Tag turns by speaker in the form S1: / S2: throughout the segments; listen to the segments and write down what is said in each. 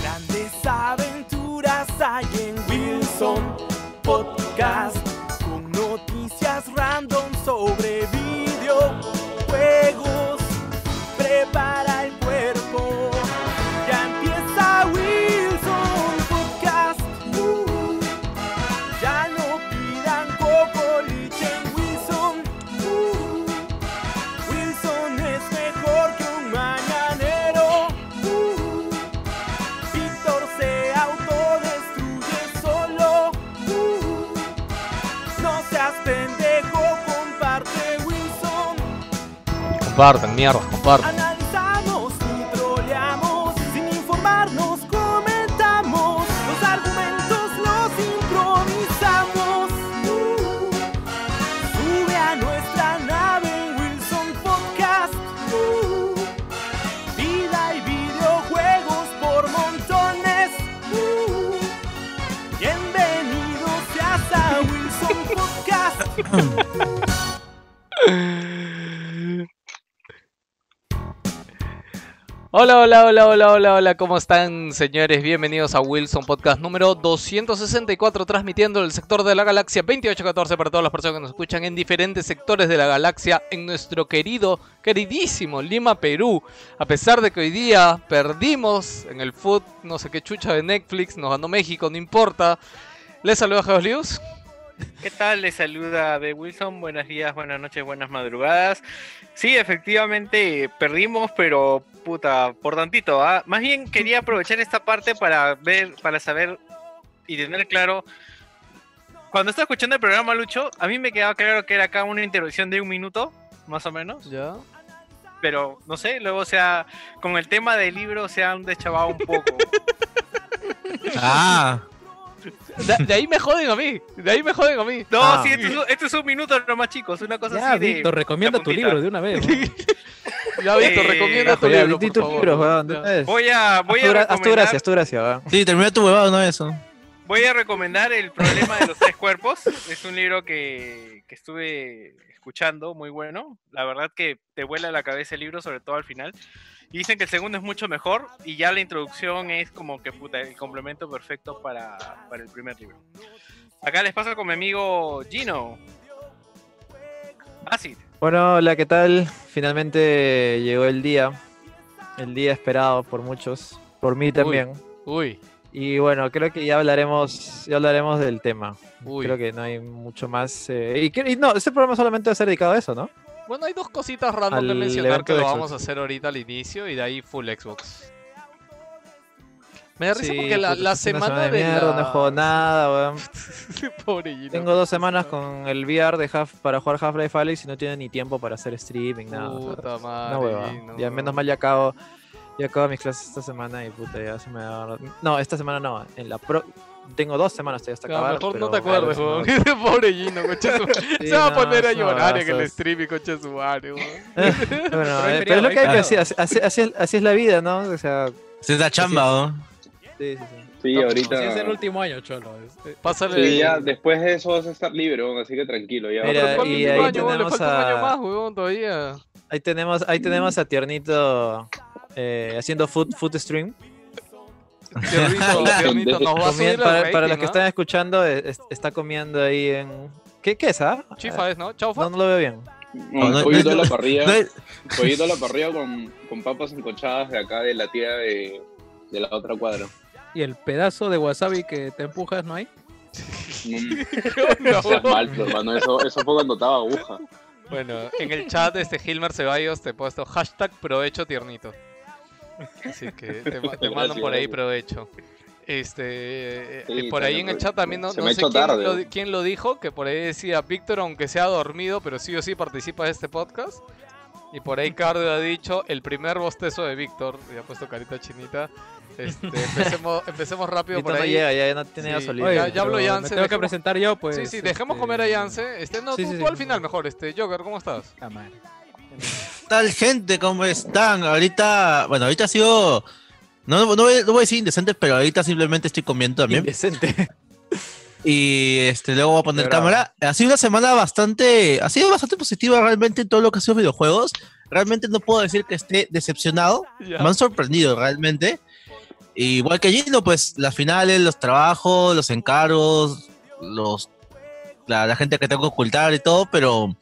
S1: Grandes aventuras hay en Wilson Podcast con noticias random sobre videojuegos. Prepara el cuerpo, ya empieza Wilson Podcast. Uh, ya no pidan coco en Wilson. Uh, Wilson es mejor que un mañanero. Uh, Víctor se autodestruye solo. Uh, no seas pendejo, comparte Wilson.
S2: Compartan, mierda, compartan.
S1: Analizamos y troleamos, sin informarnos comentamos, los argumentos los improvisamos. Uh, sube a nuestra nave en Wilson Podcast. Uh, vida y videojuegos por montones. Uh, bienvenidos seas a Wilson Podcast.
S2: Hola, hola, hola, hola, hola, hola, ¿cómo están señores? Bienvenidos a Wilson Podcast número 264, transmitiendo el sector de la galaxia 2814 para todas las personas que nos escuchan en diferentes sectores de la galaxia en nuestro querido, queridísimo Lima, Perú. A pesar de que hoy día perdimos en el foot, no sé qué chucha de Netflix, nos ganó México, no importa. Les saluda Jos Lius.
S3: ¿Qué tal? Les saluda B. Wilson. Buenos días, buenas noches, buenas madrugadas. Sí, efectivamente perdimos, pero puta, por tantito. ¿ah? Más bien quería aprovechar esta parte para ver, para saber y tener claro. Cuando estaba escuchando el programa Lucho, a mí me quedaba claro que era acá una intervención de un minuto, más o menos.
S2: ¿Ya?
S3: Pero no sé, luego, o sea, con el tema del libro se han deschavado un poco.
S4: Ah,
S2: De, de ahí me joden a mí, de ahí me joden a mí.
S3: No,
S4: Ah.
S3: sí, esto es, un- esto es un minuto nomás, chicos. Una cosa
S4: ya,
S3: así de.
S4: Víctor, recomienda
S3: la
S4: tu
S3: puntita.
S4: libro de una vez.
S2: Ya, Víctor,
S3: Eh,
S2: recomienda tu
S5: Oye,
S2: libro,
S5: di
S2: por
S5: tus
S2: favor.
S5: libros, weón, de
S2: Ya.
S5: una vez.
S3: Voy a. Voy
S5: haz,
S3: a
S5: tu, gra- haz tu
S3: recomendar-
S5: gracia, haz tu gracia, weón.
S4: Sí, termina tu huevado, ¿no? Eso.
S3: Voy a recomendar El problema de los tres cuerpos. Es un libro que, que estuve escuchando, muy bueno. La verdad que te vuela la cabeza el libro, sobre todo al final. Y dicen que el segundo es mucho mejor y ya la introducción es como que puta, el complemento perfecto para, para el primer libro. Acá les paso con mi amigo Gino. Ah, sí.
S5: Bueno, hola, ¿qué tal? Finalmente llegó el día. El día esperado por muchos, por mí también.
S2: Uy,
S5: Y bueno, creo que ya hablaremos, ya hablaremos del tema.
S2: uy.
S5: Creo que no hay mucho más. eh, y, que- y no, este programa solamente va a ser dedicado a eso, ¿no?
S2: Bueno, hay dos cositas random de
S5: Al
S2: mencionar
S5: evento
S2: que lo
S5: de Xbox.
S2: vamos a hacer ahorita al inicio y de ahí full Xbox. Me da risa
S5: Sí,
S2: porque la,
S5: puta,
S2: la
S5: es una
S2: semana, de,
S5: mierda,
S2: la-
S5: no juego nada, weón.
S2: Pobre Gino.
S5: Tengo dos semanas con el VR de Half, para jugar Half-Life Alyx y no tiene ni tiempo para hacer streaming, nada. o sea,
S2: Puta
S5: es
S2: madre,
S5: Una hueva.
S2: Gino.
S5: Ya menos mal ya acabo, ya acabo mis clases esta semana y puta, ya se me va a- No, esta semana no, en la pro... Tengo dos semanas todavía hasta
S2: Ya,
S5: acabar.
S2: mejor no
S5: pero
S2: te
S5: bueno,
S2: acuerdes,
S5: es
S2: weón.
S5: una hueva.
S2: Pobre Gino, concha su-
S5: Sí,
S2: Se va a
S5: no,
S2: poner a
S5: es una
S2: llorar en
S5: huevazo,
S2: el
S5: es-
S2: stream y concha su madre, weón.
S5: Bueno,
S4: hay
S5: eh, pero es lo que hay que hacer,
S4: feriado.
S5: así, así, así es- así es la vida, ¿no? O sea,
S4: Esa es la chamba, ¿no?
S5: sí, sí, sí.
S6: Sí, ahorita.
S4: Sí, es el último año, cholo.
S2: Pásale.
S6: Sí, ya, después de eso vas a estar libre, weón, así que tranquilo. Ya.
S5: Mira,
S2: ¿Cuál
S5: y
S2: último
S5: ahí
S2: año, weón? Le
S5: tenemos
S2: falta un año
S5: a-
S2: más, weón, todavía.
S5: Ahí tenemos, ahí tenemos a Tiernito eh, haciendo food, food stream.
S2: Tiernito, tiernito, nos va a subir
S5: Comien-
S2: el
S5: para, para
S2: rating,
S5: los que
S2: ¿ah?
S5: están escuchando, eh, es- está comiendo ahí en... ¿Qué, qué es, ah?
S2: Chifa es, ¿no? Chaufa.
S5: No, no lo veo bien.
S6: Un
S4: No, no,
S6: pollito a
S4: no,
S6: la parrilla.
S4: No es-
S6: Pollito a la parrilla con, con papas encochadas de acá de la tía de, de la otra cuadra.
S7: Y el pedazo de wasabi que te empujas, ¿no hay?
S6: Mm,
S2: ¿Qué onda,
S6: seas
S2: weón?
S6: mal, pero, hermano, eso, eso fue cuando estaba aguja.
S2: Bueno, en el chat de este Hilmer Ceballos te he puesto hashtag provecho tiernito. Así que te, ma- te mandan
S6: Gracias,
S2: por ahí
S6: gracias.
S2: provecho. Este, eh,
S6: Sí,
S2: por ahí en el chat también no,
S6: se
S2: no
S6: me ha
S2: sé
S6: hecho
S2: quién,
S6: tarde.
S2: Lo, di- quién lo dijo, que por ahí decía Víctor, aunque sea dormido, pero sí o sí participa de este podcast. Y por ahí Cardo ha dicho el primer bostezo de Víctor, y ha puesto carita chinita. Este, empecemos, empecemos rápido
S5: Vito
S2: por
S5: no
S2: ahí.
S5: llega, ya, ya no tiene
S2: Sí.
S5: gasolina.
S2: Oye, ya-
S5: Pero-
S2: ya habló
S7: pero
S2: Yance,
S7: Me tengo
S2: dejemos-
S7: que presentar yo, pues.
S2: sí, sí, dejemos
S7: este,
S2: comer a Yance. Este, no,
S7: sí,
S2: tú,
S7: sí,
S2: tú
S7: sí.
S2: al final mejor, este, Joker, ¿cómo estás?
S7: Ah, madre.
S4: tal gente? ¿Cómo están? Ahorita, bueno, ahorita ha sido. No, no, voy, no voy a decir indecentes, pero ahorita simplemente estoy comiendo también.
S5: Indecente.
S4: y este, luego voy a poner
S5: Graba.
S4: cámara. Ha sido una semana bastante, ha sido bastante positiva realmente en todo lo que ha sido videojuegos. Realmente no puedo decir que esté decepcionado, me han sorprendido realmente. Y igual que Gino, pues las finales, los trabajos, los encargos, los, la, la gente que tengo que ocultar y todo, pero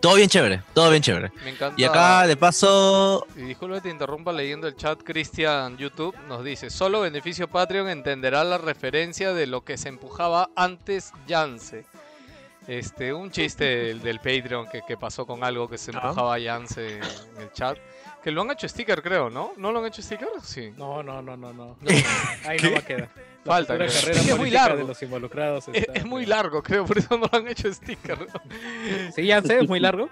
S4: todo bien chévere, todo bien chévere.
S2: Me encanta.
S4: Y acá de paso,
S2: Y disculpe, te interrumpa leyendo el chat. Cristian YouTube nos dice: Solo Beneficio Patreon entenderá la referencia de lo que se empujaba antes Yance. Este, un chiste del, del Patreon que, que pasó con algo que se
S8: Ah.
S2: empujaba Yance en el chat. Que lo han hecho sticker, creo, ¿no? ¿No lo han hecho sticker? Sí.
S5: No, no, no, no, no. Ahí no va a quedar. La
S2: Falta,
S5: futura
S2: creo.
S5: carrera
S2: Es que es muy
S5: política
S2: largo.
S5: de los involucrados.
S2: Es,
S5: está,
S2: es muy
S5: pero-
S2: largo, creo, por eso no lo han hecho sticker.
S5: Sí, ya sé, es muy largo.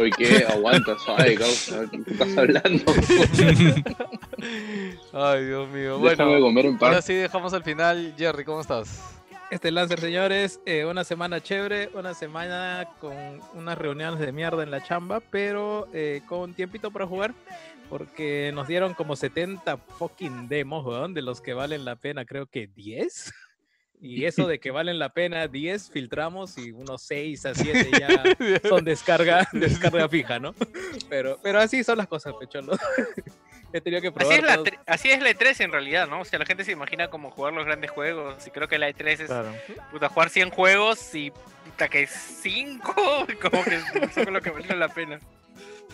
S6: Oye, ¿qué? Aguanta, suave, causa. ¿Qué estás hablando?
S2: Ay, Dios mío.
S6: Déjame
S2: Bueno,
S6: comer en
S2: ahora
S6: paz.
S2: sí dejamos al final. Jerry, ¿cómo estás?
S5: Este Lancer, señores, eh, una semana chévere, una semana con unas reuniones de mierda en la chamba, pero eh, con tiempito para jugar, porque nos dieron como 70 fucking demos, weón, de los que valen la pena, creo que 10. Y eso de que valen la pena 10, filtramos y unos 6 a 7 ya son descarga, descarga fija, ¿no? Pero, pero así son las cosas, pecholo. He tenido que
S3: Así
S5: probar.
S3: es, la
S5: todos-
S3: tre- así es la E3 en realidad, ¿no? O sea, la gente se imagina como jugar los grandes juegos. Y creo que la E3 es
S8: Claro.
S3: puta, pues, jugar 100 juegos y puta que 5. Como que son lo que valió la pena.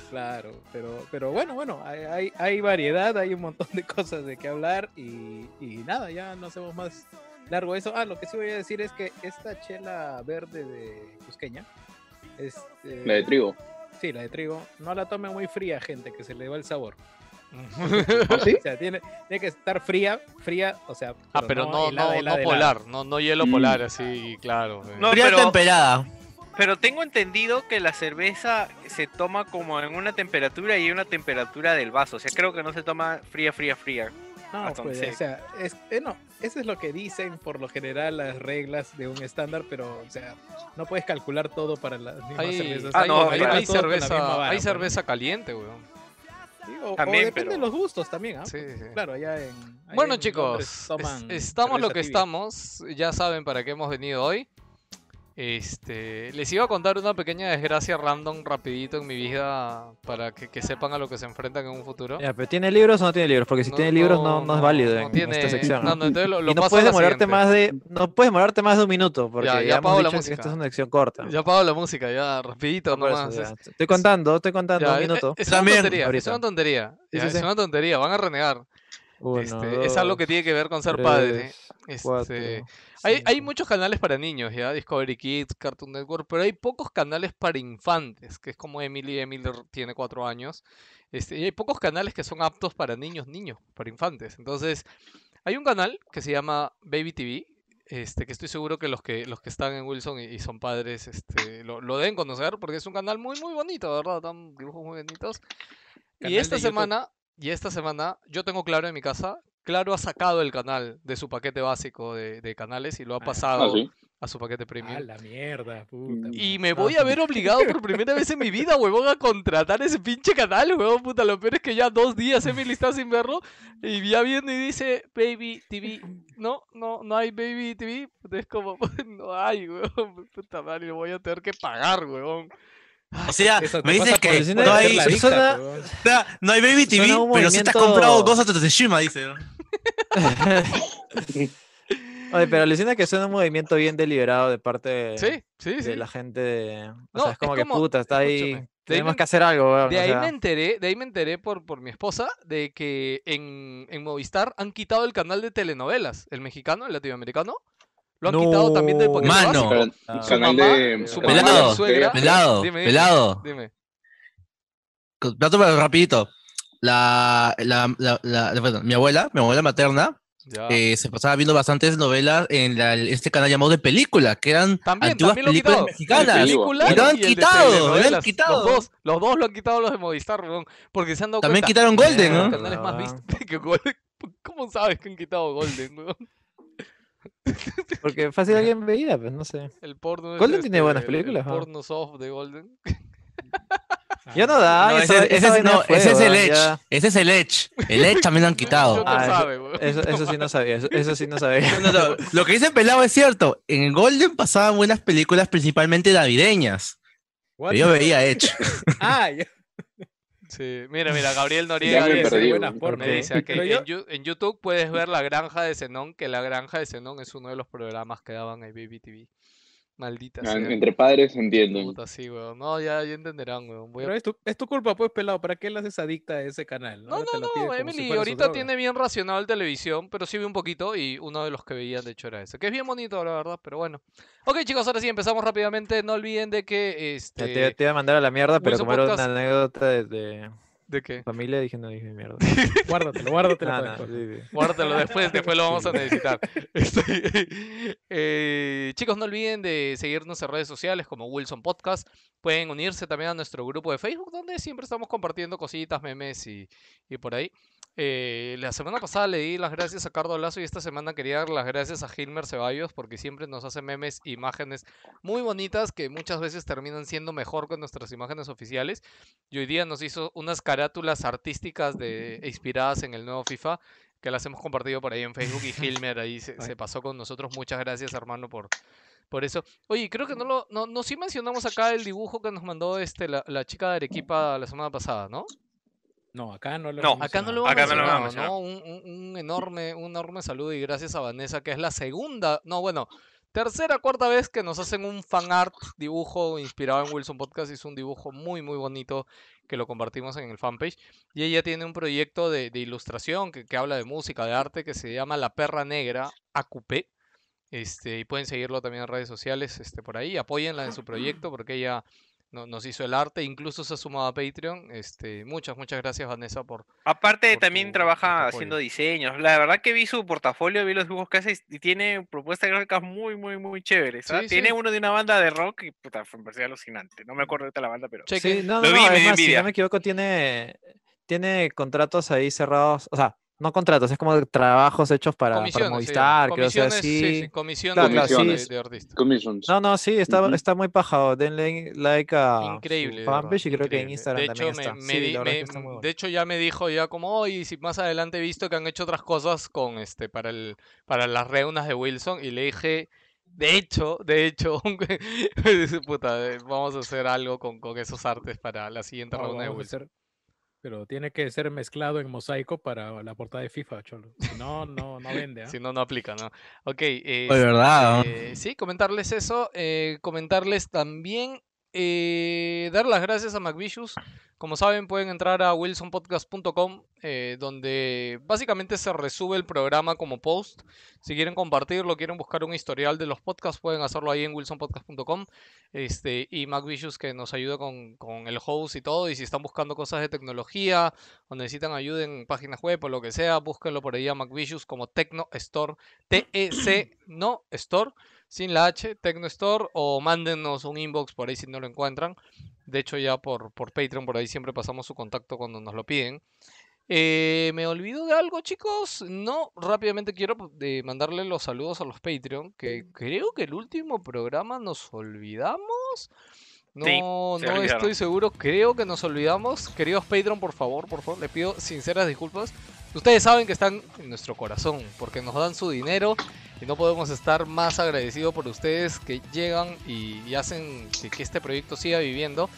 S5: Claro, pero, pero bueno, bueno, hay, hay, hay variedad, hay un montón de cosas de qué hablar y, y nada, ya no hacemos más largo eso. Ah, lo que sí voy a decir es que esta chela verde de Cusqueña, este,
S6: La de trigo.
S5: sí, la de trigo, no la tome muy fría, gente, que se le va el sabor.
S6: ¿Ah, sí?
S5: O sea, tiene, tiene que estar fría, fría, o sea,
S2: Ah, pero no, no,
S5: helada,
S2: no
S5: helada, helada.
S2: polar, no, no hielo
S6: Mm.
S2: polar, así, claro. eh.
S3: No,
S4: fría
S3: pero-
S4: temperada.
S3: Pero tengo entendido que la cerveza se toma como en una temperatura y una temperatura del vaso. O sea, creo que no se toma fría, fría, fría.
S2: Ah,
S5: No,
S3: Hasta donde
S5: pues,
S3: sea.
S5: o sea, es, eh, no, eso es lo que dicen por lo general las reglas de un estándar, pero, o sea, no puedes calcular todo para las mismas
S2: Hay,
S5: cervezas.
S3: Ah,
S2: hay-
S3: no,
S2: hay-
S3: claro.
S2: hay
S5: Todos con la
S2: cerveza,
S5: misma vara,
S2: hay
S5: pues.
S2: cerveza caliente, weón.
S5: Sí, o, o
S3: También,
S5: depende
S3: pero-
S5: de los gustos también, ¿ah?
S2: Sí, sí.
S5: Claro, allá en... allá
S2: Bueno,
S5: en Londres
S2: chicos,
S5: toman
S2: es- estamos lo
S5: cerveza
S2: que
S5: tibia.
S2: estamos. Ya saben para qué hemos venido hoy. Este, les iba a contar una pequeña desgracia random rapidito en mi vida para que, que sepan a lo que se enfrentan en un futuro.
S8: Ya, pero ¿tiene libros o no tiene libros? Porque si
S2: No,
S8: tiene libros no, no es válido
S2: no
S8: en
S2: tiene-
S8: esta sección.
S2: No,
S8: ¿no?
S2: no, entonces lo, lo
S8: y no
S2: paso a
S8: puedes
S2: la
S8: demorarte
S2: siguiente.
S8: más de no puedes demorarte más de un minuto porque
S2: Ya,
S8: ya,
S2: ya
S8: hemos
S2: apago la
S8: dicho que esta
S2: música.
S8: es una sección corta
S2: Ya apago la música, ya, rapidito
S8: No, por eso,
S2: nomás.
S8: ya.
S2: es-
S8: estoy contando estoy contando
S2: ya,
S8: un
S2: es-
S8: minuto
S2: Es,
S4: Yo
S2: una
S4: también,
S2: tontería, es
S8: ahorita.
S2: una tontería.
S8: Sí,
S2: ya,
S8: sí,
S2: es
S8: sí.
S2: una tontería, van a renegar.
S8: Uno,
S2: Este, es algo que
S8: dos,
S2: tiene que ver con ser
S8: tres,
S2: padre. Este,
S8: cuatro,
S2: hay, hay
S8: cinco.
S2: muchos canales para niños, ¿ya? Discovery Kids, Cartoon Network, pero hay pocos canales para infantes, que es como Emily, Emily r- tiene cuatro años. Este, y hay pocos canales que son aptos para niños, niños, para infantes. Entonces, hay un canal que se llama Baby TV, este, que estoy seguro que los que, los que están en Wilson y, y son padres este, lo, lo deben conocer, porque es un canal muy, muy bonito, de ¿verdad? Tan dibujos muy bonitos.
S5: Canal
S2: y
S5: de
S2: esta
S5: YouTube.
S2: semana, y esta semana, yo tengo claro en mi casa, claro ha sacado el canal de su paquete básico de, de canales y lo ha
S5: Ah,
S2: pasado
S6: Ah, sí.
S2: a su paquete
S5: A
S2: premium.
S5: la mierda, puta.
S2: Y
S5: madre.
S2: me
S5: No,
S2: voy a ver obligado por primera vez en mi vida, huevón, a contratar ese pinche canal, huevón, puta. Lo peor es que ya dos días Emily está sin verlo y ya viene y dice, Baby TV. No, no, no hay Baby TV. Puta, Es como, no hay, huevón, puta madre, lo voy a tener que pagar, huevón.
S4: O sea,
S5: Eso te
S4: me dices
S5: pasa por
S4: que
S5: ser
S4: no hay,
S5: drogadicta,
S8: persona-
S5: weón.
S4: o sea, no hay Baby TV,
S8: Suena un
S4: pero si te has
S8: movimiento-
S4: comprado Ghost of Tsushima, dice. ¿no?
S8: Oye, pero alucina que suena un movimiento bien deliberado de parte de,
S2: Sí, sí, sí.
S8: Eh, de la gente de- o
S2: No,
S8: sea
S2: es
S8: es como que
S2: como-
S8: puta está
S2: escúchame, de ahí
S8: ahí tenemos
S2: me-
S8: que hacer algo weón,
S2: De
S8: o
S2: ahí
S8: sea,
S2: me enteré, de ahí me enteré por, por mi esposa de que en, en Movistar han quitado el canal de telenovelas, el mexicano, el latinoamericano. Lo han quitado también del
S8: No.
S2: paquete
S4: Mano.
S2: básico.
S6: Can-
S8: Ah.
S2: Su
S6: canal
S2: mamá-
S6: de.
S2: su
S6: canal de
S4: mamá,
S6: la
S2: suegra.
S6: suegra.
S4: Pelado,
S2: Dime, dime.
S4: pelado.
S2: Dime.
S4: Dato pero rapidito. La, la, la, la- bueno, mi abuela, mi abuela materna,
S2: Ya.
S4: eh, se pasaba viendo bastantes novelas en la- este canal llamado de película, que eran
S2: también,
S4: antiguas
S2: también lo han
S4: películas
S2: quitado.
S4: mexicanas.
S2: El
S6: Sí,
S2: película
S4: y lo han
S2: el de
S4: quitado, lo han
S2: telenovelas.
S4: quitado.
S2: Los dos, los dos lo han quitado los de Movistar, weón, porque se han dado
S4: También
S2: cuenta.
S4: quitaron Golden,
S2: Los
S4: ¿no?
S2: canales más
S8: Verdad.
S2: vistos que Golden. ¿Cómo sabes que han quitado Golden, weón?
S8: porque fácil alguien veía pues no sé
S2: El porno es este,
S8: Golden tiene buenas
S2: el-
S8: películas,
S2: El
S8: ¿ah?
S2: porno soft de Golden.
S8: Ya no da.
S4: No,
S8: esa-
S4: Ah, ese, ese
S8: esa
S4: es-
S8: vaina
S4: no,
S8: fue,
S4: ese es el
S8: weón,
S4: Edge.
S8: ya.
S4: Ese es el Edge. El Edge también lo han quitado.
S2: Joker
S8: Ah, eso-
S2: sabe, weón.
S8: Eso, eso sí no sabía. Eso, eso sí no sabía.
S4: No, no, lo que dice Pelado es cierto. En el Golden pasaban buenas películas, principalmente navideñas.
S5: What?
S4: Pero yo veía Edge.
S5: Ah, ya.
S2: Sí, mira, mira, Gabriel
S6: Ya
S2: Noriega
S6: me
S2: dice,
S6: perdí,
S5: buenas
S6: güey.
S5: porno.
S2: me dice aquí,
S5: Pero
S2: en,
S5: yo-
S2: Yu- en YouTube puedes ver La Granja de Zenón, que La Granja de Zenón es uno de los programas que daban en BBTV. Maldita
S6: Ah,
S2: sea.
S6: Entre padres entienden.
S2: Puta, sí, weón. No, ya, ya entenderán, weón. Voy a-
S5: Pero es tu, es tu culpa, pues, pelado. ¿Para qué la haces adicta a ese canal?
S2: No,
S5: Ahora te
S2: no,
S5: lo pide
S2: no,
S5: como si
S2: Emily
S5: fuera su
S2: ahorita
S5: droga.
S2: tiene bien racionado el televisión, pero sí vi un poquito y uno de los que veía de hecho era ese, que es bien bonito la verdad, pero bueno. Ok chicos, ahora sí empezamos rápidamente, no olviden de que
S8: Ya te,
S2: este...
S8: te iba a mandar a la mierda, pero
S2: Wilson
S8: como era una
S2: Podcast.
S8: anécdota de, de
S2: ¿De qué?
S8: familia, dije no dije mierda.
S5: Guárdatelo, guárdatelo.
S8: Ah,
S5: para
S8: no,
S5: después.
S8: sí, sí.
S2: Guárdatelo después, después lo vamos a necesitar. Este, eh, chicos, no olviden de seguirnos en redes sociales como Wilson Podcast. Pueden unirse también a nuestro grupo de Facebook, donde siempre estamos compartiendo cositas, memes y, y por ahí. Eh, la semana pasada le di las gracias a Cardo Lazo y esta semana quería dar las gracias a Gilmer Ceballos porque siempre nos hace memes, imágenes muy bonitas que muchas veces terminan siendo mejor que nuestras imágenes oficiales. Y hoy día nos hizo unas carátulas artísticas de, inspiradas en el nuevo FIFA que las hemos compartido por ahí en Facebook y Hilmer ahí se, se pasó con nosotros. Muchas gracias, hermano, por, por eso. Oye, creo que no lo no, no sí mencionamos acá el dibujo que nos mandó este la, la chica de Arequipa la semana pasada, ¿no?
S5: No, acá no lo
S3: No,
S5: hemos
S2: Acá no lo hemos
S5: mencionado.
S3: acá no lo hemos
S2: mencionado, ¿no? Un, un- un enorme un enorme saludo y gracias a Vanessa que es la segunda, no, bueno, tercera cuarta vez que nos hacen un fan art dibujo inspirado en Wilson Podcast, es un dibujo muy muy bonito que lo compartimos en el fanpage. Y ella tiene un proyecto de, de ilustración que, que habla de música, de arte, que se llama La Perra Negra, AQP. Este, y pueden seguirlo también en redes sociales este, por ahí. Apóyenla en su proyecto porque ella no- nos hizo el arte, incluso se ha sumado a Patreon. Este, muchas, muchas gracias, Vanessa, por.
S3: Aparte,
S2: por tu-
S3: también
S2: por tu
S3: trabaja
S2: apoyo.
S3: haciendo diseños. La verdad que vi su portafolio, vi los dibujos que hace y tiene propuestas gráficas muy, muy, muy chéveres. ¿ah?
S2: Sí,
S3: Tiene
S2: sí.
S3: uno de una banda de rock y puta, fue- me pareció alucinante. No me acuerdo ahorita la banda, pero.
S2: Chequen.
S8: Sí, no,
S3: Lo
S8: no,
S3: vi
S8: no,
S3: y me
S8: es
S3: dio
S8: más, si
S3: envidia.
S8: no me equivoco, tiene, tiene contratos ahí cerrados, o sea, no contratos, es como trabajos hechos para, para
S2: comisiones. se
S8: Movistar,
S2: llama.
S8: creo, o sea,
S2: Comisiones, sí,
S8: sí.
S2: sí, comisiones
S8: Claro,
S6: claro, sí,
S2: de-
S8: es-
S2: de artista.
S6: Commissions.
S8: No, no, sí, está,
S6: Ujú.
S8: está muy pajado. Denle like a
S2: Increíble. de
S8: su
S2: verdad,
S8: fanpage y creo que en
S2: increíble.
S8: Instagram
S2: de
S8: también
S2: hecho,
S8: está.
S2: Me, me
S8: sí,
S2: di-
S8: la verdad es
S2: me-
S8: que está muy
S2: De
S8: bueno.
S2: hecho, ya me dijo ya como, oye, si más adelante he visto que han hecho otras cosas con este para el para las reunas de Wilson y le dije, de hecho, de hecho, dice, puta, eh, vamos a hacer algo con, con esos artes para la siguiente
S8: Ah,
S5: No,
S2: reunión de
S5: vamos a
S2: Wilson.
S5: hacer- Pero tiene que ser mezclado en mosaico para la portada de FIFA, cholo. Si no, no, no vende. ¿ah?
S2: Si no, no aplica, ¿no? Ok. eh,
S4: Oye, ¿verdad? ¿no?
S2: Eh, sí, comentarles eso. eh, comentarles también. eh, dar las gracias a McVicious. Como saben, pueden entrar a wilsonpodcast.com, eh, donde básicamente se resube el programa como post. Si quieren compartirlo, quieren buscar un historial de los podcasts, pueden hacerlo ahí en wilsonpodcast.com. Este, y McVicious que nos ayuda con, con el host y todo. Y si están buscando cosas de tecnología o necesitan ayuda en páginas web o lo que sea, búsquenlo por ahí a McVicious como Tecno Store TEC no Store, sin la H, Tecno Store, o mándenos un inbox por ahí si no lo encuentran. De hecho, ya por, por Patreon, por ahí siempre pasamos su contacto cuando nos lo piden. Eh, ¿Me olvido de algo, chicos? No, rápidamente quiero eh, mandarle los saludos a los Patreon, que creo que el último programa nos olvidamos. No,
S3: Sí,
S2: no
S3: se olvidaron.
S2: estoy seguro, creo que nos olvidamos. Queridos Patreon, por favor, por favor, les pido sinceras disculpas. Ustedes saben que están en nuestro corazón, porque nos dan su dinero y no podemos estar más agradecidos por ustedes que llegan y, y hacen que, que este proyecto siga viviendo.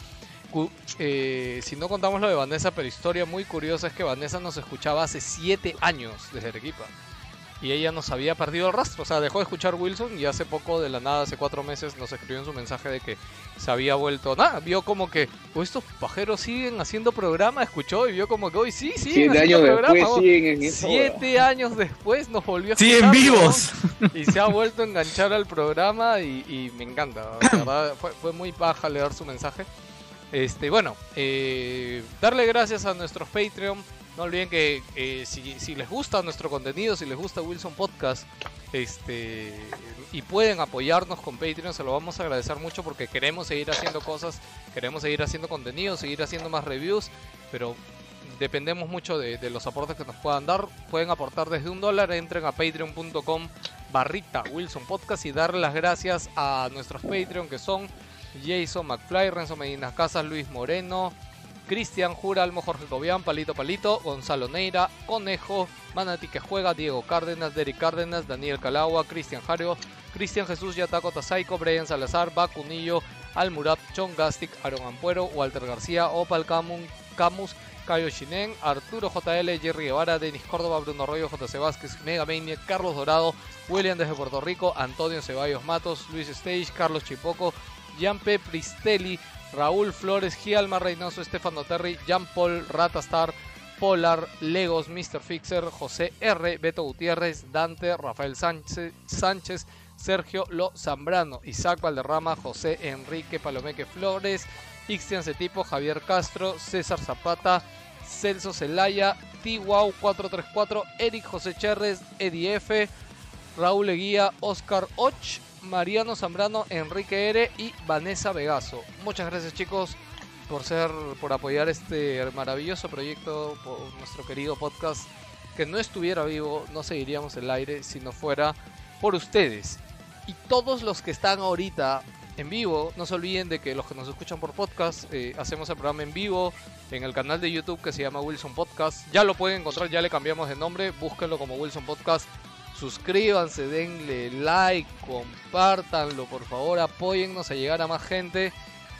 S2: Cu- eh, si no contamos lo de Vanessa, pero historia muy curiosa es que Vanessa nos escuchaba hace 7 años desde Arequipa. Y ella nos había perdido el rastro, o sea, dejó de escuchar Wilson y hace poco, de la nada, hace cuatro meses, nos escribió en su mensaje de que se había vuelto. Nada, vio como que, "Oh, estos pajeros siguen haciendo programa, escuchó y vio como que hoy sí, sí,
S6: Siete años después
S2: programa.
S6: siguen en esa huevada.
S2: Siete años después nos volvió a
S4: Sí, en
S2: escuchar,
S4: vivos.
S2: ¿no? Y se ha vuelto a enganchar al programa y, y me encanta. La verdad, fue, fue muy paja leer su mensaje. Este, bueno, eh, darle gracias a nuestros Patreon. No olviden que eh, si, si les gusta nuestro contenido, si les gusta Wilson Podcast, este y pueden apoyarnos con Patreon, se lo vamos a agradecer mucho porque queremos seguir haciendo cosas, queremos seguir haciendo contenido, seguir haciendo más reviews, pero dependemos mucho de, de los aportes que nos puedan dar. Pueden aportar desde un dólar, entren a patreon.com barrita Wilson Podcast y dar las gracias a nuestros Patreon que son Jason McFly, Renzo Medina Casas, Luis Moreno, Cristian Jura, Almo Jorge Cobian, Palito Palito, Gonzalo Neira, Conejo, Manati que juega, Diego Cárdenas, Derek Cárdenas, Daniel Calagua, Cristian Jario, Cristian Jesús, Yataco Tasaico, Brian Salazar, Bacunillo, Almurap, John Gastic, Aaron Ampuero, Walter García, Opal Camun- Camus, Cayo Chinen, Arturo JL, Jerry Guevara, Denis Córdoba, Bruno Arroyo, JC Vázquez, Mega Maniac, Carlos Dorado, William desde Puerto Rico, Antonio Ceballos Matos, Luis Stage, Carlos Chipoco, Gianpe Pristelli, Raúl Flores, Gialma Reynoso, Estefano Terry, Jean Paul, Ratastar, Polar, Legos, Mr. Fixer, José R, Beto Gutiérrez, Dante, Rafael Sánchez, Sánchez, Sergio Lo Zambrano, Isaac Valderrama, José Enrique Palomeque Flores, Ixtian Cetipo, Javier Castro, César Zapata, Celso Celaya, Tiwau 434, Eric José Chérez, Eddie F, Raúl Eguía, Oscar Och, Mariano Zambrano, Enrique R y Vanessa Vegaso. Muchas gracias chicos por ser, por apoyar este maravilloso proyecto, por nuestro querido podcast, que no estuviera vivo, no seguiríamos el aire si no fuera por ustedes. Y todos los que están ahorita en vivo, no se olviden de que los que nos escuchan por podcast, eh, hacemos el programa en vivo en el canal de YouTube que se llama Wilson Podcast. Ya lo pueden encontrar, ya le cambiamos de nombre, búsquenlo como Wilson Podcast suscríbanse, denle like, compártanlo, por favor, apóyennos a llegar a más gente.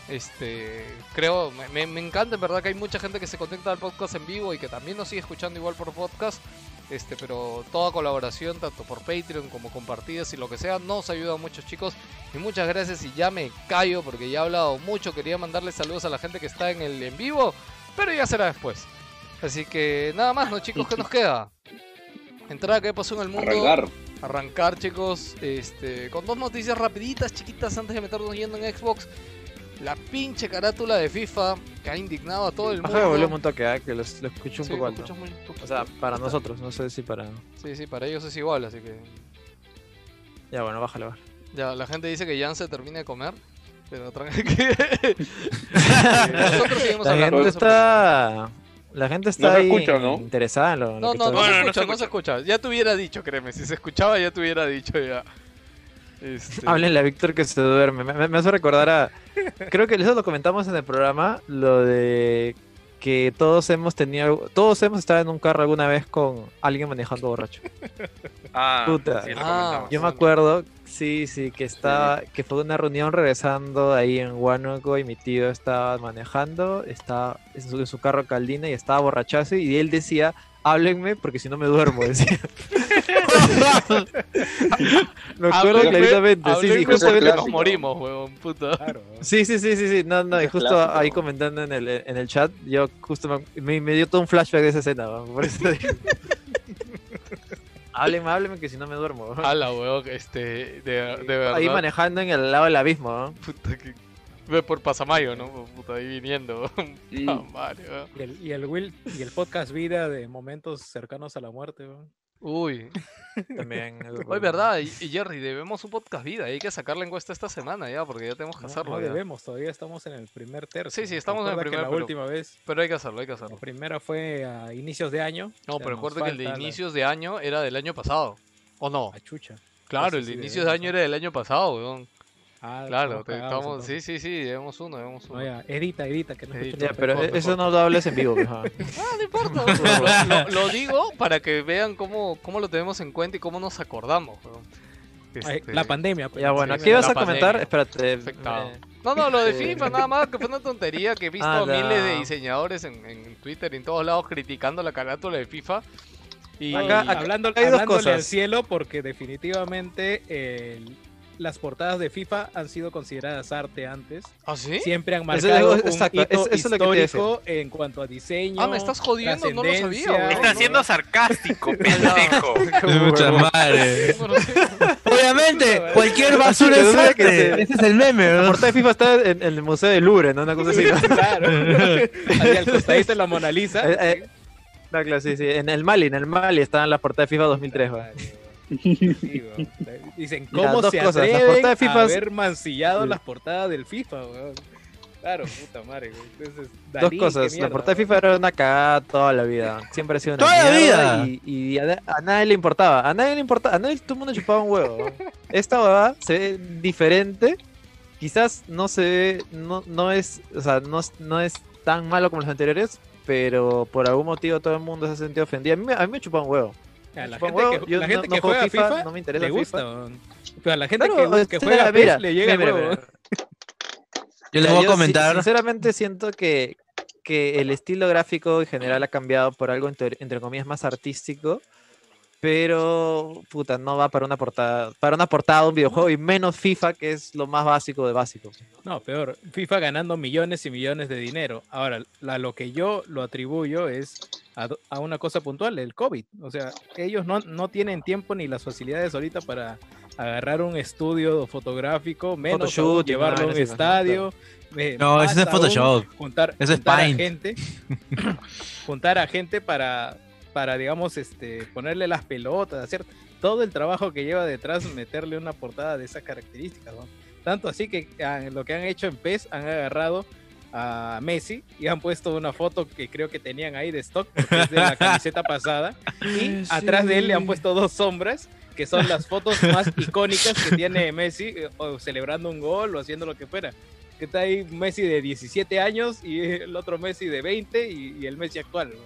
S2: Este, creo, me- me, me encanta en verdad que hay mucha gente que se conecta al podcast en vivo y que también nos sigue escuchando igual por podcast. Este, pero toda colaboración, tanto por Patreon como compartidas y lo que sea, nos ayuda mucho, chicos. Y muchas gracias y ya me callo porque ya he hablado mucho. Quería mandarles saludos a la gente que está en el en vivo, pero ya será después. Así que nada más, ¿no, chicos? ¿Qué nos queda? Entrar a qué pasó en el mundo
S6: Arrancar.
S2: arrancar, chicos, este, con dos noticias rapiditas, chiquitas, antes de meternos yendo en Xbox. La pinche carátula de FIFA que ha indignado a todo el mundo.
S8: Baja de volumen un toque, ah, que lo, lo escucho un
S2: Sí,
S8: poco
S2: lo
S8: alto.
S2: escuchas muy- tú-
S8: O sea,
S2: tú-
S8: para nosotros, no sé si para...
S2: Sí, sí, para ellos es igual, así que...
S8: Ya, bueno, bájale, bájale.
S2: Ya, la gente dice que Jan se termina de comer, pero tranqui. nosotros seguimos
S8: La
S2: hablando.
S8: gente
S2: no se preocupen.
S8: está... La gente está
S6: No se
S8: ahí
S6: escucha, ¿no?
S8: interesada en lo, en lo
S2: No,
S8: que
S2: no, no,
S8: está-
S3: Bueno,
S2: se
S3: no
S2: escucha,
S3: se
S2: no se escucha. Ya te hubiera dicho, créeme. Si se escuchaba, ya te hubiera dicho ya. Este,
S8: Háblenle a Víctor que se duerme. Me, me- me hace recordar a. Creo que eso lo comentamos en el programa, lo de que todos hemos tenido. Todos hemos estado en un carro alguna vez con alguien manejando borracho.
S3: Ah,
S8: Puta.
S3: sí, lo
S2: Ah.
S3: comentamos.
S8: Yo me acuerdo, sí, sí, que estaba. Que fue una reunión regresando ahí en Huánuco y mi tío estaba manejando, estaba en su, en su carro Caldina y estaba borrachazo y él decía. Háblenme porque si no me duermo, decía. me acuerdo
S2: háblenme-
S8: claramente. Sí, sí,
S2: háblenme
S8: justamente
S2: porque nos
S6: clásico.
S2: morimos, huevón, puta.
S5: Claro.
S8: Sí, sí, sí, sí, sí. No, no, y
S6: Ese
S8: justo
S6: clásico.
S8: ahí comentando en el, en el chat, yo justo me, me- me dio todo un flashback de esa escena, weón, por eso digo. hábleme, hábleme que si no me duermo. weón.
S2: Ala, weón, este, de, Ah, de verdad.
S8: Ahí manejando en el lado del abismo, weón.
S2: Puta que- Ve por Pasamayo, ¿no? Por Puta, ahí viniendo.
S6: Mm.
S2: Ah, madre, weón.
S5: Y el, y el Will y el podcast vida de momentos cercanos a la muerte, weón.
S2: Uy,
S8: También. eso fue-
S2: hoy verdad, y, y Jerry, debemos un podcast vida. Hay que sacar la encuesta esta semana ya, porque ya tenemos que
S5: No,
S2: hacerlo.
S5: no
S2: ya.
S5: debemos, todavía estamos en el primer tercio.
S2: Sí, sí, estamos en el
S5: Recuerda que
S2: primer,
S5: La
S2: pero-
S5: última vez,
S2: Pero hay que hacerlo, hay que
S5: la
S2: hacerlo.
S5: primera fue a inicios de año.
S2: No,
S5: o sea,
S2: pero
S5: nos
S2: recuerda que el de
S5: falta la-
S2: inicios de año era del año pasado. ¿O no?
S5: La chucha.
S2: Claro,
S5: sí,
S2: el de
S5: sí,
S2: inicios de
S5: debemos,
S2: año
S5: ¿no?
S2: era del año pasado, weón.
S5: Ah,
S2: Claro, te-
S5: cagados,
S2: estamos. Sí,
S5: entonces.
S2: sí, sí, debemos uno, debemos uno.
S5: No, ya, edita, edita, que no
S2: Edita.
S5: escuchen
S8: Ya,
S5: los
S8: pero
S5: mejor,
S8: e- eso
S5: mejor.
S8: no lo hables en vivo, weón.
S2: Ah, no importa. weón. lo, lo- lo digo para que vean cómo, cómo lo tenemos en cuenta y cómo nos acordamos. weón.
S5: Ay,
S2: Este-
S5: La pandemia. pues,
S8: Ya, bueno,
S5: sí,
S8: aquí
S5: la-
S8: vas a
S2: pandemia.
S8: comentar. Espérate.
S2: Afectado.
S8: eh,
S2: No, no, lo de
S8: Sí.
S2: FIFA nada más, que fue una tontería que he visto
S8: Ah,
S2: a miles de
S8: no.
S2: diseñadores en, en Twitter y en todos lados criticando la carátula de FIFA. Y
S8: Acá-
S5: Y hablando,
S8: hay
S5: hablándole
S8: dos
S5: al
S8: cosas.
S5: cielo porque definitivamente el- las portadas de FIFA han sido consideradas arte antes.
S2: ¿Ah, sí?
S5: Siempre han
S8: Eso es
S5: marcado
S8: algo- exacto,
S5: un hito
S8: es- eso es lo que te iba a decir.
S5: histórico en cuanto a diseño.
S2: Ah, me estás jodiendo, no lo sabía.
S5: trascendencia,
S2: weón.
S3: Está siendo sarcástico, pendejo.
S4: Mucha madre.
S2: No lo sé.
S4: Obviamente, cualquier basura
S8: Yo
S4: es
S8: dudo que
S4: arte.
S8: se-
S4: Ese es el meme,
S8: La
S4: ¿no?
S8: portada de FIFA está en, en el Museo del Louvre, ¿no? Una cosa así. ¿no?
S5: Claro. Ahí al costadito de la Mona Lisa.
S8: Eh, eh, no, claro, sí, sí. En el Mali, en el Mali estaban las portadas de FIFA 2003, weón.
S5: Sí, weón. Dicen,
S8: Mira,
S5: ¿cómo
S8: dos
S5: se
S8: cosas, las
S5: atreven
S8: portadas de FIFA
S5: a haber mancillado
S8: Sí.
S5: las portadas del FIFA, weón? Claro, puta madre, weón. Entonces,
S8: Dos
S5: Dalí, qué
S8: cosas.
S5: mierda,
S8: la portada de
S5: weón.
S8: FIFA era una cagada toda la vida. Siempre ha sido una
S4: ¡Toda la
S8: mierda
S4: vida!
S8: Y, y a, na- a nadie le importaba. A nadie le importaba. A nadie todo el mundo chupaba un huevo. Esta huevada se ve diferente. Quizás no se ve. No, no es. O sea, no, es- no es tan malo como los anteriores, pero por algún motivo todo el mundo se ha sentido ofendido. A mí, me- a mí me chupa un huevo.
S5: A la
S8: Chupa un
S5: gente
S8: huevo,
S5: que,
S8: yo
S5: la
S8: no-
S5: gente
S8: no
S5: que
S8: juego
S5: juega FIFA,
S8: no me interesa
S5: le gusta.
S8: FIFA.
S5: weón. Pero a la gente
S8: Claro,
S5: que, que
S8: este,
S5: juega
S8: mira,
S5: PES le llega el
S8: mira,
S5: huevo.
S8: mira,
S4: Yo les
S8: Mira,
S4: voy a
S8: yo si-
S4: comentar.
S8: sinceramente siento que, que el estilo gráfico en general ha cambiado por algo entre, entre comillas más artístico, pero puta, no va para una portada, para una portada de un videojuego y menos FIFA, que es lo más básico de básico.
S5: No, peor. FIFA ganando millones y millones de dinero. Ahora, a lo que yo lo atribuyo es a, do- a una cosa puntual, el COVID. O sea, ellos no, no tienen tiempo ni las facilidades ahorita para agarrar un estudio fotográfico, menos aún
S8: Photoshoot y
S5: llevarlo a un
S8: madres, imagínate.
S5: estadio. eh,
S4: No,
S5: más
S4: ese es
S5: aún
S4: Photoshop.
S5: Juntar,
S4: Ese es
S5: juntar a
S4: Paint.
S5: gente. juntar a gente para, para digamos, este, ponerle las pelotas, hacer todo el trabajo que lleva detrás, meterle una portada de esas características. ¿no? Tanto así que ah, lo que han hecho en PES han agarrado a Messi y han puesto una foto que creo que tenían ahí de stock, porque es de la camiseta pasada, y atrás de él le han puesto dos sombras, que son las fotos más icónicas que tiene Messi, eh, o celebrando un gol o haciendo lo que fuera. Que está ahí Messi de 17 años y el otro Messi de 20 y, y el Messi actual. ¿no?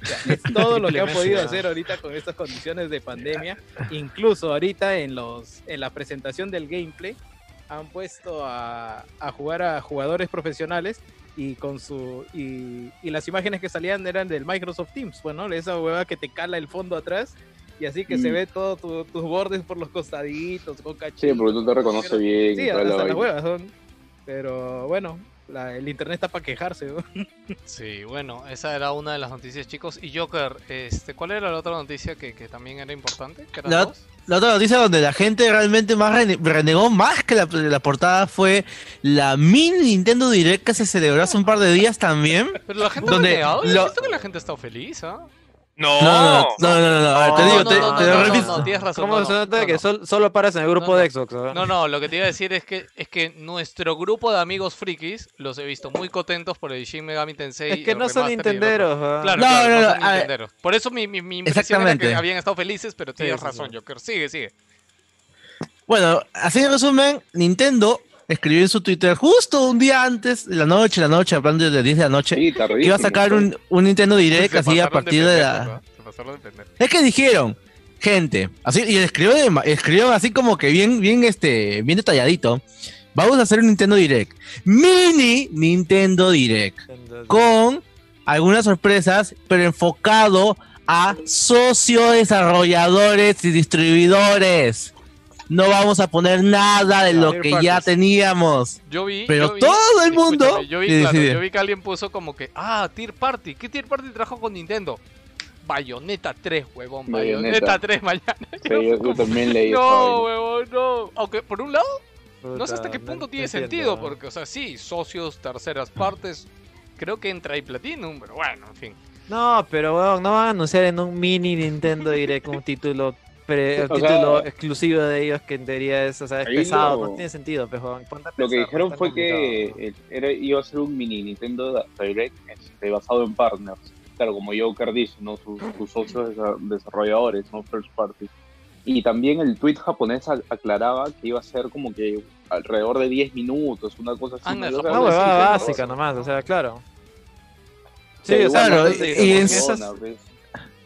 S5: O sea, es todo lo que han
S8: Messi,
S5: podido
S8: ¿no?
S5: hacer ahorita con estas condiciones de pandemia. Incluso ahorita en, los, en la presentación del gameplay han puesto a, a jugar a jugadores profesionales y con su y, y las imágenes que salían eran del Microsoft Teams, bueno, esa hueva que te cala el fondo atrás y así que se
S6: Mm.
S5: ve todos tus bordes por los costaditos, con cachitos.
S6: Sí, porque tú te reconoces bien.
S5: Sí,
S6: y toda
S5: hasta
S6: la
S5: las
S6: vaina.
S5: huevas son. Pero bueno, la- el internet está para quejarse. ¿no?
S2: Sí, bueno, esa era una de las noticias, chicos. Y Joker, este, ¿cuál era la otra noticia que, que también era importante? ¿Que eran
S4: La-
S2: dos?
S4: La otra noticia donde la gente realmente más rene- renegó más que la, la portada fue la mini Nintendo Direct que se celebró hace un par de días también.
S2: Pero la gente
S4: Donde
S2: ha negado, yo
S4: lo-
S2: siento que la gente está feliz, ¿ah?
S3: No,
S4: No, no, no, no, no, no, a ver, te
S2: No,
S4: digo,
S2: no,
S4: te,
S2: no,
S4: te
S2: no,
S4: lo
S2: no,
S4: repito.
S2: no, tienes razón.
S8: ¿Cómo
S2: no,
S8: se
S2: no,
S8: nota
S2: no,
S8: que
S2: no.
S8: sol- solo aparece en el grupo
S2: No, no.
S8: de Xbox? ¿verdad?
S2: No, no, lo que te iba a decir es que, es que nuestro grupo de amigos frikis los he visto muy contentos por el Shin Megami Tensei.
S8: es que
S2: el
S8: no son
S2: remaster y el otro.
S8: nintenderos. ¿verdad?
S2: Claro,
S4: No,
S2: claro, no,
S4: no, no,
S2: son
S4: a ver.
S2: nintenderos. Por eso mi, mi, mi impresión era que
S4: Exactamente.
S2: habían estado felices, pero tienes
S8: sí, sí.
S2: razón, Joker. Sigue, sigue.
S4: Bueno, así en resumen, Nintendo escribió en su Twitter justo un día antes, de la noche, la noche, hablando de 10 de la noche,
S6: Sí, tardísimo.
S4: iba a sacar un, un Nintendo Direct así a partir de la... Es que dijeron, gente, así, y escribió, de ma- escribió así como que bien, bien, este, bien detalladito. Vamos a hacer un Nintendo Direct. Mini Nintendo Direct.
S8: Entonces,
S4: Con algunas sorpresas, pero enfocado a sociodesarrolladores y distribuidores. No vamos a poner nada de lo
S8: Third
S4: que ya
S8: parties.
S4: teníamos.
S2: Yo vi.
S4: Pero
S2: yo vi-
S4: todo el mundo.
S2: Escúchame, Yo vi,
S4: Sí,
S2: claro,
S4: sí, sí.
S2: yo vi que alguien puso como que, ah, Tier Party. ¿Qué Tier Party trajo con Nintendo? Bayonetta 3, huevón. Bayonetta
S6: Bayonetta.
S2: 3 mañana.
S6: Sí, yo, yo también leí esa
S2: No,
S6: vaina.
S2: huevón, no. Aunque por un lado, no sé hasta
S8: puta,
S2: qué
S8: no-
S2: punto
S8: no
S2: tiene
S8: entiendo,
S2: sentido,
S8: ¿verdad?
S2: porque, o sea, sí, socios, terceras
S4: Mm.
S2: partes. Creo que entra y Platinum, pero bueno, en fin.
S8: No, pero weón, no van a anunciar en un mini Nintendo Direct un título pre- un
S6: O sea-
S8: título exclusivo de ellos que en teoría es, o sea, es
S6: Ahí
S8: pesado,
S6: lo-
S8: no tiene sentido, pues, weón, ponte a
S6: Lo que
S8: pensar,
S6: dijeron
S8: no es tan
S6: fue que
S8: complicado, ¿no?
S6: eh, era, iba a ser un mini Nintendo Direct este, basado en partners. Claro, como Joker dice, ¿no? Sus, sus socios desa- desarrolladores, no first party. Y también el tweet japonés a- aclaraba que iba a ser como que alrededor de 10 minutos, una cosa así.
S2: Anda,
S6: ¿no? O sea,
S2: Japón no
S8: Una
S6: sí,
S8: huevada
S6: pero-
S8: básica nomás, o sea, claro. Sí,
S6: pero
S8: o sea,
S6: bueno,
S4: claro,
S6: sí,
S4: y
S6: como
S4: en-
S6: Madonna, ¿ves?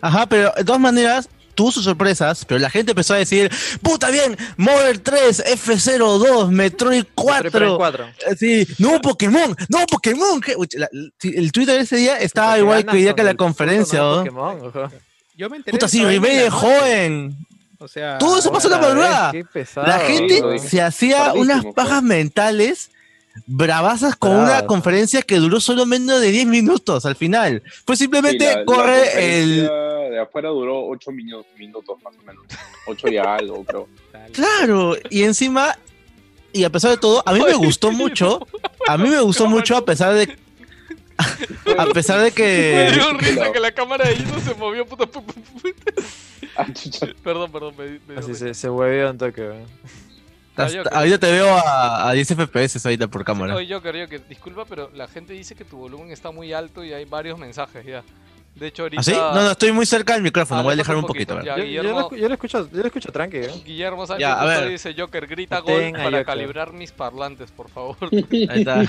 S4: Ajá, pero de todas maneras, tuvo sus sorpresas, pero la gente empezó a decir, puta bien, Model 3, F02, Metroid 4.
S8: Prime 4.
S4: eh, Sí, no Pokémon, no Pokémon. que- Uy, la- sí, el Twitter ese día estaba
S8: Puta,
S4: igual
S8: qué
S4: que hoy día
S8: ganas
S4: que la
S8: con el
S4: conferencia.
S8: puto
S4: ¿no?
S8: nuevo Pokémon, ojo.
S5: Yo me enteré.
S4: Puta,
S5: de
S4: sí,
S5: esa vaina en la
S4: Remedy
S5: noche.
S4: joven.
S5: O sea,
S4: Todo eso pasó en la
S8: Ahora, ¿ves?
S4: madrugada.
S8: Qué pesado,
S4: La gente
S8: weón.
S4: se hacía
S6: Tardísimo,
S4: unas
S6: fue.
S4: pajas mentales bravazas con una
S8: Bravas.
S4: conferencia que duró solo menos de 10 minutos al final. Pues
S6: Sí,
S4: simplemente
S6: la- la
S4: corre el...
S6: conferencia De afuera duró 8 minutos más o menos. 8 y algo, creo.
S5: tal.
S4: Claro, y encima, y a pesar de todo, a mí me gustó mucho, a mí me gustó mucho a pesar de... A pesar de
S2: Me
S4: que...
S2: dio risa
S6: claro.
S2: que la cámara de Gino se movió, puta. pu- pu- pu-
S6: Ah, chucha.
S2: Perdón, perdón, me, me dio
S8: Así
S2: risa.
S8: se, se hueveó un toque, weón.
S4: hasta- ahorita te veo a, a 10 FPS ahorita por cámara.
S2: Oye, Joker, Joker, disculpa, pero la gente dice que tu volumen está muy alto y hay varios mensajes ya. De hecho, ahorita.
S4: ¿Así? ¿Ah, No, no, estoy muy cerca del micrófono, voy a
S2: aléjate
S4: alejar Ah, un poquito. a ver.
S2: Ya,
S8: Yo, yo lo,
S2: Guillermo,
S8: escu- yo lo escucho, yo lo escucho tranqui, weón.
S2: Guillermo Sánchez
S4: Ya, a
S2: justo
S4: ver.
S2: dice: Joker, grita
S8: Tenga,
S2: gol para
S8: Joker.
S2: calibrar mis parlantes, por favor.
S4: Ahí está.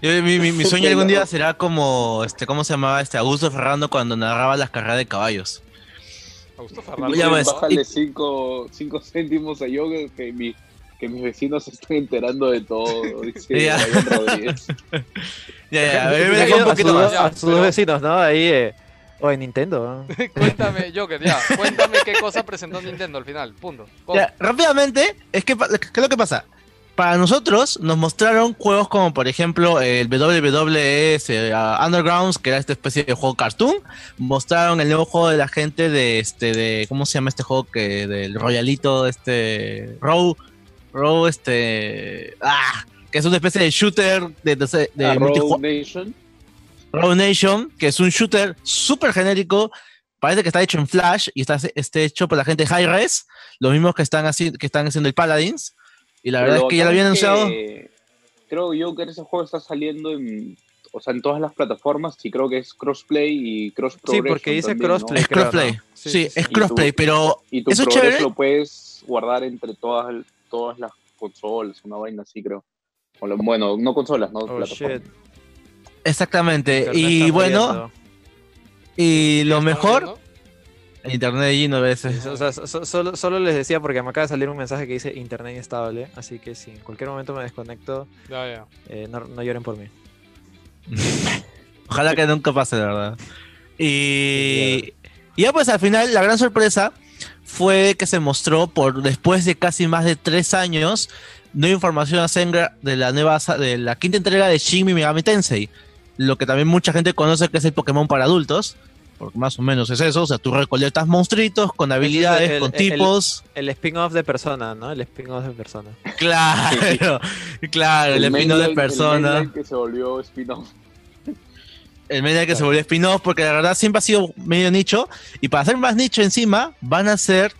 S4: Yo- mi, mi- mi sueño algún día será como, este, ¿cómo se llamaba este? Augusto Ferrando cuando narraba las carreras de caballos.
S2: Augusto
S4: Lo
S2: Ferrando.
S4: llamo es-
S6: Bájale 5 céntimos a yoga que, mi, que mis vecinos se están enterando de todo. Dice
S4: Ya.
S6: Brian Rodríguez.
S4: Ya, ya, a ver, me
S8: Yo creo
S4: dejé
S8: que
S4: un
S8: a
S4: poquito
S8: sus-
S4: más.
S2: ya,
S8: A sus
S2: pero-
S8: vecinos, ¿no? Ahí, eh, o en Nintendo. ¿no?
S2: Cuéntame, Joker, ya. Cuéntame qué cosa presentó Nintendo al final. Punto. Con-
S4: Ya, rápidamente, es que, pa- ¿qué es lo que pasa? Para nosotros nos mostraron juegos como por ejemplo el WWS eh, ah, Undergrounds, que era esta especie de juego cartoon. Mostraron el nuevo juego de la gente de este de ¿cómo se llama este juego que del Royalito este Row Row este ah, que es una especie de shooter de, de, de
S6: A Road
S4: multijue-
S6: Nation.
S4: Road Nation, que es un shooter súper genérico. Parece que está hecho en Flash y está, está hecho por la gente de High Res, los mismos que están, haci- que están haciendo el Paladins. Y la
S6: Pero
S4: verdad
S6: lo
S4: es que ya lo habían
S6: bacán es
S4: anunciado.
S6: que Creo yo que ese juego está saliendo en, o sea, en todas las plataformas y creo que es crossplay y cross
S8: Sí,
S6: progression
S8: porque dice
S6: también, ¿no?
S8: crossplay.
S4: Es
S8: creo, ¿no?
S4: crossplay. Sí, es
S6: sí.
S4: crossplay,
S6: Y tú-
S4: pero
S6: Y tu
S4: Eso es
S6: progreso
S4: chévere.
S6: lo puedes guardar entre todas, todas las consolas, una vaina así creo. O lo- bueno, no consolas, no
S8: Oh,
S6: plataformas.
S8: shit.
S4: exactamente.
S8: Internet
S4: Eh, Y
S8: está
S4: bueno,
S8: muriendo.
S4: y lo
S2: ¿estamos
S4: mejor,
S2: viendo?
S4: el internet allí no veces.
S8: O sea, so- so- solo, solo les decía porque me acaba de salir un mensaje que dice internet inestable, así que si en cualquier momento me desconecto,
S2: Ya, ya.
S8: eh, no, no lloren por mí.
S4: Ojalá que nunca pase, de verdad. Y, y ya pues al final la gran sorpresa fue que se mostró por después de casi más de tres años nueva información acerca de la nueva sa- de la quinta entrega de Shin Megami Tensei, lo que también mucha gente conoce que es el Pokémon para adultos, porque más o menos es eso, o sea, tú recolectas monstruitos con habilidades,
S8: el-
S4: con
S8: el-
S4: tipos,
S8: El spin-off de persona, ¿no? El spin-off de persona.
S4: claro, claro, el,
S6: main
S4: espino
S6: line-
S4: de
S6: el
S4: persona.
S6: main line que se volvió spin-off.
S4: el media que se volvió spin-off, porque la verdad siempre ha sido medio nicho. Y para hacer más nicho encima, van a hacer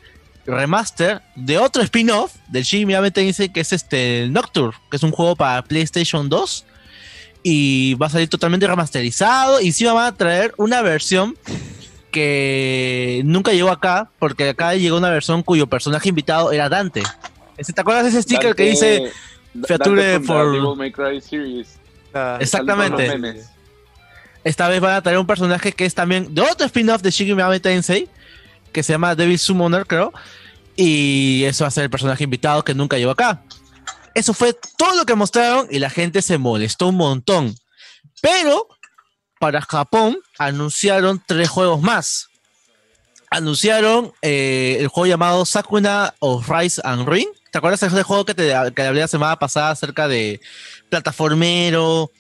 S4: remaster de otro spin-off del Jimmy Amete dice que es este el Nocturne, que es un juego para PlayStation 2. Y va a salir totalmente remasterizado. Y encima van a traer una versión que nunca llegó acá, porque acá llegó una versión cuyo personaje invitado era Dante. Ese- ¿Te acuerdas de ese sticker que dice? Feature
S6: Dante contra
S4: for-
S6: Devil May Cry series.
S8: Ah,
S4: Exactamente.
S6: Salieron los memes.
S4: Esta vez van a traer un personaje que es también de otro spin-off de Shiggy Megami Tensei, que se llama Devil Summoner, creo. Y eso va a ser el personaje invitado que nunca llegó acá. Eso fue todo lo que mostraron y la gente se molestó un montón. Pero para Japón anunciaron tres juegos más. Anunciaron eh, el juego llamado Sakuna of Rise and Ring. ¿Te acuerdas de ese juego que te que hablé la semana pasada acerca de plataformero,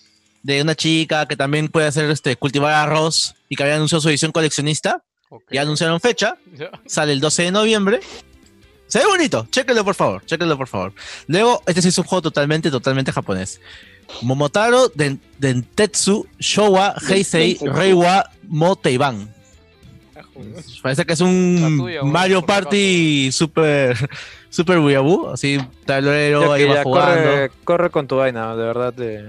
S4: de una chica que también puede hacer este cultivar arroz y que había anunciado su edición coleccionista?
S2: Ok.
S4: Ya anunciaron fecha
S2: Ya.
S4: sale el 12 de noviembre. Se ve bonito, chéquenlo por favor, chéquenlo por favor. Luego, este sí es un juego totalmente, totalmente japonés. Momotaro Den- Dentetsu Showa Heisei
S6: Dentetsu.
S4: Reiwa Moteiban. Parece que es un
S2: Ah, La tuya, güey,
S4: Mario
S2: por si acaso.
S4: Party super, super weeaboo, así tablero
S8: Ya
S4: ahí
S8: que
S4: va
S8: ya
S4: jugando.
S8: corre, corre con tu vaina, de verdad. eh.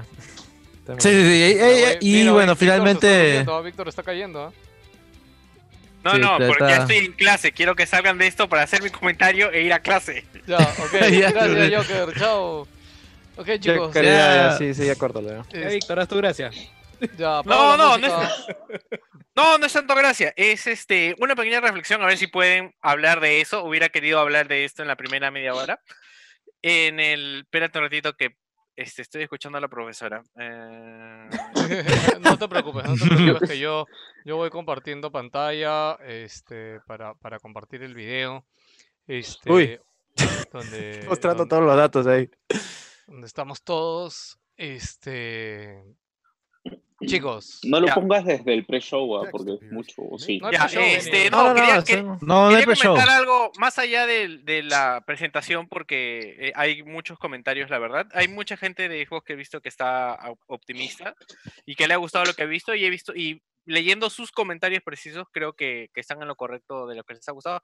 S8: te- te-
S4: Sí, sí, sí, eh,
S2: Mira,
S4: eh,
S2: güey,
S4: y
S2: mira,
S4: bueno,
S2: Víctor se está
S4: finalmente
S2: durmiendo, ah, Víctor está cayendo. ah.
S3: No,
S4: Sí,
S3: no,
S4: pero
S3: porque ya
S4: está-
S3: estoy en clase. Quiero que salgan de esto para hacer mi comentario e ir a clase.
S2: Ya, ok.
S4: Ya, güey.
S2: Gracias, Joker. Chao. Ok,
S8: Ya,
S2: chicos.
S8: ya, ya,
S4: ya.
S8: sí, sí, ya córtalo. ya.
S3: Ya,
S2: eh,
S3: Víctor, haz tu gracia.
S2: ya,
S3: No,
S2: apaga la
S3: no,
S2: música.
S3: no No, no es tanto gracia. Es este una pequeña reflexión, a ver si pueden hablar de eso. Hubiera querido hablar de esto en la primera media hora. En el. Espérate un ratito que este, estoy escuchando a la profesora. Eh,
S2: no te preocupes, no te preocupes que yo, yo voy compartiendo pantalla este, para, para compartir el video. Este,
S8: Uy.
S2: Donde,
S8: Mostrando
S2: donde-
S8: todos los datos ahí.
S2: donde estamos todos. Este. Chicos.
S6: No lo
S3: Ya.
S6: pongas desde el pre-show, ah, porque es mucho. o Sí.
S2: No,
S3: ya,
S2: show,
S3: este,
S2: eh,
S3: no, quería, que-
S8: hacemos-
S4: no, no hay
S3: quería
S4: pre-show.
S3: comentar algo más allá del- de, la presentación porque eh, hay muchos comentarios, la verdad. Hay mucha gente de Xbox que he visto que está au- optimista y que le ha gustado lo que ha visto y he visto y leyendo sus comentarios precisos creo que, que están en lo correcto de lo que les ha gustado.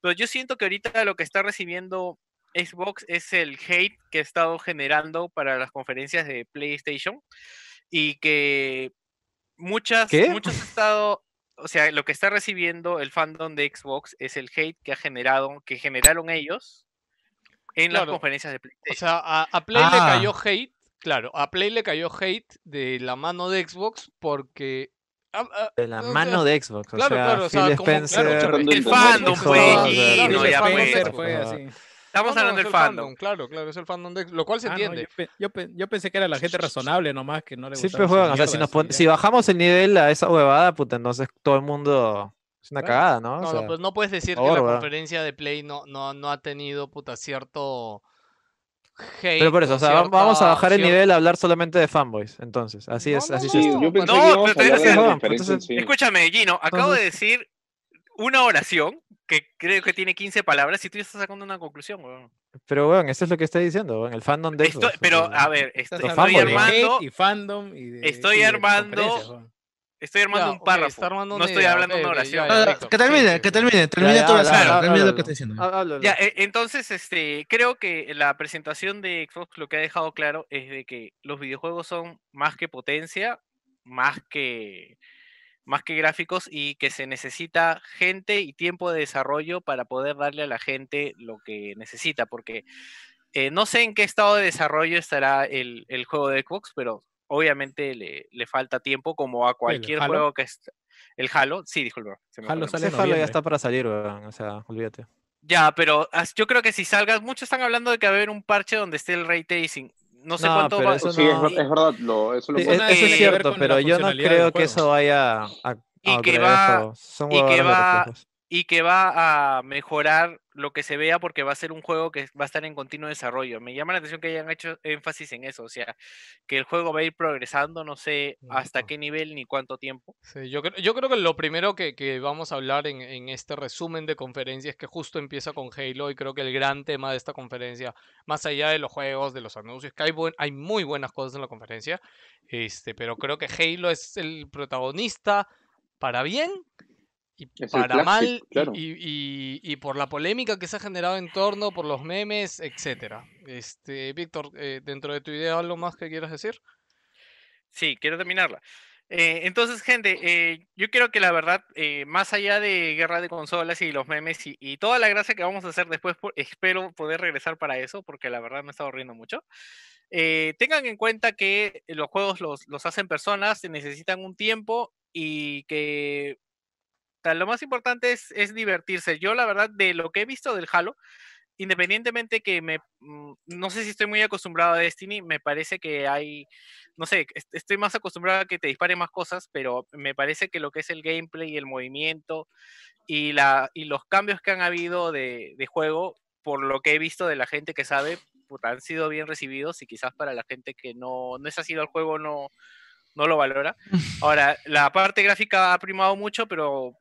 S3: Pero yo siento que ahorita lo que está recibiendo Xbox es el hate que ha estado generando para las conferencias de PlayStation y que muchas,
S8: ¿Qué?
S3: muchos han estado, o sea, lo que está recibiendo el fandom de Xbox es el hate que ha generado, que generaron ellos en
S2: Claro.
S3: las conferencias de
S2: O
S3: PlayStation.
S2: sea, a, a Play
S4: Ah.
S2: le cayó hate Claro, a Play le cayó hate de la mano de Xbox porque. ah, ah,
S8: De la
S2: o sea,
S8: mano de Xbox. O
S2: claro,
S8: sea,
S2: claro, o sea,
S8: Phil
S2: como- claro,
S8: Spencer.
S6: claro,
S3: El
S6: Nintendo.
S3: fandom,
S8: Eso,
S3: pues,
S8: o sea,
S3: Gino,
S8: Phil
S3: ya
S8: Spencer,
S3: pues.
S5: fue
S8: pues.
S5: así.
S2: no,
S3: Estamos
S2: no,
S3: hablando
S2: es
S3: del
S2: el
S3: fandom.
S2: Claro, claro, es el fandom de Xbox, lo cual se
S5: Ah, no,
S2: entiende.
S5: yo, pe- yo pe- yo pensé que era la gente razonable nomás que no le gustaba
S8: Siempre
S5: esa
S8: juegan. O sea, si,
S5: mierda,
S8: nos pon-
S5: así,
S8: si
S5: ya.
S8: bajamos el nivel a esa huevada, puta, entonces todo el mundo. Es una
S5: Claro.
S8: cagada, ¿no? O
S2: No,
S8: sea,
S2: no, pues no puedes decir
S8: favor,
S2: que la
S8: ¿verdad?
S2: conferencia de Play no, no, no ha tenido puta cierto hate.
S8: pero por eso, o sea, va- vamos a
S2: cierta-
S8: bajar el
S2: cier-
S8: nivel a hablar solamente de fanboys. Entonces, así es,
S2: No, no,
S8: así es
S2: no.
S6: Sí,
S8: esto.
S6: yo pensé
S3: No,
S6: que íbamos a
S3: pero
S6: hablar de
S8: entonces-
S6: la diferencia en
S8: entonces-
S6: sí.
S3: Escúchame, Gino, acabo de decir una oración que creo que tiene 15 palabras y tú ya estás sacando una conclusión, weón.
S8: Pero, weón, esto es lo que está diciendo, weón. El fandom de
S3: Estoy-
S8: Xbox.
S3: pero,
S8: o sea,
S3: a ver, est-
S5: Estás
S3: estoy,
S8: fanboy, ¿no?
S3: armando,
S5: hate y fandom y de-
S3: estoy
S5: y de
S3: armando-
S5: conferencias, weón.
S3: estoy armando
S2: Ya,
S3: un
S2: ok,
S3: párrafo.
S2: está armando
S3: no
S2: una
S3: estoy
S2: idea,
S3: hablando
S2: ok,
S3: una
S2: ok, ya,
S3: oración.
S2: ya,
S4: No, no,
S2: perfecto.
S4: Ah, que
S2: Sí,
S4: termine,
S2: sí,
S4: que
S2: sí.
S4: termine, termina
S8: ya, Ah,
S4: todo
S8: habla, habla,
S4: termina lo que
S8: háblalo.
S4: está
S5: Ah,
S4: diciendo.
S8: Há- háblalo.
S3: Ya, e- entonces, este, creo que la presentación de Xbox lo que ha dejado claro es de que los videojuegos son más que potencia, más que, más que gráficos y que se necesita gente y tiempo de desarrollo para poder darle a la gente lo que necesita, porque eh, no sé en qué estado de desarrollo estará el, el juego de Xbox, pero obviamente le, le falta tiempo como a cualquier
S5: Halo?
S3: juego que est- El Halo, sí, disculpa. se me fue el
S5: Halo
S3: nombre.
S5: sale en
S8: Ese Halo ya
S5: noviembre.
S8: está para salir, weón. O sea, olvídate.
S3: Ya, pero as- yo creo que si salgas, muchos están hablando de que va a haber un parche donde esté el ray tracing. No sé
S8: No,
S3: cuánto
S8: pero
S3: va.
S8: eso
S6: Sí, es,
S8: no-
S6: ver- es verdad, lo, eso lo
S8: Sí,
S5: Lo bueno
S8: es-
S5: es que
S8: eso es
S5: tiene que ver
S8: cierto,
S5: con la
S8: pero yo no
S5: funcionalidad
S8: creo
S5: del
S8: que
S5: juego.
S8: eso vaya a. a-
S3: Y
S8: a
S3: que
S8: creer
S3: va-
S8: eso. Son
S3: y que
S8: huevadas de
S3: va-
S8: reflejos.
S3: Y que va a mejorar lo que se vea porque va a ser un juego que va a estar en continuo desarrollo. Me llama la atención que hayan hecho énfasis en eso. O sea, que el juego va a ir progresando, no sé hasta
S8: Ujú.
S3: qué nivel ni cuánto tiempo.
S2: Sí, yo, creo, yo creo que lo primero que, que vamos a hablar en, en este resumen de conferencia es que justo empieza con Halo y creo que el gran tema de esta conferencia, más allá de los juegos, de los anuncios, que hay, buen- hay muy buenas cosas en la conferencia, este, pero creo que Halo es el protagonista para bien y
S6: el
S2: para
S6: flagship,
S2: mal y-
S6: claro.
S2: y, y- y por la polémica que se ha generado en torno, por los memes, etcétera. Este, Víctor, eh, dentro de tu idea, ¿algo más que quieras decir?
S3: Sí, quiero terminarla. Eh, entonces, gente, eh, yo creo que la verdad, eh, más allá de guerra de consolas y los memes y, y toda la gracia que vamos a hacer después, por- espero poder regresar para eso, porque la verdad me he estado riendo mucho. Eh, tengan en cuenta que los juegos los, los hacen personas, se necesitan un tiempo y que ta- lo más importante es, es divertirse. Yo, la verdad, de lo que he visto del Halo, independientemente que me. mm, No sé si estoy muy acostumbrado a Destiny, me parece que hay no sé, est- estoy más acostumbrado a que te disparen más cosas, pero me parece que lo que es el gameplay y el movimiento y, la, y los cambios que han habido de, de juego, por lo que he visto de la gente que sabe, puta, han sido bien recibidos y quizás para la gente que no, no es así al juego no, no lo valora. Ahora, la parte gráfica ha primado mucho, pero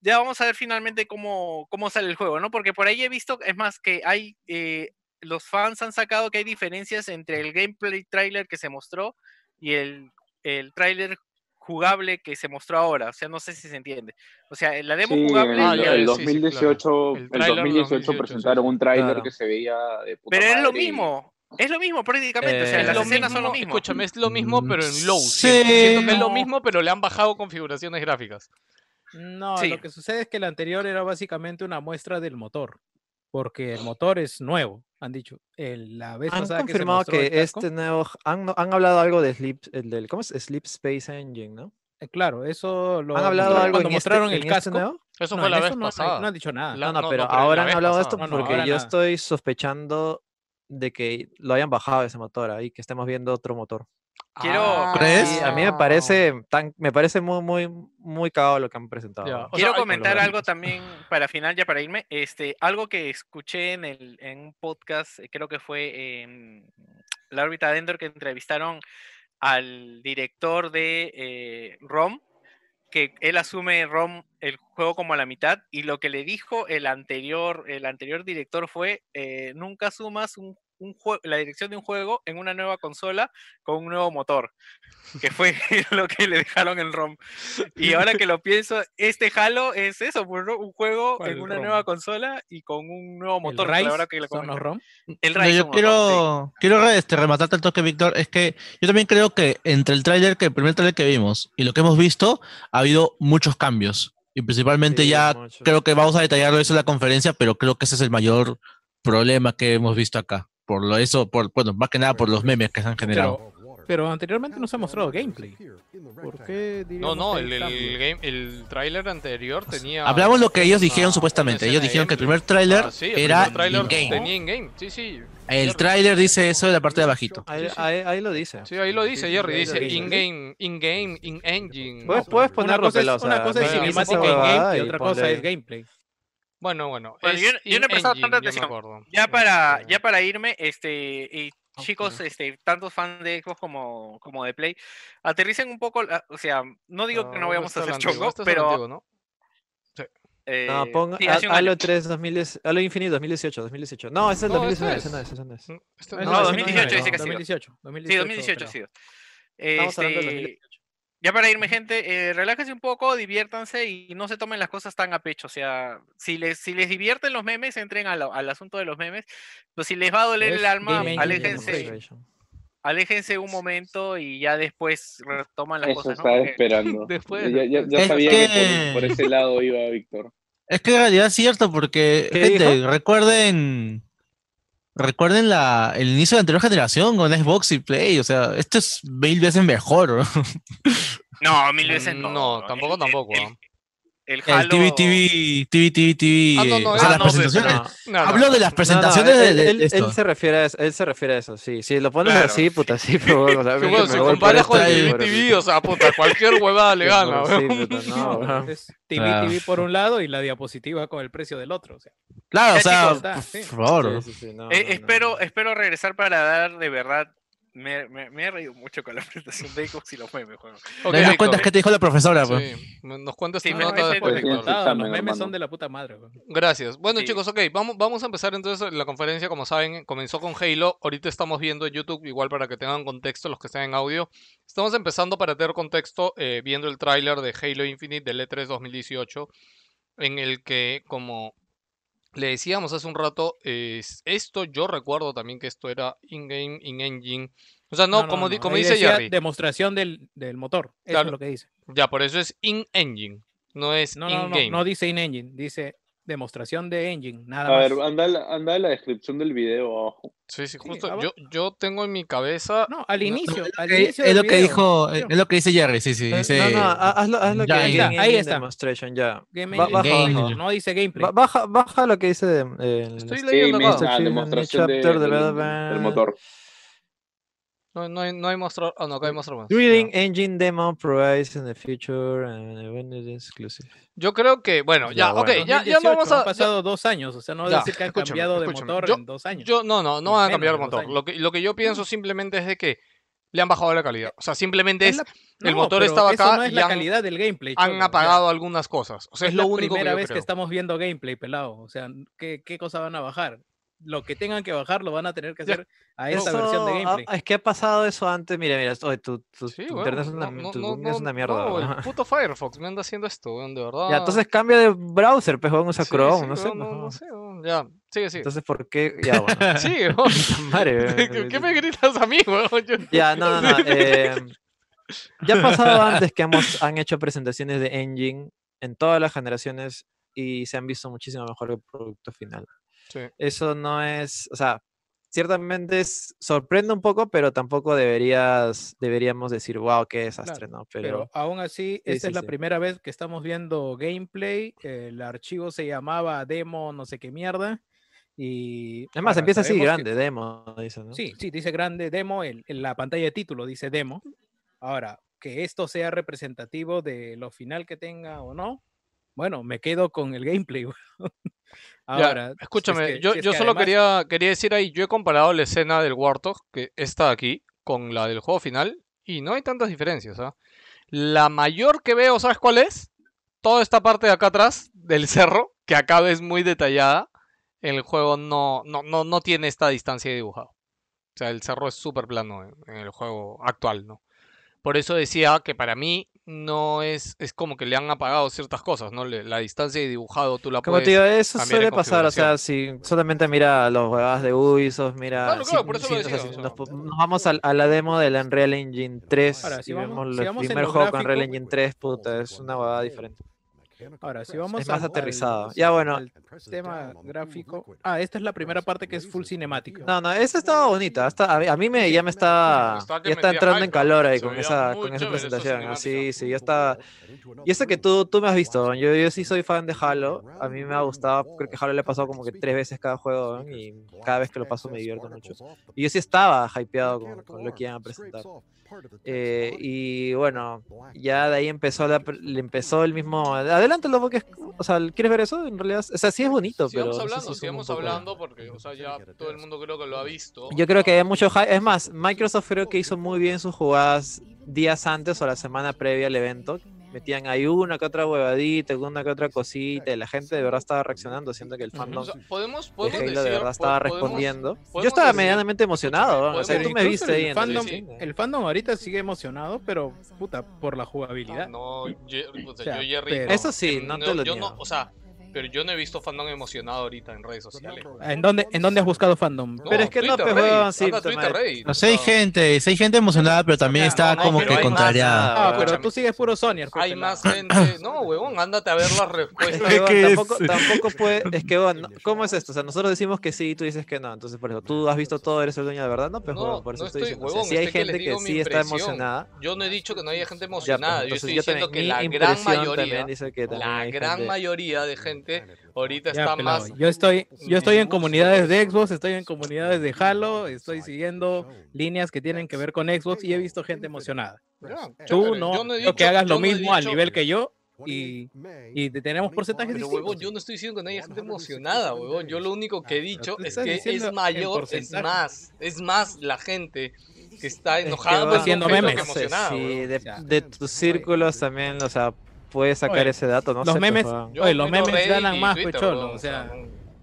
S3: ya vamos a ver finalmente cómo, cómo sale el juego, ¿no? Porque por ahí he visto, es más, que hay... eh, los fans han sacado que hay diferencias entre el gameplay trailer que se mostró y el, el trailer jugable que se mostró ahora. O sea, no sé si se entiende. O sea, la demo
S6: Sí,
S3: jugable.
S6: el,
S2: Ah, ya,
S6: el
S2: sí, sí,
S6: 2018,
S2: claro. El
S6: el
S2: tráiler
S6: 2018 presentaron
S2: sí,
S6: un tráiler
S8: claro.
S6: que se veía de puta
S3: Pero es lo
S6: madre y-
S3: mismo. Es lo mismo prácticamente. o sea,
S8: Eh,
S3: las
S2: lo
S3: escenas son lo mismo.
S2: Escúchame, es lo mismo,
S4: Mm,
S2: pero en low. Siento, siento que es lo
S3: sí.
S2: mismo, pero le han bajado configuraciones gráficas.
S5: No,
S3: Sí.
S5: lo que sucede es que el anterior era básicamente una muestra del motor, porque el motor es nuevo, han dicho. El- la vez
S8: Han
S5: pasada que,
S8: confirmado
S5: se mostró
S8: que,
S5: el casco,
S8: este nuevo. Han, han hablado algo de Sleep. El del, ¿Cómo es? Sleep Space Engine, ¿no?
S5: eh, claro, eso lo
S8: Han hablado
S5: mostraron
S8: algo
S5: cuando
S8: en este-
S5: mostraron
S8: en
S5: el
S8: este
S5: casco.
S8: nuevo?
S2: Eso
S5: no,
S2: fue
S5: en
S2: la vez
S5: eso no, han-
S2: pasada.
S5: no han dicho nada.
S2: La-
S8: Ah, No, no,
S2: no,
S8: pero
S2: pero la
S8: ahora han
S2: vez
S8: hablado de
S2: pasada.
S5: No,
S8: esto
S5: no,
S8: porque
S5: ahora
S8: yo
S5: nada.
S8: estoy sospechando de que lo hayan bajado ese motor ahí, que estemos viendo otro motor.
S3: Quiero-
S8: Sí, a
S5: Ah,
S8: mí me parece tan, me parece muy, muy, muy cagado lo que han presentado.
S2: Ya,
S8: ¿no?
S2: o sea,
S3: Quiero
S2: hay-
S3: comentar
S8: Colorado.
S3: algo también para final, ya para irme. Este, algo que escuché en, el, en un podcast, eh, creo que fue en La órbita de Endor, que entrevistaron al director de eh, ROM, que él asume ROM el juego como a la mitad, y lo que le dijo el anterior, el anterior director fue, eh, nunca asumas un, un jue- la dirección de un juego en una nueva consola con un nuevo motor, que fue lo que le dejaron en ROM. Y ahora que lo pienso, este Halo es eso, pues, ¿no? un juego
S5: ¿Cuál
S3: en una
S5: ROM?
S3: nueva consola y con un nuevo
S5: El
S3: motor.
S5: Rise,
S3: ahora que lo
S5: son los
S3: comentan.
S5: ROM.
S3: El
S4: No,
S3: Rise
S4: yo
S3: son los ROM, sí.
S4: quiero, quiero re- este, rematarte el toque, Víctor. Es que yo también creo que entre el tráiler, que el primer tráiler que vimos y lo que hemos visto, ha habido muchos cambios. Y principalmente
S8: Sí,
S4: ya
S8: mucho.
S4: creo que vamos a detallarlo eso en la conferencia, pero creo que ese es el mayor problema que hemos visto acá. por lo eso, por, bueno, más que nada por los memes que se han generado.
S5: Pero anteriormente no se ha mostrado gameplay. ¿Por qué
S2: No,
S5: diríamos
S2: no,
S5: que
S2: el,
S5: hay
S2: el,
S5: cambio?
S2: game- el tráiler anterior tenía...
S4: Hablamos lo que ellos dijeron
S2: Ah,
S4: supuestamente.
S2: una
S4: Ellos
S2: escena de
S4: dijeron que el
S2: gameplay.
S4: primer tráiler
S2: Ah, sí, el
S4: era
S2: primer tráiler
S4: in-game.
S2: Tenía in-game, sí, sí.
S4: El tráiler dice eso de la parte de abajito.
S8: Ahí, ahí- ahí lo dice.
S2: Sí, ahí lo dice Jerry,
S8: ahí lo
S2: dice
S8: dice.
S2: in-game, in-game, in-engine.
S8: Puedes, puedes
S5: Una
S8: ponerlo
S5: cosa es,
S8: pelado. o
S5: una
S8: sea,
S5: cosa es
S2: no digas esa
S5: cinemática en
S8: huevada
S5: gameplay,
S8: y
S5: otra
S8: ponle
S5: cosa
S8: ahí.
S5: es gameplay.
S2: Bueno, bueno.
S3: Bueno,
S2: es
S3: pues, yo- yo no he prestado
S2: in-engine,
S3: tanta
S2: yo me
S3: atención.
S2: acuerdo.
S3: Ya para, ya para irme, este, y chicos, este, tanto fan de Xbox como, como de Play, aterricen un poco, la- o sea, no digo que no vayamos
S2: Oh, esto
S3: a
S2: es
S3: hacer
S2: antiguo,
S3: chongo,
S2: esto es
S3: pero...
S2: antiguo, ¿no?
S3: eh,
S8: No, ponga
S3: sí,
S8: ha-
S3: hace un año.
S8: Halo 3 2010, Halo Infinite 2018, 2018. No, ese es el
S2: No, ese
S5: Oh,
S8: 2019,
S2: es.
S8: ese no es, ese no es.
S2: Mm, esto-
S5: No,
S2: no,
S3: no,
S2: ese no
S3: 2018
S2: es,
S3: dice que
S2: no.
S3: sí.
S5: 2018.
S3: Sí, 2018 ha
S5: creo.
S3: sido.
S8: Estamos hablando del
S3: Este, ya para irme, gente, eh, relájense un poco, diviértanse y no se tomen las cosas tan a pecho. O sea, si les, si les divierten los memes, entren a lo- al asunto de los memes. Pero si les va a doler el
S5: Es
S3: alma,
S5: Game Engine
S3: aléjense,
S8: Demonstration.
S3: aléjense un momento y ya después retoman las
S6: Eso
S3: cosas. ¿no?
S6: estaba
S3: Porque-
S6: esperando.
S2: Después,
S6: ya ya- ya
S4: Es
S6: sabía que,
S4: que-
S6: por, por ese lado iba Víctor.
S4: Es que en realidad es cierto, porque,
S8: ¿Qué
S4: gente, recuerden. Recuerden la, el inicio de la anterior generación con Xbox y Play. O sea, esto es mil veces mejor. ¿no?
S3: No, mil veces
S2: Mm,
S3: no.
S2: no,
S3: El-
S2: tampoco,
S3: el-
S2: tampoco.
S3: El,
S2: ¿ah?
S3: el e,
S4: El
S3: Halo-
S4: TV, TV, TV, TV, TV.
S2: Ah, no,
S4: eh,
S2: no,
S4: o sea,
S2: ah,
S4: las
S2: no,
S3: pero-
S4: presentaciones.
S8: No,
S2: No, no,
S4: Hablo de las presentaciones
S8: no, no,
S4: de-
S8: él,
S4: de,
S8: él-
S4: de esto.
S8: él se refiere a eso, él se refiere a eso, sí, si lo pones
S3: Claro.
S8: así, puta, sí, pero bueno, o sea,
S2: Sí,
S8: me
S2: bueno, si
S8: voy por
S2: comparas
S8: este
S2: con
S4: ahí,
S2: el
S8: por
S2: DTV, o sea, puta, cualquier huevada le gana.
S8: Sí,
S2: weón.
S8: puta, no, weón.
S5: Es TV,
S4: Ah.
S5: TV por un lado y la diapositiva con el precio del otro. o sea.
S4: Claro, o
S3: Ya,
S4: sea,
S3: chicos,
S5: da,
S4: Ah, por
S5: sí.
S4: favor.
S8: Sí, sí, sí, no,
S3: Eh,
S8: no, no.
S3: espero, espero regresar para dar de verdad. Me, me- me he reído mucho con la presentación de Xbox y los memes, juego.
S2: Ok,
S4: ¿Te das
S2: Víctor,
S4: cuenta que te dijo la profesora? pues?
S2: sí, Nos cuentas
S3: Sí,
S2: tu
S3: me
S2: nota
S3: parece
S2: después,
S3: de-
S2: Víctor.
S5: Contado,
S6: examen,
S5: los memes
S6: hermano.
S5: son de la puta madre. weón.
S2: Gracias. Bueno,
S3: Sí.
S2: chicos, ok, vamos, vamos a empezar entonces la conferencia, como saben, comenzó con Halo, ahorita estamos viendo en YouTube, igual para que tengan contexto los que estén en audio. Estamos empezando para tener contexto eh, viendo el tráiler de Halo Infinite del E E3 2018, en el que, como le decíamos hace un rato, es- esto yo recuerdo también que esto era in-game, in-engine. O sea, no, como, di- como
S5: ahí
S2: dice
S5: decía
S2: Jerry,
S5: Demostración del, del motor. Eso
S2: Claro.
S5: es lo que dice.
S2: ya por eso es in-engine, no es
S5: No, no, no,
S2: in-game.
S5: no dice in engine, dice demostración de engine, nada
S6: A
S5: más.
S6: ver, anda, la- anda la descripción del video abajo.
S2: Sí, sí,
S5: Sí,
S2: justo.
S5: abajo.
S2: Yo, yo tengo en mi cabeza
S5: no, al
S4: No,
S5: inicio, al
S4: Eh,
S5: inicio
S4: es
S5: del
S4: lo que
S5: video.
S4: dijo, eh, es lo que dice Jerry, sí, sí.
S8: Eh,
S4: dice,
S8: No, no, ha- hazlo, hazlo
S4: Ya,
S8: que
S4: ahí
S8: diga
S5: está, ahí
S8: Engine
S5: está.
S8: Demonstration, ya.
S5: Game
S8: Ba-
S5: engine,
S8: baja,
S4: Game
S8: baja.
S4: engine.
S5: no dice gameplay.
S8: Ba- baja, baja lo que dice em, el
S2: Estoy
S8: este,
S2: leyendo
S6: Sí, men,
S2: acá.
S8: Mr.
S6: ah,
S8: Children,
S6: demostración de-
S8: Chapter
S6: del,
S8: Development.
S6: del motor.
S2: No, no hay, no hay mostrar. Ah, no, acá hay mostrar más.
S8: Drilling
S2: Ya.
S8: Engine Demo provides in the future and when it is exclusive.
S2: Yo creo que, bueno, ya,
S8: Ya,
S2: ok,
S8: bueno.
S2: ya, ya
S5: 2018,
S2: no vamos
S5: Han
S2: a. ya-
S5: pasado dos años, o sea, no
S2: Ya,
S5: va a decir que han
S2: escúchame,
S5: cambiado de
S2: escúchame,
S5: motor
S2: yo-
S5: en dos años.
S2: yo, no, no, no van
S5: Ni
S2: a
S5: menos
S2: cambiar el
S5: de dos
S2: motor.
S5: años.
S2: Lo que, lo que yo pienso simplemente es de que le han bajado la calidad. O sea, simplemente es.
S5: Es la-
S2: el
S5: No,
S2: motor
S5: pero
S2: estaba
S5: eso
S2: acá
S5: no es
S2: y
S5: la
S2: han-
S5: calidad del gameplay. cholo, o
S2: Han
S5: sea,
S2: apagado algunas cosas. O sea, es, lo único
S5: la
S2: que
S5: primera
S2: yo
S5: vez
S2: creo.
S5: que estamos viendo gameplay, pelado. O sea, ¿qué, qué cosa van a bajar? Lo que tengan que bajar lo van a tener que
S2: Ya.
S5: hacer a esta versión de
S8: Eso- ah,
S5: gameplay.
S8: es que ha pasado eso antes. Mira, mira, oye, tu, tu-
S2: Sí,
S8: tu
S2: weón,
S8: internet es una,
S2: no,
S8: mi-
S2: no,
S8: tu
S2: no,
S8: Google es
S2: no,
S8: una mierda.
S2: no,
S8: weón.
S2: el puto Firefox me anda haciendo esto, weón, de verdad.
S8: Ya, entonces cambia de browser, pues weón, usa
S2: Oh. Sí,
S8: Chrome,
S2: sí,
S8: no sé.
S2: weón,
S8: pues,
S2: No, no
S8: weón.
S2: sé, weón, ya. Sigue, sigue.
S8: Entonces, ¿por qué? Ya, bueno.
S2: Sigue, weón.
S8: Madre,
S2: ¿Qué, qué me gritas a mí, weón? Yo-
S8: Ya, no, no, no. eh, ya ha pasado antes que hemos, han hecho presentaciones de engine en todas las generaciones y se han visto muchísimo mejor el producto final.
S2: Sí.
S8: Eso no es, o sea, ciertamente es, sorprende un poco, pero tampoco deberías, deberíamos decir, wow, qué desastre, ¿no?
S5: Pero
S8: Pero,
S5: aún así, esta
S8: sí,
S5: es la
S8: sí.
S5: primera vez que estamos viendo gameplay. eh, El archivo se llamaba demo, no sé qué mierda. Y
S8: además,
S5: ahora
S8: empieza así
S5: sabemos que-
S8: grande, demo, dice, ¿no?
S5: Sí, sí, dice grande demo, el- en la pantalla de título dice demo. Ahora, que esto sea representativo de lo final que tenga o no, bueno, me quedo con el gameplay. weón.
S2: Ya,
S5: Ahora, si es
S2: escúchame,
S5: que-
S2: yo,
S5: si es
S2: yo
S5: que
S2: solo
S5: además-
S2: quería, quería decir ahí, yo he comparado la escena del Warthog, que está aquí, con la del juego final, y no hay tantas diferencias, ¿ah? La mayor que veo, ¿sabes cuál es? Toda esta parte de acá atrás, del cerro, que acá es muy detallada, el juego no, no, no, no tiene esta distancia de dibujado. O sea, el cerro es súper plano en, en el juego actual, ¿no? Por eso decía que para mí no es, es como que le han apagado ciertas cosas, ¿no? Le- la distancia de dibujado tú la
S8: Como
S2: puedes...
S8: te digo, eso
S2: cambiar de
S8: suele pasar, o sea, si solamente mira los huevadas de Ubisoft, mira...
S2: Claro,
S8: si-
S2: claro, por eso
S8: si-
S2: lo
S8: o sea,
S2: decía,
S8: si
S2: o
S8: nos,
S2: sea.
S8: po- nos vamos al- a, la demo del Unreal Engine 3
S5: Ahora, si
S8: y
S5: vamos-
S8: vemos
S5: si
S8: el
S5: vamos en
S8: primer
S5: lo
S8: juego con Unreal
S5: gráfico-
S8: Engine 3, puta, es una huevada diferente.
S5: Ahora, si vamos
S8: Es más
S5: al-
S8: aterrizado. Ya, bueno.
S5: al tema gráfico. Ah, esta es la primera parte que es full cinemática.
S8: No, no, esa estaba bonita. hasta- a, mí- a mí me, ya me está,
S2: Está que
S8: ya está
S2: metía
S8: entrando en
S2: hype,
S8: calor ahí
S2: se
S8: con
S2: veía
S8: esa,
S2: muy
S8: con esa
S2: chévere esa
S8: presentación.
S2: cinemática.
S8: así, sí, ya está. Y eso que tú, tú me has visto, ¿no? yo, yo sí soy fan de Halo. A mí me ha gustado, creo que Halo le he pasado como que tres veces cada juego ¿no? y cada vez que lo paso me divierto mucho. Y yo sí estaba hypeado con, con lo que iban a presentar. Eh, y bueno, ya de ahí empezó, la, pre- le empezó el mismo. Adelántalo porque, es- o sea, ¿quieres ver eso? En realidad, o sea, sí es bonito,
S2: Sigamos
S8: pero. no sé si
S2: hablando,
S8: es un
S2: sigamos
S8: poco-
S2: hablando porque, o sea, ya todo el mundo creo que lo ha visto.
S8: Yo creo que hay mucho hype. Es más, Microsoft creo que hizo muy bien sus jugadas días antes o la semana previa al evento. Metían ahí una que otra huevadita, una que otra cosita, y la gente de verdad estaba reaccionando, siento que el fandom
S2: O sea, podemos,
S8: de
S2: podemos
S8: Halo
S2: decir,
S8: de verdad estaba
S2: po- podemos-
S8: respondiendo. Yo
S2: podemos
S8: estaba
S2: decir-
S8: medianamente emocionado, ¿no? o sea,
S2: podemos-
S8: tú me
S2: incluso
S8: viste ahí
S5: el
S8: en ¿eh?
S5: fandom,
S2: televisión,
S8: el-
S5: el fandom ahorita sigue emocionado, pero puta, por la jugabilidad.
S2: Ah, No, Jer- o sea,
S5: O sea,
S2: yo Jerry,
S5: pero-
S2: no,
S8: Eso sí,
S2: em,
S8: no te lo
S2: yo
S8: niego.
S2: no, o sea, pero yo no he visto fandom emocionado ahorita en redes sociales.
S5: ¿En dónde, ¿En dónde has buscado fandom?
S2: No,
S8: Pero es que no,
S2: Twitter,
S8: pues,
S2: Reddit,
S8: huevón, sí,
S2: anda
S8: puta
S2: Twitter,
S8: madre.
S2: Reddit,
S4: No sé, hay
S2: o sea,
S4: gente, sí hay gente emocionada, pero también
S2: no,
S4: está
S2: no,
S4: como
S2: pero
S4: que
S2: hay más,
S4: contrariada.
S5: Ah, pero
S2: escúchame.
S5: tú sigues puro Sonia.
S2: Hay más gente. No, huevón, ándate a ver las
S8: Es
S2: respuestas.
S8: que, huevón,
S4: ¿Qué es?
S8: Pues, tampoco, tampoco puede. Es que, huevón, no- ¿cómo es esto? O sea, nosotros decimos que sí y tú dices que no. Entonces, por eso, tú has visto todo, eres el dueño de la verdad. No, pues,
S2: No,
S8: huevón, por eso
S2: no
S8: estoy
S2: estoy
S8: diciendo. O sea,
S2: huevón,
S8: sí hay
S2: estoy que le
S8: gente que
S2: digo mi
S8: sí está
S2: impresión.
S8: emocionada.
S2: Yo no he dicho que no haya gente
S8: Ya, pues,
S2: emocionada. yo
S8: entonces
S2: estoy
S8: yo
S2: diciendo
S8: también-
S2: que
S8: mi
S2: la gran
S8: impresión también
S2: mayoría,
S8: dice que también
S2: la
S8: hay
S2: gran
S8: gente-
S2: mayoría de gente ahorita
S5: Ya,
S2: está
S5: pelado,
S2: más.
S5: Yo estoy, yo estoy en comunidades de Xbox, estoy en comunidades de Halo, estoy siguiendo líneas que tienen que ver con Xbox y he visto gente emocionada.
S2: Ya,
S5: Tú
S2: chévere,
S5: no,
S2: Eh, yo no he
S5: creo que
S2: dicho-
S5: hagas
S2: yo
S5: lo
S2: no he
S5: mismo al
S2: dicho-
S5: nivel que yo y, y te tenemos porcentajes
S2: Pero
S5: distintos.
S2: huevón, yo no estoy diciendo que no haya gente emocionada, huevón. Yo lo único que he dicho
S5: tú
S2: es
S5: estás
S2: que
S5: diciendo
S2: es
S5: en
S2: mayor, es
S5: porcentaje.
S2: más, es más la gente que está
S8: Es que,
S2: enojada pues,
S8: huevón,
S2: por
S5: haciendo
S2: Nintendo que
S5: memes.
S8: no sé,
S2: emocionada.
S8: sí,
S2: huevón.
S8: de,
S5: O sea,
S8: de tus círculos también, o sea, puedes sacar
S5: Oye,
S8: ese dato. No
S5: los
S8: sé, pues,
S5: memes-
S8: huevón.
S2: Yo
S5: Oye, los
S2: meto
S5: memes
S2: Reddit
S5: ganan
S2: y
S5: más,
S2: Twitter,
S5: pecholo,
S2: huevón,
S5: o sea,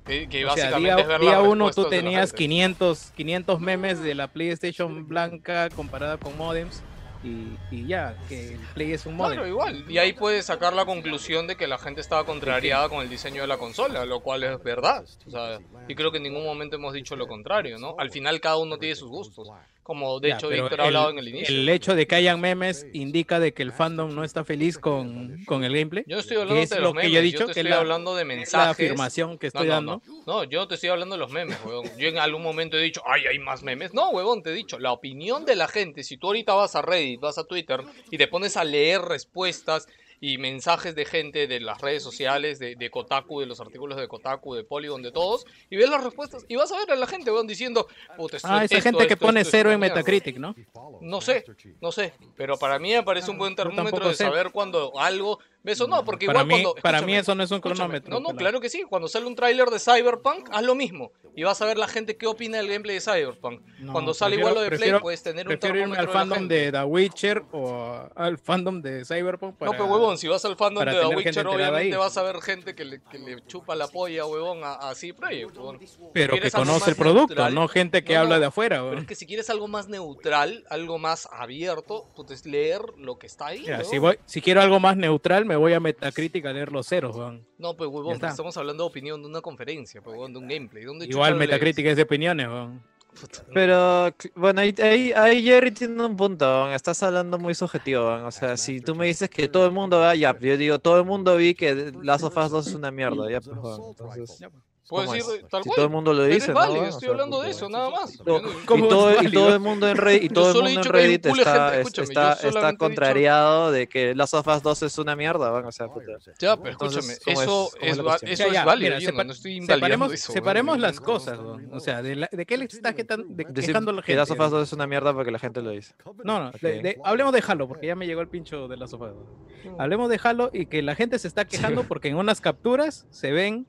S2: que, que
S5: O sea,
S2: básicamente
S5: día,
S2: es ver
S5: día
S2: las
S5: uno
S2: respuestas
S5: tú
S2: de la
S5: tenías
S2: gente.
S5: 500, 500 memes de la PlayStation blanca comparada con modems y, y ya, que el Play es un modem.
S2: Claro, igual. Y ahí puedes sacar la conclusión de que la gente estaba contrariada con el diseño de la consola, lo cual es verdad. O sea, y creo que en ningún momento hemos dicho lo contrario, ¿no? Al final cada uno tiene sus gustos, como de
S5: Ya,
S2: hecho
S5: pero
S2: Víctor ha hablado en el inicio.
S5: El hecho de que hayan memes indica de que el fandom no está feliz con, con el gameplay.
S2: Yo no estoy hablando
S5: es
S2: de
S5: lo
S2: los
S5: que yo he
S2: memes,
S5: dicho,
S2: yo te
S5: que
S2: estoy
S5: la-
S2: hablando de
S5: Es la
S2: mensajes.
S5: afirmación
S2: No,
S5: que estoy
S2: no,
S5: dando.
S2: no. No, yo te estoy hablando de los memes, huevón. Yo en algún momento he dicho, ay, hay más memes. No, huevón, te he dicho, la opinión de la gente, si tú ahorita vas a Reddit, vas a Twitter y te pones a leer respuestas y mensajes de gente de las redes sociales, de, de Kotaku, de los artículos de Kotaku, de Polygon, de todos, y ves las respuestas y vas a ver a la gente, huevón, diciendo, puta, esto
S5: Ah,
S2: es
S5: esa
S2: esto,
S5: gente que
S2: esto,
S5: pone
S2: esto, esto
S5: cero
S2: es
S5: en
S2: una mierda.
S5: Metacritic, ¿no?
S2: No sé, no sé, pero para mí me parece un buen
S5: yo
S2: termómetro
S5: tampoco
S2: de
S5: sé.
S2: saber cuando algo, eso no, porque
S5: Para
S2: igual
S5: mí,
S2: cuando-
S5: para mí
S2: escúchame,
S5: eso no es un
S2: Escúchame,
S5: cronómetro.
S2: No, no,
S5: pelado.
S2: claro que sí. Cuando sale un tráiler de Cyberpunk, haz lo mismo. Y vas a ver la gente qué opina del gameplay de Cyberpunk.
S5: No,
S2: Cuando sale
S5: prefiero-
S2: igual lo de Play,
S5: prefiero-
S2: puedes tener un
S5: Prefiero irme
S2: termómetro
S5: al
S2: de la
S5: fandom
S2: gente.
S5: de The Witcher o al fandom de Cyberpunk para...
S2: No, pero huevón, si vas al fandom
S5: para
S2: de The
S5: tener gente
S2: Witcher,
S5: enterada
S2: obviamente
S5: ahí.
S2: vas a ver gente que le, que le chupa la polla, huevón, a, a CD Projekt, huevón.
S5: Pero que
S2: ¿Quieres algo
S5: conoce
S2: más
S5: el producto,
S2: neutral?
S5: no gente que
S2: No,
S5: habla
S2: no,
S5: de afuera.
S2: Pero
S5: huevón.
S2: es que si quieres algo más neutral, algo más abierto, puedes leer lo que está ahí.
S5: Mira,
S2: huevón.
S5: si, voy, si quiero algo más neutral, me voy a Metacritic a leer los ceros. huevón.
S2: No, pues
S5: Ya
S2: huevón,
S5: está.
S2: pero estamos hablando de opinión de una conferencia, pues, huevón, de un gameplay. ¿Dónde chucha
S5: Igual
S2: lo lees?
S5: Metacritic es de opiniones. huevón.
S2: Puta,
S8: Pero cl- bueno, ahí, ahí, ahí Jerry tiene un punto, weón, estás hablando muy subjetivo, weón, o sea, si tú me dices que todo el mundo va, ya, yo digo, todo el mundo vi que Last of Us 2 es una mierda, ya, pues, weón, entonces,
S2: Puedes
S8: ¿cómo es?
S2: ir tal
S8: si
S2: cual.
S8: todo el mundo lo
S2: Pero es
S8: dice, ¿no,
S2: válido,
S8: weón? O
S2: estoy
S8: sea,
S2: hablando de
S8: puta,
S2: eso, nada más.
S8: to-
S2: Yo no-
S5: ¿Cómo
S8: y
S5: es
S8: todo, y
S5: válido?
S8: todo el mundo en Reddit, y
S2: Yo
S8: todo el
S2: solo he
S8: mundo en
S2: dicho que hay un
S8: Reddit
S2: culo de gente,
S8: está, es-
S2: escúchame, yo
S8: está,
S2: solamente he
S8: está
S2: dicho-
S8: contrariado de que Last of Us 2 es una mierda, weón, o sea, puta.
S2: Ya, pero escúchame,
S8: Entonces, ¿cómo es-
S2: eso
S8: cómo es
S2: es,
S8: la
S2: va-
S8: cuestión?
S2: eso
S5: Ya,
S2: es
S5: ya,
S2: válido,
S5: mira,
S2: yo no,
S5: sepa-
S2: no estoy invalidando
S5: Separemos,
S2: eso.
S5: separemos
S2: weón.
S5: las cosas. huevón. O sea, de, la- de qué le estás quetan- de-
S8: Decir
S5: quejando a la
S8: que Last
S5: gente?
S8: of Us 2 es una mierda porque la gente lo dice.
S5: No, no, de-
S8: Ok.
S5: de- hablemos de Halo, porque ya me llegó el pincho de la sofá.
S2: Mm.
S5: Hablemos de Halo y que la gente se está quejando porque en unas capturas se ven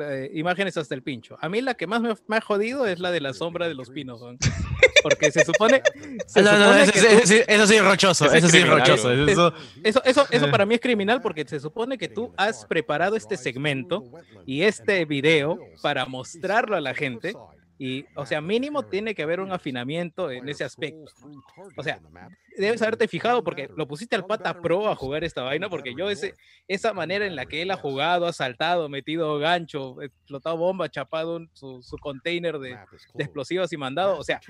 S5: eh, imágenes hasta el pincho. A mí la que más me, me ha jodido es la de la sombra de los pinos, weón. porque se supone... se
S4: No, no,
S5: supone
S4: eso,
S5: que
S4: sí-
S5: tú-
S4: eso sí- eso sí es rochoso,
S2: Ese es
S4: eso sí es
S2: criminal,
S4: rochoso.
S2: güey.
S4: Eso,
S5: Eso, eso, eso para mí es criminal porque se supone que tú has preparado este segmento y este video para mostrarlo a la gente Y, o sea, mínimo tiene que haber un afinamiento en ese aspecto. O sea, debes haberte fijado porque lo pusiste al pata pro a jugar esta vaina, porque yo ese, esa manera en la que él ha jugado, ha saltado, metido gancho, explotado bomba, chapado un- su, su container de, de explosivos y mandado, o sea,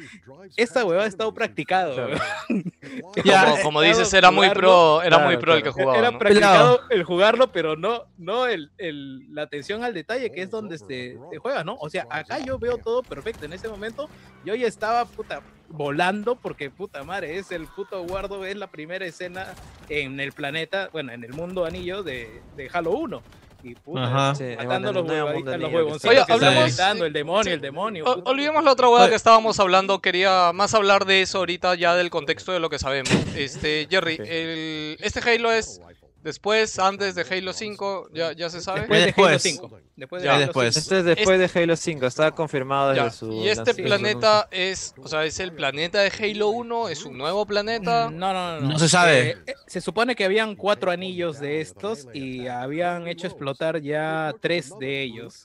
S5: esta huevada ha estado practicado.
S8: Claro.
S5: huevón.
S4: Ya,
S2: como, como dices, era muy pro, era muy
S8: Claro,
S2: pro el que
S8: claro.
S2: jugaba.
S5: Era
S2: ¿no?
S5: practicado el jugarlo, pero no, no el, el- la atención al detalle, que es donde se, se juega, ¿no? O sea, acá yo veo todo perfecto. En ese momento yo ya estaba puta, volando porque puta madre, es el puto guardo, es la primera escena en el planeta, bueno, en el mundo anillo de, de Halo 1. Y puta,
S4: Ajá.
S8: Sí,
S5: Ah, matando a
S8: bueno,
S5: los,
S8: en el nuevo
S5: huevaditos,
S8: mundo
S5: los
S8: anillo que
S5: huevoncitos.
S2: Oye,
S5: que están
S4: hablemos-
S5: gritando, el demonio, el demonio.
S2: O-
S5: puta.
S2: olvidemos la otra hueá
S4: Oye.
S2: que estábamos hablando. Quería más hablar de eso ahorita, ya del contexto de lo que sabemos. Este, Jerry,
S8: Ok.
S2: el- este Halo es después, antes de Halo 5, ya, ya se sabe.
S5: Después de Halo
S4: Después.
S5: 5. Después de
S2: Ya.
S5: Halo
S4: Después.
S5: 5.
S8: Este es después de Halo 5, está confirmado desde
S2: Ya,
S8: su.
S2: Y este
S8: lanzamiento.
S2: planeta es, o sea, es el planeta de Halo 1, es un nuevo planeta.
S5: Mm, No, no, no.
S4: No se sabe.
S5: Eh, eh, se supone que habían cuatro anillos de estos y habían hecho explotar ya tres de ellos.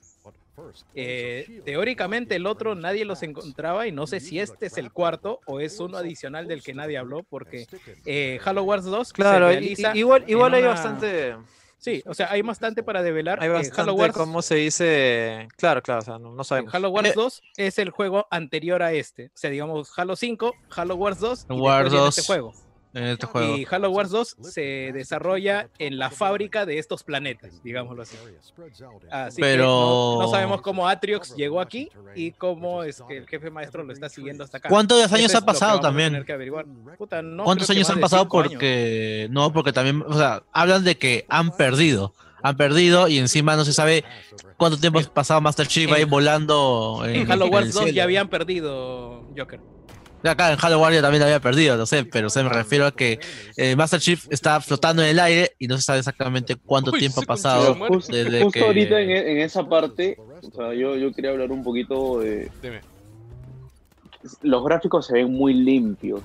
S5: Eh, teóricamente el otro nadie los encontraba y no sé si este es el cuarto o es uno adicional del que nadie habló porque eh, Halo Wars 2
S8: Claro,
S5: se
S8: y- y-
S5: realiza...
S8: igual, igual
S5: en
S8: hay
S5: una-
S8: bastante.
S5: Sí, o sea, hay bastante para develar.
S8: Hay
S5: Eh, Halo
S8: bastante,
S5: Wars,
S8: ¿cómo se dice? Claro, claro, o sea, no, no
S5: eh,
S8: sabemos.
S5: Halo Wars 2 es el juego anterior a este. O sea, digamos Halo 5, Halo Wars 2 y
S4: Wars
S5: después viene
S4: 2.
S5: este juego.
S4: en este juego.
S5: Y Halo Wars 2 se desarrolla en la fábrica de estos planetas, digámoslo así. Ah, Así que no- no,
S4: Pero-
S5: sabemos cómo Atriox llegó aquí y cómo es que el jefe maestro lo está siguiendo hasta acá.
S4: ¿Cuántos
S5: Eso
S4: años
S5: es
S4: ha
S5: lo que
S4: pasado
S5: vamos a
S4: también?
S5: tener que averiguar. Puta, no
S4: ¿Cuántos
S5: creo que
S4: años
S5: más
S4: han
S5: de
S4: pasado?
S5: cinco años.
S4: Porque. No, porque también. O sea, hablan de que han perdido. Han perdido y encima no se sabe cuánto tiempo ha pasado Master Chief ahí
S5: en-
S4: volando.
S5: En Halo
S4: el
S5: Wars 2
S4: cielo.
S5: ya habían perdido Joker.
S4: Ya Acá en Halo Wars ya también había perdido, lo sé, pero se me refiero a que eh, Master Chief está flotando en el aire y no se sabe exactamente cuánto
S2: Uy,
S4: tiempo
S2: sí,
S4: ha pasado
S2: conchito, madre.
S4: desde
S6: Justo
S4: que.
S6: ahorita en, en esa parte, o sea, yo, yo quería hablar un poquito de...
S2: Dime.
S6: Los gráficos se ven muy limpios,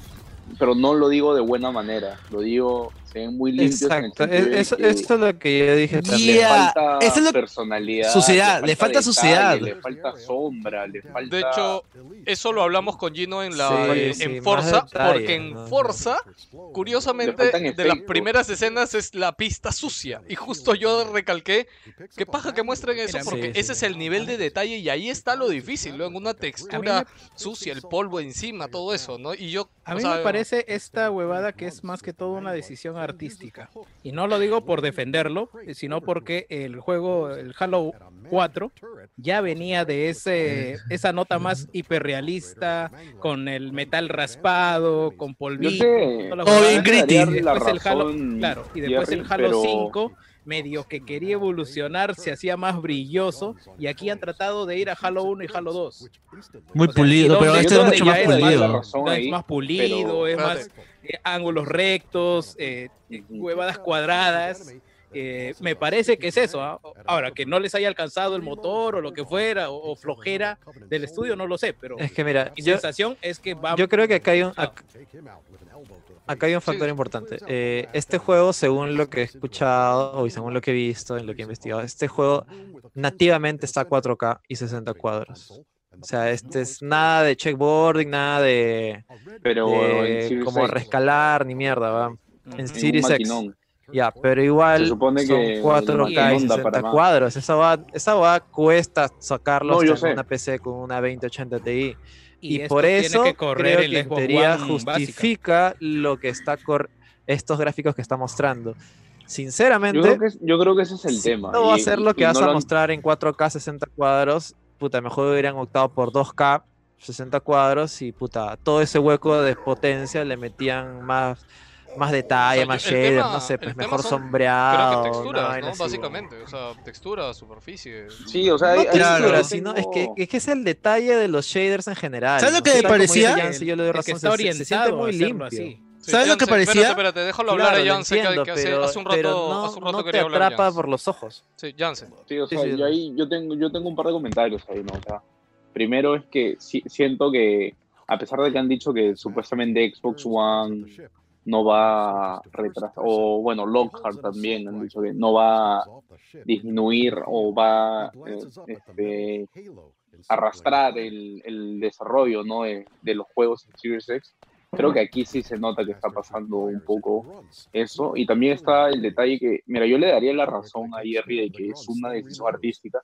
S6: pero no lo digo de buena manera, lo digo, se ven muy limpios. en el
S8: Exacto,
S6: sentido
S8: es-
S6: de
S8: eso,
S6: que
S8: eso es lo que yo dije también.
S6: le
S4: Yeah,
S6: falta
S4: eso es lo-
S6: personalidad.
S4: suciedad, le falta
S6: detalle,
S4: suciedad.
S6: Le falta sombra, le falta...
S2: De hecho, eso lo hablamos con Gino en la
S8: Sí,
S2: eh,
S8: sí,
S2: en
S8: más
S2: Forza,
S8: detalles,
S2: porque en
S8: ¿no?
S2: Forza,
S6: Le
S2: curiosamente,
S6: faltan
S2: de las
S6: efectos.
S2: primeras escenas es la pista sucia. Y justo yo recalqué que paja que muestren eso,
S5: Mira,
S2: porque
S8: sí,
S2: ese
S8: sí.
S2: es el nivel de detalle y ahí está lo difícil, ¿no? En una textura sucia, el polvo encima, todo eso, ¿no? Y yo,
S5: A
S2: o
S5: mí
S2: sea,
S5: me parece esta huevada que es más que todo una decisión artística. Y no lo digo por defenderlo, eh, sino porque el juego, el Halo 4, ya venía de ese, esa nota más hiperrealista, con el metal raspado, con
S6: Yo
S5: polvillo.
S6: sé,
S5: toda la
S4: O
S5: huevada.
S4: bien gritty.
S6: darle la
S5: Después el Halo-
S6: razón,
S5: Claro, y después el
S6: Jerry,
S5: Halo
S6: pero
S5: 5 medio que quería evolucionar, se hacía más brilloso y aquí han tratado de ir a Halo 1 y Halo 2.
S4: Muy pulido, pero
S5: ¿dónde-
S4: este es
S5: dónde
S4: mucho
S5: ya
S4: más
S5: era?
S4: pulido.
S6: razón
S5: es
S6: ahí,
S5: más pulido, es más
S2: Espérate.
S5: eh, ángulos rectos, eh, eh, huevadas cuadradas. eh, me parece que es eso. ¿ah? Ahora, que no les haya alcanzado el motor o lo que fuera, o, o flojera del estudio, no lo sé, pero
S8: Es que mira,
S5: mi
S8: yo,
S5: sensación es que va.
S8: yo creo que acá hay un, ac- acá hay un factor importante. Eh, este juego, según lo que he escuchado y según lo que he visto, en lo que he investigado, este juego nativamente está a 4K y 60 cuadros. O sea, este es nada de checkboarding, nada de,
S6: Pero
S8: de
S6: en Series
S8: como
S6: X,
S8: rescalar ni mierda, ¿va? En
S6: en un
S8: Series X.
S6: maquinón.
S8: Ya, pero igual
S6: Se supone
S8: son
S6: que
S8: 4K y
S6: onda
S8: 60
S6: para más.
S8: cuadros. Esa va, esa va cuesta sacarlo
S6: No, yo
S8: hasta en
S6: sé.
S8: una PC con una 2080 Ti. Y,
S5: esto
S8: por
S5: tiene
S8: eso
S5: que correr
S8: creo
S5: en
S8: que
S5: la
S8: en
S5: Xbox
S8: teoría
S5: One básica.
S8: justifica lo que está cor estos gráficos que está mostrando.
S6: Yo creo,
S8: Sinceramente,
S6: que, es- yo creo que ese es el
S8: si
S6: tema.
S8: no va a
S6: y-
S8: ser lo
S6: y
S8: que vas
S6: no lo
S8: a
S6: han-
S8: mostrar en 4K 60 cuadros. Puta, mejor hubieran optado por 2K 60 cuadros y puta, todo ese hueco de potencia le metían más más
S2: O
S8: detalle,
S2: sea,
S8: más
S2: yo- el
S8: shader,
S2: tema-
S8: no sé, pues
S2: el tema
S8: mejor
S2: son-
S8: sombreado.
S2: creo que
S8: una
S2: texturas,
S8: vaina
S2: ¿no?
S8: así.
S2: Básicamente, o sea, textura, superficie.
S6: Sí, o sea,
S8: No
S6: ahí- ahí
S4: claro,
S6: yo
S8: textura,
S6: tengo-
S8: sino es que, es que es el detalle de los shaders en general.
S4: ¿Sabes lo
S8: ¿no?
S4: que me
S8: Tal como dice
S4: parecía?
S8: Jancy, yo le doy
S5: Es que
S8: razón,
S5: está
S8: se- se- se siente
S5: orientado a
S8: muy
S5: hacerlo
S8: limpio.
S5: así.
S2: Sí,
S4: ¿Sabes lo que
S2: Jansen,
S4: parecía?
S2: Espérate, espérate, déjalo hablar
S8: Claro,
S2: a
S8: lo
S2: Jansen, que-
S8: entiendo,
S2: que hace,
S8: pero-
S2: hace un
S8: pero
S2: rato,
S8: no,
S2: hace un
S8: no
S2: rato
S8: te
S2: quería hablar.
S8: atrapa
S2: Jansen.
S8: por los ojos.
S2: Sí, Jansen.
S6: Sí, o
S8: Sí,
S6: sea,
S8: sí,
S6: yo, ahí, yo, tengo, yo tengo un par de comentarios ahí, ¿no? O sea, primero es que si- siento que, a pesar de que han dicho que supuestamente Xbox One no va a retrasar, o bueno, Lockhart también han dicho que no va a disminuir o va eh, este, arrastrar el, el desarrollo ¿no? de, de los juegos en Series X. Creo que aquí sí se nota que está pasando un poco eso. Y también está el detalle que, mira, yo le daría la razón a Jerry de que es una decisión artística,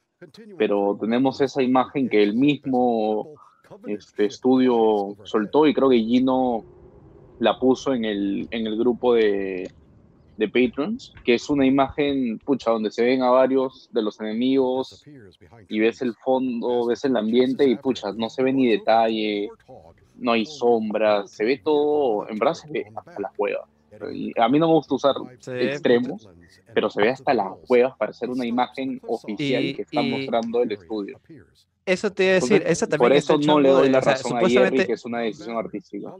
S6: pero tenemos esa imagen que el mismo este estudio soltó y creo que Gino la puso en el, en el grupo de, de Patrons, que es una imagen, pucha, donde se ven a varios de los enemigos y ves el fondo, ves el ambiente y pucha, no se ve ni detalle, no hay sombras, se ve todo, en verdad se ve hasta las cuevas. Y A mí no me gusta usar
S8: Sí.
S6: extremos, pero se ve hasta las cuevas para hacer una imagen oficial
S8: Y-
S6: que está
S8: y-
S6: mostrando el estudio.
S8: Eso te iba a decir,
S6: Entonces,
S8: esa también
S6: por eso
S8: está
S6: no le
S8: chongo
S6: doy
S8: de-
S6: la
S8: o sea,
S6: razón a Jerry,
S8: supuestamente
S6: que es una decisión artística.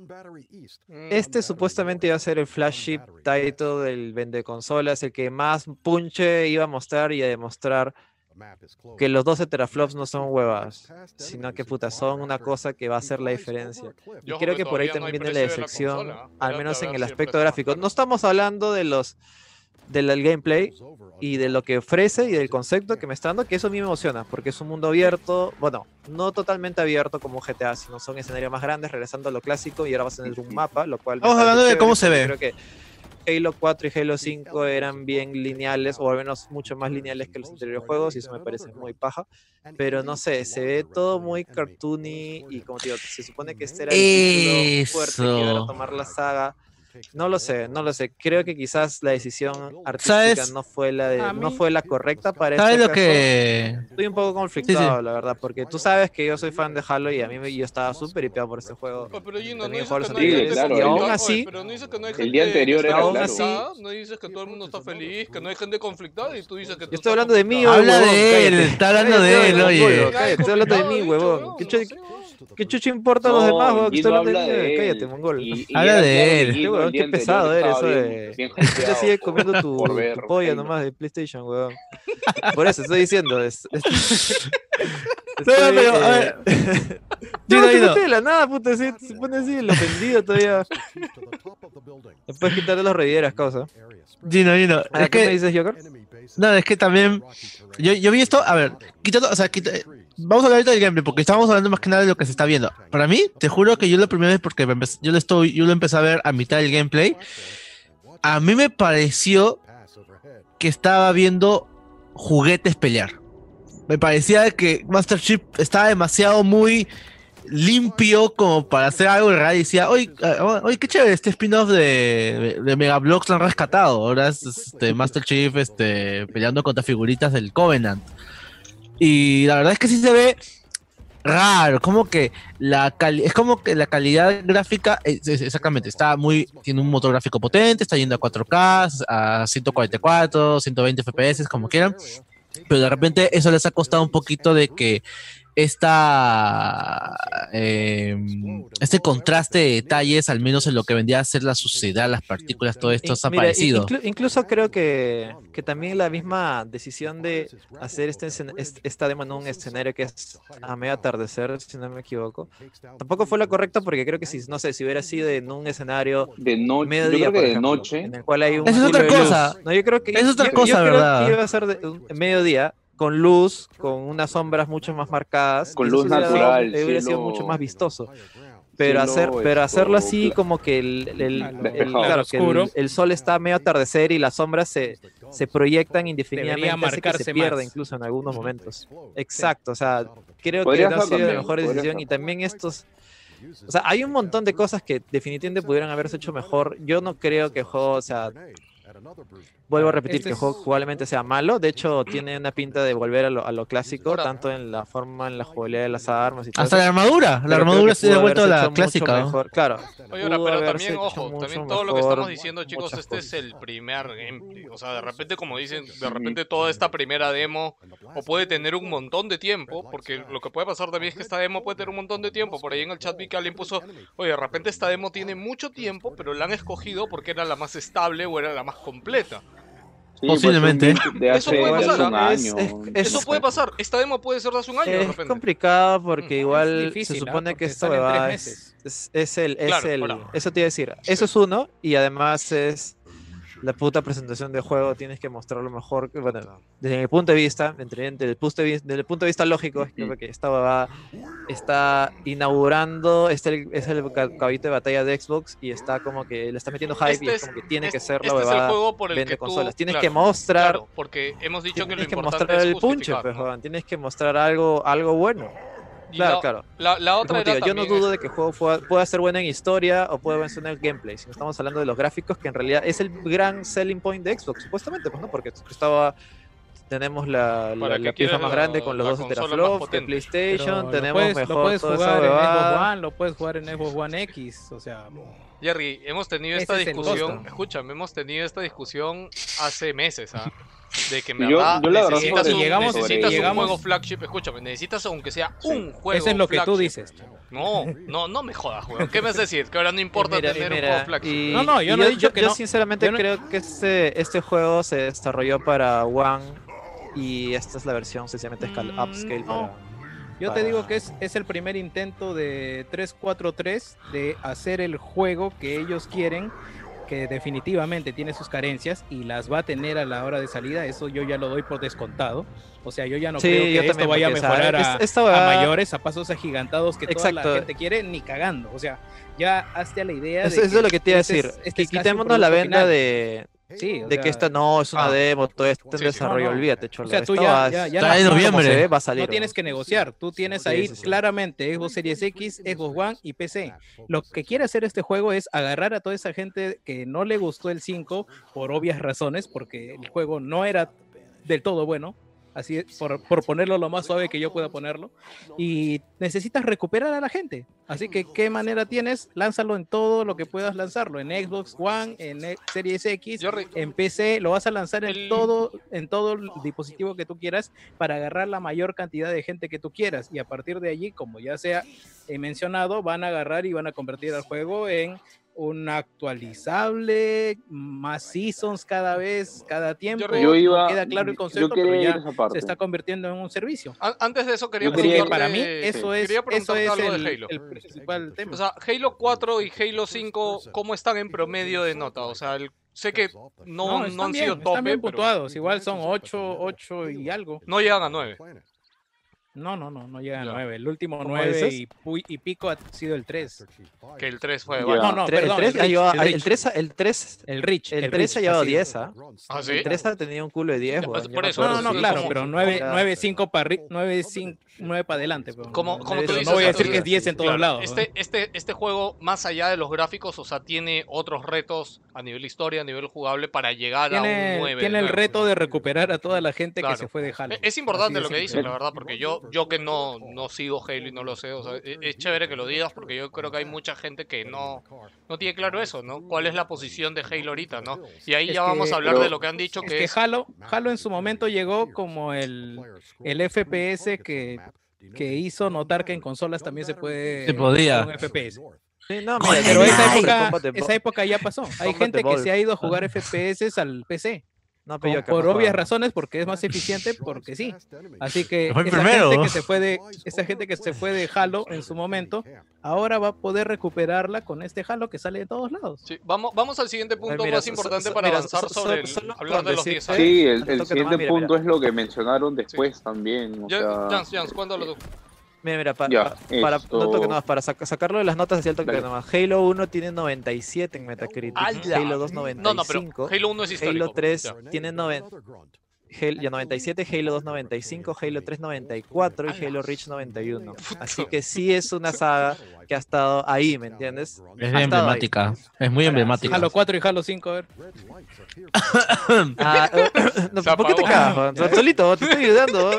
S8: Este supuestamente iba a ser el flagship title del vende consolas, el que más punche iba a mostrar y a demostrar que los 12 teraflops no son huevas, sino que puta son una cosa que va a hacer la diferencia. Y
S2: Yo
S8: creo
S2: creo
S8: que
S2: que
S8: por ahí
S2: todavía no hay
S8: también viene la
S2: precio de la
S8: decepción,
S2: consola, ¿ah?
S8: al
S2: Espérate
S8: menos
S2: a
S8: en
S2: ver
S8: el
S2: si el
S8: aspecto
S2: precio está
S8: gráfico.
S2: caro.
S8: No estamos hablando de los del del gameplay y de lo que ofrece y del concepto que me está dando, que eso a mí me emociona, porque es un mundo abierto, bueno, no totalmente abierto como un GTA, sino son escenarios más grandes, regresando a lo clásico y ahora vas a tener un mapa, lo cual... me
S4: Vamos
S8: parece
S4: hablando de
S8: chévere,
S4: cómo se
S8: porque
S4: ve.
S8: Creo que Halo 4 y Halo 5 eran bien lineales, o al menos mucho más lineales que los anteriores juegos, y eso me parece muy paja. Pero no sé, se ve todo muy cartoony y como te digo, se supone que este era el título fuerte que iba a
S4: Mm, Eso.
S8: tomar la saga. No lo sé, no lo sé. Creo que quizás la decisión artística
S4: ¿Sabes?
S8: no fue la de-
S5: A
S8: no
S5: mí-
S8: fue la correcta para
S4: ¿Sabes
S8: este
S4: lo
S8: caso.
S4: que...?
S8: Estoy un poco conflictado, la verdad, porque tú sabes que yo soy fan de Halo y a mí me- yo estaba súper hipeado por este juego.
S2: Oye, Pero Gino, no
S8: También
S2: dices
S8: jugar
S2: que
S8: los
S2: no hay
S6: Sí,
S2: gente
S6: claro,
S2: contenta,
S6: y aún
S2: oye,
S8: así-
S2: pero no dices que no hay
S6: El
S2: gente
S6: día anterior
S2: que
S6: era
S2: está
S6: claro.
S2: conflictada, No dices que todo el mundo está feliz, que no hay gente conflictada y tú dices que tú
S8: Yo
S2: estás
S8: estoy hablando de mí,
S2: conflictado.
S8: oye,
S4: Habla
S8: huevón,
S4: de él,
S8: cállate.
S4: está hablando
S8: Cállate,
S4: de él,
S8: huevón,
S4: oye.
S8: huevón, cállate, Estoy hablando de mí,
S2: Nadie
S8: huevón.
S2: conflictado,
S8: ¿Qué
S2: dicho,
S8: chu-
S2: no sé, huevón.
S8: ¿Qué chucho importa a los demás, huevón? Que
S6: Gino
S8: estoy hablando
S6: habla
S8: de mí,
S6: de
S8: cállate,
S6: él.
S8: mongol.
S6: Y- y
S4: Habla
S6: era
S4: de
S6: claro,
S4: él.
S6: Gino el
S8: Qué huevón,
S6: día
S8: qué
S6: anterior
S8: pesado eres,
S6: estaba bien-
S8: oye.
S6: bien
S8: Tú te
S6: hypeado
S8: sigues
S6: por-
S8: comiendo tu,
S6: por
S8: tu
S6: ver
S8: polla
S6: Halo.
S8: nomás de PlayStation, weón. Por eso estoy diciendo. es- es-
S4: No, no, pero, a
S8: eh,
S4: ver.
S8: No,
S4: Gino,
S8: te
S4: Gino.
S8: metes de la nada, puta, se, se pone así el ofendido todavía. Te puedes quitar de los revideras, causa.
S4: Gino, Gino.
S8: ¿A
S4: Es
S8: qué me
S4: que,
S8: dices, Joker?
S4: no, es que también. Yo, yo vi esto, a ver, quitando, o sea, quita- vamos a hablar ahorita del gameplay, porque estamos hablando más que nada de lo que se está viendo. Para mí, te juro que yo la primera vez, porque me empecé- yo, lo estoy, yo lo empecé a ver a mitad del gameplay, a mí me pareció que estaba viendo juguetes pelear. Me parecía que Master Chief estaba demasiado muy limpio como para hacer algo real. Y decía, oye, ah, oye, qué chévere, este spin-off de, de, Megablocks lo han rescatado. Ahora es este, Master Chief este, peleando contra figuritas del Covenant. Y la verdad es que sí se ve raro, como que la cali- es como que la calidad gráfica, eh, es- es- exactamente, está muy, tiene un motor gráfico potente, está yendo a 4K, a 144, 120 FPS, como quieran, pero de repente eso les ha costado un poquito de que esta eh, este contraste de detalles, al menos en lo que vendría a ser la suciedad, las partículas, todo esto
S8: In-
S4: está
S8: Eh, mira, in-
S4: parecido.
S8: inclu- incluso creo que, que también la misma decisión de hacer este escen- est- esta demo en un escenario que es a medio atardecer, si no me equivoco, tampoco fue la correcta porque creo que si, no sé, si hubiera sido en un escenario
S6: De noche, yo
S8: mediodía,
S6: creo que
S8: por
S6: de
S8: ejemplo,
S6: noche,
S8: en el cual hay un
S4: Esa es
S8: hilo
S4: otra
S8: de luz.
S4: cosa.
S8: No, yo creo que
S4: Esa es otra
S8: yo-
S4: cosa,
S8: yo creo
S4: ¿verdad?
S8: que iba a ser de un- mediodía con luz, con unas sombras mucho más marcadas,
S6: Con
S8: y eso
S6: luz
S8: hubiera dado-
S6: natural,
S8: hubiera sido
S6: cielo-
S8: mucho más vistoso.
S6: cielo,
S8: Pero hacer, pero hacerlo
S6: esto,
S8: así
S6: cla-
S8: como que el, el- el-
S6: Despejado.
S8: claro, que el-
S5: Oscuro.
S8: el sol está a medio atardecer y las sombras se, se proyectan indefinidamente,
S5: Debería
S8: así que se
S5: marcarse
S8: pierde
S5: más.
S8: incluso en algunos momentos. Exacto, o sea, creo que
S6: Podría
S8: no ha
S6: ser
S8: sido la
S6: también,
S8: mejor
S6: podría
S8: decisión
S6: ser.
S8: y también estos, o sea, hay un montón de cosas que definitivamente pudieran haberse hecho mejor. Yo no creo que el juego, o sea, vuelvo a repetir
S5: Este
S8: que el juego
S5: es-
S8: jugablemente sea malo, de hecho tiene una pinta de volver a lo, a lo clásico,
S2: Ahora-
S8: tanto en la forma, en la jugabilidad de las armas y todo
S4: Hasta
S8: eso,
S4: la armadura, la
S8: pero creo que
S4: armadura se ha
S8: pudo
S4: vuelto
S8: haberse
S4: la
S8: hecho mucho
S4: clásica. ¿no?
S8: mejor. Claro,
S2: Oye, ahora,
S8: pudo
S2: pero
S8: haberse
S2: también,
S8: hecho
S2: ojo,
S8: mucho
S2: también todo lo que
S8: mejor,
S2: estamos diciendo, chicos,
S8: muchas
S2: este es
S8: cosas.
S2: el primer gameplay. O sea, de repente, como dicen, de repente toda esta primera demo o puede tener un montón de tiempo, porque lo que puede pasar también es que esta demo puede tener un montón de tiempo. Por ahí en el chat vi que alguien puso, oye, de repente esta demo tiene mucho tiempo, pero la han escogido porque era la más estable o era la más completa.
S6: Sí, pues,
S4: Posiblemente.
S6: de
S2: Eso
S6: hace,
S2: puede
S6: de hace
S2: pasar,
S6: un
S8: ¿ah? Es-
S6: año.
S8: es-
S6: no
S8: es-
S2: Eso
S6: sé.
S2: puede pasar. Esta demo puede ser de hace un año, de
S8: Es
S2: repente.
S8: complicado porque
S2: Mm.
S8: igual
S5: difícil,
S8: se
S5: ¿ah?
S8: supone que
S5: Porque
S8: esto
S5: sale en tres
S8: va, es,
S5: meses.
S8: es- es el, es
S2: Claro,
S8: el-
S2: ahora.
S8: eso te iba a decir, eso es uno y además es la puta presentación de juego tienes que mostrarlo mejor. que- Bueno, desde mi punto de vista, entre, entre el punto de vis- desde el punto de vista lógico, es que creo que esta huevada está inaugurando, es el, es el ca- caballito de batalla de Xbox y está como que le está metiendo hype
S2: Este
S8: y es,
S2: es-
S8: como que tiene
S2: este-
S8: que ser la
S2: este es el
S8: huevada
S2: juego por el
S8: vende
S2: que tú-
S8: consolas. Tienes
S2: claro,
S8: que mostrar
S2: Claro, porque hemos dicho que lo
S8: Tienes que
S2: importante
S8: mostrar
S2: es
S8: el punche,
S2: justificar,
S8: pues,
S2: ¿no?
S8: joder, tienes que mostrar algo, algo bueno.
S2: Y
S8: Claro,
S2: la-
S8: claro.
S2: La, la
S8: Como
S2: otra
S8: te
S2: era
S8: digo, yo no
S2: también
S8: dudo de que el juego pueda, pueda ser bueno en historia o pueda ser en el gameplay, sino estamos hablando de los gráficos, que en realidad es el gran selling point de Xbox, supuestamente, pues, ¿no? Porque estaba tenemos la,
S2: Para
S8: la,
S2: que
S8: la pieza
S2: quieras
S8: más
S2: la-
S8: grande con los
S2: la
S8: dos
S2: consola más
S8: teraflops de
S2: potente.
S5: Pero
S8: PlayStation,
S5: lo
S8: tenemos
S5: puedes-
S8: mejor
S5: lo puedes
S8: toda esa
S5: jugar en Xbox
S8: huevada.
S5: One, lo puedes jugar en Xbox One X, o sea,
S2: Jerry, hemos tenido
S5: Ese
S2: esta
S5: es el
S2: discusión,
S5: costo.
S2: escúchame, hemos tenido esta discusión hace meses, ¿ah? De que en
S6: Yo-
S2: verdad
S6: yo la verdad
S2: necesitas,
S6: sobre-
S2: un,
S5: llegamos-
S2: necesitas
S5: llegamos-
S2: un juego flagship, escúchame, necesitas aunque sea
S6: Sí.
S2: un juego
S5: eso es lo que tú
S2: flagship.
S5: dices.
S2: No, no, no me jodas, weón. ¿Qué me vas a decir? Que ahora no importa
S8: Y Eh, mira, y
S2: tener
S8: mira,
S2: un juego flagship.
S8: y-
S5: No, no, yo
S8: y
S5: no he dicho que
S8: yo
S5: no.
S8: sinceramente
S5: Yo no-
S8: creo que este, este juego se desarrolló para One y esta es la versión sencillamente escal-
S5: Mm,
S8: upscale
S5: no.
S8: para...
S5: Yo te digo que es, es el primer intento de 343 de hacer el juego que ellos quieren, que definitivamente tiene sus carencias y las va a tener a la hora de salida. Eso yo ya lo doy por descontado. O sea, yo ya no
S8: Sí,
S5: creo que
S8: yo
S5: esto
S8: también,
S5: vaya a
S8: porque, o sea,
S5: mejorar
S8: es-
S5: a,
S8: esta
S5: a
S8: huevada-
S5: mayores, a pasos agigantados que toda
S8: Exacto.
S5: la gente quiere, ni cagando. O sea, ya hazte a la idea.
S8: Eso, eso es lo que te iba a
S5: este
S8: decir. que quitémonos la venda de,
S5: Sí, o
S8: de que
S5: sea,
S8: esta no es una
S4: ah.
S8: demo, todo está en
S2: Sí, sí.
S8: desarrollo.
S5: No, no.
S8: Olvídate, chola.
S5: sea, tú
S8: Esto
S5: ya-
S8: va-
S5: ya- ya
S8: está
S5: la-
S8: en
S5: como
S8: noviembre.
S4: se ve,
S8: va a salir.
S5: No tienes que negociar, tú tienes
S8: Sí,
S5: ahí
S8: sí, sí.
S5: claramente Xbox
S2: pues,
S5: Series X, Xbox One y PC. Lo que quiere hacer este juego es agarrar a toda esa gente que no le gustó el 5 por obvias razones, porque el juego no era del todo bueno, así es, por, por ponerlo lo más suave que yo pueda ponerlo, y necesitas recuperar a la gente. Así que, ¿qué manera tienes? Lánzalo en todo lo que puedas lanzarlo, en Xbox One, en e- Series X,
S2: Yo re-
S5: en PC, lo vas a lanzar en
S2: El-
S5: todo en todo el dispositivo que tú quieras para agarrar la mayor cantidad de gente que tú quieras y a partir de allí, como ya sea he mencionado, van a agarrar y van a convertir al juego en un actualizable, más seasons cada vez, cada tiempo.
S6: Yo iba.
S5: queda claro el
S6: yo
S5: concepto,
S6: quería
S5: pero
S6: ir
S5: ya
S6: a esa parte.
S5: se está convirtiendo en un servicio.
S2: An- Antes de eso quería
S6: Yo
S5: Así que
S2: preguntarte...
S6: quería-
S5: para mí eso es,
S2: quería
S5: eso
S2: preguntarte
S5: es
S2: algo
S5: el,
S2: de Halo.
S5: el principal tema.
S2: O sea, Halo 4 y Halo 5, ¿cómo están en promedio de nota? O sea, el- sé que no, no,
S5: están
S2: han
S5: bien,
S2: sido
S5: están
S2: tope,
S5: bien
S2: pero
S5: puntuados, igual son 8, 8 y algo.
S2: no llegan a 9.
S5: No, no, no, no llega a
S2: Ya.
S5: 9. El último
S8: ¿Cómo
S5: 9
S8: dices?
S5: y, pu- y pico ha sido el 3.
S2: Que el 3 fue...
S6: Ya.
S2: bueno.
S5: No, no,
S8: Tre-
S5: perdón,
S8: el 3
S5: el
S8: ha
S5: Reach,
S8: llevado-
S5: el
S8: el
S5: Reach.
S8: 3 el 3
S5: El Rich.
S8: El 3 ha llevado
S5: así es.
S8: 10, ¿ah?
S2: ¿Ah, sí?
S8: El 3 ha tenido un culo de
S2: Ya,
S8: 10, weón,
S2: pues,
S8: yo
S2: por
S8: me
S2: eso,
S5: No,
S8: acuerdo,
S5: no, no,
S8: sí,
S5: claro,
S8: como-
S5: pero 9,
S8: Ya.
S5: 9 5 para 9, 9 para adelante. pero-
S2: Como- como
S8: tú
S5: pero
S8: dices,
S5: no voy a
S8: o sea,
S5: decir que es
S8: tú-
S5: 10 en todos
S2: Claro,
S5: lados.
S2: Este, este, este juego, más allá de los gráficos, o sea, tiene otros retos a nivel historia, a nivel jugable, para llegar a un
S5: tiene
S2: 9.
S5: tiene el
S2: nuevo.
S5: reto de recuperar a toda la gente
S2: Claro.
S5: que se fue de Halo.
S2: E- Es importante
S5: Así de
S2: lo que dices,
S5: simple.
S2: la verdad, porque yo, yo que no, no sigo Halo y no lo sé, o sea, e- es chévere que lo digas porque yo creo que hay mucha gente que no, no tiene claro eso, ¿no? ¿Cuál es la posición de Halo ahorita, ¿no? Y ahí
S5: Es
S2: ya vamos
S5: que-
S2: a hablar
S6: pero-
S2: de lo que han dicho,
S5: Es
S2: que
S5: que
S2: es...
S5: Halo, Halo en su momento llegó como el, el FPS que, que hizo notar que en consolas también se puede
S4: Se podía.
S5: un FPS.
S8: Sí, no,
S4: Con
S8: mira,
S4: el
S5: Pero esa
S4: Ay,
S5: época,
S8: Combat Evolved-
S5: esa época ya pasó. Hay
S8: Combat
S5: gente que
S8: Evolved.
S5: se ha ido a jugar FPS al PC.
S8: no,
S5: con-
S8: pero yo que
S5: por
S8: no
S5: obvias
S8: jugaba.
S5: razones, porque es más eficiente, porque sí. Así que
S4: Fue el
S5: esa
S4: primero,
S5: gente
S4: ¿no?
S5: que se fue de, esa gente que se fue de Halo en su momento, ahora va a poder recuperarla con este Halo que sale de todos lados.
S2: Sí, vamos, vamos al siguiente
S8: Ay,
S2: punto
S8: mira,
S2: más
S8: so-
S2: importante
S8: so-
S2: para
S8: mira,
S2: avanzar
S8: so- so-
S2: sobre el-
S8: solo
S2: hablar de
S8: por
S2: los ¿eh?
S8: decir
S2: 10
S8: que-
S2: años.
S6: Sí,
S5: eh,
S6: el,
S8: Tanto
S6: el
S8: que
S6: siguiente
S8: nomás, mira,
S6: punto
S8: mira.
S6: es lo que mencionaron después también. O
S2: Ya,
S6: sea,
S2: Jans, Jans, cuéntalo tú.
S8: Mira, mira, pa-
S6: Ya,
S8: pa- para, no
S6: esto-
S8: toque nomás, para sac- sacarlo de las notas hacia el toque
S6: Dale.
S8: nomás. Halo 1 tiene 97 en Metacritic,
S2: ¡Ala!
S8: Halo 2
S2: No, no, pero
S8: 95,
S2: Halo 1 es histórico.
S8: Halo 3
S2: ya.
S8: tiene 90, Halo, ya 97, Halo 2 95, Halo 3 94 y Halo Reach 91. Así que sí es una saga que ha estado ahí, ¿me entiendes?
S4: Es
S8: ahí.
S4: emblemática. Es muy emblemática.
S5: Halo 4 y Halo 5, a ver.
S8: Ah,
S4: eh,
S8: no,
S2: Se
S8: ¿Por qué te
S2: apagó.
S8: cagas, Juan? Sol- Solito, te estoy ayudando.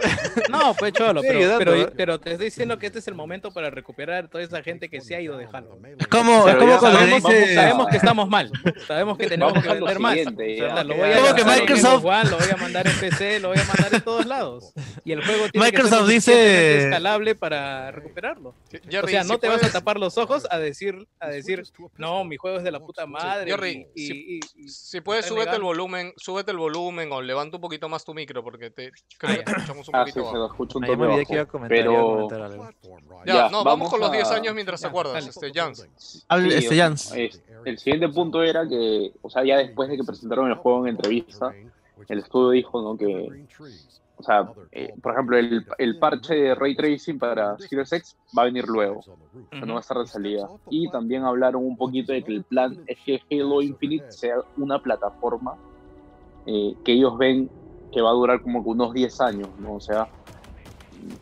S5: No, pues cholo,
S8: Sí,
S5: pero,
S8: dando, ¿eh?
S5: pero, pero te estoy diciendo que este es el momento para recuperar a toda esa gente que se ha ido de Halo.
S4: Es como, es
S6: Pero
S4: como
S6: ya
S4: cuando
S6: sabemos-
S4: dices-
S5: Sabemos que estamos mal, sabemos que tenemos
S6: Vamos
S5: que
S6: a lo
S5: vender más.
S6: siguiente.
S5: O sea,
S6: ya.
S5: lo voy a
S4: Como
S5: lanzar
S4: que
S5: en
S4: Microsoft-
S5: Xbox One, lo voy a mandar en PC lo voy a mandar en todos lados. Y el juego tiene que
S4: Microsoft
S5: ser lo
S4: dice-
S5: suficientemente escalable para recuperarlo.
S2: Jerry,
S5: o sea, no
S2: si
S5: te vas
S2: puedes-
S5: a tapar los ojos a decir, a decir, no, mi juego es de la puta madre.
S2: Jerry,
S5: y-
S2: si-
S5: y- y-
S2: Si puedes,
S5: Está
S2: súbete el
S5: negado.
S2: volumen, súbete el volumen o levanta un poquito más tu micro porque te creo
S5: Ah,
S2: que
S5: ya.
S2: te escuchamos un
S6: Ah, sí, se
S2: poquito. bajo.
S6: lo escucho un
S8: Ah, ya
S6: toque
S8: me olvidé
S6: bajo,
S8: que iba a comentar, iba a
S6: pero
S8: comentar algo.
S2: Ya,
S6: Ya,
S2: no, vamos,
S6: vamos
S2: con los
S6: a-
S2: 10 años mientras te acuerdas,
S5: dale.
S2: este, Jans.
S4: Hable,
S6: Sí,
S4: este,
S6: o sea,
S4: Jans.
S6: es- el siguiente punto era que, o sea, ya después de que presentaron el juego en entrevista, el estudio dijo, ¿no? Que, o sea, eh, por ejemplo, el, el parche de Ray Tracing para Series X va a venir luego. O sea, no va a estar de salida. Y también hablaron un poquito de que el plan es que Halo Infinite sea una plataforma eh, que ellos ven que va a durar como que unos 10 años, ¿no? O sea,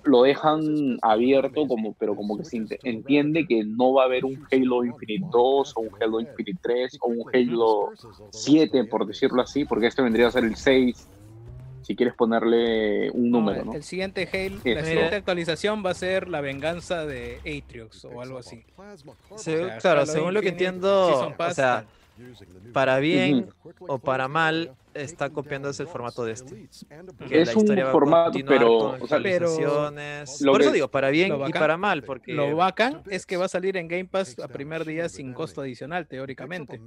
S6: lo dejan abierto, como, pero como que se ent- entiende que no va a haber un Halo Infinite 2 o un Halo Infinite 3 o un Halo 7, por decirlo así, porque este vendría a ser el 6, si quieres ponerle un número, ¿no?
S5: El siguiente Halo,
S6: Sí,
S5: la
S6: sí.
S5: siguiente actualización va a ser la venganza de Atriox o algo así.
S8: Se-
S5: O sea,
S8: claro,
S5: Halo
S8: según lo que
S5: Infinite,
S8: entiendo,
S5: Season
S8: o
S5: Pass, eh,
S8: sea, para bien
S6: Ujú.
S8: o para mal, está copiándose el formato de este.
S6: Es un formato, pero, o sea,
S5: pero-
S8: actualizaciones.
S6: lo
S8: Por eso
S6: que-
S8: digo, para bien
S5: lo
S8: y
S5: bacán-
S8: para mal, porque
S5: Lo bacán es que va a salir en Game Pass a primer día sin costo adicional, teóricamente.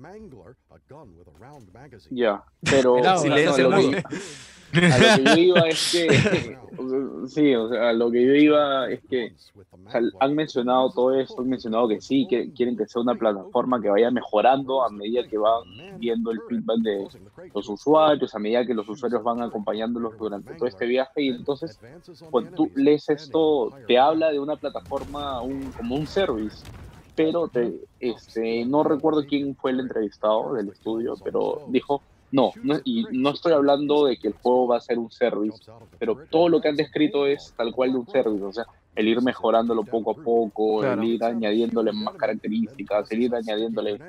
S6: Ya, pero
S5: Helado,
S6: o sea,
S8: silencio,
S6: no, lo
S8: ¿no?
S6: que- a lo que yo iba es que, o sea, sí, o sea, a lo que yo iba es que o sea, han mencionado todo esto, han mencionado que sí, que quieren que sea una plataforma que vaya mejorando a medida que van viendo el feedback de los usuarios, a medida que los usuarios van acompañándolos durante todo este viaje y entonces cuando tú lees esto te habla de una plataforma un, como un service. Pero te, este, no recuerdo quién fue el entrevistado del estudio, pero dijo no, no- y no estoy hablando de que el juego va a ser un service, pero todo lo que han descrito es tal cual de un service, o sea, el ir mejorándolo poco a poco,
S8: Claro.
S6: el ir añadiéndole más características, el ir añadiéndole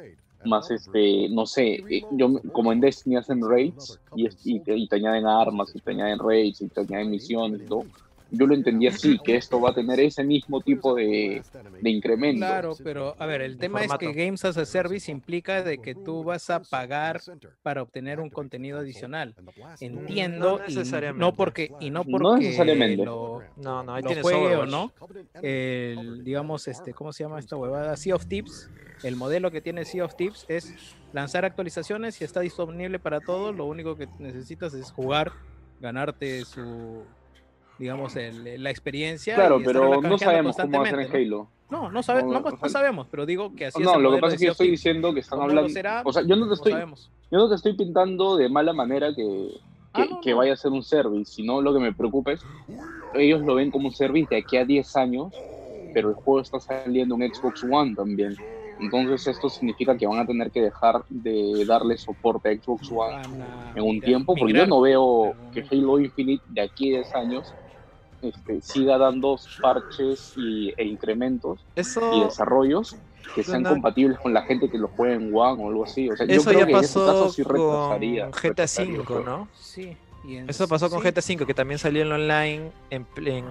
S6: más, este, no sé, eh, yo me- como en Destiny hacen raids y, es- y, te, y te añaden armas, y te añaden raids, y te añaden misiones, y todo. Yo lo entendí así, que esto va a tener ese mismo tipo de, de incremento.
S5: Claro, pero a ver, el tema es que
S8: formato.
S5: Games as a Service implica de que tú vas a pagar para obtener un contenido adicional. Entiendo,
S8: No
S5: y
S8: necesariamente.
S5: no porque, y no
S6: No
S5: porque
S6: necesariamente.
S5: lo-
S8: No, no, ahí
S5: lo
S8: tienes
S5: juegue o
S8: Overwatch.
S5: no, el, digamos, este, ¿cómo se llama esta huevada? Sea of Tips. El modelo que tiene Sea of Tips es lanzar actualizaciones y está disponible para todos. Lo único que necesitas es jugar, ganarte su, digamos, el- la experiencia.
S6: Claro,
S5: y
S6: pero
S5: estarla
S6: no
S5: canjeando
S6: sabemos cómo hacen en
S5: constantemente,
S6: Halo.
S5: No, no, no, sabe-
S6: No,
S5: no,
S6: o
S5: no
S6: sea,
S5: sabemos, pero digo que así es
S6: No,
S5: el
S6: lo que
S5: modelo
S6: pasa
S5: de
S6: es que yo
S5: Sea of
S6: estoy
S5: Thieves.
S6: diciendo que están
S5: ¿Cómo lo
S6: hablando.
S5: será?
S6: O sea, yo no
S5: No
S6: te estoy,
S5: sabemos.
S6: yo no te estoy pintando de mala manera que, que,
S5: Ah, no,
S6: que
S5: no.
S6: vaya a ser un service, sino lo que me preocupa es, ellos lo ven como un service de aquí a 10 años, pero el juego está saliendo en Xbox One también. Entonces esto significa que van a tener que dejar de darle soporte a Xbox One
S5: Van a
S6: en un
S5: migrar-
S6: tiempo, porque yo
S5: migrar.
S6: no veo que Halo Infinite de aquí a 10 años este, siga dando parches y, e incrementos y
S8: Eso,
S6: desarrollos que sean
S8: Suena-
S6: compatibles con la gente que lo juega en One o algo así. O sea, yo
S8: eso
S6: creo
S8: ya
S6: que en ese
S8: pasó
S6: caso sí
S8: con
S6: retrasaría.
S8: GTA
S6: retrasaría el
S8: V,
S6: juego.
S8: ¿no?
S5: Sí, y en-
S8: Eso pasó con
S5: sí,
S8: GTA V, que también salió en lo online, en, pl- en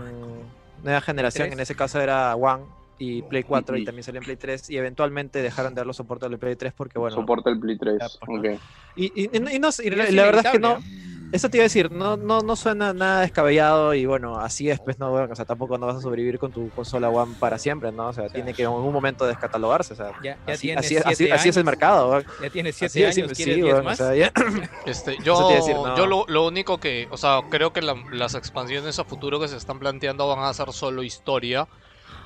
S8: nueva generación,
S5: Tres.
S8: en ese caso era One y Play 4, y
S6: Ujú.
S8: también salió en Play 3, y eventualmente dejaron de dar los soportes de Play 3 porque, bueno...
S6: Soporta el Play 3.
S8: Ya, pues,
S6: ok.
S8: Y, y- y no- y no- y
S5: Y
S8: la,
S5: es
S8: la verdad es que no...
S5: inevitable,
S8: Eso te iba a decir, no, no, no suena nada descabellado y bueno, así es, pues no, bueno, o sea, tampoco no vas a sobrevivir con tu consola One para siempre, ¿no? O sea, tiene que en algún momento descatalogarse, o sea,
S5: Ya, ya
S8: así,
S5: tiene
S8: así es- así-
S5: siete
S8: así es el
S5: años.
S8: mercado, weón.
S5: Ya tiene
S8: Así
S5: 7
S8: es,
S5: años,
S8: sí,
S5: ¿quieres 10
S8: weón, o
S5: más?
S8: sea, ya-
S2: Este,
S8: Eso
S2: yo,
S8: te iba a decir, no.
S2: yo lo, lo único que, o sea, creo que la- las expansiones a futuro que se están planteando van a ser solo historia.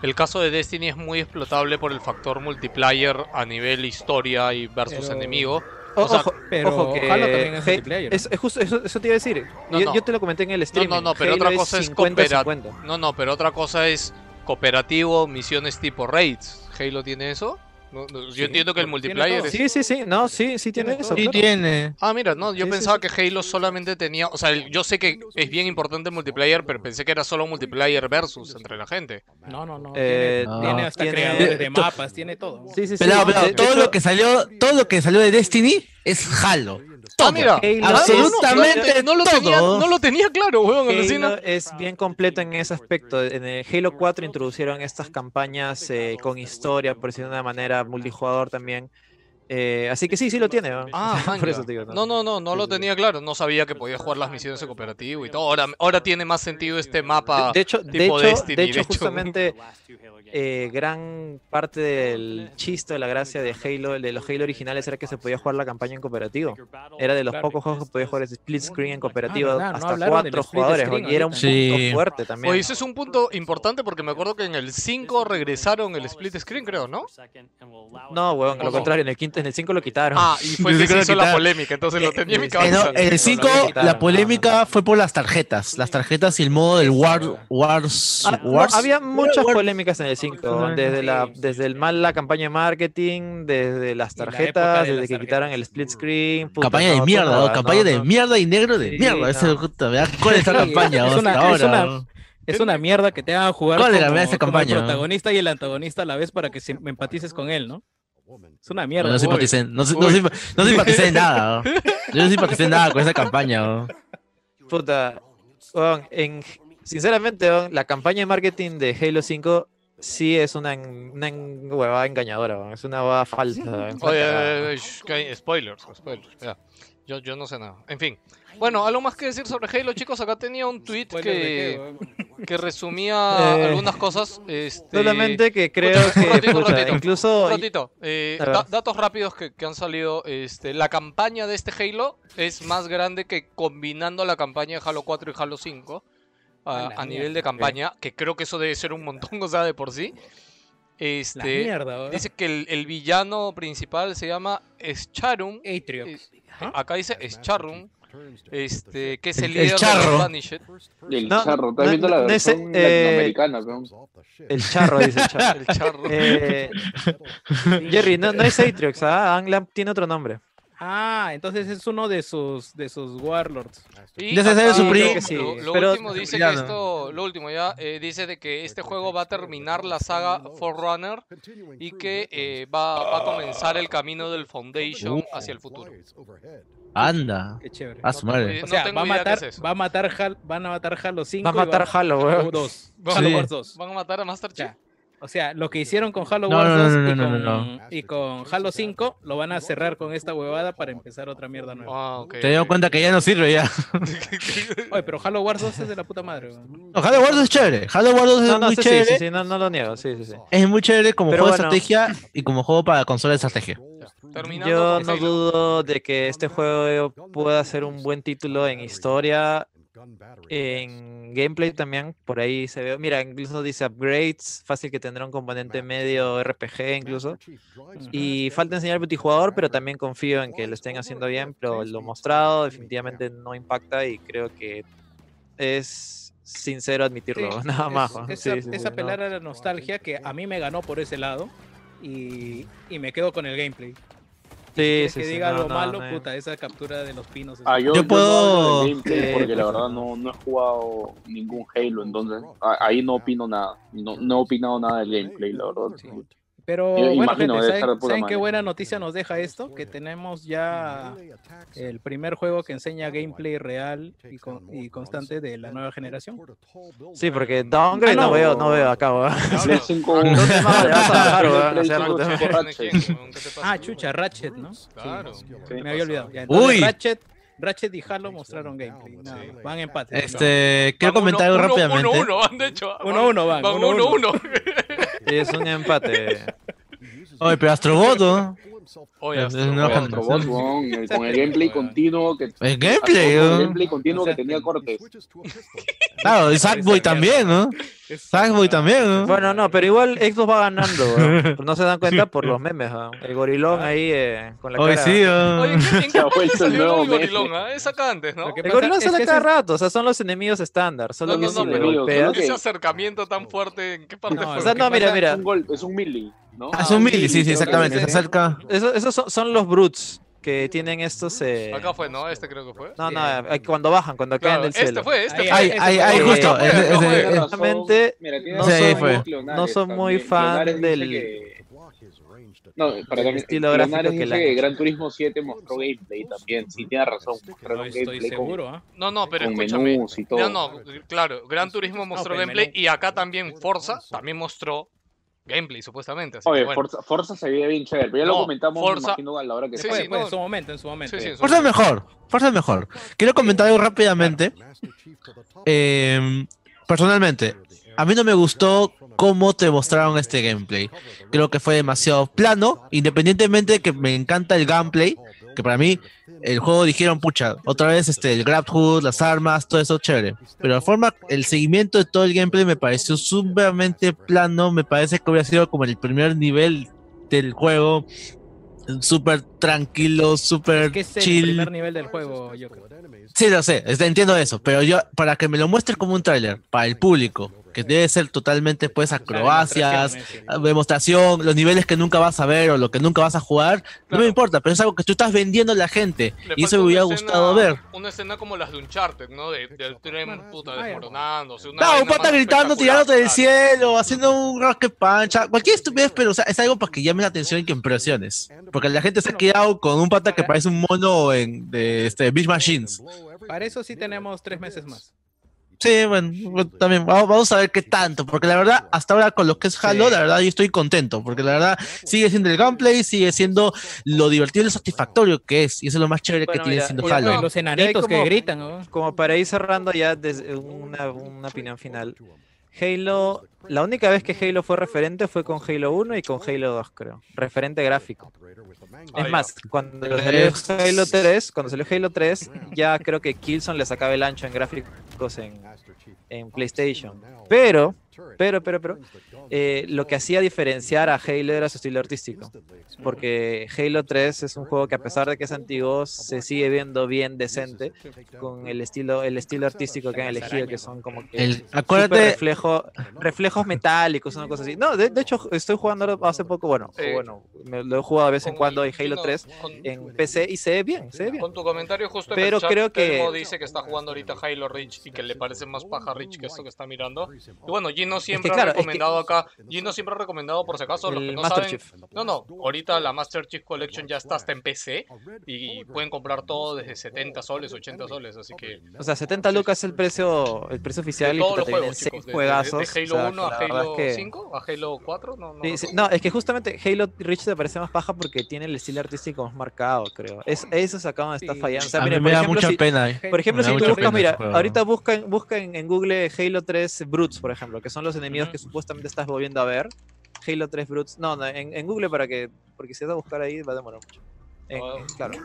S2: El caso de Destiny es muy explotable por el factor multiplayer a nivel historia y versus
S5: Pero-
S2: enemigo.
S8: O-
S2: O sea,
S8: ojo,
S5: pero
S8: ojo que
S5: Halo también es
S8: He-
S5: multiplayer,
S8: es- es justo, eso, eso te iba a decir.
S2: No,
S8: yo,
S2: no.
S8: yo te lo comenté en el stream.
S2: no, pero otra cosa es cooperar. No, no, pero otra cosa es cooperativo, misiones tipo raids. Halo tiene eso. No, no, yo
S5: Sí,
S2: entiendo que el
S5: tiene
S2: multiplayer
S5: todo.
S2: es...
S8: Sí, sí, sí. No, sí, sí tiene
S5: Tiene
S8: eso.
S5: todo.
S4: Sí
S8: claro.
S4: tiene.
S2: Ah, mira, no, yo
S8: Sí, sí,
S2: pensaba
S8: sí.
S2: que Halo solamente tenía, o sea, el- yo sé que es bien importante el multiplayer, pero pensé que era solo multiplayer versus entre la gente.
S5: No, no, no.
S8: Eh,
S5: tiene,
S8: no,
S5: tiene hasta
S8: tiene-
S5: creadores de
S4: to-
S5: mapas, tiene todo.
S8: Sí, sí, sí.
S4: Pelado, pelado,
S8: De- de
S4: todo
S8: hecho,
S4: lo que salió, todo lo que salió de Destiny es Halo.
S2: Ah, mira. Ah, no,
S8: Halo
S2: no, no, no lo
S4: absolutamente
S2: te- no, lo tenía,
S4: todo.
S2: no lo tenía claro, weón. alucina.
S8: Halo es bien completo en ese aspecto. En el Halo 4 introducieron estas campañas eh, con historia, por decirlo de una manera, multijugador también. Eh, así que sí, sí lo tiene. ¿no?
S2: Ah,
S8: por
S2: manga.
S8: eso te digo.
S2: No, no, no, no
S8: Sí,
S2: lo
S8: sí, sí.
S2: tenía claro. No sabía que podía jugar las misiones en cooperativo y todo. Ahora, ahora tiene más sentido este mapa.
S8: De hecho, de
S2: tipo
S8: hecho,
S2: Destiny,
S8: de
S2: de
S8: hecho
S2: hecho.
S8: justamente eh, gran parte del chiste de la gracia de Halo, de los Halo originales era que se podía jugar la campaña en cooperativo. Era de los pocos juegos que podía jugar ese split screen en cooperativo
S5: Ah, verdad, no
S8: hasta
S5: hablaron del
S8: cuatro
S5: split
S8: jugadores
S5: screen
S8: y era un
S5: ahorita,
S4: ¿no?
S8: punto
S4: Sí.
S8: fuerte también.
S2: Oye, ese es un punto importante porque me acuerdo que en el 5 regresaron el split screen, creo, ¿no?
S8: No, huevón, a
S2: ¿O
S8: lo
S2: no?
S8: contrario, en el quinto, en el 5 lo quitaron.
S2: Ah, y fue
S4: Yo
S2: que
S4: sí
S2: se
S4: creo
S2: hizo
S4: que
S2: la
S4: tal.
S2: polémica, entonces lo
S8: Eh,
S2: tenía en mi
S8: eh, no,
S2: cabeza.
S4: En el 5, la polémica fue por las tarjetas. Las tarjetas y el modo del War, Wars.
S8: Ah, no,
S4: Wars.
S8: había muchas
S4: Wars-
S8: polémicas en el 5, desde la desde el mal la campaña de marketing, desde las
S5: Y la época de
S8: tarjetas,
S5: las
S8: desde que quitaran el
S5: tarjetas.
S8: split screen. puta,
S4: Campaña de
S8: no,
S4: mierda,
S8: todo,
S4: ¿no? campaña
S8: no,
S4: de
S8: no.
S4: mierda y negro de
S8: Sí,
S4: mierda. Ese
S8: no.
S4: puta, ¿verdad? ¿Cuál es la campaña?
S5: Es
S4: hasta
S5: una- es
S4: ahora,
S5: una-
S4: ¿no?
S5: Es una mierda que te hagan jugar
S4: ¿Cuál
S5: como,
S4: era esa
S5: como
S4: campaña,
S5: el
S4: no?
S5: protagonista y el antagonista a la vez para que se me empatices con él, ¿no? Es una
S4: No,
S5: mierda.
S4: no
S5: güey.
S4: simpaticé, no, si- no, simpa- no simpaticé en nada. ¿no? Yo no simpaticé en nada con esa campaña. ¿no?
S8: Puta, weón, en- sinceramente, weón, la campaña de marketing de Halo 5 sí es una, en- una en- huevada engañadora, weón, es una huevada falsa. weón, es una
S2: Oye,
S8: cagada.
S2: eh, sh- que hay spoilers, pues, spoilers. ya. Yo, yo no sé nada. En fin. Bueno, algo más que decir sobre Halo, chicos. Acá tenía un tweet
S5: Spoiler de qué,
S2: que,
S5: güey.
S2: que resumía
S8: Eh,
S2: algunas cosas. Este,
S8: Solamente que creo
S2: un
S8: que
S2: ratito, un
S8: puta,
S2: ratito,
S8: incluso
S2: Un ratito, eh,
S8: A ver.
S2: da- datos rápidos que, que han salido. Este, la campaña de este Halo es más grande que combinando la campaña de Halo 4 y Halo 5
S5: A
S2: a,
S5: la
S2: a nivel
S5: mierda,
S2: de campaña, que creo que eso debe ser un montón, o sea, de por sí.
S5: La
S2: Este,
S5: mierda, güey.
S2: dice que el, el villano principal se llama Scharum.
S5: Atriox.
S2: eh, Acá dice Scharum, este, que es el,
S4: El- el
S2: líder de
S4: charro.
S2: los Banished.
S6: Del
S8: No,
S6: charro. Estás
S8: no,
S6: viendo
S8: no,
S6: la
S8: no es,
S6: versión
S8: eh,
S6: latinoamericana, weón.
S8: el charro, dice el
S4: Ah.
S2: El charro.
S8: charro. Eh, Jerry, no, no es Atriox, ¿ah? Anglam tiene otro nombre.
S5: Ah, entonces es uno de sus de sus warlords.
S2: Y
S4: Ya se sabe
S2: acá
S4: su
S2: lo-
S4: pri-
S2: lo-
S8: Sí,
S2: Lo,
S8: pero-
S2: último dice que
S4: Ya no.
S2: esto, lo último ya, eh, dice de que este juego va a terminar la saga Forerunner y que eh, va, va a comenzar el camino del
S4: Uh.
S2: Foundation hacia el futuro.
S4: Anda.
S5: Qué chévere.
S4: A Ah, su
S2: Eh,
S4: madre.
S2: no
S5: o sea,
S2: tengo
S5: va a
S2: idea qué
S5: matar,
S2: es eso.
S5: va a matar Hal- van a matar Halo 5
S8: Va a
S5: y van
S8: matar Halo,
S5: Halo
S8: weón.
S5: 2.
S2: Van-
S5: Halo
S4: Sí.
S5: Wars 2.
S2: ¿Van a matar a Master Chief?
S5: Ya. O sea, lo que hicieron con Halo
S4: No,
S5: Wars
S4: no, no,
S5: 2
S4: no,
S5: y,
S4: no,
S5: con,
S4: no,
S5: y con Halo 5 lo van a cerrar con esta huevada para empezar otra mierda nueva.
S2: Ah, ok.
S4: Te dieron cuenta que ya no sirve ya.
S5: Oye, pero Halo Wars 2 es de la puta madre. weón.
S4: No, Halo Wars es chévere. Halo Wars es
S8: No, no,
S4: muy
S8: sí, sí,
S4: chévere.
S8: sí, sí, no, no lo niego, sí, sí, sí.
S4: Es muy chévere como
S8: Pero
S4: juego
S8: bueno.
S4: de estrategia y como juego para consola de estrategia.
S2: Terminando
S8: Yo
S2: con
S8: no
S2: Halo.
S8: dudo de que este juego pueda ser un buen título en historia, en gameplay también, por ahí se ve. Mira, incluso dice upgrades, fácil que tendrá un componente medio RPG incluso. Y falta enseñar el multijugador, pero también confío en que lo estén haciendo bien, pero lo mostrado definitivamente no impacta y creo que es sincero admitirlo,
S5: Sí,
S8: nada
S5: es-
S8: más. ¿no?
S5: Es,
S8: Sí,
S5: a-
S8: sí,
S5: es
S8: sí, no.
S5: apelar a la nostalgia que a mí me ganó por ese lado y, y me quedo con el gameplay.
S8: Sí,
S5: Es
S8: sí,
S5: que
S8: sí,
S5: diga
S8: no,
S5: lo
S8: no,
S5: malo,
S8: no.
S5: puta, esa captura de los pinos. es-
S6: Ah, yo,
S4: Yo
S6: yo no hablo de
S4: puedo-
S6: gameplay porque la
S8: eh,
S6: verdad no, no he jugado ningún Halo, entonces a- ahí no opino nada. No, no he opinado nada del gameplay, la verdad.
S5: Pero
S6: Yo
S5: bueno,
S6: imagino,
S5: gente,
S6: debe estar
S5: ¿saben,
S6: de puta
S5: saben qué
S6: madre.
S5: buena noticia nos deja esto? Que tenemos ya Ah, el primer juego que enseña gameplay real y, con- y constante de la nueva generación.
S8: Sí, porque downgrade
S5: Ah,
S8: no,
S5: no.
S8: veo, no veo acá, weón.
S6: Play 5
S8: ¿Dónde más le vas a bajar, weón? O sea,
S6: Play
S8: puta.
S6: 5
S2: ¿Qué
S6: borrache.
S2: te pasa?
S5: Ah, chucha, Ratchet, ¿no?
S2: Claro.
S5: Me había olvidado. Ya,
S4: Uy.
S5: entonces, Ratchet, Ratchet y Halo mostraron gameplay. Nada más. Van empate.
S4: Este, quiero
S2: Vamos,
S4: comentar
S2: uno-
S4: algo
S2: uno-
S4: rápidamente.
S2: Uno, uno, han dicho.
S5: Uno a uno van.
S2: Van
S5: uno a
S2: uno,
S5: uno.
S2: uno.
S8: Sí, es un empate.
S4: Oye, pero Astrobot, ¿no?
S2: Oye,
S4: Es
S2: Astro,
S4: una
S2: weón.
S4: contra-
S6: Robot, weón, el- con el gameplay continuo que Ah,
S4: El gameplay,
S6: con
S4: ¿no?
S6: el gameplay continuo que tenía cortes.
S4: Claro, y Sackboy también, ¿no? Sackboy también, ¿no?
S8: Bueno, no, pero igual Xbox va ganando, weón. No se dan cuenta por los memes, weón. El gorilón ahí eh, con la
S4: Oye,
S8: cara.
S4: sí, ¿no?
S2: Oye, ¿en qué- ¿en
S6: Se
S2: qué
S6: ha
S2: parte
S6: vuelto el
S2: salió
S6: nuevo
S2: el
S6: meme.
S2: gorilón? ah? Es acá antes, ¿no?
S5: Lo que
S8: El
S5: pasa
S8: gorilón
S5: es
S8: sale
S5: que
S8: cada
S5: ese-
S8: rato, o sea, son los enemigos estándar, solo
S2: No,
S8: que
S2: no,
S8: si
S2: no,
S8: le
S2: pero-
S8: golpeas.
S6: que-
S2: Ese acercamiento tan fuerte, ¿en qué parte
S5: No,
S2: fue?
S8: O sea,
S5: Lo
S8: no,
S5: que
S8: mira,
S5: pasa-
S6: Es
S8: mira.
S6: un gol, es un milli, ¿no?
S4: Ah, es un mili, sí, sí, exactamente.
S5: sí,
S4: Se
S5: sí.
S4: acerca.
S8: Eso- esos son, son los brutes que tienen estos. eh,
S2: Acá fue, ¿no? Este creo que fue.
S8: No, no,
S5: Sí.
S8: eh, cuando bajan, cuando caen
S2: Claro,
S8: del
S2: este
S8: cielo.
S2: fue, este
S5: Ahí,
S2: fue.
S4: Ay,
S5: ese
S4: ay,
S5: fue.
S4: ay,
S8: No
S4: justo.
S2: juega,
S4: ese-
S2: no
S4: ese-
S2: juega.
S4: ese-
S8: Honestamente,
S6: Mira, tiene
S8: no
S6: razón,
S4: soy- fue.
S6: Clonares
S8: no soy muy
S6: también.
S8: fan
S6: Clonares dice
S8: del-
S6: que- No, para
S8: del
S6: mí,
S8: estilo
S6: Clonares
S8: gráfico que
S6: dice
S8: le han
S6: que
S8: hecho.
S6: Gran Turismo 7 mostró gameplay también, sí, tiene razón, mostraron
S5: No estoy
S6: gameplay con,
S5: seguro, ¿ah?
S2: No, no, pero
S6: con
S2: escúchame.
S6: menús y todo.
S2: No, no, claro, Gran Turismo mostró
S5: pero
S2: gameplay
S5: menú.
S2: y acá también Forza también mostró gameplay, supuestamente. Así que
S6: Oye,
S2: bueno.
S6: Forza, Forza se veía bien chévere, pero ya
S2: No,
S6: lo comentamos,
S2: Forza-
S6: me imagino, a la hora que
S2: Sí,
S6: fue.
S3: Pues,
S2: sí,
S3: pues,
S2: no.
S3: en su momento, en su momento.
S2: Sí, sí, en su
S4: Forza es mejor, Forza es mejor. Quiero comentar algo rápidamente. Eh, personalmente, a mí no me gustó cómo te mostraron este gameplay. Creo que fue demasiado plano, independientemente de que me encanta el gameplay, que para mí el juego dijeron, pucha, otra vez este, el grab hood, las armas, todo eso chévere. Pero la forma, el seguimiento de todo el gameplay me pareció sumamente plano, me parece que hubiera sido como el primer nivel del juego, súper tranquilo, súper
S5: Es que es el
S4: chill.
S5: primer nivel del juego, yo creo.
S4: Sí, lo sé, este, entiendo eso, pero yo, para que me lo muestres como un tráiler, para el público, que debe ser totalmente pues acrobacias, demostración, los niveles que nunca vas a ver o lo que nunca vas a jugar, no me
S2: Claro.
S4: importa, pero es algo que tú estás vendiendo a la gente
S2: Le
S4: y
S2: falta
S4: eso me
S2: una
S4: hubiera
S2: escena-
S4: gustado ver.
S2: Una escena como las de Uncharted, ¿no? De, del tren, puta,
S5: Ah, ya.
S2: desmoronándose. una
S4: No,
S2: vaina
S4: un pata
S2: más
S4: gritando,
S2: espectacular,
S4: tirándote del
S2: claro.
S4: cielo, haciendo un rocket pancha, cualquier estupidez, pero o sea, es algo para que llame la atención y que impresiones. Porque la gente se ha quedado con un pata que parece un mono en, de este, Beach Machines.
S5: Para eso sí tenemos tres meses más.
S4: Sí, bueno, bueno, también va- vamos a ver qué tanto, porque la verdad, hasta ahora con lo que es Halo,
S5: Sí.
S4: la verdad yo estoy contento, porque la verdad sigue siendo el gameplay, sigue siendo lo divertido y lo satisfactorio que es, y eso es lo más chévere
S8: Bueno,
S4: que tiene
S8: mira,
S4: siendo
S8: oye,
S4: Halo.
S8: no,
S5: Los enanitos
S8: como-
S5: que gritan, ¿no?
S8: Como para ir cerrando ya desde una, una opinión final. Halo, la única vez que Halo fue referente fue con Halo 1 y con Halo 2, creo. Referente gráfico. Es
S2: ya.
S8: más, cuando salió
S4: Tres.
S8: Halo 3, cuando salió Halo 3, ya creo que Killzone le sacaba el ancho en gráficos en, en PlayStation. Pero, pero, pero, pero, eh, lo que hacía diferenciar a Halo era su estilo artístico. Porque Halo 3 es un juego que a pesar de que es antiguo, se sigue viendo bien decente con el estilo, el estilo artístico que han elegido, que son como que
S4: El-
S8: súper
S4: acuérdate,
S8: reflejo, reflejos metálicos, una cosa así. No, de, de hecho, estoy jugando ahora hace poco, bueno,
S2: Eh,
S8: bueno, me lo he jugado de vez en
S2: Con
S8: cuando
S2: el-
S8: en Halo
S2: no,
S8: 3
S2: con-
S8: en PC y se ve bien, se ve bien.
S2: Con tu comentario justo en
S8: Pero
S2: el chat,
S8: creo que-
S2: Telmo dice que está jugando ahorita Halo Reach y que le parece más paja Reach que esto que está mirando. Y bueno, Gino siempre ha
S8: claro, es que-
S2: recomendado acá, Gino siempre ha recomendado por si acaso, los que
S8: El
S2: no
S8: Master
S2: saben,
S8: Chief.
S2: no, no, ahorita la Master Chief Collection ya está hasta en PC y pueden comprar todo desde 70 soles, 80 soles, así que
S8: O sea, 70 lucas es el precio, el precio
S2: de
S8: oficial y
S2: todos
S8: puta,
S2: los
S8: te vienen
S2: juegos, chicos, de, de-
S8: seis
S2: de
S8: juegazos.
S2: Halo
S8: o sea,
S2: 1 a
S8: la verdad
S2: Halo
S8: es que-
S2: 5, a Halo 4, no, no,
S8: Sí, sí,
S2: recuerdo.
S8: No, es que justamente Halo Reach te parece más paja porque tiene el estilo artístico más marcado, creo. Es, eso es acá donde está
S5: Sí.
S8: fallando. O sea,
S4: a mí
S8: mira,
S4: me
S8: por
S4: da
S8: ejemplo,
S4: mucha
S8: si,
S4: pena. eh.
S8: por
S4: Me
S8: ejemplo,
S4: da
S8: si tú
S4: mucha
S8: buscas,
S4: pena
S8: mira,
S4: ese juego.
S8: ahorita busca, en- busca en, en Google Halo 3 Brutes, por ejemplo, que son los enemigos que supuestamente estás volviendo a ver. Halo 3 Brutes. No, no, en, en Google para que. Porque si vas a buscar ahí va a demorar mucho. En-
S2: Ah.
S8: Claro.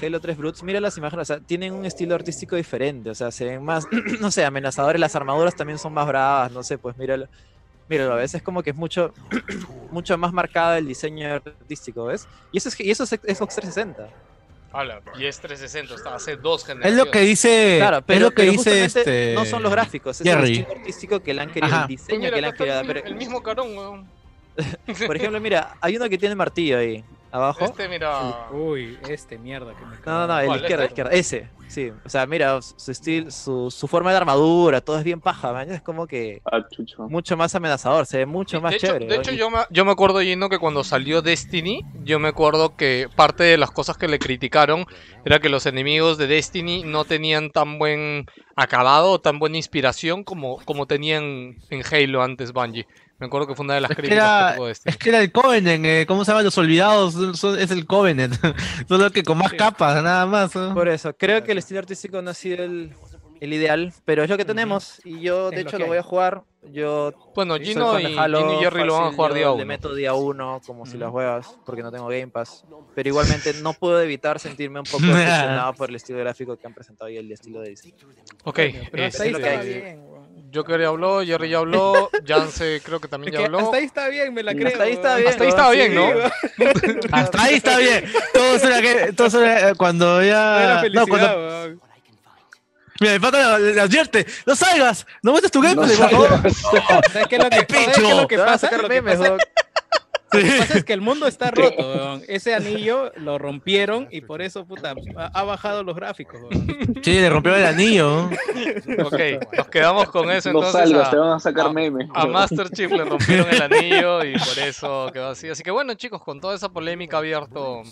S8: Halo 3 Brutes, mira las imágenes, o sea, tienen un estilo artístico diferente, o sea, se ven más, no sé, amenazadores, las armaduras también son más bravas, no sé, pues míralo. Míralo, a veces es como que es mucho, mucho más marcado el diseño artístico, ¿ves? Y eso es, y eso es Xbox 360.
S2: Ala, y es 360, está hace dos
S4: Es
S2: generaciones.
S4: lo que dice,
S8: Claro, pero,
S4: Eh, es lo que
S8: pero
S4: dice
S8: justamente
S4: este...
S8: no son los gráficos, es
S4: Jerry.
S8: el estilo artístico que le han querido,
S4: Ajá.
S8: el
S2: Pues
S8: diseño
S2: mira,
S8: que le han
S2: acá
S8: querido
S2: está
S8: dar.
S2: el,
S8: pero-
S2: el mismo carón, weón.
S8: por ejemplo, mira, hay uno que tiene martillo ahí, abajo.
S2: Este, mira.
S5: Uy, este mierda que me
S8: No, no, no,
S5: cago.
S8: el
S2: ¿Cuál?
S8: izquierda,
S2: ¿Este?
S8: izquierda, ese. Sí, o sea, mira, su estilo, su, su forma de armadura, todo es bien paja, man. Es como que
S6: Ah, chucho.
S8: mucho más amenazador, se ve mucho
S2: Sí,
S8: más
S2: de hecho-
S8: chévere.
S2: de
S8: ¿no?
S2: hecho,
S8: Y-
S2: yo me, yo me acuerdo, Gino, que cuando salió Destiny, yo me acuerdo que parte de las cosas que le criticaron era que los enemigos de Destiny no tenían tan buen acabado o tan buena inspiración como, como tenían en Halo antes Bungie. Me acuerdo que fue una de las
S4: Es que
S2: críticas
S4: era-
S2: que tuvo Destiny.
S4: Es que era el Covenant, eh, ¿cómo se llama? Los olvidados, son- son- es el Covenant. Solo que con más capas, nada más. ¿no?
S8: Por eso, creo que el estilo artístico no ha sido el, el ideal, pero es lo que tenemos. Y yo, de
S5: Es lo
S8: hecho,
S5: que
S8: lo
S5: hay.
S8: voy a jugar. Yo
S2: Bueno,
S8: soy
S2: Gino
S8: fan
S2: y,
S8: de Halo,
S2: Gino y Jerry lo van a
S8: fácil,
S2: jugar
S8: yo
S2: día
S8: Le
S2: 1.
S8: meto día uno, como si las juegas, porque no tengo Game Pass. Pero igualmente no puedo evitar sentirme un poco decepcionado por el estilo gráfico que han presentado y el estilo de diseño.
S2: Ok,
S5: Pero hasta ahí
S8: es lo
S2: este,
S8: que
S5: estaba
S8: hay.
S5: bien, weón.
S2: yo creo que ya habló, Jerry ya habló, Jance creo que también
S5: Es
S2: ya
S5: que
S2: habló.
S5: Hasta ahí está bien, me la creo.
S8: Hasta ahí está
S5: weón.
S8: bien.
S2: Hasta ahí estaba bien, ¿no?
S4: Hasta ahí está bien. Todo suena que. Todo suena, eh, cuando
S5: No era
S4: ya. No,
S5: felicidad,
S4: cuando.
S5: weón.
S4: Mira, el pata le- le advierte. ¡No salgas! ¡No muestres tu gameplay, "Oh".
S6: No
S4: por favor!
S6: sabía.
S5: ¿Sabes qué es lo que,
S4: ¡Picho!
S5: ¿sabes qué es lo que
S8: Te van a
S5: pasa?
S8: sacar
S5: Lo que
S8: memes,
S5: pasa-
S8: dog.
S5: Lo que pasa es que el mundo está roto, weón. Ese anillo lo rompieron y por eso, puta, ha, ha bajado los gráficos, weón.
S4: Sí, le rompió el anillo.
S2: Ok, nos quedamos con eso
S6: no
S2: entonces.
S6: salgas,
S2: a-
S6: te van a sacar
S2: a-
S6: memes.
S2: A Master Chief le rompieron el anillo y por eso quedó así. Así que bueno, chicos, con toda esa polémica abierto.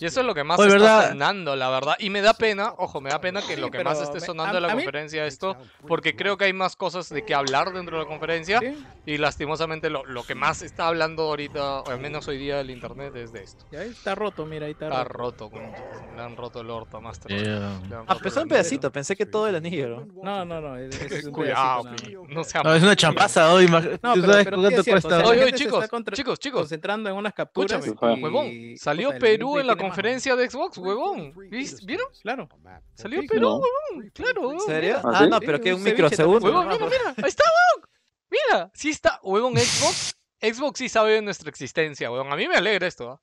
S2: Y eso es lo que más
S4: Oye,
S2: está
S4: ¿verdad?
S2: sonando, la verdad. Y me da pena, ojo, me da pena que lo que más
S5: pero
S2: esté
S5: me-
S2: sonando
S5: a-
S2: en la
S5: a mí-
S2: conferencia esto, porque creo que hay más cosas de qué hablar dentro de la conferencia.
S5: ¿Sí?
S2: Y lastimosamente lo, lo que más está hablando ahorita, o al menos hoy día el internet, es de esto.
S5: Y ahí está roto, mira, ahí está,
S2: Está
S5: roto.
S2: roto, concha, le han roto el orto a Master Chief.
S4: No,
S2: Le han
S8: Ah,
S2: roto
S8: pensó
S2: el
S8: en
S2: orto.
S8: pedacito, pensé que todo el anillo, ¿no?
S5: No, no, no. es- es un
S2: Cuidado,
S5: pedacito nada más.
S2: no sea
S4: es una champaza hoy.
S5: No,
S4: No,
S5: pero- pero sí es cierto, o sea,
S2: Oye,
S5: la
S2: oye,
S5: gente se
S2: chicos,
S5: está contra-
S2: chicos, chicos,
S5: Concentrando en unas capturas.
S6: Escúchame.
S5: y-
S2: Huevón, salió
S5: puta, el
S2: Perú
S5: gameplay
S2: en la
S5: tiene más.
S2: conferencia de Xbox, huevón. ¿Vis- ¿Vieron?
S5: Claro.
S2: Salió
S5: Sí,
S2: Perú,
S6: no.
S2: huevón. Claro, huevón.
S8: ¿En serio?
S6: ¿Ah,
S8: Ah,
S6: sí?
S8: no, pero
S5: Sí,
S8: que
S5: un
S8: un
S5: ceviche
S2: mira.
S5: también.
S8: microsegundo.
S2: Huevón, mira, mira. Ahí está, huevón. Mira, sí está, huevón, Xbox. Xbox sí sabe de nuestra existencia, huevón. A mí me alegra esto, ¿ah?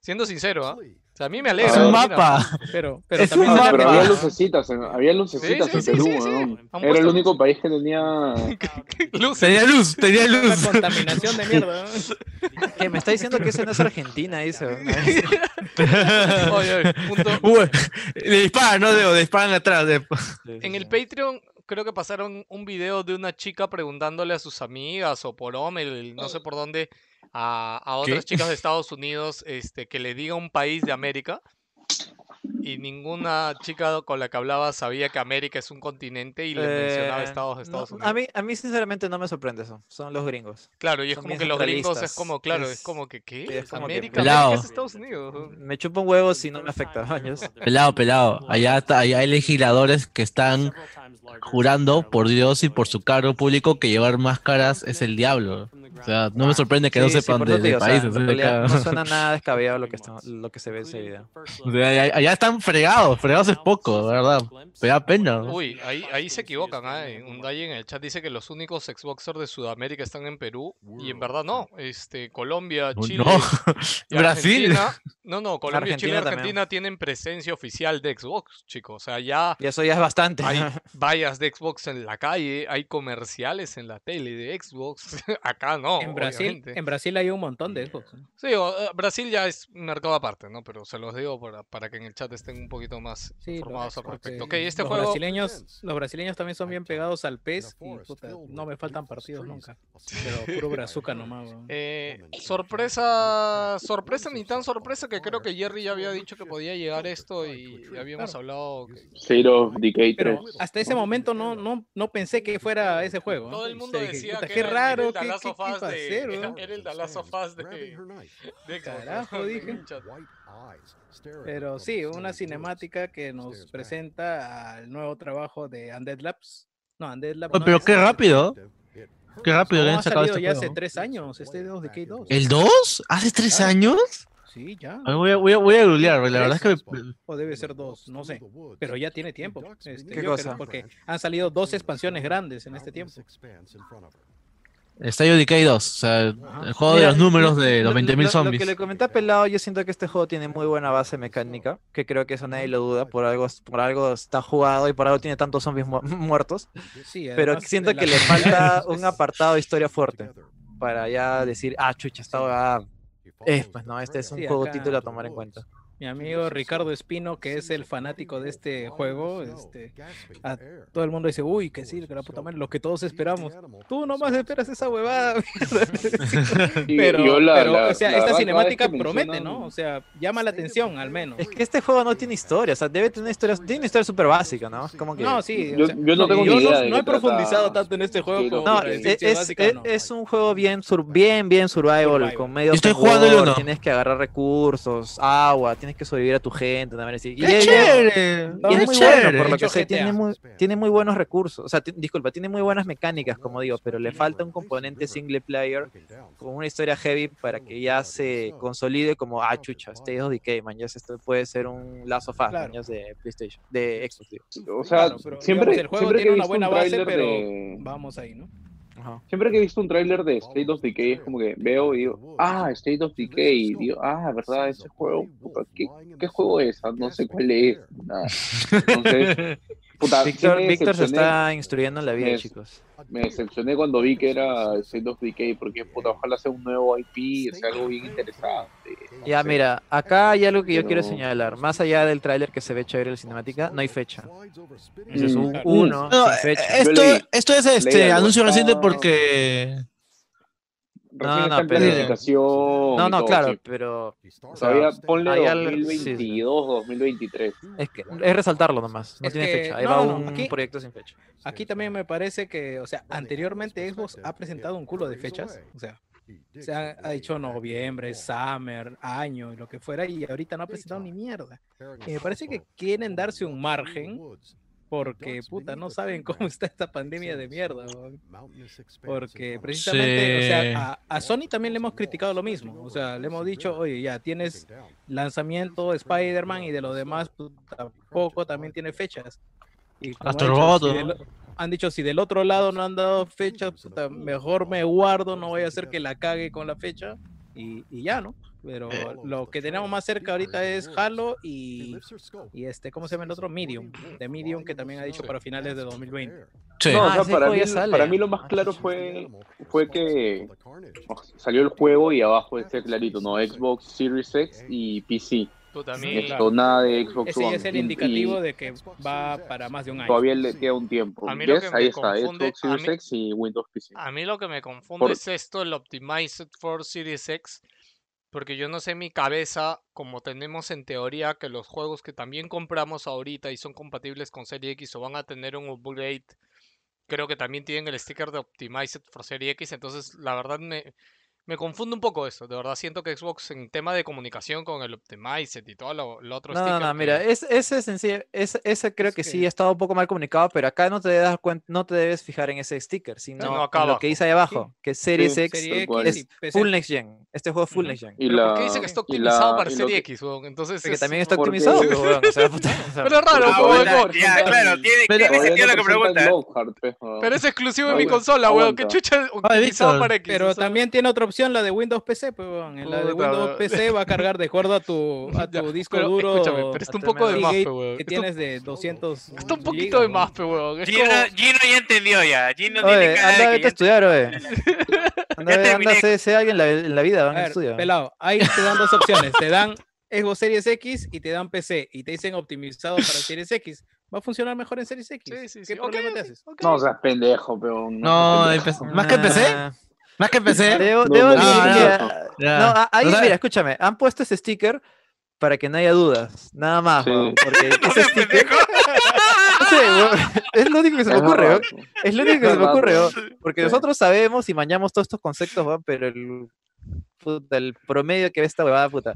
S2: Siendo sincero, ¿ah? O sea, a mí me alegra.
S4: Es un
S2: mira.
S4: mapa.
S5: Pero, pero
S4: Es
S5: también
S4: un
S5: salió
S4: mapa.
S6: Pero había
S4: Ah.
S5: Perú.
S6: lucecitas, en- había lucecitas
S2: Sí, sí,
S6: en
S2: sí,
S6: Perú,
S2: sí, sí.
S6: weón.
S2: Han puesto
S6: Era el
S2: luz.
S6: único país que tenía.
S2: Luces.
S4: Tenía luz, tenía
S5: Una
S4: luz.
S5: contaminación de mierda. ¿no?
S8: Que me está diciendo que ese no es Argentina, dice. ¿no?
S2: Oye, oye, punto.
S4: Uy, le disparan, no Debo, le disparan atrás. de-
S2: En el Patreon creo que pasaron un video de una chica preguntándole a sus amigas o por Omel, no sé por dónde, a, a
S4: ¿Qué?
S2: otras chicas de Estados Unidos este, que le diga un país de América. Y ninguna chica con la que hablaba sabía que América es un continente y le mencionaba
S8: Eh,
S2: Estados,
S8: no,
S2: Estados Unidos.
S8: a, mí, a mí, sinceramente, no me sorprende eso. Son los gringos.
S2: claro, y es
S8: son
S2: como
S8: bien
S2: que los gringos es
S8: centralistas,
S2: como, claro, es,
S8: es-
S2: como que, ¿qué?
S8: sí, es como que
S2: América,
S4: pelado.
S2: América es Estados Unidos. ¿no?
S8: Me chupa un huevo si no me afecta. baños.
S4: Pelado, pelado. Allá, está- allá hay legisladores que están jurando por Dios y por su cargo público que llevar máscaras es el diablo. O sea, no me sorprende que no
S8: Sí, sí,
S4: sepan
S8: por
S4: de,
S8: eso te
S4: de
S8: digo, o sea,
S4: países.
S8: en
S4: ¿eh?
S8: realidad
S4: Acá-
S8: no suena nada descabellado lo que, está- lo que se ve en ese video.
S4: O sea, allá, allá están fregados, fregados es poco, de verdad. Me da pena.
S2: Uy, ahí, ahí se equivocan. ah, eh, Un Dai en el chat dice que los únicos Xboxers de Sudamérica están en Perú. Y en verdad no. Este, Colombia, Chile.
S4: No,
S2: y
S4: Brasil.
S2: Argentina- No, no, Colombia, Chile y
S8: Argentina también.
S2: Argentina tienen presencia oficial de Xbox, chicos. O sea, ya
S8: Y eso ya es bastante.
S2: hay vallas de Xbox en la calle, hay comerciales en la tele de Xbox. Acá no.
S5: En Brasil,
S2: obviamente.
S5: en Brasil hay un montón de Xbox. ¿no?
S2: Sí, o, eh, Brasil ya es un mercado aparte, ¿no? Pero se los digo para, para que en el chat estén un poquito más
S5: Sí, lo-
S2: informados al respecto. Ok,
S5: porque
S2: este
S5: los
S2: juego.
S5: Brasileños, los brasileños también son bien pegados al pez y puta, no me faltan partidos nunca. Pero puro brazuca nomás, weón.
S2: Eh, sorpresa, sorpresa ni tan sorpresa que creo que Jerry ya había dicho que podía llegar esto y habíamos hablado que
S6: Zero Decay
S5: Pero
S6: 3.
S5: hasta ese momento no, no, no pensé que fuera ese juego. ¿no?
S2: todo el mundo
S5: O sea, dije,
S2: decía
S5: puta,
S2: que
S5: qué
S2: era el- era
S5: raro,
S2: el
S5: qué, qué,
S2: Dallas
S5: qué
S2: of Us
S5: iba a
S2: de-
S5: hacer,
S2: era-
S5: weón?
S2: era el Dallas of Us de, de Xbox,
S5: Carajo,
S2: de
S5: dije.
S2: chat.
S5: Pero sí, una cinemática que nos presenta al nuevo trabajo de Undead Labs. No, Undead Labs.
S4: Oye,
S5: no,
S4: pero
S5: es-
S4: qué rápido. Qué rápido
S5: No,
S4: le
S5: ha
S4: han sacado
S5: salido
S4: este
S5: ya hace
S4: juego.
S5: tres años, este de 2DK2.
S4: ¿El 2? ¿Hace tres
S8: Ah.
S5: Claro.
S4: años?
S5: Sí, ya.
S4: A ver, voy a, voy a, voy a googlear, la verdad es que me-
S5: O debe ser dos, no sé. Pero ya tiene tiempo. este,
S8: ¿Qué
S5: yo creo,
S8: cosa?
S5: porque han salido dos expansiones grandes en este tiempo.
S4: está Decay 2, o sea, el juego de
S8: Mira,
S4: los números de
S8: lo-
S4: los
S8: lo-
S4: 20.000
S8: lo- Lo
S4: zombies.
S8: que le comenté a Pelado, yo siento que este juego tiene muy buena base mecánica, que creo que eso nadie lo duda, por algo, por algo está jugado y por algo tiene tantos zombies mu- muertos,
S5: Sí,
S8: pero
S5: además,
S8: siento
S5: de la
S8: que le
S5: comunidad
S8: falta un apartado de historia fuerte para ya decir, ah, chucha, esta huevada es, pues no, este es un
S5: Sí,
S8: juego
S5: acá-
S8: título a tomar en cuenta.
S5: Mi amigo Ricardo Espino, que es el fanático de este juego, este, a todo el mundo dice, uy, que sí, que la puta madre, lo que todos esperamos. Tú nomás esperas esa huevada.
S6: Y-
S5: pero,
S6: y yo la-
S5: pero,
S6: la-
S5: o sea, esta
S6: la verdad, cada
S5: cinemática
S6: vez que
S5: promete,
S6: mencionan-
S5: ¿no? O sea, llama la atención al menos.
S8: Es que este juego no tiene historia, o sea, debe tener una historia, tiene una historia súper básica, ¿no? Es como que...
S5: No, sí. o
S6: Yo-
S5: sea,
S6: yo no tengo
S5: yo
S6: ni idea
S5: no,
S6: de
S5: no
S6: qué
S5: he profundizado
S6: trata.
S5: tanto en este juego.
S6: Sí, no,
S5: como
S6: no,
S5: para
S8: es,
S5: decir si es
S8: es-
S5: básica o
S8: es-
S5: no.
S8: es un juego bien, sur- bien, bien survival,
S5: Survival.
S8: con medio
S4: Estoy
S8: open
S4: jugando el
S8: world,
S4: uno.
S8: Tienes que agarrar recursos, agua, tienes que sobrevivir a tu gente. También así. Y
S4: ¡Qué
S8: es-
S4: chévere!
S8: y es
S4: ¡Qué
S8: muy bueno, por
S4: Eh,
S8: lo
S4: chévere!
S8: que
S5: Mucho
S8: sé, tiene
S5: GTA.
S8: muy, tiene muy buenos recursos. O sea, ti- disculpa, tiene muy buenas mecánicas, como digo, pero le falta un componente single player con una historia heavy para que ya se consolide como, ah, chucha, este es DK, man, ya esto puede ser un lazo fast,
S5: Claro.
S8: de PlayStation, de Xbox, digo.
S6: O sea,
S5: Claro, pero,
S6: siempre,
S5: digamos, el juego
S6: siempre que
S5: tiene
S6: he
S5: una
S6: visto un
S5: buena base,
S6: tráiler
S5: pero-
S6: de...
S5: Vamos ahí, ¿no?
S8: Ajá.
S6: Siempre que he visto un tráiler de State of Decay es como que veo y digo, ah, State of Decay, y digo, ah, verdad, ese juego, puta, ¿qué, qué juego es? Ah, No sé cuál es, nada. Entonces, puta, sí
S8: Víctor,
S6: me
S8: Víctor se
S6: decepcioné.
S8: está instruyendo en la vida,
S6: Es-
S8: chicos.
S6: me decepcioné cuando vi que era State of Decay, porque puta, ojalá sea un nuevo IP, sea algo bien interesante. no
S8: Ya,
S6: sé.
S8: mira, acá hay algo que yo quiero
S6: Pero-
S8: señalar. Más allá del tráiler que se ve chévere en la cinemática, no hay fecha. Ese es un
S6: Mm.
S8: uno
S4: No,
S8: sin fecha.
S4: eh, esto,
S6: Yo leí.
S4: esto es
S6: Leí
S4: este
S6: algo,
S4: anuncio
S6: está-
S4: reciente porque
S6: Recién
S8: no,
S6: está en
S8: pero-
S6: planificación.
S8: No,
S6: y
S8: no,
S6: todo,
S8: claro,
S6: sí.
S8: pero
S6: Todavía ponle
S8: hay algo-
S6: 2022, 2023.
S8: es, que, es resaltarlo nomás. No
S5: Es
S8: tiene
S5: que-
S8: fecha. Ahí
S5: no,
S8: va
S5: no, no,
S8: un
S5: aquí-
S8: proyecto sin fecha.
S5: Aquí también me parece que, o sea, anteriormente Xbox ha presentado un culo de fechas. O sea, se ha, ha dicho noviembre, summer, año, y lo que fuera, y ahorita no ha presentado ni mierda. Y me parece que quieren darse un margen porque, puta, no saben cómo está esta pandemia de mierda. weón. Porque precisamente, o
S4: Sí.
S5: sea, a, a Sony también le hemos criticado lo mismo. O sea, le hemos dicho, oye, ya tienes lanzamiento de Spider-Man y de lo demás, pues, tampoco también tiene fechas. Y como
S4: Hasta
S5: han
S4: el
S5: dicho,
S4: voto,
S5: si del-
S4: ¿no?
S5: han dicho, si del otro lado no han dado fechas, puta, mejor me guardo, no voy a hacer que la cague con la fecha y, y ya, ¿no? Pero lo que tenemos más cerca ahorita es Halo y, y este, ¿cómo se llama el otro? Medium, de Medium que también ha dicho para finales de 2020.
S4: Sí.
S6: No, o
S8: Ah,
S6: sea,
S8: ese
S6: para,
S8: juego
S6: mí,
S8: ya sale.
S6: para mí lo más claro fue, fue que oh, salió el juego y abajo decía clarito, ¿no? Xbox Series X y PC.
S2: Tú
S6: Esto,
S2: también.
S3: claro.
S6: nada de Xbox
S5: Ese
S6: One.
S5: ya es el
S6: Y-
S5: indicativo
S6: y
S5: de que va para más de un año.
S6: Todavía le queda un tiempo.
S2: A mí lo
S6: ¿Ves?
S2: que me
S6: Ahí está,
S2: confunde-
S6: Xbox
S2: a
S6: Series
S2: mí-
S6: X y Windows PC.
S2: A mí lo que me confunde
S6: Por-
S2: es esto, el Optimized for Series X, porque yo no sé en mi cabeza, como tenemos en teoría que los juegos que también compramos ahorita y son compatibles con Serie X o van a tener un upgrade, creo que también tienen el sticker de Optimized for Serie X, entonces la verdad me, me confunde un poco eso, de verdad siento que Xbox en tema de comunicación con el Optimized y todo lo, lo otro
S8: No, no,
S2: sticker
S8: no,
S2: que-
S8: mira, eh, es, ese sencillo, es, ese creo
S5: Es
S8: que, sí
S5: que-
S8: ha estado un poco mal comunicado, pero acá no te das cuenta, no te debes fijar en ese sticker, sino
S2: no, acá
S8: en lo
S2: abajo.
S8: que dice ahí abajo, que es Series
S6: Sí,
S8: X,
S5: Serie
S6: tal cual.
S5: X y PC.
S8: Full Next Gen. Este juego es Full
S5: Ujú.
S8: Next Gen.
S6: Y
S2: ¿Pero
S6: la-
S2: por qué dice que está
S6: y
S2: optimizado
S6: la-
S2: para
S6: y lo
S2: Serie
S6: que-
S2: X, weón? Entonces
S8: Porque
S2: es-
S8: también está
S6: porque-
S8: optimizado, pero bueno, o sea, puta, o sea,
S2: Pero es raro,
S6: Ah,
S2: pues,
S6: bueno,
S2: weón.
S3: ya, claro, tiene,
S8: Pero-
S3: tiene
S6: Todavía
S3: sentido
S6: no
S3: la que
S6: presentan
S3: pregunta.
S6: Lockhart, pues, ah.
S2: Pero es exclusivo de mi
S6: Aguanta,
S2: consola, weón. ¿Qué
S6: aguanta.
S2: chucha optimizado
S4: Víctor,
S2: para X?
S5: Pero
S2: O sea,
S5: también tiene otra opción, la de Windows PC, pues, weón. En la de
S2: Puta,
S5: Windows
S2: weón.
S5: PC va a cargar de acuerdo a tu, a
S2: Ya,
S5: tu disco
S2: pero
S5: duro.
S2: escúchame, pero está un poco de más,
S5: Seagate
S2: pe, weón.
S5: Que
S2: Está-
S5: tienes de 200.
S2: Está un poquito de más, pe, weón. Es
S3: Gino,
S2: como-
S3: Gino ya entendió ya. Gino
S8: Oye,
S3: tiene cara
S8: anda,
S3: de
S8: vete a
S3: que ya-
S8: estudiar, oye. Anda, ve- anda,
S3: terminé.
S8: sé, sé alguien la- en la vida,
S5: A
S8: van a
S5: ver,
S8: estudiar.
S5: pelado, ahí te dan dos opciones. Te dan Xbox Series X y te dan PC. Y te dicen optimizado para Series X. Va a funcionar mejor en Series X.
S2: Sí, sí, sí.
S5: ¿Qué
S2: Ok,
S5: problema te
S2: ok,
S5: haces?
S2: ok.
S6: No o seas pendejo, pero.
S4: No,
S6: seas pendejo.
S4: empe- más que empecé,
S8: Ah,
S4: más que empecé.
S8: Debo,
S6: No,
S8: debo
S6: no,
S8: decir
S4: no,
S8: que,
S4: no.
S8: ah,
S4: ya.
S8: No, a- ahí,
S4: O sea,
S8: mira, escúchame, han puesto ese sticker para que no haya dudas, nada más,
S6: Sí.
S8: weón, porque
S3: No
S8: ese
S3: seas
S8: sticker,
S3: pendejo.
S8: no sé, weón, es lo único que se me
S6: Es
S8: ocurre,
S6: verdad,
S8: weón, es lo único que se me
S6: verdad,
S8: ocurre,
S6: weón.
S8: weón, porque
S6: Sí.
S8: nosotros sabemos y mañamos todos estos conceptos, weón, pero el, puta, el promedio que ve esta huevada, puta,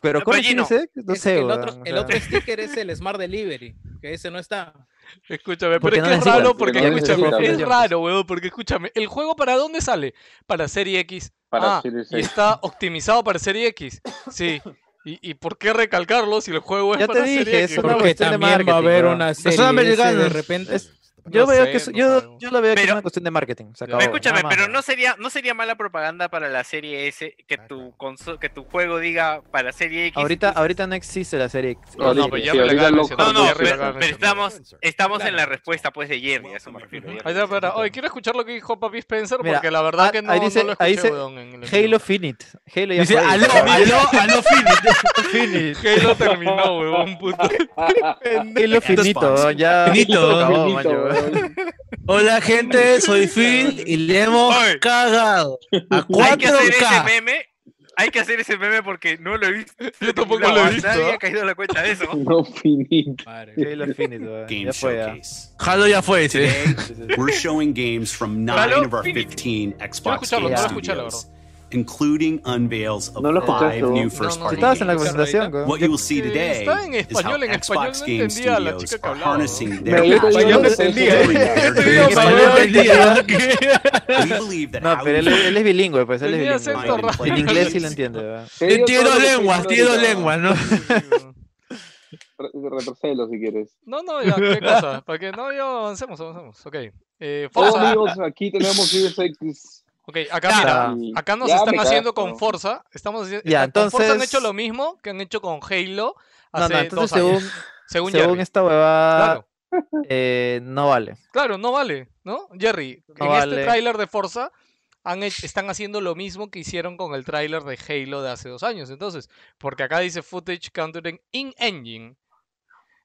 S8: pero
S3: No,
S8: ¿cómo
S3: pero Gino,
S8: dice? No
S5: Es que
S8: sé,
S5: el,
S8: weón,
S5: otro,
S8: o
S5: el
S8: sea,
S5: otro sticker es el Smart Delivery, que ese no está.
S2: Escúchame, pero
S8: Porque
S2: es
S8: no
S2: que es
S8: necesitan,
S2: raro
S6: porque
S2: porque,
S6: no
S2: escúchame,
S6: necesitan.
S2: es raro, weón, porque escúchame, ¿el juego para dónde sale? Para Serie X.
S6: Para
S2: ah,
S6: Series
S2: y
S6: X.
S2: está optimizado para Serie X. Sí. ¿Y, y por qué recalcarlo si el juego es
S8: Ya te
S2: para Serie
S8: dije,
S2: X?
S8: es una
S2: weón?
S5: Porque
S8: cuestión de
S5: también va a
S8: marketing,
S5: haber
S8: weón.
S5: una
S4: Pero son
S5: serie S de
S4: americanos.
S5: repente.
S8: Es- yo,
S2: no
S8: veo
S2: sé,
S8: que es,
S2: no
S8: yo,
S2: sabemos.
S8: yo lo veo que es
S3: Pero-
S8: una cuestión de marketing, se
S3: Pero
S8: acabó,
S3: escúchame,
S8: nada más,
S3: pero
S8: weón.
S3: no sería, no sería mala propaganda para la serie S que tu conso- que tu juego diga para serie X.
S8: Ahorita, ahorita no pues existe la serie X.
S2: No, no,
S6: Sí,
S2: pero ya
S6: sí,
S2: me la
S6: ahorita
S2: acaban de
S6: lo-
S2: mencionar,
S3: No, no,
S2: ya me la
S3: pero,
S2: acaban de
S3: pero
S2: mencionar.
S3: estamos, estamos en la respuesta pues de Jerry, a eso me refiero. Jerry.
S2: Ahí está, espera. Oye, quiero escuchar lo que dijo Papi Spencer
S8: Mira,
S2: porque la verdad
S8: ah,
S2: que no,
S8: ahí dice-
S2: no lo
S8: ahí
S2: escuché,
S8: dice
S2: weón, en el en
S8: Halo
S2: vivo.
S8: Finite. Halo ya
S4: Dice,
S8: fue,
S4: aló,
S8: o sea,
S4: aló, aló,
S8: Finite.
S2: Halo terminó, weón, puto.
S8: Halo finito,
S4: Response.
S8: ya.
S4: Finito.
S8: se acabó,
S6: Finito,
S8: macho, weón.
S6: weón.
S4: Hola gente, soy Phil y le hemos
S3: Oye.
S4: cagado a
S3: Hay que hacer ese
S4: 4K.
S3: meme. Hay que hacer ese meme porque no lo he visto.
S2: Yo tampoco lo he visto.
S3: Nadie ha caído en la cuenta de eso.
S6: No, finito.
S5: Madre,
S8: Halo Finite, weón, ya fue ya.
S4: Halo ya fue, dice.
S9: We're showing games from nine
S3: Halo
S9: of our 15 Xbox
S2: escucharlo,
S9: game
S8: quiero
S2: escucharlo,
S9: studios, including unveils of
S6: No lo
S9: five
S6: escuchaste,
S9: new
S6: ¿no?
S9: first-party
S8: Estabas en la
S9: games.
S8: conversación, weón.
S9: What you will see
S2: Eh,
S9: today
S2: está en
S9: is how
S2: español, en
S9: Xbox
S2: español no
S9: Game
S2: entendía a la
S9: Studios
S2: chica que
S9: are
S2: hablaba.
S9: harnessing
S6: Me
S9: their
S6: hubiera
S2: Pues
S9: passion
S6: ido
S9: to
S6: de-
S9: bring their
S2: Sí,
S9: games
S2: para
S9: to
S2: ver.
S9: life.
S4: Entendía, ¿qué?
S9: We believe that
S8: No,
S9: how
S8: pero
S9: we
S8: él, él es bilingüe, pues él es
S2: Tenía
S8: bilingüe.
S2: acento
S8: weón.
S9: raro.
S8: En inglés sí lo entiende, weón.
S6: Te digo
S4: Tiene
S6: todo
S4: dos
S6: lo que
S4: lenguas,
S6: estoy
S4: tiene dos
S6: ahorita.
S4: lenguas, ¿no?
S6: Re- Retrocédelo si quieres.
S2: No, no, ya, qué cosa. Para que no, yo avancemos, avancemos. Ok. Eh,
S6: Todos
S2: Forza.
S6: amigos, aquí tenemos Series X.
S2: Ok, acá
S4: Ya.
S2: mira.
S8: Ah,
S6: y-
S2: Acá nos
S6: ya me
S2: están haciendo
S6: cagaste,
S2: con Forza. Estamos haci-
S8: Ya,
S2: están- con Forza han hecho
S8: entonces-
S2: lo mismo que han hecho con Halo
S8: No,
S2: hace
S8: no, entonces
S2: Ah, dos años.
S8: según,
S2: Según,
S8: según
S2: Jerry.
S8: esta huevada,
S2: Claro.
S8: Eh, no vale.
S2: Claro, no vale, ¿no? Jerry,
S8: No
S2: en este
S8: vale.
S2: tráiler de Forza han hecho- están haciendo lo mismo que hicieron con el tráiler de Halo de hace dos años, entonces, porque acá dice footage countering in engine,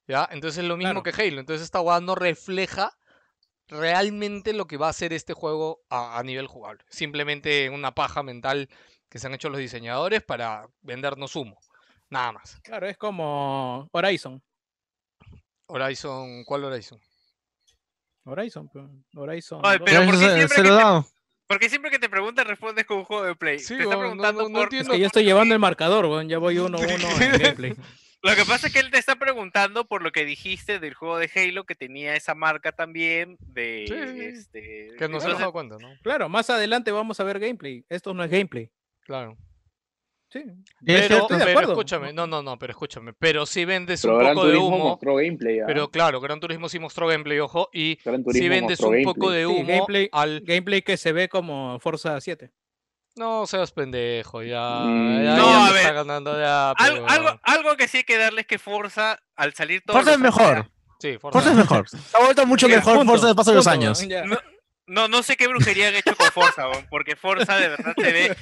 S2: ¿ya? Entonces es lo mismo
S3: Claro.
S2: que Halo, entonces esta guada no refleja realmente lo que va a ser este juego a, a nivel jugable, simplemente una paja mental que se han hecho los diseñadores para vendernos humo, nada más.
S5: Claro, es como Horizon.
S2: Horizon, ¿cuál Horizon?
S5: Horizon, pe- Horizon.
S3: Ay,
S5: dos.
S3: Pero ¿por qué siempre que
S4: lo
S3: te-
S4: dan?
S3: Porque siempre que te preguntas respondes con un juego de play.
S2: Sí,
S3: te está
S2: weón, no-
S3: preguntando
S2: no- no
S3: por-
S5: Es
S2: entiendo.
S5: que yo estoy llevando el marcador, weón. Ya voy uno a uno en gameplay.
S3: Lo que pasa es que él te está preguntando por lo que dijiste del juego de Halo que tenía esa marca también de
S2: Sí, sí, sí.
S3: este
S2: Que no se
S3: entonces-
S2: han dado cuenta, ¿no?
S5: Claro, más adelante vamos a ver gameplay. Esto no es gameplay.
S2: Claro.
S5: Sí.
S4: Es
S2: Pero,
S4: cierto.
S5: estoy de
S2: pero
S5: acuerdo.
S2: escúchame, no, no, no, pero escúchame. Pero sí vendes
S6: Pero
S2: un
S6: Gran
S2: poco de
S6: Turismo
S2: humo.
S6: mostró gameplay. ¿ah?
S2: Pero claro, Gran Turismo sí mostró gameplay, ojo. Y
S6: Gran
S2: sí
S6: Turismo
S2: vendes
S6: mostró
S2: un poco
S6: gameplay.
S2: de
S5: Sí,
S2: humo
S5: gameplay-
S2: al.
S5: Gameplay que se ve como Forza 7.
S2: No seas pendejo, ya.
S6: Mm.
S2: ya,
S3: No,
S2: ya
S3: a
S2: me está
S3: ver.
S2: ganando ya.
S3: Al-
S2: pero-
S3: algo, algo que sí hay que darles que Forza al salir todo.
S4: Forza es mejor.
S2: Sí, Forza.
S4: Forza es mejor. Se ha vuelto mucho
S3: Mira,
S4: mejor Forza después de los años.
S3: No, no sé qué brujería han hecho con Forza, weón, porque Forza de verdad se ve.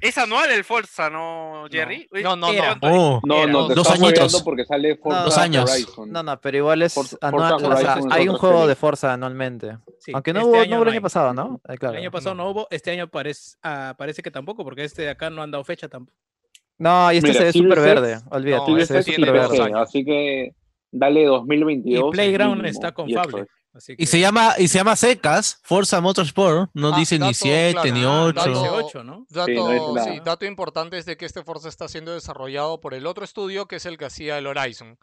S3: Es anual el Forza, ¿no, Jerry? Uy,
S2: No, no,
S3: era.
S2: no.
S4: Oh.
S6: No, no, te
S4: Dos
S6: estás
S4: añitos.
S6: jugando porque sale Forza
S4: Dos años.
S6: Horizon.
S8: No, no, pero igual es
S6: Forza-
S8: anual,
S6: Forza
S8: o sea,
S6: Horizon es
S8: hay un
S6: otra
S8: juego
S6: serie.
S8: de Forza anualmente.
S5: Sí,
S8: Aunque no
S5: este
S8: hubo,
S5: año
S8: no hubo el
S5: hay.
S8: año pasado, ¿no? Eh, claro.
S5: El año pasado no, hubo, este año parece, ah, parece que tampoco, porque este de acá no han dado fecha tampoco.
S8: No, y este
S6: Mira,
S8: se ve
S6: Series
S8: súper
S6: X-
S8: verde. Olvídate,
S2: No,
S8: se
S6: este
S8: ve
S2: ese
S8: súper
S2: tiene dos
S8: verde.
S2: años.
S6: así que dale 2022.
S5: Y Playground
S6: mínimo,
S5: está con
S6: y eso
S5: Fable.
S6: es.
S5: Así que...
S4: Y se llama, y se llama secas, Forza Motorsport. No
S2: Ah,
S4: dice
S2: dato,
S4: ni 7,
S2: claro.
S4: ni
S2: Ah,
S4: 8.
S2: dato.
S5: Dice 8, ¿no?
S2: Dato,
S6: Sí, no es
S2: sí,
S6: nada.
S2: dato importante es de que este Forza está siendo desarrollado por el otro estudio que es el que hacía el Horizon.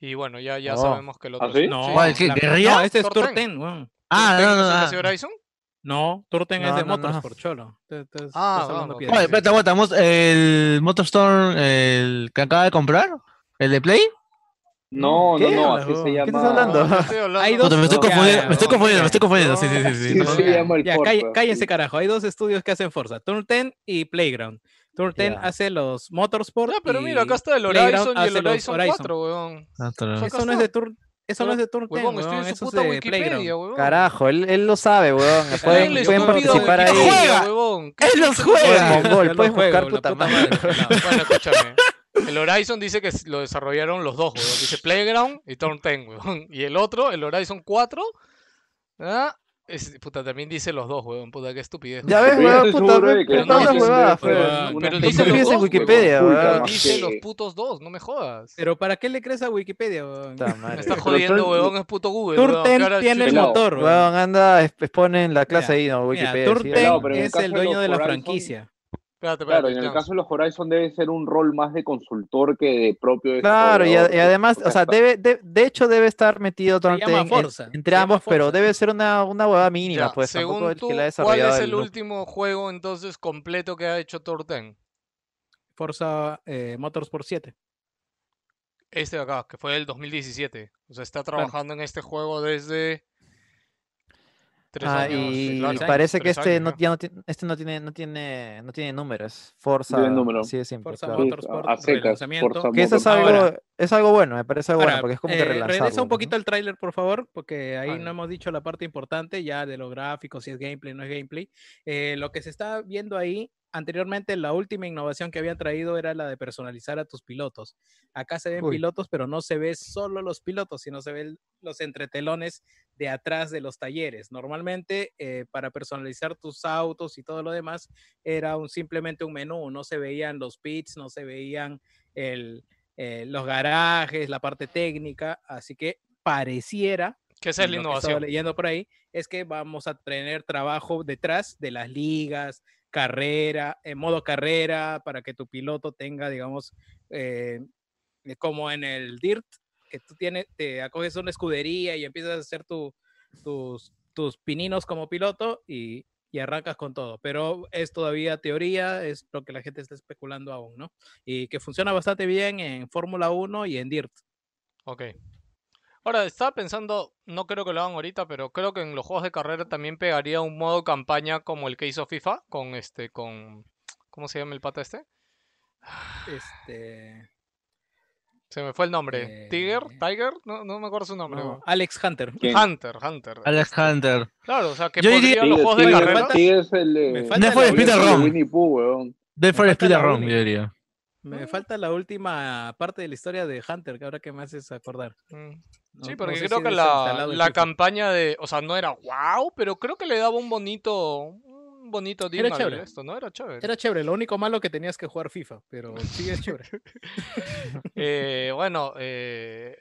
S2: Y bueno, ya, ya
S8: Oh.
S2: sabemos que el otro
S6: ¿Ah, sí?
S2: es-
S5: No,
S4: ¿Cuál? ¿Qué,
S5: la-
S4: Guerrilla?
S5: no, este es
S2: Torten.
S5: Torten, weón.
S4: Ah,
S2: ¿Tú
S4: no,
S2: crees que
S4: no,
S2: es el que
S4: no.
S2: hacía Horizon?
S5: No, Torten
S8: No,
S5: es de
S8: no, no.
S5: Motorsport, cholo. Te- te- estás
S2: Ah,
S5: hablando
S2: vamos.
S5: piedras.
S4: Oye, espérate, aguanta, mos- el Motorstorm, el que acaba de comprar, el de Play.
S6: No,
S8: ¿Qué?
S6: no, no, así se llama.
S8: ¿Qué estás hablando?
S2: No, yo estoy
S5: Hay
S2: hablando-
S5: dos.
S4: Puta, me estoy
S5: no, ya,
S4: confundiendo,
S5: ya,
S4: me estoy
S5: no,
S4: confundiendo,
S5: ya.
S4: me estoy confundiendo. Sí, sí, sí. sí,
S6: Sí,
S4: no,
S6: se
S4: ya.
S6: llama el
S5: Ya,
S6: Forza.
S5: calle- cállense, carajo. Hay dos estudios que hacen Forza: Turten y Playground. Turten
S8: Ya.
S5: hace los Motorsport.
S2: Ya, pero mira, acá
S5: y-
S2: está el
S5: Playground
S2: Horizon y el
S5: hace los
S2: Horizon
S5: Horizon. Ah.
S2: 4, weón.
S4: Otro.
S2: Acá
S5: Eso no es
S2: está.
S5: de Tur- Eso no es de Turten.
S2: Huevón, estoy en su puta Wikipedia, huevón.
S8: Carajo, él, él lo sabe, weón.
S2: Él
S8: Pueden,
S2: es
S8: pueden
S2: un pido
S8: participar
S2: de
S8: ahí.
S4: Wikipedia.
S2: Wikipedia,
S4: ¡Juega!
S2: huevón.
S4: ¡Él los
S8: Puedes,
S4: juega!
S8: mongol, puedes buscar puta madre.
S2: Bueno, escúchame. El Horizon dice que s- lo desarrollaron los dos, huevón. Dice Playground y Turn 10, huevón. Y el otro, el Horizon 4, ¿ah? Es- puta, también dice los dos, huevón. Puta, qué estupidez.
S8: Ya
S6: Pero
S8: ves,
S6: yo
S8: weón,
S6: estoy
S8: puta,
S6: seguro de
S8: puta,
S6: que
S8: puta,
S6: no
S8: puta,
S6: existe
S8: huevada,
S6: una-
S8: weón.
S6: una
S2: Pero dice
S6: consulta
S2: los dos,
S8: en Wikipedia,
S6: consulta,
S8: weón.
S6: más
S2: Dice
S6: que-
S2: los putos dos, no me jodas.
S5: Pero ¿para qué le crees a Wikipedia? weón?
S8: Puta
S2: Me
S8: madre.
S2: estás
S6: Pero
S2: jodiendo,
S6: Turn-
S2: huevón. Es puto Google. huevón, que ahora
S5: Turten tiene el
S6: Pelado.
S5: motor, weón.
S8: Weón, anda, exp- exponen la clase
S5: Mira,
S8: ahí, no,
S5: Mira,
S8: Wikipedia. sí,
S5: Turten
S6: No, pero en el
S5: es
S6: caso
S5: el
S6: de
S5: dueño
S6: los
S5: de la
S6: Horizon-
S5: franquicia.
S2: Espérate,
S6: Claro,
S2: espérate,
S6: en el
S2: chance.
S6: caso de los Horizon debe ser un rol más de consultor que de propio.
S8: Claro, y, a- y
S6: desarrollador.
S8: además, o sea,
S6: está-
S8: debe, de, de hecho debe estar metido
S5: llama
S8: Turn 10 en-
S5: Forza, se
S8: entre
S5: llama
S8: ambos, pero
S5: Forza.
S8: debe ser una, una huevada mínima,
S2: Ya,
S8: pues tampoco
S2: según
S8: el
S2: tú,
S8: que la
S2: ¿cuál
S8: ha desarrollado.
S2: es
S8: el
S2: el
S8: grupo.
S2: último juego entonces completo que ha hecho Torten?
S5: Forza eh, Motorsport 7.
S2: Este de acá, que fue el 2017. O sea, está trabajando en este juego desde tres
S8: Ah,
S2: años.
S8: y
S2: claro,
S8: parece que
S2: tres
S8: este
S2: años
S8: no,
S2: ya.
S8: ya no, tiene, este no tiene, no tiene, no tiene números. Forza,
S6: Tiene número.
S8: así de simple,
S5: Forza
S8: claro.
S6: Sí,
S5: Motorsport,
S6: a secas,
S5: relanzamiento.
S6: Forza
S8: Que eso es algo,
S6: Motorsport.
S5: Ahora-
S8: es algo bueno, me parece bueno,
S5: Ahora,
S8: porque es como
S5: eh,
S8: que relanzarlo.
S5: regresa un
S8: ¿no?
S5: poquito al tráiler, por favor, porque ahí
S2: Vale.
S5: no hemos dicho la parte importante ya de los gráficos, si es gameplay, no es gameplay. Eh, lo que se está viendo ahí, anteriormente la última innovación que habían traído era la de personalizar a tus pilotos. Acá se ven
S8: Uy.
S5: pilotos, pero no se ve solo los pilotos, sino se ven los entretelones de atrás de los talleres. Normalmente, eh, para personalizar tus autos y todo lo demás, era un, simplemente un menú, no se veían los pits, no se veían el, eh, los garajes, la parte técnica, así que pareciera,
S2: Que esa es
S5: y
S2: la
S5: lo que estaba
S2: innovación.
S5: leyendo por ahí, es que vamos a tener trabajo detrás de las ligas, carrera, en modo carrera, para que tu piloto tenga, digamos, eh, eh, como en el DIRT, que tú tienes, te acoges a una escudería y empiezas a hacer tu- tus, tus pininos como piloto y, y arrancas con todo. Pero es todavía teoría, es lo que la gente está especulando aún, ¿no? Y que funciona bastante bien en Fórmula 1 y en DIRT.
S2: Ok. Ahora, estaba pensando, no creo que lo hagan ahorita, pero creo que en los juegos de carrera también pegaría un modo campaña como el que hizo FIFA con este, con... ¿Cómo se llama el pata este?
S5: Este.
S2: Se me fue el nombre.
S5: Eh,
S2: ¿Tiger? ¿Tiger? No, no Ah, me acuerdo su nombre.
S5: No,
S2: weón.
S5: Alex Hunter.
S6: ¿Quién?
S2: Hunter, Hunter.
S4: Alexander.
S2: Claro, o sea, que
S4: Yo diría-
S2: podría los juegos de
S6: Tigre,
S5: Tiger,
S2: carrera.
S5: falta-
S6: Tigre es el de-
S5: me
S4: No
S5: falta
S4: fue
S5: la
S4: de Peter
S5: última-
S6: Tigre es
S4: Ron.
S6: Winnie Pooh, weón.
S4: Dead for
S5: Me falta
S4: Speed
S5: la
S4: and Wrong,
S5: única.
S4: yo diría.
S5: Me falta la última parte de la historia de Hunter, que ahora que me haces acordar.
S2: Mm.
S5: No-
S2: Sí,
S5: no
S2: porque
S5: sé
S2: creo
S5: si
S2: que
S5: es
S2: la,
S5: instalado en
S2: la
S5: FIFA.
S2: campaña de. O sea, no era wow, pero creo que le daba un bonito. Un bonito dignal
S5: chévere.
S2: esto, ¿no? Era chévere.
S5: Era chévere, lo único malo que tenías que jugar FIFA, pero sí es chévere.
S2: Eh, bueno, eh,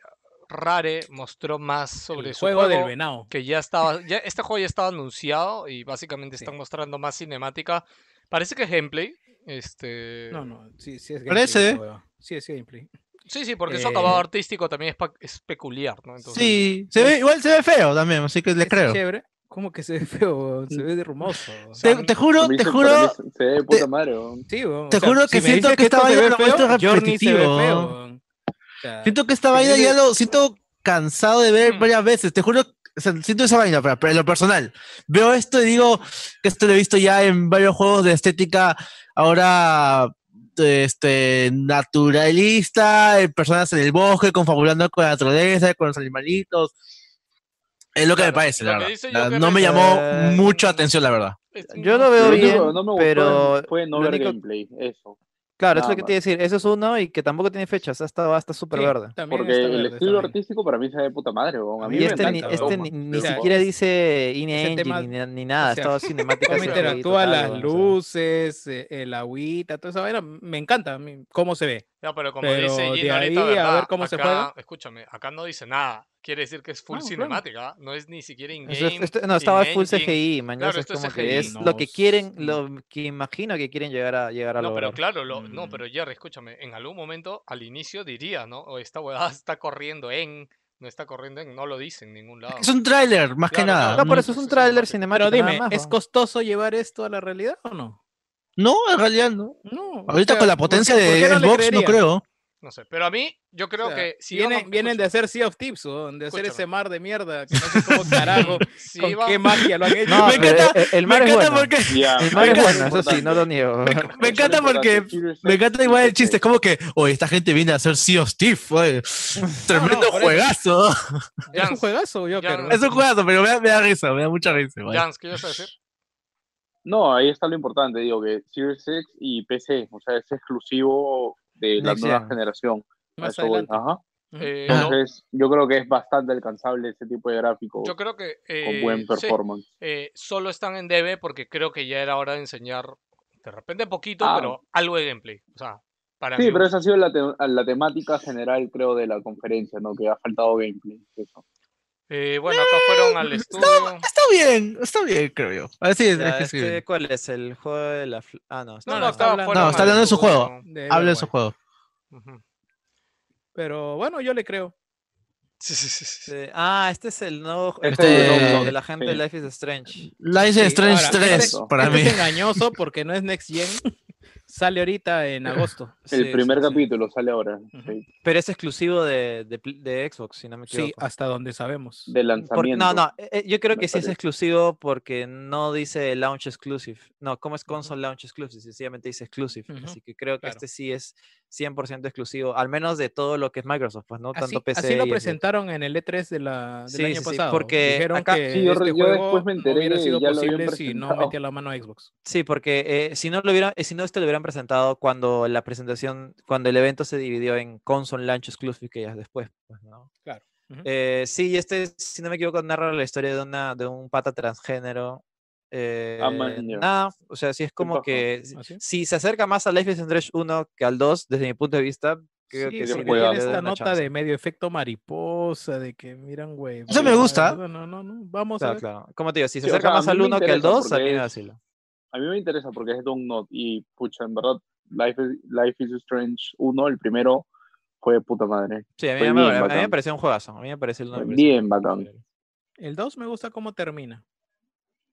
S2: Rare mostró más sobre
S5: el
S2: su
S5: juego, del venado.
S2: que ya estaba, ya este juego ya estaba anunciado y básicamente
S5: Sí.
S2: están mostrando más cinemática. Parece que es gameplay. Este,
S5: No, no, sí, sí es gameplay.
S4: Parece.
S5: esa hueva. Sí, es gameplay.
S2: Sí, sí, porque eso acabado
S5: Eh,
S2: artístico también es, pa- es peculiar, ¿no? Entonces,
S4: Sí, se ve, igual se ve feo también, así que le
S5: Es
S4: creo.
S5: Chévere. ¿Cómo que se ve feo? huevón? Se ve derrumoso. huevón.
S4: Te, te juro,
S6: Para mí
S4: te
S6: se-
S4: juro,
S6: para mí se- Se ve de puta
S4: te-
S6: madre, weón.
S5: Sí, huevón,
S4: te juro que
S5: me
S4: siento
S5: dices
S4: que
S5: esto
S4: esta
S5: se
S4: vaina
S5: ve
S4: lo ha
S5: feo,
S4: puesto
S5: Journey se ve
S4: repetitivo,
S5: feo,
S4: ¿no?
S5: huevón. O sea,
S4: siento que esta
S5: te
S4: vaina ya
S5: digo-
S4: lo siento cansado de ver
S2: Mm.
S4: varias veces, te juro, o sea, siento esa vaina, pero, pero en lo personal, veo esto y digo que esto lo he visto ya en varios juegos de estética ahora este naturalista, eh, personas en el bosque confabulando con la naturaleza, con los animalitos. Es lo que me
S2: Claro,
S4: parece,
S2: lo
S4: la
S2: que
S4: verdad.
S2: dice
S4: La-
S2: Joker
S4: no me
S2: es-
S4: llamó
S8: Eh,
S4: mucho atención, la verdad.
S2: es un-
S8: Yo lo veo
S6: Lo
S8: bien,
S6: único que no me gustó
S8: pero
S6: fue no
S8: lo
S6: ver
S8: único-
S6: gameplay, eso.
S8: claro, eso
S6: nada
S8: es lo que te iba a decir. Eso es uno y que tampoco tiene fecha. O sea, está, está súper
S5: Sí,
S8: verde.
S5: también
S6: Porque
S5: está
S6: el
S5: verde,
S6: estilo
S5: también.
S6: artístico para mí se ve de puta madre, weón. A mí
S8: Y
S6: me
S8: este, ni,
S6: encanta,
S8: este
S6: weón.
S8: ni, ni
S6: Pero,
S8: siquiera dice INE
S5: ese
S8: Engine
S5: tema-
S8: ni, na- ni nada.
S5: o sea,
S8: está todo cinemática.
S5: Cómo
S8: CGI
S5: interactúa
S8: total,
S5: las
S8: weón, o sea.
S5: luces, eh, el agüita, toda esa vaina. Me encanta a mí cómo se ve.
S2: Ya, pero como
S5: Pero
S2: dice
S5: de
S2: Gino ahorita,
S5: ahí a ver
S2: ¿verdad?
S5: cómo se
S2: acá,
S5: juega.
S2: Escúchame, acá no dice nada. Quiere decir que es full
S5: Ah, claro. este,
S2: cinemática, ¿ah? no es ni siquiera
S8: Eso es-
S2: in-game.
S8: esto- no, estaba full
S2: in-engine.
S8: CGI, man,
S2: Claro,
S8: o sea, es
S2: esto es
S8: como
S2: CGI,
S8: que es
S5: no,
S8: lo que quieren,
S5: sí.
S8: lo que imagino que quieren llegar a llegar a
S2: No, pero
S8: lograr.
S2: claro, lo- no,
S5: Mm.
S2: pero Jerry, escúchame, en algún momento al inicio diría, ¿no? O esta huevada está corriendo en, no está corriendo en, no lo dice en ningún lado.
S4: Es un tráiler,
S2: Ah. Claro,
S4: más que
S2: claro.
S4: nada.
S8: No,
S4: No,
S8: por
S2: Mm.
S8: eso es un
S2: Eso es
S8: tráiler
S2: cinemático.
S8: cinemático.
S5: Pero
S8: nada
S5: dime,
S8: más,
S5: ¿es
S8: weón.
S5: costoso llevar esto a la realidad o no?
S4: en realidad no.
S5: No. o
S4: Ahorita
S5: sea,
S4: con la
S5: ¿por qué-
S4: potencia
S5: por qué
S4: de
S5: no le
S4: Xbox no
S5: creería?
S4: creo.
S2: No sé, pero a mí yo creo
S5: O sea,
S2: que si
S5: vienen, vienen de hacer Sea of Tips, weón, de hacer
S2: Escúchame.
S5: ese mar de mierda, que no sé cómo carajo,
S2: si
S5: con
S2: iban-
S5: qué magia lo han hecho.
S8: No,
S4: Me
S8: pero
S4: encanta-
S8: el, el mar
S4: me
S8: es
S4: encanta
S8: bueno.
S4: porque
S6: ya,
S8: El mar
S6: hay
S8: es
S6: que
S8: bueno,
S6: ser
S8: eso sí, no lo niego.
S6: importante.
S4: me encanta
S6: Hay que ser
S4: porque-
S6: importante.
S4: me encanta igual el
S8: Este,
S4: chiste, es como que, oye, esta gente viene a hacer Sea of Thief, oye, tremendo
S5: por eso.
S4: juegazo.
S5: es un
S2: Jans,
S5: juegazo, Joker.
S2: Jans.
S5: weón.
S4: Es un juegazo, pero me da, me da risa, me da mucha risa. igual.
S2: Jans, ¿qué ibas a decir?
S6: No, ahí está lo importante, digo que Series X y PC, o sea, es exclusivo de la
S8: Next
S6: nueva
S8: gen.
S6: generación. A
S5: Más
S6: eso voy.
S5: adelante.
S6: Ajá.
S5: Ujú.
S2: Eh, no,
S6: Entonces, yo creo que es bastante alcanzable ese tipo de gráficos
S2: yo creo que
S6: con
S2: eh,
S6: buen
S2: sí,
S6: performance.
S2: eh, solo están en DB porque creo que ya era hora de enseñar de repente poquito,
S6: Ah.
S2: pero algo de gameplay. O sea, para
S6: Sí,
S2: mí.
S6: pero esa ha sido la, te- la temática general, creo, de la conferencia, ¿no? Que ha faltado gameplay. eso.
S2: Eh, bueno, acá fueron al estudio.
S4: Está bien, está bien, creo yo. A ver si es
S8: Ya,
S4: que
S8: este,
S4: sí.
S8: ¿Cuál es? El juego de la. fl- Ah, no. está-
S2: No, no,
S5: no,
S2: acá
S5: está
S2: fueron
S4: hablando- está
S2: al
S4: hablando de su juego.
S2: estudio.
S5: De
S4: Habla de su
S5: Overwatch.
S4: juego.
S2: Ujú.
S5: Pero bueno, yo le creo.
S2: Sí, sí, sí, sí.
S8: este- Ah, este es el nuevo. el
S6: Este-
S8: juego de la gente de
S6: sí.
S8: Life is Strange.
S4: Life is
S5: Sí,
S4: Strange
S5: ahora,
S4: 3,
S6: este-
S4: para
S5: Este
S4: mí.
S5: es engañoso porque no es Next Gen. Sale ahorita en agosto.
S6: El
S8: Sí,
S6: primer
S8: sí, sí.
S6: capítulo sale ahora,
S5: Ujú.
S6: sí,
S8: Pero es exclusivo de, de pl- de Xbox, si no me equivoco.
S5: Sí, hasta donde sabemos.
S6: de
S8: Por-
S6: lanzamiento.
S8: no, no, eh, eh, yo creo
S6: me
S8: que sí es
S6: parece.
S8: exclusivo porque no dice launch exclusive. No, ¿cómo es console launch exclusive? Sencillamente dice exclusive.
S5: Ujú,
S8: Así que creo que
S5: claro.
S8: este sí es 100% exclusivo, al menos de todo lo que es Microsoft, pues no
S5: Así,
S8: tanto PC.
S5: así lo
S8: y Xbox.
S5: presentaron en el E3 de la, del
S8: Sí,
S5: año
S8: sí, sí,
S5: pasado.
S8: porque
S5: Dijeron
S8: acá-
S5: que
S6: Sí, yo
S5: este
S6: re- yo
S5: juego
S6: después me
S5: no
S6: enteré
S5: hubiera
S6: que
S5: sido
S6: ya lo habían
S5: posible si no
S6: presentado.
S5: metía la mano a Xbox.
S8: Sí, porque eh, si no lo hubiera, eh, si no este lo hubieran presentado cuando la presentación, cuando el evento se dividió en console launch exclusive, que ya es después, pues, ¿no?
S5: Claro, ujú.
S8: Eh, sí, y este, si no me equivoco, narra la historia de una, de un pata transgénero. Eh,
S6: maña.
S8: nada, o sea, sí es como
S6: paja.
S8: que si-
S5: Así.
S8: si se acerca más a Life is Strange 1 que al 2, desde mi punto de vista, creo
S5: Sí,
S8: que
S6: sí,
S5: porque
S8: le
S6: juega.
S5: tiene
S8: doy
S5: esta
S8: una
S5: nota
S8: chance.
S5: de medio efecto mariposa, de que miran, güey.
S4: Eso me gusta.
S5: No, no, no, no, Vamos a
S8: Claro,
S5: ver.
S8: claro. Como te digo, si se
S6: Sí, o
S8: acerca
S6: sea, a
S8: más
S6: mí
S8: al
S6: me
S8: 1 que al
S6: interesa
S8: 2, a mí
S6: porque
S8: me
S6: es-
S8: vacila.
S6: A mí me interesa porque es Dognot y pucha, en verdad, Life is, Life is Strange 1, el primero, fue de puta madre.
S8: Sí, a mí,
S6: fue
S8: me,
S6: bien
S8: a mí me
S6: bacán.
S8: pareció un juegazo. A mí me pareció el 1 me pareció
S6: Bien bacán.
S8: increíble.
S5: El 2 me gusta cómo termina.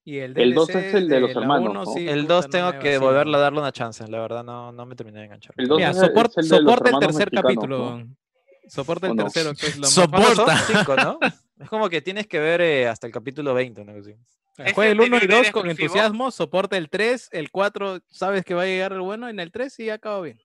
S5: Y el
S6: El 2
S5: DLC
S6: es el de los
S5: la
S6: hermanos,
S5: 1
S6: ¿no?
S5: sí,
S8: El
S5: puta,
S8: 2
S5: no
S8: tengo
S5: me
S8: que
S5: vacila.
S8: volverle a darle una chance, la verdad no, no me terminé de enganchar.
S6: El 2
S5: Mira,
S6: es, el-
S5: soport-
S6: es el de los
S5: soporta el
S6: hermanos
S5: tercer
S6: mexicanos,
S5: capítulo.
S6: ¿no?
S5: weón. Soporta
S6: ¿O
S5: el
S6: no?
S5: tercero, que es lo más...
S4: Sopo-
S8: ¿Cuántos son?
S4: Porta.
S8: Cinco, ¿no? Es como que tienes que ver eh, hasta el capítulo 20, una cosa así.
S5: Ah,
S3: ¿Ese
S5: Juega el 1 y
S3: anterior era
S5: 2 con
S3: exclusivo?
S5: entusiasmo, soporta el 3, el 4 sabes que va a llegar el bueno, en el 3 y ya acaba bien.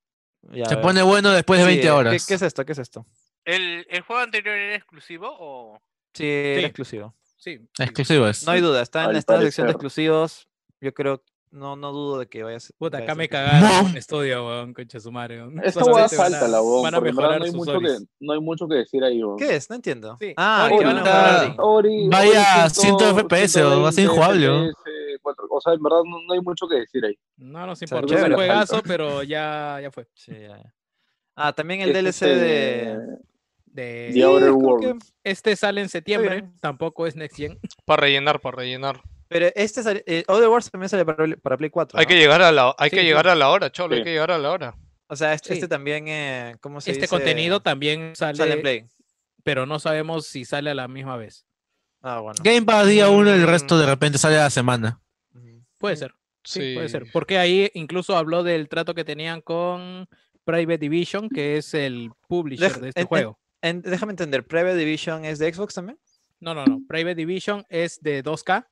S8: Ya,
S4: Se
S8: a ver.
S4: pone bueno después de
S8: Sí, eh,
S4: 20
S8: ¿qué-
S4: horas.
S8: ¿qué, es esto? ¿Qué es esto?
S3: ¿El, el juego anterior era exclusivo o...?
S8: Sí, era
S3: Sí.
S8: exclusivo.
S3: Sí.
S4: Exclusivo es.
S8: No hay duda, está en
S6: Al
S8: esta sección de
S6: parecer.
S8: exclusivos. Yo creo, no, no dudo de que vayas.
S5: Puta, acá me
S8: cago.
S5: cagaron en estudio, weón, concha de su madre. weón.
S6: Esta
S5: Solamente
S6: hueá
S5: van a-
S6: falta la voz.
S5: Van a
S6: porque en verdad
S5: mejorar
S6: no hay,
S5: sus
S6: mucho que,
S5: oris.
S6: no hay mucho que decir ahí. vos.
S8: ¿Qué es? No entiendo.
S5: Sí,
S8: Ah,
S5: Ori,
S8: que van a
S5: ahorita-
S8: jugar.
S6: Ori,
S4: Vaya,
S6: Ori
S4: 100 FPS, va a ser
S6: 120
S4: injugable, ¿no?
S6: FPS, cuatro- o sea, en verdad no, no hay mucho que decir ahí.
S5: No nos
S8: sea,
S5: importa, es un
S8: chévere.
S5: juegazo, pero ya, ya fue.
S8: Sí, ya, ya. Ah, también el
S6: Es
S8: DLC
S6: este,
S8: de.
S5: De...
S6: The Outer
S5: creo
S6: Worlds.
S5: que Este sale en septiembre,
S8: bien.
S5: tampoco es Next Gen.
S2: Para rellenar, para rellenar.
S8: Pero este sale, eh, Other Wars también sale para, Play- para Play 4.
S2: Hay
S8: ¿no?
S2: que llegar a la, hay
S5: Sí,
S2: que
S5: sí.
S2: llegar a la hora, cholo, hay
S6: Sí.
S2: que llegar a la hora.
S8: O sea, este,
S5: Sí.
S8: este también, eh, ¿cómo se
S5: Este
S8: dice?
S5: contenido también sale,
S8: sale en Play.
S5: pero no sabemos si sale a la misma vez.
S8: Ah, bueno.
S4: Game Pass día uno, el resto de repente sale a la semana.
S8: Ujú.
S5: Puede
S8: Mm.
S5: ser, sí, puede ser. Porque ahí incluso habló del trato que tenían con Private Division, que es el publisher
S8: Deja-
S5: de este
S8: en- en-
S5: juego.
S8: En- déjame entender, Previa Division es de Xbox también.
S5: No, no, no. Private Division es de 2K.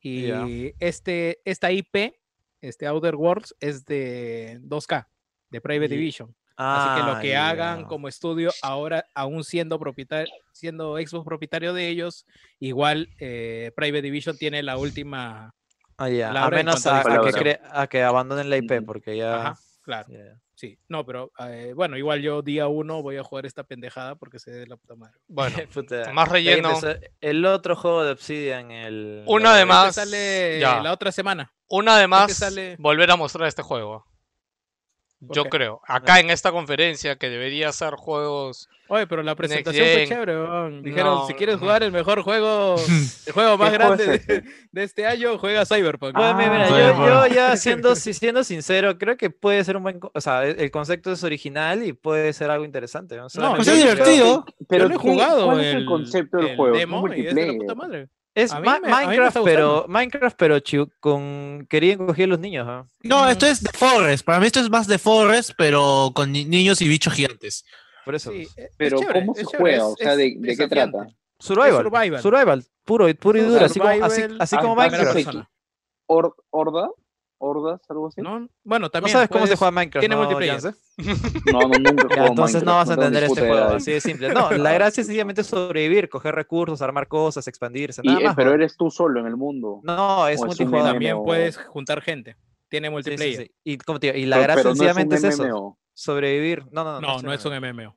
S5: Y
S8: Ya.
S5: este, esta IP, este Outer Worlds, es de 2K, de Private
S8: Ye-
S5: Division. Así que lo
S8: Ah,
S5: que hagan
S8: ya.
S5: como estudio ahora, aún siendo propietario, siendo Xbox propietario de ellos, igual eh, Private Division tiene la última.
S8: Ah, ya.
S5: la
S8: A
S5: hora en
S8: menos
S5: cuanto a
S8: a, a que
S6: distribución.
S8: cre- a que abandonen la IP,
S6: Ujú.
S8: porque ya.
S5: Ajá, claro,
S8: ya, ya.
S5: sí. No, pero eh, bueno, igual yo día uno voy a jugar esta pendejada porque se de la puta madre.
S2: Bueno,
S8: Puta,
S2: más
S8: de ahí
S2: relleno.
S8: empezó El otro juego de Obsidian, el.
S2: Una
S8: el-
S2: de
S5: Este
S2: más.
S5: sale
S2: ya.
S5: la otra semana.
S2: Una de más,
S5: sale-
S2: volver a mostrar este juego.
S5: ¿Por
S2: Yo
S5: qué?
S2: creo. Acá en esta conferencia, que debería ser juegos.
S5: Oye, pero la
S2: Next
S5: presentación fue
S2: Gen.
S5: chévere. weón. Dijeron, si
S2: No,
S5: quieres
S2: ujú.
S5: jugar el mejor juego, el juego más
S6: ¿Qué juego es
S5: grande de, de este año, juega Cyberpunk.
S8: Bueno, mira, mira,
S4: Ah,
S8: yo,
S4: bueno.
S8: yo ya siendo, si- siendo sincero, creo que puede ser un buen. co- O sea, e, el el concepto es original y puede ser algo interesante. No,
S4: Pues
S5: yo
S4: es
S5: sí creo-
S4: divertido.
S5: Yo no he
S6: ¿qué-
S5: jugado
S6: ¿Cuál es
S5: el-
S6: el concepto del
S5: el
S6: juego? Es
S5: demo y es de la puta
S6: multiplayer.
S5: madre.
S8: Es
S5: a mí me- a
S8: Ma-
S5: mí me está
S8: Minecraft, pero
S5: gustando.
S8: Minecraft, pero chiu- con querían coger los niños. ¿ah?
S4: No, esto es The Forest. Para mí esto es más The Forest, pero con ni- niños y bichos gigantes.
S8: Por eso.
S5: Sí, e- es
S6: Pero
S5: chévere,
S6: ¿cómo se
S5: es chévere,
S6: juega?
S5: es-
S6: o sea,
S5: es
S6: ¿de, de qué
S5: desafiante.
S6: trata?
S8: Survival.
S5: survival.
S8: Survival. Puro y, puro y
S5: Es un
S8: duro. Así como, así,
S5: survival Ah,
S8: así como
S5: en primera
S8: Minecraft.
S6: Minecraft.
S5: persona,
S6: ¿Hor- ¿Horda? ¿Hordas? ¿Algo así?
S5: ¿no? Bueno,
S8: No
S5: también
S8: sabes cómo se
S5: puedes-
S8: juega Minecraft.
S5: Pues, tiene
S8: ¿no,
S5: multiplayer.
S8: Jansen?
S6: No, no, nunca he
S8: Ya,
S6: jugado
S8: entonces no
S6: Minecraft,
S8: vas
S6: tengo
S8: a entender
S6: ni puta
S8: este juego.
S6: idea.
S8: Así de simple. No, la gracia es sencillamente sobrevivir, coger recursos, armar cosas, expandirse. Nada
S6: Y, eh,
S8: más.
S6: pero
S8: ¿no?
S6: eres tú solo en el mundo.
S8: No,
S6: o
S8: es
S6: es un
S8: multijugador.
S6: MMO.
S5: También puedes juntar gente. Tiene
S8: Sí, sí,
S5: multiplayer.
S8: sí. Y, como te digo, y la
S6: Pero-
S8: gracia
S6: pero no es un
S8: sencillamente es, eso.
S6: MMO.
S8: Sobrevivir. No, no, no.
S5: No, no es un
S8: MMO.
S5: MMO.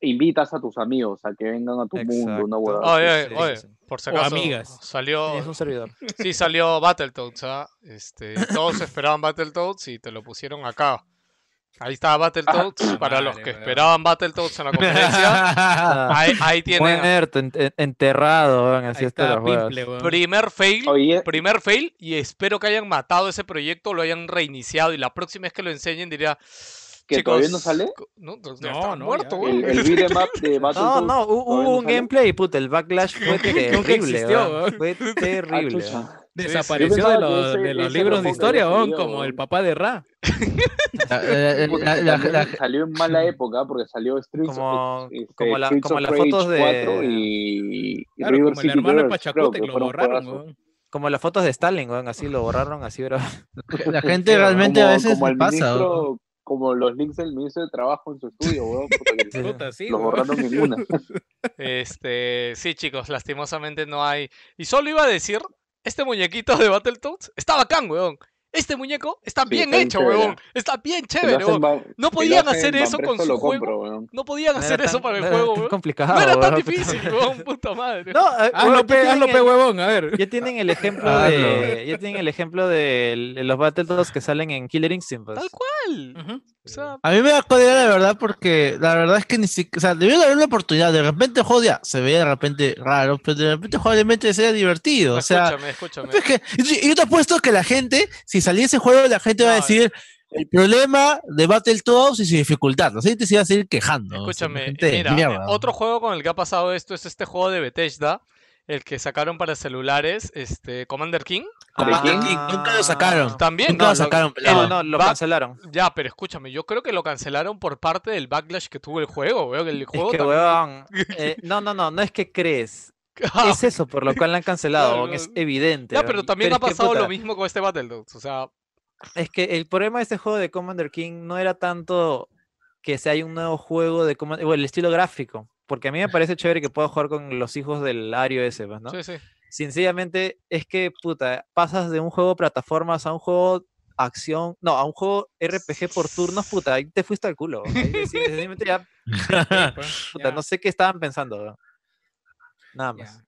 S6: Invitas a tus amigos a que vengan a tu mundo, una
S8: Exacto.
S6: huevada.
S8: Ah,
S2: Oye,
S8: sí, sí,
S2: oye,
S8: sí.
S2: por si
S5: O
S2: acaso.
S5: amigas.
S2: Salió.
S8: Es un servidor.
S2: Sí, salió Battletoads. ¿ah? Este, todos esperaban Battletoads y te lo pusieron acá. Ahí estaba Battletoads.
S5: Ah,
S2: Para los
S5: madre,
S2: que
S5: weón.
S2: esperaban Battletoads en la conferencia,
S5: Ah,
S8: Ah,
S2: ahí, ahí tienen.
S8: Muerto, ent- ent- enterrado, weón, así
S5: Ahí
S8: está
S5: está
S8: la juegas.
S5: Pimple, weón.
S2: Primer fail.
S6: Oye,
S2: Primer fail y espero que hayan matado ese proyecto, lo hayan reiniciado y la próxima vez que lo enseñen dirá
S6: ¿Que
S2: "Chicos,
S6: todavía no sale?
S2: co- No, no,
S5: No,
S2: está
S5: no,
S2: muerto,
S5: ya.
S2: weón.
S6: el, el beat 'em up de ah,
S8: No,
S6: Battletoads.
S8: no, hu-
S6: todavía no
S8: hubo un
S6: sale.
S8: gameplay, puta, el backlash fue
S5: nunca
S8: terrible,
S5: existió,
S8: weón,
S5: weón.
S8: fue
S6: Ah,
S8: terrible.
S6: chucha.
S8: weón.
S5: Desapareció
S6: pensaba
S5: de
S6: que
S5: los,
S6: ese-
S5: de los
S6: ese
S5: libros
S6: era
S5: de
S6: un
S5: historia,
S6: juego que
S5: weón,
S6: había
S5: como el
S6: salido.
S5: papá de Ra.
S4: La- la-
S8: Eh,
S4: la- la-
S6: También
S4: la-
S6: salió en mala época porque salió Streets
S8: Como-
S6: of, este,
S8: como la-
S6: Streets
S8: como
S6: of
S8: las
S6: Rage
S8: fotos de-
S6: 4 y, y
S5: Claro,
S6: River
S5: como el
S6: City
S5: hermano de
S6: Girls, creo
S5: Pachacuti,
S6: que
S5: lo
S6: fueron
S5: borraron,
S6: juegazos.
S5: weón.
S8: Como las fotos de Stalin, weón, así lo borraron, así, bro.
S4: la- la gente realmente
S6: Como-
S4: a veces
S6: como
S4: le
S6: el
S4: pasa.
S6: ministro-
S4: ¿no?
S6: como los links del ministro de trabajo en su estudio weón, puta que
S8: Sí.
S5: Puta, sí,
S6: los
S5: weón.
S6: borraron en una
S2: Este, sí, chicos, lastimosamente no hay. Y solo iba a decir, este muñequito de Battletoads está bacán, weón. Este muñeco está
S6: Sí,
S2: bien
S6: está bien
S2: hecho,
S6: chévere.
S2: weón. Está bien
S6: Si lo
S2: chévere,
S6: hacen
S2: weón.
S6: Van- si
S2: No
S6: lo
S2: podían
S6: hacen
S2: hacer
S6: Van
S2: eso con
S6: Presto,
S2: su
S6: lo
S2: juego.
S6: compro, weón.
S2: No podían
S8: No
S2: hacer
S8: era
S2: eso
S8: tan-
S2: para el
S8: no era
S2: juego,
S8: tan
S2: weón.
S8: complicado,
S2: No era tan
S8: weón, puta
S2: difícil,
S8: madre.
S2: weón, puta madre.
S8: No, eh,
S5: Hazlo,
S8: weón, ya
S5: pe, hazlo,
S8: tienen
S5: pe,
S8: el-
S5: huevón, a ver.
S8: Ya tienen el ejemplo
S4: Ah,
S8: de. Ya tienen el ejemplo de l- los Battletoads que salen en Killer Instinct. pues.
S2: Tal cual.
S5: Ujú.
S2: O sea,
S4: A mí me da cólera, la verdad, porque la verdad es que ni siquiera. O sea, debió de haber una oportunidad. De repente, joder, se veía de repente raro, pero de repente, probablemente sea divertido. O sea,
S2: escúchame, escúchame.
S4: Es que, y yo- y yo te apuesto que la gente, si saliese ese juego, la gente va a
S2: No,
S4: decir el problema de Battletoads y su dificultad. La gente se iba a seguir quejando. o sea,
S2: Escúchame,
S4: gente de
S2: mira,
S4: mierda.
S2: otro juego con el que ha pasado esto es este juego de Bethesda, el que sacaron para celulares, este Commander King.
S4: Commander
S8: Ah.
S4: King, nunca lo sacaron.
S2: También
S4: Nunca
S2: no,
S4: lo
S2: lo-
S4: sacaron,
S8: No,
S6: Ah.
S4: pelado.
S8: no, lo
S2: va-
S8: cancelaron.
S2: Ya, pero escúchame, yo creo que lo cancelaron por parte del backlash que tuvo el juego, weón. El
S8: Es
S2: juego
S8: que,
S2: también-
S8: weón. eh, no, no, no, no es que crees.
S2: Ah,
S8: Es eso por lo cual la han cancelado,
S2: Claro,
S8: weón, es
S2: no.
S8: evidente.
S2: ya,
S8: weón,
S2: pero también ha
S8: este, es que,
S2: pasado
S8: puta,
S2: lo mismo con este Battletoads. O sea,
S8: Es que el problema de este juego de Commander King no era tanto que sea un nuevo juego de Commander, bueno, el estilo gráfico, porque a mí me parece chévere que pueda jugar con los hijos del Ario ese, pues, ¿no?
S2: Sí, sí.
S8: Sencillamente es que, puta, pasas de un juego de plataformas a un juego acción, no, a un juego RPG por turnos, puta, ahí te fuiste al culo. ahí sí, sencillamente ya,
S3: pues,
S8: puta,
S3: ya,
S8: no eh, sé qué estaban pensando. weón. Nada
S3: ya.
S8: más.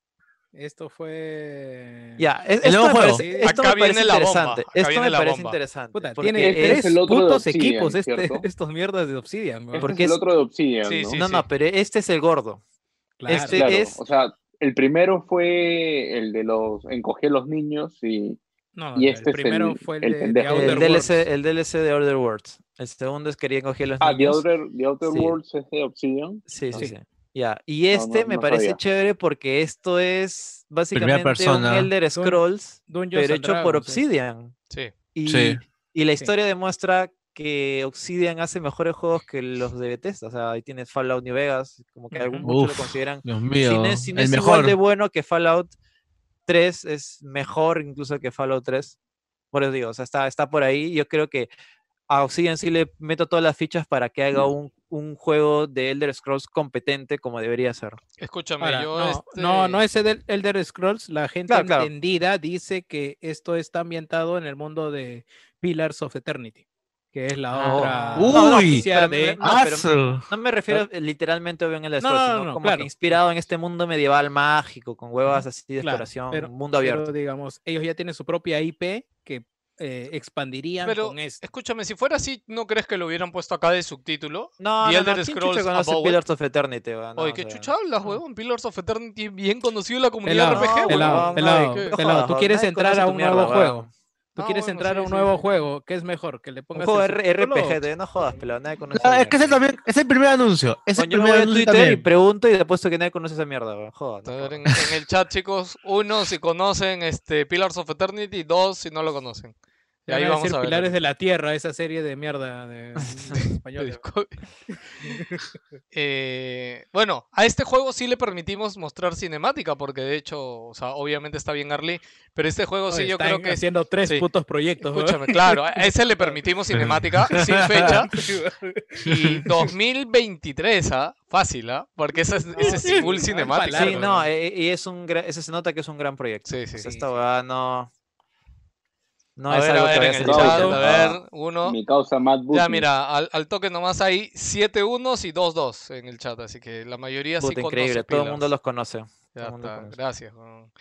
S3: Esto fue.
S8: Ya, es-
S4: El
S8: esto
S4: nuevo
S8: me
S4: juego.
S8: parece,
S2: Acá
S8: esto me parece
S2: viene la bomba,
S8: interesante.
S2: acá
S8: Esto
S2: viene
S8: me
S2: la
S8: parece
S2: bomba.
S8: interesante.
S5: Puta,
S8: porque
S5: tiene
S6: este
S8: es-
S5: tres
S6: es el otro de
S5: putos
S6: Obsidian,
S5: equipos este-
S6: ¿cierto?
S5: estos mierdas de Obsidian, weón.
S8: Porque
S6: Este es
S8: es-
S6: el otro de Obsidian,
S2: sí,
S6: ¿no?
S2: sí,
S8: No, no, pero este es el gordo.
S5: Claro.
S8: este-
S6: Claro,
S8: es-
S6: o sea, el primero fue el de los encogí a los niños y
S5: No,
S6: y este
S5: el
S6: es
S5: primero
S6: el-
S5: fue el,
S6: el
S5: de- de,
S6: pendejo.
S5: Outer
S8: El DLC,
S5: Worlds.
S8: el DLC de Order Words. El segundo es quería coger los
S6: ah, The
S8: niños.
S6: Outer, The Outer
S8: Sí.
S6: Worlds es de Obsidian.
S8: Sí, sí,
S6: Sí.
S8: sí. Ya. Y
S6: no-
S8: este me
S6: no
S8: parece
S6: sabía.
S8: chévere porque esto es básicamente un
S4: persona.
S8: Elder
S5: Son
S8: Scrolls,
S5: Dungeons
S8: pero
S5: and
S8: hecho por
S5: Dragons, eh. sí.
S8: Obsidian.
S2: Sí.
S8: Y,
S4: Sí.
S8: y la
S5: Sí.
S8: historia demuestra que Obsidian hace mejores juegos que los de Bethesda. O sea, ahí tienes Fallout New Vegas, como que algunos
S4: Ujú.
S8: muchos lo
S4: Uf.
S8: consideran
S4: Dios
S8: Si
S4: mío.
S8: no es, si no
S4: el
S8: es
S4: mejor.
S8: igual de bueno que Fallout 3, es mejor incluso que Fallout 3. Por eso digo, o sea, está, está por ahí. Yo creo que a Obsidian sí le meto todas las fichas para que haga un, un juego de Elder Scrolls competente como debería ser.
S2: Escúchame,
S5: Ahora,
S2: yo.
S5: no,
S2: este-
S5: no, no es el Elder Scrolls. La gente
S8: Claro, claro.
S5: entendida dice que esto está ambientado en el mundo de Pillars of Eternity, que es la
S8: Ah.
S5: obra
S4: Uy,
S5: oficial
S8: pero me-
S5: de. Ah,
S8: no,
S4: Ah,
S8: pero- No me refiero eh, literalmente a un Elder
S5: No,
S8: Scrolls,
S5: no,
S8: sino
S5: no, no,
S8: como
S5: claro.
S8: que inspirado en este mundo medieval mágico, con huevas así de
S5: claro,
S8: exploración,
S5: pero-
S8: mundo
S5: pero,
S8: abierto.
S5: digamos, ellos ya tienen su propia IP que eh, expandirían
S2: Pero-
S5: con esto.
S2: Escúchame, si fuera así, ¿no crees que lo hubieran puesto acá de subtítulo?
S8: No,
S2: The
S8: no, no,
S2: Elder
S8: ¿quién
S2: Scrolls
S8: chucha conoce
S2: Above?
S8: Pillars of Eternity? weón? Ah, No,
S2: Oye,
S8: o
S2: qué
S8: sea,
S2: chucha hablas,
S8: no.
S2: huevón. Pillars of Eternity, bien conocido en la comunidad
S5: Mm. Pelado,
S2: RPG,
S5: pelado,
S2: huevón.
S8: no,
S5: pelado,
S2: que-
S5: pelado, Tú
S8: jodas,
S5: quieres
S8: nadie
S5: entrar
S8: conoce
S5: a
S8: tu
S5: un
S8: mierda,
S5: nuevo
S8: weón.
S5: juego. Tú
S2: Ah,
S5: quieres
S2: bueno,
S5: entrar
S2: sí,
S5: a un
S2: sí,
S5: nuevo
S2: sí.
S5: juego. ¿Qué es mejor? Que le
S8: Un
S5: pongas.
S8: juego
S5: el
S8: R-
S5: subtítulo
S8: RPG, de- no jodas, pelado, nadie conoce
S4: Ah,
S8: esa
S4: es que ese
S8: mierda.
S4: también, es el primer anuncio. Es el
S8: Coño, yo me
S4: primer
S8: voy a
S4: anuncio
S8: Twitter y
S4: también.
S8: pregunto y después que nadie conoce esa mierda, weón. Jodas,
S2: A
S8: no
S2: ver,
S8: jodas.
S2: en, en el chat, chicos, uno, si conocen este Pillars of Eternity, dos, si no lo conocen. Y
S5: Te van
S2: ahí
S5: a
S2: vamos
S5: decir
S2: a ver.
S5: Pilares de la Tierra, esa serie de mierda de, de española.
S2: Eh, bueno, a este juego sí le permitimos mostrar cinemática, porque de hecho, o sea, obviamente está bien early, pero este juego sí
S5: Oye,
S2: yo creo
S5: están
S2: que es-
S5: haciendo tres
S2: sí.
S5: putos proyectos. weón.
S2: Escúchame, claro, a ese le permitimos cinemática sin fecha y 2023, ¿ah? Fácil, ¿ah? Porque esa es, ese es full
S5: Sí,
S2: cinemática.
S5: claro,
S8: sí, no, eh, eh, y es un gran, ese se nota que es un gran proyecto.
S2: Sí, sí.
S8: O sea,
S5: Sí,
S8: esta
S5: sí.
S8: weá no. No
S2: a
S8: es
S2: ver, a
S8: algo que
S2: ver,
S8: vaya
S2: en
S8: a
S2: el
S8: ser
S6: no,
S2: chat,
S8: chido.
S6: no.
S2: a ver, uno.
S6: Mi causa Matt
S2: Ya,
S6: Booty.
S2: mira, al, al toque nomás hay 7 unos y 2 dos en el chat, así que la mayoría sí
S8: Puta,
S2: conoce
S8: increíble, todo el
S2: Pillars.
S8: mundo los conoce.
S2: Ya
S8: todo el mundo
S2: está,
S8: conoce.
S2: gracias. weón.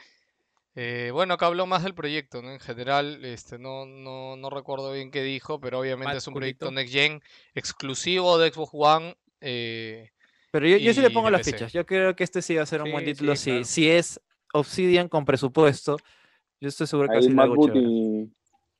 S2: Eh, bueno, acá habló más del proyecto, ¿no? En general, este, no, no, no recuerdo bien qué dijo, pero obviamente
S5: Matt
S2: es un
S5: Culito.
S2: proyecto Next Gen exclusivo de Xbox One. eh,
S8: Pero yo, yo sí le
S2: y
S8: pongo
S2: de
S8: las
S2: PC.
S8: fichas. Yo creo que este sí va a ser un buen
S5: Sí,
S8: título.
S5: sí,
S8: si,
S5: claro.
S8: si es Obsidian con presupuesto, yo estoy seguro que va a
S6: Ahí
S8: ser
S6: Matt
S8: algo chévere.
S6: Booty.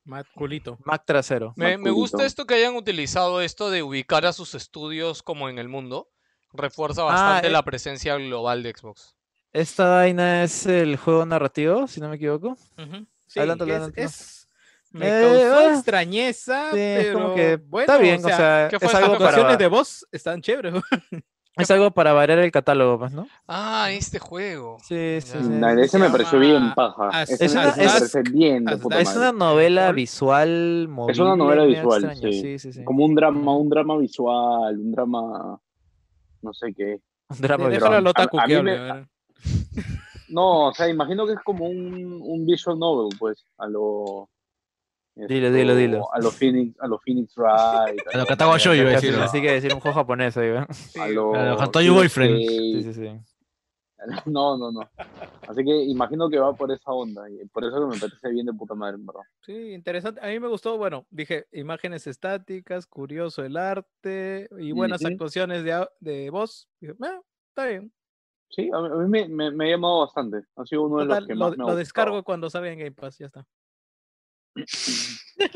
S5: Matt Culito.
S8: Mac trasero.
S2: me, me gusta
S6: Culito.
S2: esto que hayan utilizado esto de ubicar a sus estudios como en el mundo. Refuerza
S8: Ah,
S2: bastante
S8: eh.
S2: la presencia global de Xbox.
S8: Esta vaina es el juego narrativo, si no me equivoco.
S5: Sí,
S8: Adelántalo,
S5: es-
S8: adelántalo.
S5: es- me
S8: Eh,
S5: causó
S8: ah,
S5: extrañeza,
S8: Sí, es
S5: pero
S8: como que
S5: bueno,
S8: está bien, o sea,
S2: ¿qué fue
S8: es,
S2: esa
S5: las
S8: algo para,
S5: actuaciones de voz están chéveres. weón.
S8: es algo para variar el catálogo, pues, ¿no?
S2: Ah, este juego.
S8: Sí, sí,
S2: Ya.
S8: sí,
S6: Nah,
S8: sí,
S6: ese
S8: sí.
S6: me pareció bien paja.
S5: As-
S6: Ese
S8: Ah, Es
S6: me
S8: una-
S6: ese me
S8: es-
S6: parece bien de
S5: as-
S6: puta
S8: Es una
S6: madre.
S8: novela
S5: Igual.
S8: visual movible.
S6: novela
S8: medio
S6: visual,
S8: extraña,
S6: sí.
S8: sí, sí.
S6: Como un drama, un drama visual, un drama. No sé qué.
S8: Un drama
S5: Déjalo
S8: visual.
S6: Pero
S5: al otaku
S6: a- a
S5: que
S6: mí me-
S5: hable, weón.
S6: No, o sea, imagino que es como un, un visual novel, pues, a lo. este,
S8: Dilo, dilo, dilo.
S6: A lo Phoenix, a lo Phoenix Wright.
S4: A lo Katawa Shoujo, iba a
S8: Casi,
S4: decir. ah.
S8: así que decir un juego japonés ahí, ¿verdad?
S6: A lo.
S4: A lo Hatayu Boyfriend.
S8: Sí, sí, sí.
S6: No, no, no. Así que imagino que va por esa onda. Y por eso que me parece bien de puta madre, en verdad.
S5: Sí, interesante. A mí me gustó, bueno, dije, imágenes estáticas, curioso el arte y buenas
S6: Ujú.
S5: actuaciones de, au- de voz. Dije, "Ah, está bien.
S6: Sí, a mí, a mí me, me, me ha llamado bastante. Ha sido uno de los
S5: Total,
S6: que
S5: lo,
S6: más me ha
S5: lo
S6: gustado.
S5: descargo cuando salga en Game Pass, ya está.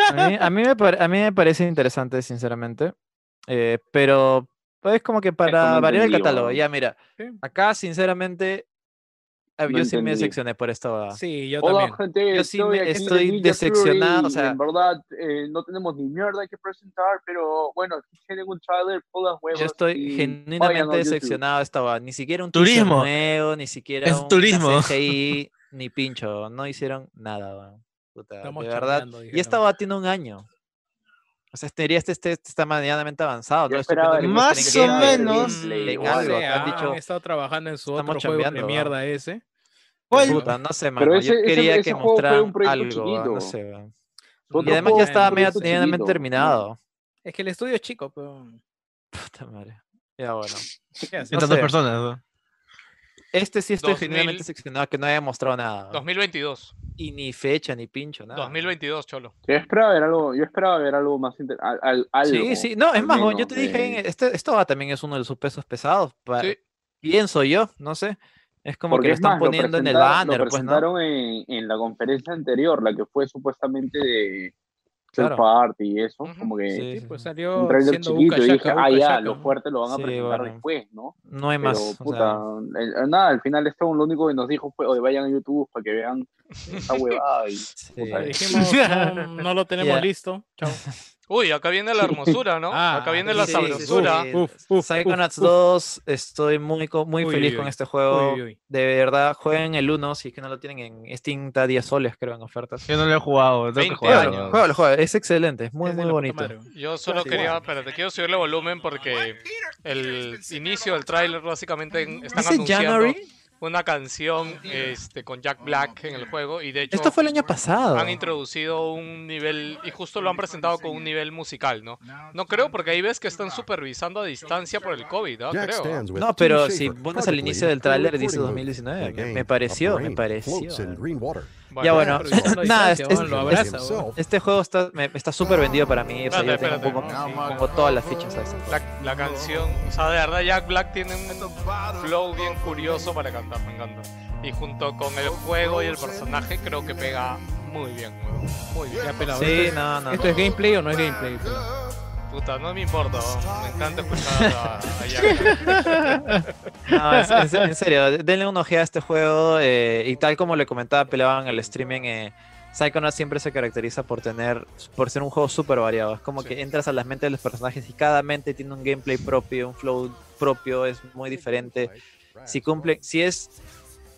S8: A mí, a mí me, pare- a mí me parece interesante, sinceramente. Eh, pero pues, es como que para
S6: como
S8: variar el
S6: entendido,
S8: catálogo.
S6: ¿no?
S8: Ya, mira.
S5: Sí.
S8: Acá, sinceramente, ah,
S6: No
S8: yo sí me
S6: entendí.
S8: decepcioné por esta huevada.
S5: Sí, yo
S6: Hola,
S5: también.
S6: gente.
S8: Yo sí
S6: estoy
S8: me-
S6: aquí de
S8: estoy
S6: Ninja
S8: decepcionado,
S6: Theory,
S8: o sea-
S6: En verdad, eh, no tenemos ni mierda que presentar, pero bueno, aquí tienen un trailer, por las huevas.
S8: Yo estoy
S6: y vayan
S8: genuinamente
S6: a YouTube.
S8: decepcionado de esta huevada. Ni siquiera un teaser
S4: Turismo.
S8: nuevo, ni siquiera
S4: Es
S8: un una
S4: turismo.
S8: CGI, ni pincho. No hicieron nada, weón. Puta,
S5: Estamos
S8: de verdad.
S5: chambeando,
S8: Y esta
S5: dijeron.
S8: va tiene un año. O sea, este, este, este está medianamente avanzado. este
S6: Yo
S8: entonces,
S6: esperaba
S8: supongo
S4: más
S8: que ellos
S4: o
S8: tienen que-
S4: menos,
S6: le-
S8: en
S6: o
S8: algo,
S6: algo.
S8: te han dicho,
S5: han estado trabajando en su
S8: estamos
S5: otro juego de
S8: chambeando,
S5: mierda ese.
S4: ¿Cuál?
S5: Pero-
S8: Puta, no sé, mano.
S6: Pero ese-
S8: yo
S6: ese-
S8: quería
S6: ese
S8: que
S6: juego fue
S8: mostraran
S6: un proyecto
S8: algo, ah, no
S6: chiquito.
S8: sé. weón.
S6: Otro
S8: Y además
S6: juego,
S8: ya
S6: un
S8: estaba medio-
S6: proyecto
S8: medianamente
S6: chiquito.
S8: terminado.
S5: Es que el estudio es chico, pero...
S8: Puta madre. Ya bueno.
S5: ¿qué haces?
S8: No
S4: Estas dos
S8: sé.
S4: personas, ¿no?
S8: Este sí estoy
S2: 2000.
S8: genuinamente seccionado que no haya mostrado nada. weón.
S2: 2022.
S8: Y ni fecha, ni pincho, nada.
S2: 2022, Cholo.
S6: Yo esperaba ver algo, yo esperaba ver algo más inter- al- al- algo,
S8: Sí, sí. No, es
S6: al
S8: más, weón, yo
S6: menos, eh,
S8: te dije,
S6: de-
S8: en- este, esto ah, también es uno de sus pesos pesados. pa-
S2: Sí.
S8: Pienso yo, no sé. Es como
S6: Porque
S8: que lo
S6: es
S8: están
S6: más,
S8: poniendo en el
S6: presentaron-
S8: banner,
S6: Lo
S8: pues, ¿no?
S6: presentaron en, en la conferencia anterior, la que fue supuestamente de
S8: Claro.
S6: third party y eso,
S2: Ujú,
S6: como que
S8: sí,
S5: Sí,
S8: sí,
S5: pues
S8: sí.
S5: salió
S6: un trailer
S5: siendo
S6: chiquito.
S5: Uka
S6: y dije,
S5: Shaka,
S6: ah,
S5: Uka
S6: ya,
S5: Shaka,
S6: lo
S5: ¿no?
S6: fuerte lo van a
S8: Sí,
S6: presentar
S8: bueno.
S6: después, ¿no?
S8: No hay
S6: Pero,
S8: más. o sea,
S6: puta, el- eh, nada, al final esto lo único que nos dijo fue, oye, vayan a YouTube para que vean esta huevada. Y,
S8: sí.
S6: puta,
S5: Le dijimos, no, no lo tenemos
S8: Ya.
S5: listo. Chao.
S2: Uy, acá viene la hermosura, ¿no?
S5: Ah,
S2: acá viene la
S8: sí, sí,
S2: sabrosura.
S8: sí.
S5: Uf, uf,
S8: Psychonauts
S5: uf, uf.
S8: 2, estoy muy, co- muy
S5: Uy,
S8: feliz
S5: uy,
S8: con
S5: uy.
S8: este juego.
S5: Uy, uy.
S8: De verdad, jueguen el 1 si es que no lo tienen en Steam, está a 10 soles, creo, en ofertas.
S4: Yo no lo he jugado, tengo
S2: 20
S4: que jugarlo.
S2: años.
S8: Juegalo, juegalo, es excelente, es muy,
S5: Es de la
S8: muy
S5: puta
S8: bonito.
S5: madre, güey.
S2: Yo solo
S5: sí.
S2: quería, espérate, quiero subirle volumen porque el inicio del tráiler básicamente en- están
S8: ¿Ese
S2: anunciando
S8: January?
S2: una canción este, con Jack Black en el juego y de hecho
S8: Esto fue el año pasado.
S2: han introducido un nivel y justo lo han presentado con un nivel musical, ¿no? No creo porque ahí ves que están supervisando a distancia por el COVID, ¿no?
S10: Jack
S2: Creo. ¿ah?
S10: stands with
S8: No, pero
S10: Tim
S8: si
S10: Schafer,
S8: pones al
S10: prodigally,
S8: inicio del
S10: for
S8: tráiler
S10: recording
S8: dice
S10: the
S8: 2019,
S10: game
S8: me
S10: of
S8: pareció, me
S10: brain floats in
S8: pareció.
S10: green water.
S8: Ya bueno,
S5: Supervisando a
S8: nada, es-
S5: distancia, weón,
S8: es-
S5: lo
S10: es-
S5: abraza, weón.
S10: himself.
S8: Este juego está me- está súper vendido para mí, o sea, yo
S2: Espérate,
S8: tengo un poco,
S2: espérate,
S10: ¿no?
S8: pongo todas las fichas a ese juego.
S2: La, la canción, o sea, de verdad Jack Black tiene un flow bien curioso para cantar, me encanta. Y junto con el juego y el personaje creo que pega muy bien, weón, muy bien.
S5: Ya, pelado,
S8: Sí,
S5: ¿esto,
S8: no, no.
S5: es- esto es gameplay o no es gameplay? pelado?
S2: Puta, no me importa, weón, me encanta escuchar a, a Jack.
S8: No, es- en, se- en serio, denle una ojeada a este juego. eh, y tal como le comentaba, peleaban en el streaming. Eh, Psychonauts siempre se caracteriza por tener, por ser un juego súper variado. Es como que entras a las mentes de los personajes y cada mente tiene un gameplay propio, un flow propio, es muy diferente. Si cumple, si es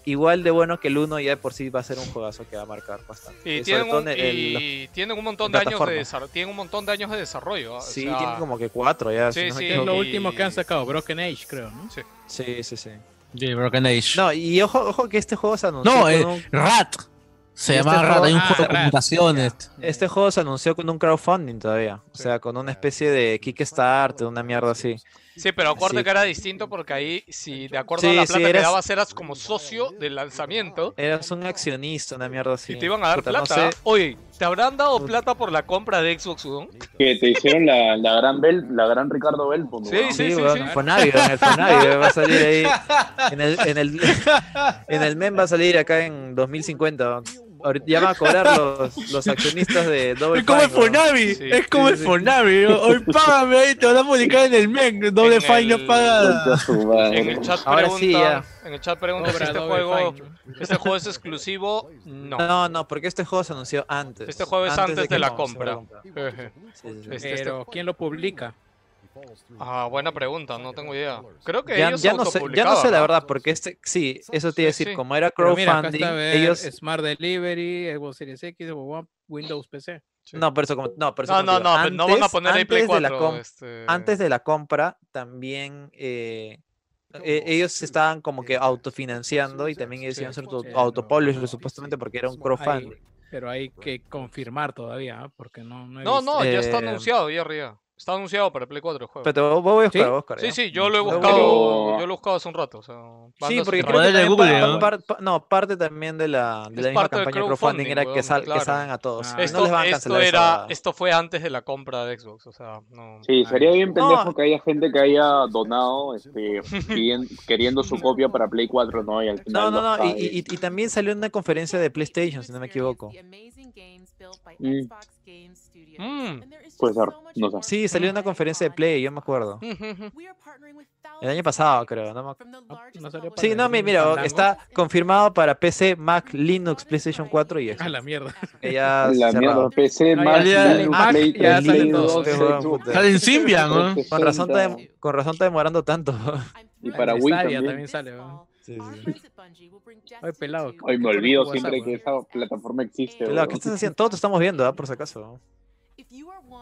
S8: igual de bueno que el 1, ya de por sí va a ser un juegazo que va a marcar bastante.
S2: Y,
S8: Eh,
S2: tienen
S8: todo
S2: un,
S8: en el-
S2: y tienen un montón
S8: en
S2: de años de
S8: plataforma.
S2: desarrollo, tienen un montón de años de desarrollo. ¿ah? O
S8: sí,
S2: sea,
S8: tiene como que cuatro ya.
S2: Sí,
S8: si no me
S2: sí,
S5: Es
S8: equivoco.
S5: lo último que han sacado, Broken Age, creo, ¿no?
S8: sí, sí, sí.
S4: Sí, Broken Age.
S8: No, y ojo, ojo que este juego se anunció.
S4: No,
S8: con
S4: eh,
S8: un-
S4: Rat. Se
S8: Y este
S4: llama Rat,
S8: juego-
S4: hay un
S5: Ah,
S4: juego de
S5: Rat,
S4: computaciones.
S8: Este juego se anunció con un crowdfunding todavía, o sea, con una especie de Kickstarter, una mierda así.
S2: Sí, pero acuérdate
S8: Sí.
S2: que era distinto porque ahí, si de acuerdo a
S8: Sí,
S2: la
S8: sí,
S2: plata que
S8: eras-
S2: dabas, eras como socio del lanzamiento.
S8: Eras un accionista, una mierda así.
S2: Y te iban a dar
S8: Puta, no
S2: plata.
S8: sé.
S2: Oye, ¿te habrán dado plata por la compra de Xbox One?
S6: que te hicieron la, la gran Bel, la gran Ricardo Belfo.
S2: Sí,
S6: weón.
S8: Sí,
S2: sí,
S8: weón,
S2: sí.
S8: en Fonavi, weón, en el Fonavi, weón, va a salir ahí. En el, en el, en el meme va a salir acá en 2050. weón. Ahorita ya van a cobrar los, los accionistas de Double
S4: Es como el
S8: Fine, weón.
S4: Fornavi,
S2: Sí.
S4: es como el Fornavi. ¿no? Hoy págame ahí, te van a publicar en el men. Doble
S2: En
S4: Fine
S2: el-
S4: no paga.
S6: Concha su madre.
S2: En el chat
S8: Ahora
S2: pregunta,
S8: sí,
S2: en el chat pregunta si
S5: Obra
S2: este
S5: Double
S2: juego,
S5: Fine, ¿no?
S2: este juego es exclusivo. No.
S8: No, no, porque este juego se anunció antes.
S2: Este juego es antes de
S8: que
S2: la
S8: no, se
S2: compra.
S8: compra. Este- este-
S5: Pero, ¿quién lo publica?
S2: Ah, buena pregunta, no tengo idea. Creo que
S8: Ya,
S2: ellos
S8: ya no sé, ya no sé la verdad, porque este, sí, eso te iba a
S2: Sí,
S8: decir,
S2: sí.
S8: como era
S5: Pero mira, acá
S8: crowdfunding,
S5: está a ver,
S8: ellos...
S5: Smart Delivery, Xbox Series X, Xbox One, Windows PC.
S2: Sí.
S8: No, pero eso como. No, pero eso
S2: No,
S8: como
S2: no,
S8: te
S2: no,
S8: digo,
S2: pero no van a poner ahí Play
S8: antes
S2: 4.
S8: de la com-
S2: este,
S8: antes de la compra, también eh, eh, ellos se estaban como
S2: eh,
S8: que autofinanciando y también ellos iban a ser
S5: Sí.
S8: autopublishers, supuestamente, porque era un crowdfunding.
S5: Ahí, pero hay que confirmar todavía, ¿ah? porque no, no he
S2: No,
S5: visto.
S2: no, ya está
S8: Eh,
S2: anunciado ahí arriba. Está anunciado para Play 4 el juego.
S8: Pero te voy- voy a buscar,
S5: ¿Sí?
S8: voy a buscar,
S2: Sí,
S8: ya.
S2: sí, yo lo he
S8: Lo
S2: buscado,
S6: busco.
S2: yo lo he buscado hace un rato. o sea,
S8: Sí,
S2: banda
S8: porque
S2: sin
S8: creo que
S4: Ponerle
S8: también
S4: Google,
S8: pa-
S4: ¿no?
S8: par- pa- no, parte también de la, de
S2: Es
S8: la misma
S2: parte del
S8: campaña de crowdfunding
S2: crowdfunding,
S8: era que,
S2: weón,
S8: sal,
S2: claro.
S8: que salgan a todos.
S5: Ah.
S8: y
S2: Esto,
S8: no les van a
S2: esto
S8: cancelar esa
S2: era,
S8: huevada.
S2: esto fue antes de la compra de Xbox, o sea, no.
S6: Sí, sería bien pendejo
S8: No.
S6: que haya gente que haya donado este, pidien- queriendo su copia para Play 4, pues, ¿no? Y al
S8: No,
S6: final
S8: no, no. Y,
S6: está,
S8: y- y- y también salió en una conferencia de PlayStation, si no me equivoco.
S6: Mm.
S2: Mm.
S6: Puede ser, no sé.
S8: Sí, salió en una conferencia de Play, yo me acuerdo.
S11: El año pasado, creo, no me ac-
S5: Ah, no salió para
S8: Sí, no, mi-
S5: Grim
S8: mira,
S5: Fandango.
S8: está confirmado para PC, Mac, Linux, PlayStation 4 y
S5: A
S8: Xbox.
S5: la mierda.
S8: Que ya
S6: La
S8: se
S6: mierda,
S8: cerraba.
S6: PC,
S5: No,
S6: Mac,
S4: ya-
S6: Linux,
S5: Mac,
S6: Play eh,
S5: ya
S6: 3,
S5: salen
S6: Play
S5: todos,
S6: 2,
S8: este juego,
S6: Xbox,
S11: puta.
S4: Salen
S6: Este
S4: Symbian, ¿no?
S8: Con razón, está
S6: 360.
S8: dem- con razón está demorando tanto.
S6: Y para
S5: En
S6: Wii
S5: Stadia
S6: también.
S5: también sale, weón. Ay, pelado.
S6: Hoy me
S5: ¿Qué
S6: olvido
S5: pones en
S6: siempre
S5: WhatsApp,
S6: que esa plataforma existe.
S8: Pelado,
S6: weón.
S8: ¿qué estás haciendo? Todos te estamos viendo, ¿ah? por si acaso.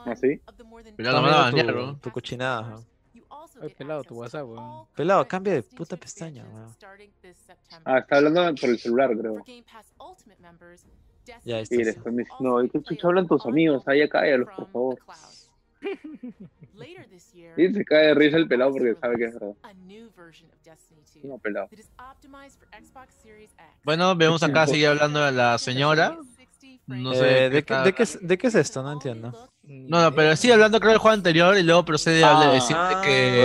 S6: ¿Ah, sí?
S4: Pelado, me van a
S8: Estamos
S4: bañar,
S8: viendo tu,
S4: ¿no?
S8: tu cochinada. ¿ah?
S5: Ay, pelado tu WhatsApp, weón.
S8: Pelado, cambia de puta pestaña, weón.
S6: Ah, está hablando por el celular, creo.
S8: Ya, ahí
S6: Y le
S8: está.
S6: están diciendo, "Oye, ¿qué chucha hablan tus amigos? Ah, ya cállalos, por favor. Y se cae de risa el pelado porque sabe que es verdad. No, pelado.
S4: Bueno, vemos acá seguir hablando a la señora. No sé.
S8: Eh, ¿de, qué,
S4: tal.
S8: de qué es, de qué es esto? No entiendo.
S5: Mm,
S4: No, no, pero sigue hablando creo del juego anterior y luego procede a
S6: Ah.
S4: decirte
S8: Ah,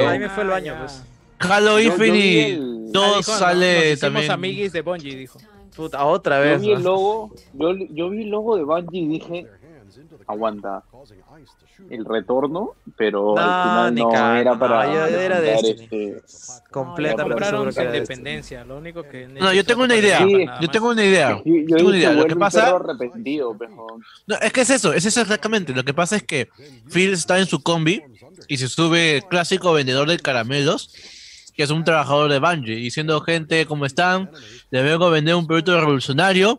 S8: ahí
S4: que
S8: me fue el baño,
S5: eh, ya.
S8: pues.
S4: Halo
S6: Yo- yo vi
S4: Infinite
S6: el-
S4: 2
S5: Ah, dijo, no,
S4: sale
S5: nos hicimos
S4: también.
S5: amiguis de Bungie, dijo.
S8: Puta, otra
S6: Yo
S8: vez.
S6: vi el
S8: ¿no?
S6: logo, yo, yo vi el logo de Bungie y dije, aguanta, el retorno, pero
S8: No,
S6: al final
S8: ni
S6: no
S8: cago,
S6: era
S8: no,
S6: para
S8: yo- yo era de
S6: presentar
S8: Destiny.
S6: este-
S5: No, ya
S8: Completamente
S5: compraron
S8: seguro que
S5: su
S8: era de este.
S5: independencia. Lo único que.
S4: No, yo tengo una idea.
S6: Sí.
S4: Yo tengo una idea.
S6: Yo,
S4: Tengo una
S6: yo dije,
S4: idea, lo
S6: "Vuelve
S4: que
S6: un
S4: pasa-
S6: perro arrepentido, pejo".
S4: No, es que es eso, es eso exactamente. Lo que pasa es que Phil está en su combi y se sube el clásico vendedor de caramelos, que es un trabajador de Bungie, diciendo gente, ¿cómo están? Les vengo a vender un producto revolucionario.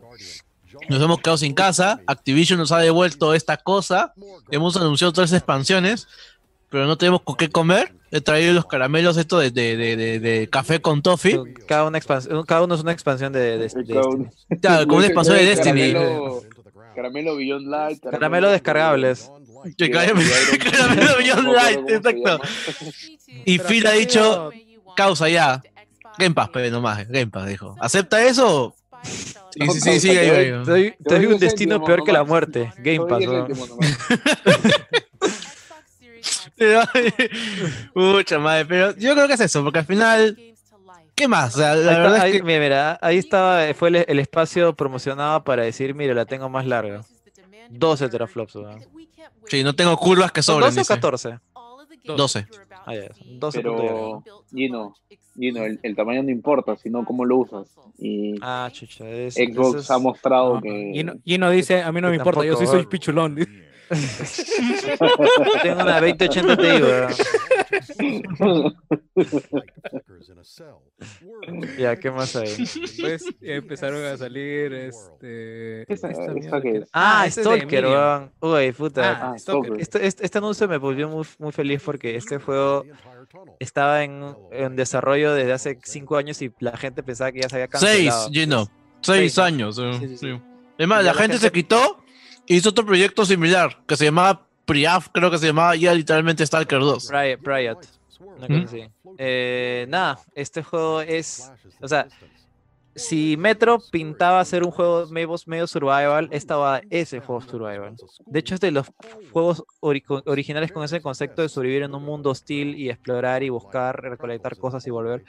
S4: Nos hemos quedado sin casa. Activision nos ha devuelto esta cosa. Hemos anunciado tres expansiones, pero no tenemos con qué comer. He traído los caramelos estos de, de- de- de- de café con toffee.
S8: Cada, una expansión, cada uno es una expansión de, de- este. de
S6: Cada uno.
S8: Destiny.
S4: Claro, como una expansión de Destiny.
S6: Caramelo, caramelo Beyond Light.
S8: Caramelos descargables.
S4: Que caramelo- caramelo Beyond Light, exacto. Y Phil ha dicho, causa ya. Game Pass, pero nomás, eh, Game Pass, dijo. ¿Acepta eso? Sí, sí, sí, sí, ahí va, ahí va.
S8: Te
S6: Te doy
S8: doy un
S6: un
S8: destino
S6: céntimo,
S8: peor que la
S6: nomás.
S8: muerte. Game Pass, weón.
S4: Te va- Mucha madre, pero yo creo que es eso, porque al final, ¿qué más? O sea, la
S8: Ahí está-
S4: verdad
S8: ahí-
S4: es que
S8: mira, mira, ahí estaba, eh, fue el, el espacio promocionado para decir, mire, la tengo más larga. 12 teraflops, weón.
S4: sí, no tengo curvas que
S8: ¿Son
S4: sobren.
S8: 12 o
S4: dice.
S8: 14?
S4: 12.
S8: Ah, ya, 12
S6: Pero-
S8: punto
S6: Gino, Gino, el, el tamaño no importa, sino cómo lo usas. Y
S8: Ah, chucha. es-
S6: Xbox
S8: eso es-
S6: ha mostrado
S5: No,
S6: que.
S5: Gino, Gino dice: A mí no me
S8: que
S5: importa, yo sí
S8: tampoco-
S5: soy pichulón.
S8: Yo tengo una 2080 Ti, weón. Ya, ¿qué más hay?
S5: Después Pues, eh, empezaron a salir. Este,
S6: Esa-
S5: esta
S6: esa
S5: mierda
S6: que
S5: que-
S6: es.
S8: Ah,
S5: ese este es de
S8: Stalker,
S5: Miriam.
S8: weón. Uy, puta.
S5: Ah,
S6: Ah,
S5: Stalker.
S6: sobre.
S8: Este, este- este anuncio me volvió muy, muy feliz porque este juego estaba en, en desarrollo desde hace 5 años y la gente pensaba que ya se había
S4: Seis,
S8: cancelado.
S4: Gino.
S8: Seis,
S4: Seis
S8: ¿no?
S4: años. eh,
S8: Sí, sí, sí.
S4: sí. Es más,
S8: Y
S4: la gente se quitó y hizo otro proyecto similar que se llamaba Priaf, creo que se llamaba ya literalmente Stalker 2.
S8: Riot, Riot, una cosa
S4: ¿Mm?
S8: así. Eh, nada, este juego es, o sea, si Metro pintaba ser un juego medio, medio survival, esta va ese juego survival. De hecho, es de los juegos ori- co- originales con ese concepto de sobrevivir en un mundo hostil y explorar y buscar, recolectar cosas y volver.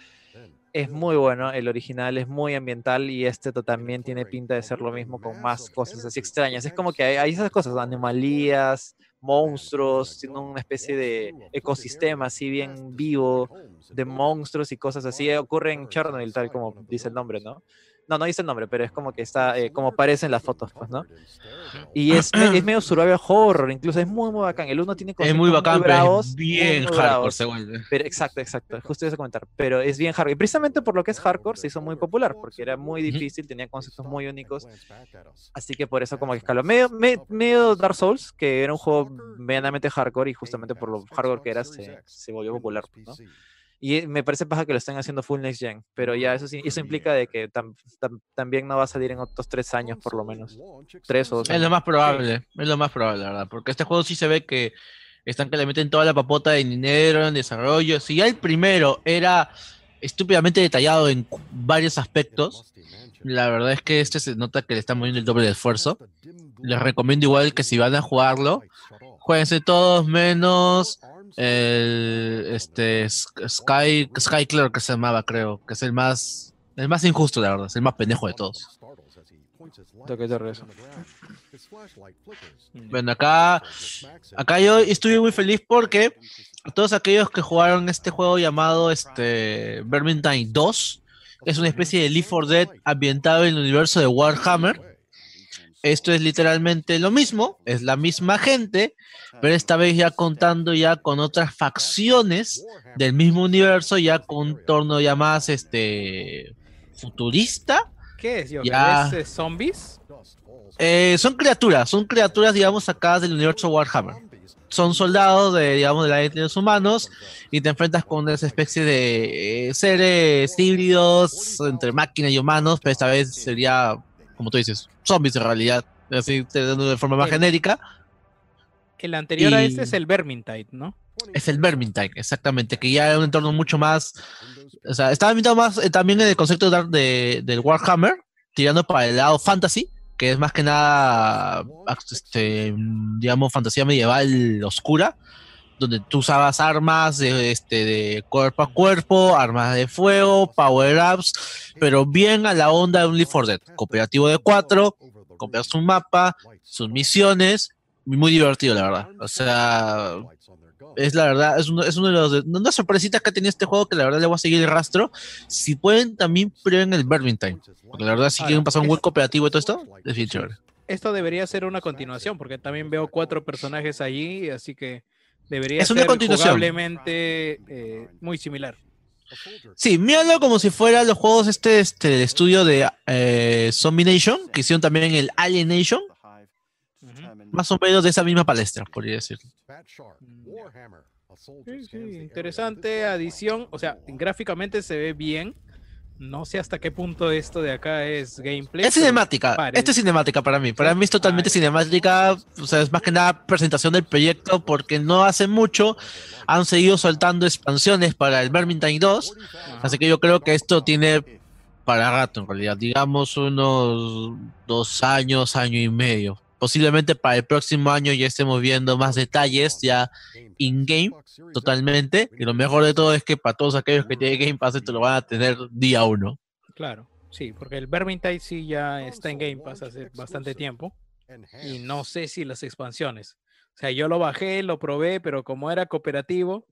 S8: Es muy bueno, el original es muy ambiental y este to- también tiene pinta de ser lo mismo con más cosas así extrañas. Es como que hay, hay esas cosas, anomalías, monstruos, tiene una especie de ecosistema así bien vivo de monstruos y cosas así. Ocurre en Chernobyl, tal como dice el nombre, ¿no? No, no dice el nombre, pero es como que está, eh, como aparece en las fotos, pues, ¿no? Y es, me- es medio survival horror, incluso es muy, muy bacán. El uno tiene
S4: Es
S8: conceptos
S4: muy bacán, pero
S8: bravos,
S4: es bien
S8: muy
S4: hardcore,
S8: bravos.
S4: se vuelve.
S8: Pero, exacto, exacto, justo eso comentar. Pero es bien hardcore. Y precisamente por lo que es hardcore se hizo muy popular, porque era muy
S4: Ujú.
S8: difícil, tenía conceptos muy únicos. Así que por eso como que escaló. Medio, me- medio Dark Souls, que era un juego medianamente hardcore y justamente por lo hardcore que era se, se volvió popular, ¿no? Y eh, me parece paja que lo estén haciendo full next gen, pero ya eso sí, eso implica de que tam- tam- también no va a salir en otros tres años por lo menos. Tres o dos
S4: Es lo
S8: años.
S4: más probable, es lo más probable, la verdad, porque este juego sí se ve que están que le meten toda la papota de dinero en desarrollo. Si ya el primero era estúpidamente detallado en cu- varios aspectos, la verdad es que este se nota que le están poniendo el doble de esfuerzo. Les recomiendo igual que si van a jugarlo, jueguense todos menos el este Sk- Sky Sky Clerk que se llamaba, creo, que es el más el más injusto, la verdad, es el más pendejo de todos.
S5: Toque de rezo. Mm.
S4: Bueno, acá, acá yo estuve muy feliz porque a todos aquellos que jugaron este juego llamado este, Vermintide 2, es una especie de Leaf 4 Dead ambientado en el universo de Warhammer. Esto es literalmente lo mismo, es la misma gente, pero esta vez ya contando ya con otras facciones del mismo universo, ya con un torno ya más este futurista.
S5: ¿Qué es, Joker?
S4: Ya.
S5: ¿Es eh, zombies?
S4: Eh, son criaturas, son criaturas, digamos, sacadas del universo Warhammer. Son soldados de, digamos, de la élite de los humanos y te enfrentas con esa especie de eh, seres híbridos entre máquinas y humanos, pero esta vez sería, como tú dices, zombies en realidad, así te dando de forma más
S5: Sí.
S4: genérica.
S5: El anterior a este
S4: Y-
S5: es el Vermintide, ¿no?
S4: Es el Vermintide, exactamente, que ya es un entorno mucho más. O sea, está ambientado más eh, también en el concepto de, de- del Warhammer, tirando para el lado fantasy, que es más que nada, ac- este, mm, digamos, fantasía medieval oscura, donde tú usabas armas de, este, de cuerpo a cuerpo, armas de fuego, power-ups, pero bien a la onda de un Leaf 4 Dead, cooperativo de cuatro, compras un mapa, sus misiones, y muy divertido, la verdad. O sea, es la verdad, es uno, es uno de los de unas sorpresitas que ha tenido este juego que la verdad le voy a seguir el rastro. Si pueden, también prueben el Vermintide. Porque la verdad, si
S5: Ahora,
S4: quieren pasar un
S5: es-
S4: buen cooperativo y todo esto, es bien chévere.
S5: Esto debería ser una continuación, porque también veo cuatro personajes allí, así que debería
S4: Es una
S5: ser
S4: continuación.
S5: jugablemente eh, muy similar.
S4: Sí, míralo como si fuera los juegos este, este del estudio de eh, Zombie Nation, que hicieron también el Alien Nation, más o menos de esa misma palestra, podría decir.
S5: Mm. Sí, sí, interesante adición, o sea, gráficamente se ve bien. No sé hasta qué punto esto de acá es gameplay.
S4: Es cinemática,
S5: Pare-
S4: esta es cinemática para mí. Para mí es totalmente cinemática, o sea, es más que nada presentación del proyecto porque no hace mucho han seguido soltando expansiones para el Vermintide 2, así que yo creo que esto tiene para rato en realidad, digamos unos dos años, año y medio. Posiblemente para el próximo año ya estemos viendo más detalles ya in-game totalmente. Y lo mejor de todo es que para todos aquellos que tienen Game Pass esto lo van a tener día uno.
S5: Claro, sí, porque el Vermintide sí ya está en Game Pass hace bastante tiempo. Y no sé si las expansiones. O sea, yo lo bajé, lo probé, pero como era cooperativo,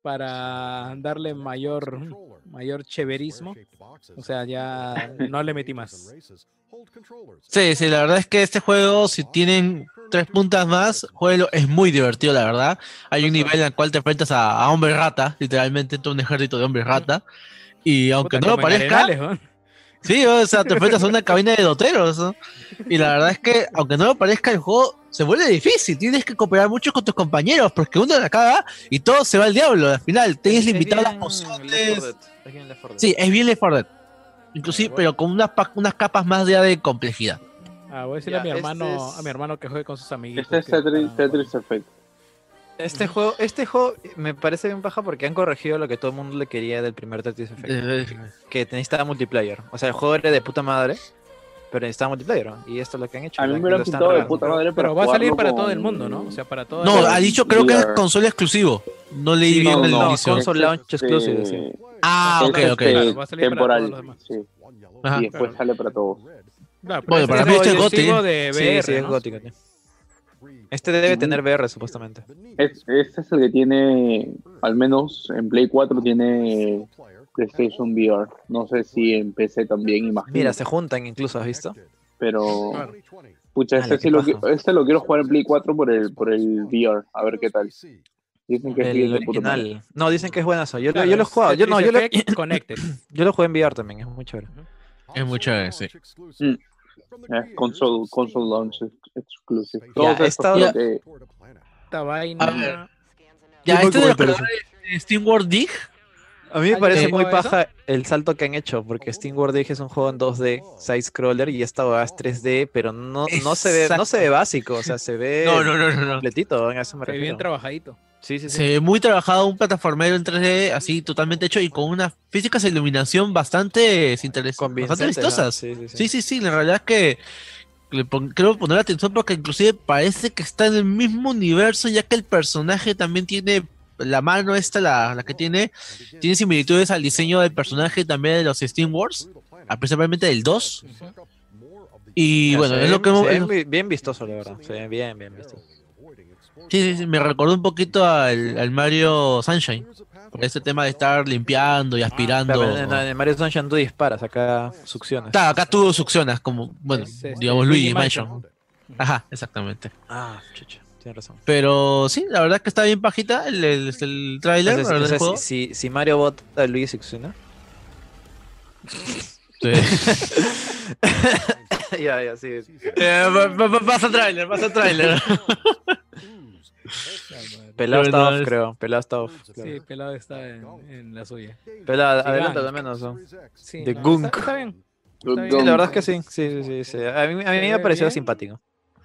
S5: para darle mayor, mayor chéverismo, o sea, ya no le metí más.
S4: Sí, sí, la verdad es que este juego, si tienen tres puntas más, juego es muy divertido, la verdad. Hay un nivel en el cual te enfrentas a, a hombre rata, literalmente todo un ejército de hombres rata. Y aunque
S5: Puta,
S4: no lo
S5: como en
S4: parezca,
S5: Arenales, ¿no?
S4: sí, o sea, te enfrentas a una cabina de doteros. ¿no? Y la verdad es que, aunque no lo parezca, el juego se vuelve difícil. Tienes que cooperar mucho con tus compañeros, porque uno la caga y todo se va al diablo. Al final, tienes limitado las pociones. Sí, es bien Left 4 Dead. Inclusive, pero con unas, pa- unas capas más ya de complejidad.
S5: Ah, voy a decirle a
S8: Ya,
S5: mi
S8: este
S5: hermano, a mi
S8: es-
S5: hermano que juegue con sus amiguitos.
S6: Este es
S5: que
S6: Tetris,
S5: está-
S6: Tetris Effect.
S8: Este juego, este juego me parece bien baja porque han corregido lo que todo el mundo le quería del primer Tetris Effect. que necesitaba multiplayer. O sea, el juego era de puta madre, pero necesitaba multiplayer. ¿no? Y esto es lo que han hecho.
S6: A mí
S8: lo-
S6: me lo han
S8: están
S6: pintado de
S8: regalando.
S6: puta madre,
S5: Pero va a salir para todo el
S6: con-
S5: mundo, ¿no? O sea, para todo
S4: No,
S6: Pero
S4: ha dicho creo que es
S6: VR.
S4: consola exclusivo. No leí
S6: Sí,
S4: bien el
S8: no,
S4: inicio.
S8: consola. console launch exclusive, sí.
S4: Ah, ok,
S6: es,
S4: ok.
S6: este,
S5: Claro, va a salir para todos los
S6: temporal.
S5: demás.
S6: sí.
S4: Ajá.
S6: Y después sale para todos.
S5: Ah,
S4: Bueno, para mí este es GOTY.
S5: de
S8: Sí,
S5: VR,
S8: sí, es
S5: ¿no?
S8: gótico. tío. Este debe tener VR, supuestamente.
S6: Es- este es el que tiene, al menos en Play 4 tiene PlayStation VR. No sé si en PC también, imagino.
S8: Mira, se juntan incluso, ¿has visto?
S6: Pero,
S5: Claro.
S6: pucha, este,
S8: Ala,
S6: sí
S8: qué
S6: lo, qui-
S8: paja.
S6: este lo quiero jugar en Play 4 por el, por el VR, a ver qué tal. Dicen que sí, es
S8: El
S6: de puta madre.
S8: original. No, dicen que es buenazo. Yo, lo-
S5: Claro,
S8: yo lo he
S5: es
S8: jugado. Yo, no,
S5: Tetris
S8: yo, lo,
S5: Effect Connected.
S8: yo lo jugué en VR también, es muy chévere.
S4: Es muy chévere, sí.
S6: Eh, console, console launch ex- exclusive.
S8: Ya,
S6: Todos estos creo
S8: esta-
S6: que-
S5: Esta vaina.
S4: A ver. Ah, Ya, este de los creadores de SteamWorld Dig.
S8: A mí me
S5: ¿Alguien
S8: parece
S5: jugó
S8: muy
S5: eso?
S8: paja el salto que han hecho, porque Steam World Dig es un juego en 2D, side-scroller, y esta huevada es 3D, pero no, no, se ve, no se ve básico, o sea, se ve
S4: No, no, no, no. no.
S8: completito, en eso me
S5: Se ve bien
S8: refiero.
S5: trabajadito.
S8: Sí, sí, sí.
S4: Se ve muy trabajado, un plataformero en 3D así totalmente hecho y con unas físicas de iluminación bastante interesantes,
S8: Convincente,
S4: bastante
S8: ¿no?
S4: vistosas.
S8: Sí, sí, sí.
S4: Sí, sí, sí, la realidad es que le pon- quiero poner atención porque inclusive parece que está en el mismo universo ya que el personaje también tiene la mano esta, la, la que tiene, tiene similitudes al diseño del personaje también de los Steam Wars, ah, principalmente del 2. Y
S8: Ya,
S4: bueno,
S8: se
S4: es lo
S8: ve-
S4: que hemos...
S8: se ve
S4: es lo-
S8: muy- bien vistoso, la verdad. Se ve bien, bien vistoso.
S4: Sí, sí, sí, me recordó un poquito al, al Mario Sunshine, por este tema de estar limpiando y aspirando.
S8: Ah, Claro, pero en, en Mario Sunshine tú disparas, acá succionas.
S4: Claro, acá tú succionas como, bueno,
S5: Es, este,
S4: digamos Luigi
S5: Luigi Mansion.
S4: Mansion. Ajá, exactamente.
S8: Ah, chucha, tienes razón.
S4: Pero sí, la verdad es que está bien pajita el, el, el trailer.
S8: eh, Entonces, entonces, si, si Mario bota a Luigi succiona. ya, ya, sí.
S4: Eh, pasa trailer, pasa trailer.
S8: Pelado está
S4: Pero
S8: off,
S4: no,
S8: creo. Pelado está off.
S5: Sí, pelado está en, en la suya.
S8: Pelado,
S5: Sí,
S8: adelanta
S5: gana.
S8: al menos. ¿no?
S5: Sí,
S8: De
S5: no,
S8: Gunk.
S5: Está, está bien.
S8: Sí, la verdad es que sí. Sí, sí, sí. sí. A, mí, a mí me
S5: ve
S8: pareció
S5: bien.
S8: simpático.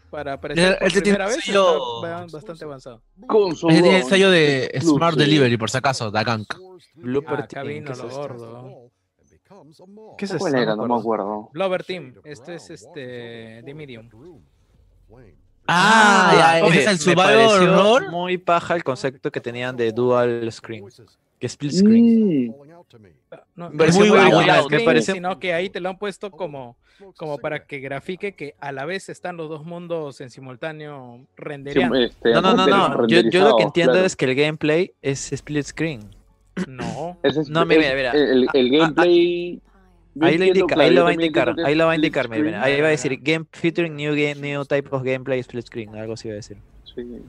S5: Para aparecer por
S4: Este tiene
S5: primera
S4: un
S5: vez
S4: sello-
S5: está bastante avanzado.
S6: Con su
S4: Ese tiene el
S6: huevón.
S4: sello de Smart
S6: Exclusive.
S4: Delivery, por si acaso, da Gank.
S8: Blooper
S5: Ah, acá
S8: team, ¿qué
S5: vino
S8: es este.
S5: lo
S8: esto?
S5: gordo.
S8: ¿Qué
S5: este?
S8: es
S6: ¿Cuál
S8: esto?
S6: era? No me
S8: acuerdo.
S6: acuerdo.
S5: Blover Team. Esto es este. de Medium.
S4: Ah, ya, ese es el
S8: Me
S4: Survivor
S8: pareció
S4: Horror.
S8: Muy paja el concepto que tenían de dual screen. Que split screen.
S6: Mm,
S5: No, no
S4: Parece
S5: es
S4: muy
S5: un
S4: bueno,
S5: dual
S4: me
S5: screen,
S8: parece-
S5: Sino que ahí te lo han puesto como, como para que grafique que a la vez están los dos mundos en simultáneo rendereando.
S6: sí, este,
S8: No, no, no, no. Yo, yo lo
S6: renderizado,
S8: que entiendo
S6: claro.
S8: es que el gameplay es split screen.
S5: No.
S6: Ese es-
S8: no, mira,
S6: es-
S8: mira.
S6: El, el
S8: Ah, ah,
S6: gameplay. yo
S8: Ahí lo
S6: entiendo,
S8: indica,
S6: claro,
S8: ahí
S6: yo
S8: lo va a
S6: también
S8: indicar,
S6: entiendo que
S8: ahí lo va a
S6: es
S8: indicar, mira,
S6: split
S8: mira, ahí va a decir game featuring new game, new type of gameplay split screen, algo así va a decir.
S6: screen, sí.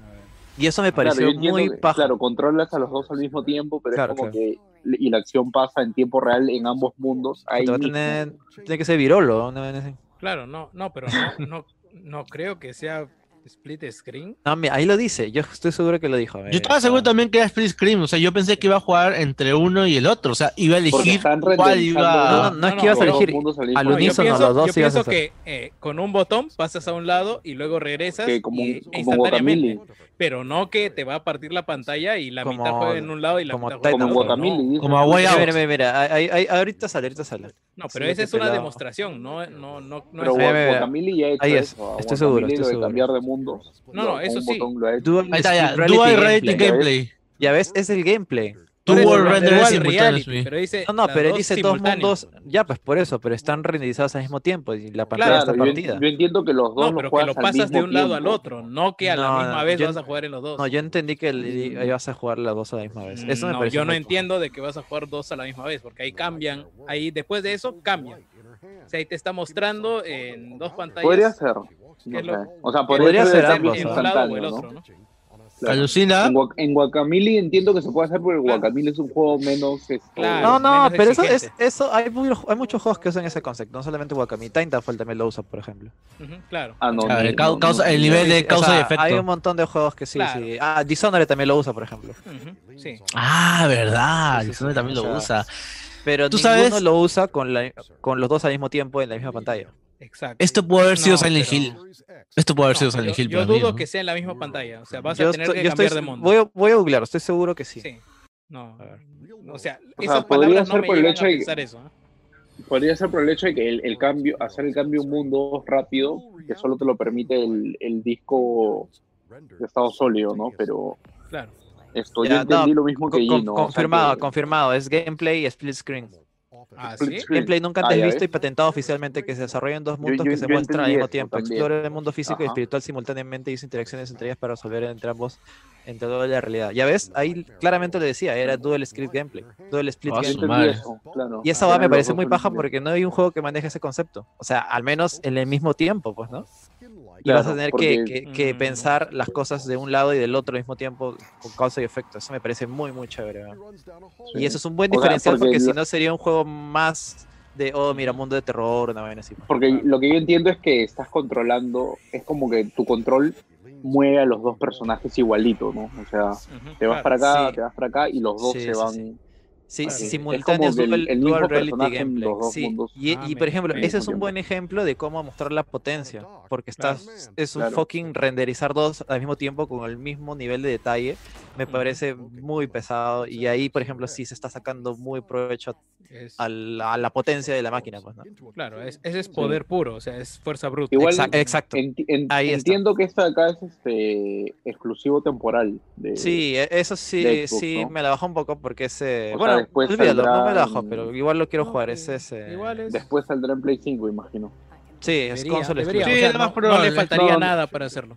S8: Y eso me
S6: Ah, Claro, yo
S8: pareció
S6: entiendo
S8: muy
S6: que,
S8: paja.
S6: Claro, controlas a los dos al mismo tiempo, pero
S8: Claro,
S6: es como
S8: claro.
S6: que. Y la acción pasa en tiempo real en ambos mundos. Ahí
S8: Puta, va a
S6: mismo.
S8: tener, tiene que ser virolo, una vaina así.
S5: Claro, no, no, pero no, no, no creo que sea split screen.
S8: No, mira, ahí lo dice, yo estoy seguro que lo dijo.
S4: Yo estaba seguro también que era Split Screen, o sea, yo pensé que iba a jugar entre uno y el otro, o sea, iba a
S6: Porque
S4: elegir
S6: están
S4: cuál
S8: No, no,
S4: iba...
S8: no es
S5: No,
S8: que ibas a
S5: no,
S6: los dos
S8: elegir
S6: mundos
S8: al
S6: mismo
S5: yo
S8: unísono
S5: pienso,
S8: los dos
S5: yo
S8: sí vas a
S5: pienso que eh, con un botón pasas a un lado y luego regresas
S6: Que como un-
S5: y-
S6: como un
S5: instantáneamente.
S6: guacamole.
S5: Pero no que te va a partir la pantalla y la mitad
S8: Como-
S5: juega en un lado y la
S8: como
S5: mitad juega en
S6: Como
S5: el otro.
S8: Titanfall,
S6: Guacamole.
S5: No,
S6: dice.
S4: Como a Way
S8: Mira, mira,
S4: Out.
S8: mira, mira, ahí- ahí- ahí- ahorita sale, ahorita sale.
S5: no, pero
S8: Sí,
S5: esa
S8: qué
S5: es una
S8: pelado.
S5: demostración, no, no, no, no
S6: Pero
S5: es-
S8: Mira, mira, mira.
S6: Guacamole ya ha hecho
S8: Ahí es,
S6: eso, a
S8: estoy seguro,
S6: Guacamole
S8: estoy
S6: lo de
S8: seguro.
S6: cambiar de mundos.
S5: No,
S6: lo-
S5: no,
S6: con
S5: eso
S6: un
S5: sí.
S6: botón lo ha hecho.
S8: Dual
S4: Ahí está, ya,
S8: Split
S4: Dual
S8: Reality
S4: Reality
S8: Gameplay.
S4: Gameplay.
S8: Ya ves, es el gameplay.
S5: por eso,
S4: Dual
S5: pero
S4: Render
S5: dual
S4: Simultaneously.
S5: pero dice
S8: No, no,
S5: Eh, las
S8: pero él
S5: dos
S8: dice dos
S5: simultáneos.
S8: mundos, ya pues por eso, pero están renderizados al mismo tiempo y la pantalla
S6: Claro,
S8: está
S6: yo,
S8: partida.
S6: en- yo entiendo que los dos
S5: No,
S6: los
S5: pero que
S6: juegas
S5: lo
S6: al
S5: pasas de
S6: mismo
S5: un lado al
S6: tiempo.
S5: otro, no que a la
S8: No,
S5: misma
S8: no,
S5: vez
S8: yo-
S5: vas a jugar en los dos.
S8: No, yo entendí que el- y- ahí vas a jugar las dos a la misma vez. Eso me
S5: Mm. no,
S8: pareció
S5: yo no
S8: muy
S5: entiendo de que vas a jugar dos a la misma vez, porque ahí cambian, ahí después de eso cambian. O sea, ahí te está mostrando en dos pantallas.
S6: Podría ser.
S5: Que
S6: No
S5: es lo-
S6: sé. O sea,
S5: podría
S6: podría,
S8: ser
S6: ser
S8: ambos,
S5: en
S8: ¿no?
S5: un lado o el otro,
S6: ¿no?
S5: ¿no?
S6: Claro.
S4: Alucina.
S6: En, Guac- en Guacamole entiendo que se puede hacer porque
S5: Claro.
S6: Guacamole es un juego menos. este,
S5: Claro.
S8: No, no,
S5: menos
S8: pero eso es
S5: exigente.
S8: eso hay, muy- hay muchos juegos que usan ese concepto, no solamente Wakami, Titanfall también lo usa, por ejemplo.
S5: Ujú, claro.
S6: Ah, no,
S4: A ver,
S6: no,
S4: cau-
S6: no,
S4: causa-
S6: no.
S4: el nivel
S8: Sí,
S4: de
S8: sí, o
S4: causa y
S8: sea, Hay un
S4: efecto.
S8: montón de juegos que sí,
S5: Claro.
S8: sí. Ah, Dishonored también lo usa, por ejemplo.
S5: Ujú, sí.
S4: Ah, verdad,
S8: Sí, sí,
S4: eso
S8: sí,
S4: también
S8: o
S4: lo
S8: sea,
S4: usa.
S8: Pero
S4: ¿Tú
S8: ninguno
S4: sabes?
S8: lo usa con la- con los dos al mismo tiempo en la misma pantalla.
S5: Exacto.
S4: Esto puede haber sido
S5: No,
S4: Silent
S5: pero-
S4: Hill. Esto puede haber
S5: No,
S4: sido
S5: yo,
S4: Silent Hill.
S5: yo
S4: para mí,
S5: dudo
S4: ¿no?
S5: que sea en la misma pantalla. O sea, vas
S8: Yo
S5: a tener
S8: estoy-
S5: que
S8: yo estoy-
S5: cambiar de mundo.
S8: Voy a, voy a googlear, estoy seguro que sí.
S5: Sí. No.
S8: A ver.
S5: O sea,
S6: O
S5: esas
S6: sea, podría
S5: palabras no
S6: ser
S5: me
S6: por el
S5: llevan a
S6: hecho de que-
S5: pensar eso. ¿eh?
S6: Podría ser por el hecho de que el, el cambio, hacer el cambio a un mundo rápido, que solo te lo permite el, el disco de estado sólido, ¿no? Pero
S5: Claro.
S6: esto yo
S8: Ya, no,
S6: entendí lo mismo que
S8: Con- con-
S6: Gino. o sea
S8: confirmado,
S6: que-
S8: confirmado, es gameplay y split screen.
S5: Ah,
S6: split
S5: sí.
S6: screen.
S8: Gameplay nunca
S6: Ah,
S8: antes
S6: ya
S8: visto y
S6: ves.
S8: patentado oficialmente que se desarrolla en dos mundos
S6: yo-
S8: que se
S6: yo
S8: muestran al
S6: entendí
S8: mismo
S6: eso
S8: tiempo.
S6: también.
S8: Explora el mundo físico y
S6: Ajá.
S8: espiritual simultáneamente y sus interacciones entre ellas para resolver entre ambos entre toda la realidad. Ya ves, ahí claramente lo decía, era dual split gameplay, dual split
S4: Ah,
S6: Yo
S4: su
S8: gameplay.
S6: entendí
S4: madre.
S6: eso, claro.
S8: Y esa va me
S6: Eran los
S8: parece
S6: dos
S8: muy
S6: al
S8: paja
S6: mismo
S8: porque no hay un juego que maneje ese concepto. O sea, al menos en el mismo tiempo, pues, ¿no? Y
S6: Claro,
S8: vas a tener que,
S6: porque-
S8: que- que
S5: Mm.
S8: pensar las cosas de un lado y del otro al mismo tiempo con causa y efecto. Eso me parece muy, muy chévere. ¿no?
S6: tiempo.
S8: Y eso es un buen
S6: O sea,
S8: diferencial
S6: porque
S8: porque, si
S6: lo-
S8: no sería un juego más de, oh, mira, mundo de terror, una vaina así. pues,
S6: Porque lo que yo entiendo es que estás controlando, es como que tu control mueve a los dos personajes igualito, ¿no? O sea,
S5: Ujú,
S6: te
S5: claro.
S6: vas para acá,
S8: sí.
S6: te vas para acá y los dos
S8: Sí,
S6: se
S8: sí,
S6: van.
S8: sí. Sí,
S6: Así
S8: sí,
S6: es. Es como
S8: simultáneos
S6: que el-
S8: dual,
S6: el mismo
S8: dual reality
S6: personaje en
S8: gameplay.
S6: los dos
S8: Sí,
S6: mundos.
S8: y,
S5: Ah,
S8: y,
S5: mira,
S8: por ejemplo,
S6: al
S8: ese
S6: mismo
S8: es un buen ejemplo de cómo mostrar la potencia, porque
S5: Claro.
S8: estás es un
S6: Claro.
S8: fucking renderizar dos al mismo tiempo con el mismo nivel de detalle, me parece muy pesado y ahí, por ejemplo, sí se está sacando muy provecho
S5: Es-
S8: a la, a la potencia de la máquina, pues, ¿no?
S5: Claro, es- ese es poder puro, o sea, es fuerza bruta.
S6: Igual-
S8: Exac- Exacto.
S6: Enti- en-
S8: Ahí está.
S6: entiendo que esto de acá es este exclusivo temporal. De,
S8: Sí, e- eso sí,
S6: eh, de Xbox,
S8: sí
S6: ¿no?
S8: me la bajó un poco porque
S6: O
S8: ese,
S6: sea,
S8: bueno,
S6: después
S8: olvídalo, no me la bajó,
S6: saldrán-
S8: pero igual lo quiero
S5: No,
S8: jugar,
S5: sí,
S8: ese es eh,
S5: Igual es.
S6: Después saldrá en Play 5, imagino.
S8: Sí, es
S5: debería,
S8: console
S5: debería,
S8: exclusive.
S5: o sea,
S4: Sí, lo
S5: no-
S4: más
S5: no
S4: probable.
S5: le faltaría
S6: No,
S5: nada para hacerlo.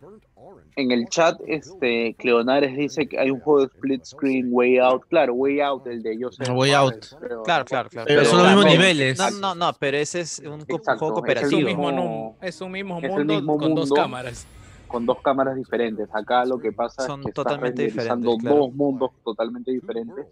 S6: En el chat, este Cleonares dice que hay un juego de split screen Way Out. Claro, Way Out, el de Joseph.
S4: Way
S6: Fares,
S4: Out.
S6: creo.
S8: Claro, claro, claro.
S4: Pero son los
S6: claro,
S4: mismos
S6: no,
S4: niveles.
S8: No, no, no, pero ese es un co-
S6: Exacto, es el
S8: juego
S5: Es un
S8: cooperativo.
S5: mismo,
S6: no-
S5: nu- es un mismo
S6: es el
S5: mundo
S6: mismo
S5: con dos
S6: mundo.
S5: cámaras.
S6: Con dos cámaras diferentes. Acá lo que pasa
S8: Son
S6: es que
S8: totalmente
S6: estás renderizando
S8: diferentes, claro.
S6: dos mundos totalmente diferentes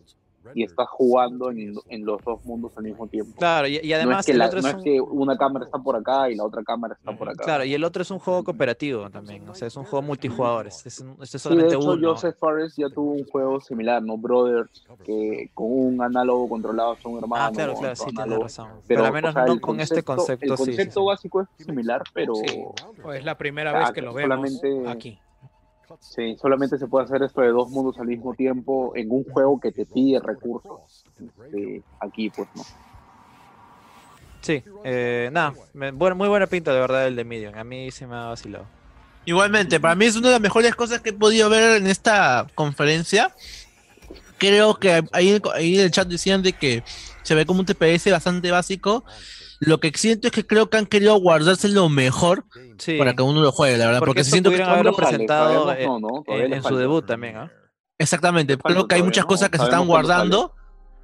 S6: y estás jugando en, en los dos mundos al mismo tiempo.
S8: Claro, y, y además
S6: no es que,
S8: el
S6: la-
S8: otro es
S6: no
S8: un-
S6: es que una cámara está por acá y la otra cámara está por acá.
S8: Claro, y el otro es un juego cooperativo también, o sea, es un juego multijugadores, es, un- este es
S6: Sí, de
S8: solamente
S6: hecho,
S8: uno.
S6: Joseph Fares ya tuvo un juego similar, ¿no? Brothers, que con un análogo controlado son hermanos.
S8: Ah, claro,
S6: con
S8: claro,
S6: otro
S8: sí, tienes
S6: análogo.
S8: razón.
S6: Pero,
S8: Pero al
S6: o
S8: menos
S6: sea,
S8: no
S6: el
S8: con este concepto,
S6: El
S8: sí, sí,
S6: concepto
S8: sí.
S6: básico es similar, pero
S5: Sí. O Pues es la primera
S6: Ah,
S5: vez que lo vemos
S6: solamente-
S5: aquí.
S6: sí, solamente se puede hacer esto de dos mundos al mismo tiempo en un juego que te pide recursos. Este, aquí, pues, ¿no?
S8: Sí, eh, nada, me- bueno, muy buena pinta de verdad el de Medium, a mí se me ha vacilado.
S4: Igualmente, para mí es una de las mejores cosas que he podido ver en esta conferencia. Creo que ahí, ahí en el chat decían de que se ve como un TPS bastante básico. Lo que siento es que creo que han querido guardarse lo mejor
S8: Sí,
S4: para que uno lo juegue, la verdad.
S8: porque,
S4: Porque,
S8: esto
S4: siento que
S8: pudieran
S4: está
S8: haberlo
S6: Todavía le falta,
S8: presentado
S6: todavía
S8: eh,
S6: no, ¿no? Todavía
S8: en,
S6: le
S8: en su
S6: falta.
S8: debut también, ¿ah?
S4: Exactamente,
S6: Falta
S4: creo que hay
S6: todavía,
S4: muchas
S6: ¿no?
S4: cosas que se
S6: Sabemos
S4: están
S6: cuándo sale.
S4: guardando.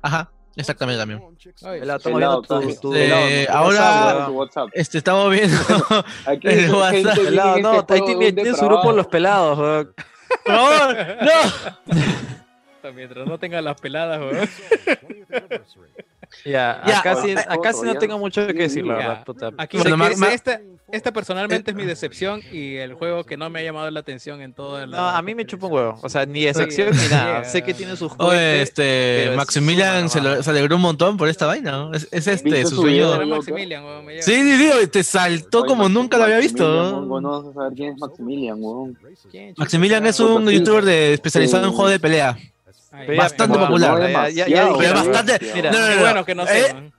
S4: Ajá, exactamente también.
S5: Ay,
S8: La
S6: Pelado,
S8: tomando tu,
S6: también.
S8: tu-
S4: Pelado,
S8: tu
S4: Eh,
S8: WhatsApp,
S4: ahora-
S8: weón.
S6: Tu WhatsApp.
S4: Este, estamos viendo. El
S6: Aquí hay gente
S4: WhatsApp.
S6: bien
S8: Pelado,
S6: que
S8: no,
S6: juega
S8: ahí tiene,
S6: un
S8: tiene su
S6: depravado.
S8: grupo los pelados, weón.
S4: Por favor, no.
S5: Mientras no tenga las peladas, weón.
S8: Ya,
S4: Ya,
S8: acá,
S6: ahora-
S8: sí, acá sí no
S6: todavía
S8: tengo mucho que decir, la
S5: Ya.
S8: verdad, puta.
S5: Aquí
S4: Bueno,
S5: sé
S4: ma-
S5: que
S4: ma-
S5: esta, esta personalmente es mi decepción y el juego que no me ha llamado la atención en todo el.
S8: No, a mí me chupa un huevo, o sea, ni decepción ni nada, sé que tiene sus
S4: Oye,
S8: juegos. pero
S4: este,
S8: es
S4: Maximilian
S8: una
S4: se, lo-
S8: mamada.
S4: se alegró un montón por esta vaina. ¿no? Es, es este,
S6: ¿Viste
S4: su
S6: su
S4: sueño.
S6: video?
S5: Era Maximilian, weón, me lleva.
S4: Sí, sí, sí, te saltó
S6: Oye,
S4: como nunca lo había visto.
S6: Maximilian,
S4: ¿no?
S6: weón, no vas a saber quién es Maximilian, weón.
S5: ¿Quién chupa
S4: Maximilian
S5: será,
S4: es
S5: weón?
S4: un youtuber de, especializado en
S6: Sí.
S4: juegos de pelea.
S5: Ay,
S8: Pero ya-
S4: Bastante
S8: bueno,
S4: popular.
S8: ya- ya- ya- ya
S6: Demasiado,
S8: dije,
S4: Pero
S8: weón.
S4: bastante-
S8: Mira,
S4: no, no,
S5: Qué
S4: no,
S5: bueno que no sé,
S4: Eh,
S5: weón.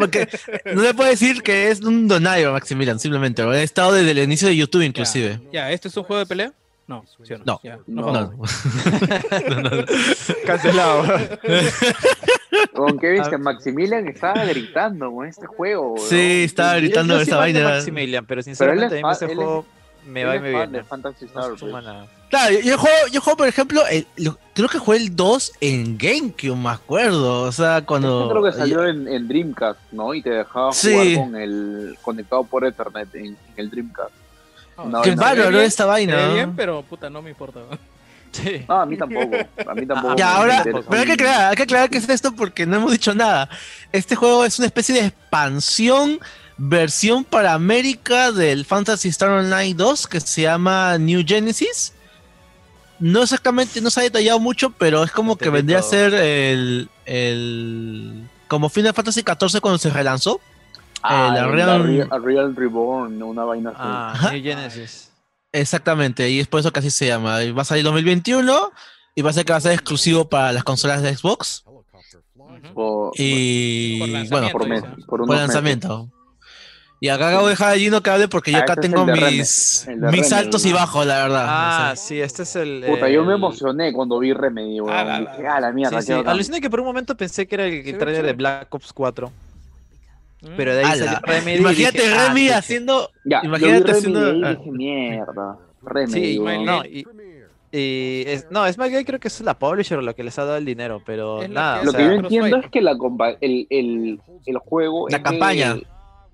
S4: Porque no le puedo decir que es un donario Maximilian, simplemente. ¿no? He estado desde el inicio de YouTube, inclusive.
S5: Ya, ¿esto es un juego de pelea? No, ¿sí o no?
S4: No.
S5: Ya,
S4: No,
S6: Oh, No.
S4: No, no, no.
S8: cancelado.
S6: Con qué viste, Maximilian estaba gritando con este juego. weón.
S4: Sí, estaba gritando
S8: Yo- yo sí
S4: esa
S8: banco
S4: vaina.
S8: Maximilian, pero
S6: Pero
S8: sinceramente
S6: él es
S8: a mí
S6: fan-
S8: ese
S6: él es-
S8: juego me va y
S6: Él es
S8: me
S6: fan de
S8: viene.
S6: Fantasy Star,
S8: No
S6: pues.
S8: suma nada.
S4: Claro, yo juego, yo juego, por ejemplo, el- lo- creo que jugué el 2 en GameCube, me acuerdo. O sea, cuando.
S6: Yo Este creo que salió en, en Dreamcast, ¿no? Y te dejaba
S4: Sí.
S6: jugar con el conectado por Ethernet en, en el Dreamcast. No,
S4: Qué
S6: no,
S4: bárbaro,
S5: se ve
S4: ¿no?
S5: bien,
S4: Esta
S5: se ve
S4: vaina. ¿no?
S5: bien, pero puta, no me importa. weón.
S8: Sí.
S6: Ah, a mí tampoco. A mí tampoco.
S4: Ya,
S6: me
S4: ahora,
S6: interesa.
S4: pero hay que eh, aclarar, hay que aclarar qué es esto porque no hemos dicho nada. Este juego es una especie de expansión, versión para América del Fantasy Star Online 2 que se llama New Genesis. No exactamente, no se ha detallado mucho, pero es como que
S8: Entendí
S4: vendría a
S8: todo.
S4: ser el, el- como Final Fantasy XIV cuando se relanzó.
S6: Ah,
S4: el
S6: la
S4: Unreal-
S6: Real, Real Reborn, una vaina así.
S8: Ah,
S4: Ajá.
S8: New Genesis.
S4: Exactamente, y es por eso que así se llama. Y Va a salir 2021 y va a ser que va a ser exclusivo para las consolas de Xbox.
S6: Por,
S4: Y
S5: Por
S4: bueno,
S5: lanzamiento,
S6: por, mes,
S5: dice.
S6: por unos
S4: Buen
S6: meses.
S4: lanzamiento. Y acá acabo de dejar a Gino que hable porque yo
S6: Ah,
S4: acá
S6: ese es
S4: tengo
S6: el de
S4: mis,
S6: Remedy, el de
S4: mis
S6: Remedy,
S4: altos y
S6: ¿no?
S4: bajos, la verdad.
S8: Ah,
S4: O sea,
S8: sí, este es el.
S6: Puta, yo me
S8: el-
S6: emocioné cuando vi Remedy, weón.
S5: Ah, va,
S6: Dije,
S5: va, va.
S6: ah, la mierda,
S8: Sí, sí.
S6: qué bacán.
S8: Alucina que por un momento pensé que era el, el trailer de Black Ops 4.
S5: Mm.
S8: Pero de ahí
S4: ala.
S8: salió Remedy. y
S4: Imagínate
S8: dije, ah,
S4: Remy
S8: dije,
S4: haciendo.
S6: Ya,
S4: Imagínate
S6: yo vi Remedy
S4: haciendo-
S6: y
S4: ah.
S6: dije, mierda. Remedy,
S8: Sí,
S6: weón.
S8: no, y, y es, no, es más que creo que es la publisher lo que les ha dado el dinero, pero
S5: Es la
S8: nada.
S5: que-
S8: o
S6: Lo
S8: sea,
S6: que yo
S5: Frostbite.
S6: entiendo es que la compa- el, el, el juego
S4: La
S6: es
S4: campaña.
S6: de,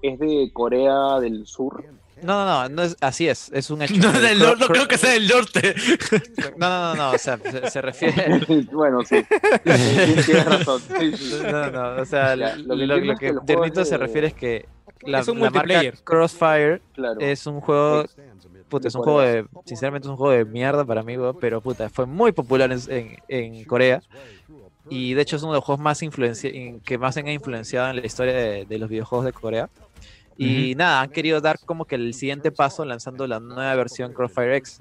S6: es de Corea del Sur.
S8: No, no, no, no es, así es, es un hecho.
S4: No,
S8: El
S4: del
S8: Cro-
S4: nor- no
S8: Cro-
S4: creo que sea del norte.
S8: No, no, no, no, o sea, se, se refiere.
S6: bueno, sí. Sí, Tienes razón. Sí, sí.
S8: No, no, o sea,
S6: Ya, lo
S8: lo,
S6: que entiendo
S8: lo- lo
S6: es que
S8: que
S6: el juego
S8: Ternito
S6: es
S8: se
S6: de-
S8: refiere es que la,
S5: Es un
S8: la marca
S5: multiplayer.
S8: Crossfire
S6: Claro.
S8: es un juego. Puta, es un juego
S6: Corea.
S8: de. Sinceramente, es un juego de mierda para mí, weón, pero puta, fue muy popular en, en, en Corea. Y de hecho, es uno de los juegos más influenci- en- que más han influenciado en la historia de, de los videojuegos de Corea. Y nada, han querido dar como que el siguiente paso lanzando la nueva versión Crossfire X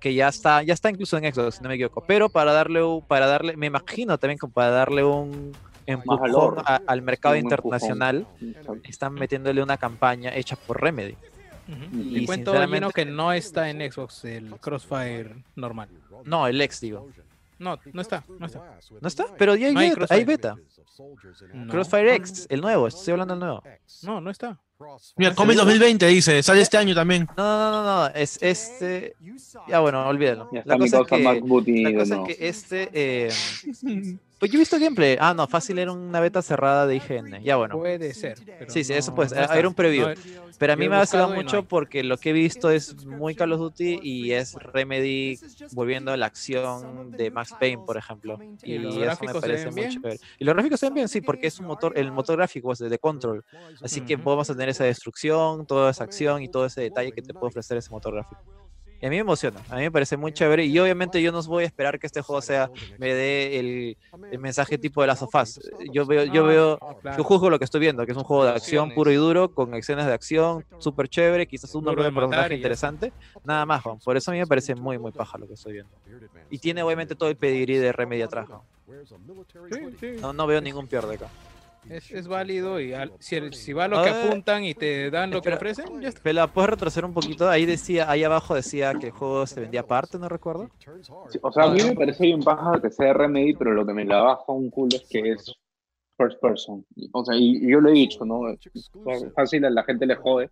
S8: que ya está, ya está incluso en Xbox, si no me equivoco. Pero para darle, un- para darle, me imagino también como para darle un empujón
S6: valor.
S8: a- al mercado
S6: Un empujón.
S8: internacional, están metiéndole una campaña hecha por Remedy.
S5: Ujú.
S6: Y
S5: Te cuento,
S8: sinceramente-
S5: Gino, que no está en Xbox el Crossfire normal.
S8: No, el ex, digo.
S5: No, no está, no está.
S8: ¿No está? Pero ya hay,
S5: No hay
S8: beta, hay beta.
S5: No.
S8: Crossfire X, el nuevo, estoy hablando del nuevo.
S5: No, no está.
S4: Mira, Come 2020 dice, sale este año también.
S8: No, no, no, no, no, es este. Ya bueno, olvídalo.
S6: Ya está
S8: La
S6: mi
S8: cosa es
S6: cosa
S8: que,
S6: Max Booty.
S8: la cosa
S6: no.
S8: es que este. eh, Pues yo he visto gameplay. Ah, no, fácil era una beta cerrada de IGN. Ya bueno.
S5: Puede ser. pero
S8: Sí, sí, eso
S5: no-
S8: pues,
S5: no
S8: era-
S5: está.
S8: era un preview.
S5: No,
S8: Pero a
S5: yo
S8: mí
S5: he
S8: me ha vacilado
S5: buscado y no
S8: mucho
S5: hay.
S8: porque lo que he visto es muy Call of Duty y es Remedy volviendo a la acción de Max Payne, por ejemplo.
S5: Y
S8: Y,
S5: los
S8: eso me
S5: gráficos se
S8: parece
S5: ven
S8: muy
S5: bien.
S8: chévere. Y los gráficos se ven bien, sí, porque es un motor, el motor gráfico es de The Control. Así que
S5: Ujú.
S8: podemos tener esa destrucción, toda esa acción y todo ese detalle que te puede ofrecer ese motor gráfico. Y a mí me emociona, a mí me parece muy chévere. Y obviamente yo no voy a esperar que este juego sea, me dé el, el mensaje tipo de las sofás. Yo veo, yo
S5: Ah,
S8: veo
S5: claro.
S8: yo juzgo lo que estoy viendo, que es un juego de acción
S2: Acciones.
S8: puro y duro, con escenas de acción súper chévere, quizás un
S5: Duro
S8: nombre de
S5: de matar
S8: personaje
S5: y ya está.
S8: interesante. Nada más, Juan. Por eso a mí me parece muy, muy paja lo que estoy viendo. Y tiene obviamente todo el pedigrí de Remedy atrás, ¿no?
S5: Sí, sí,
S8: No, no veo ningún pierde acá.
S5: Es, es válido y al- si, el- si va a lo que
S8: Ah,
S5: apuntan y te dan lo que
S8: espera.
S5: ofrecen, ya está.
S8: Pela, ¿puedes retroceder un poquito? Ahí decía, ahí abajo decía que el juego se vendía aparte, no recuerdo.
S6: Sí, O sea, a mí me parece bien paja que sea Remedy, pero lo que me la baja un culo es que es first person. O sea, y, y yo lo he dicho, ¿no? Pues, Fácil a la gente le jode,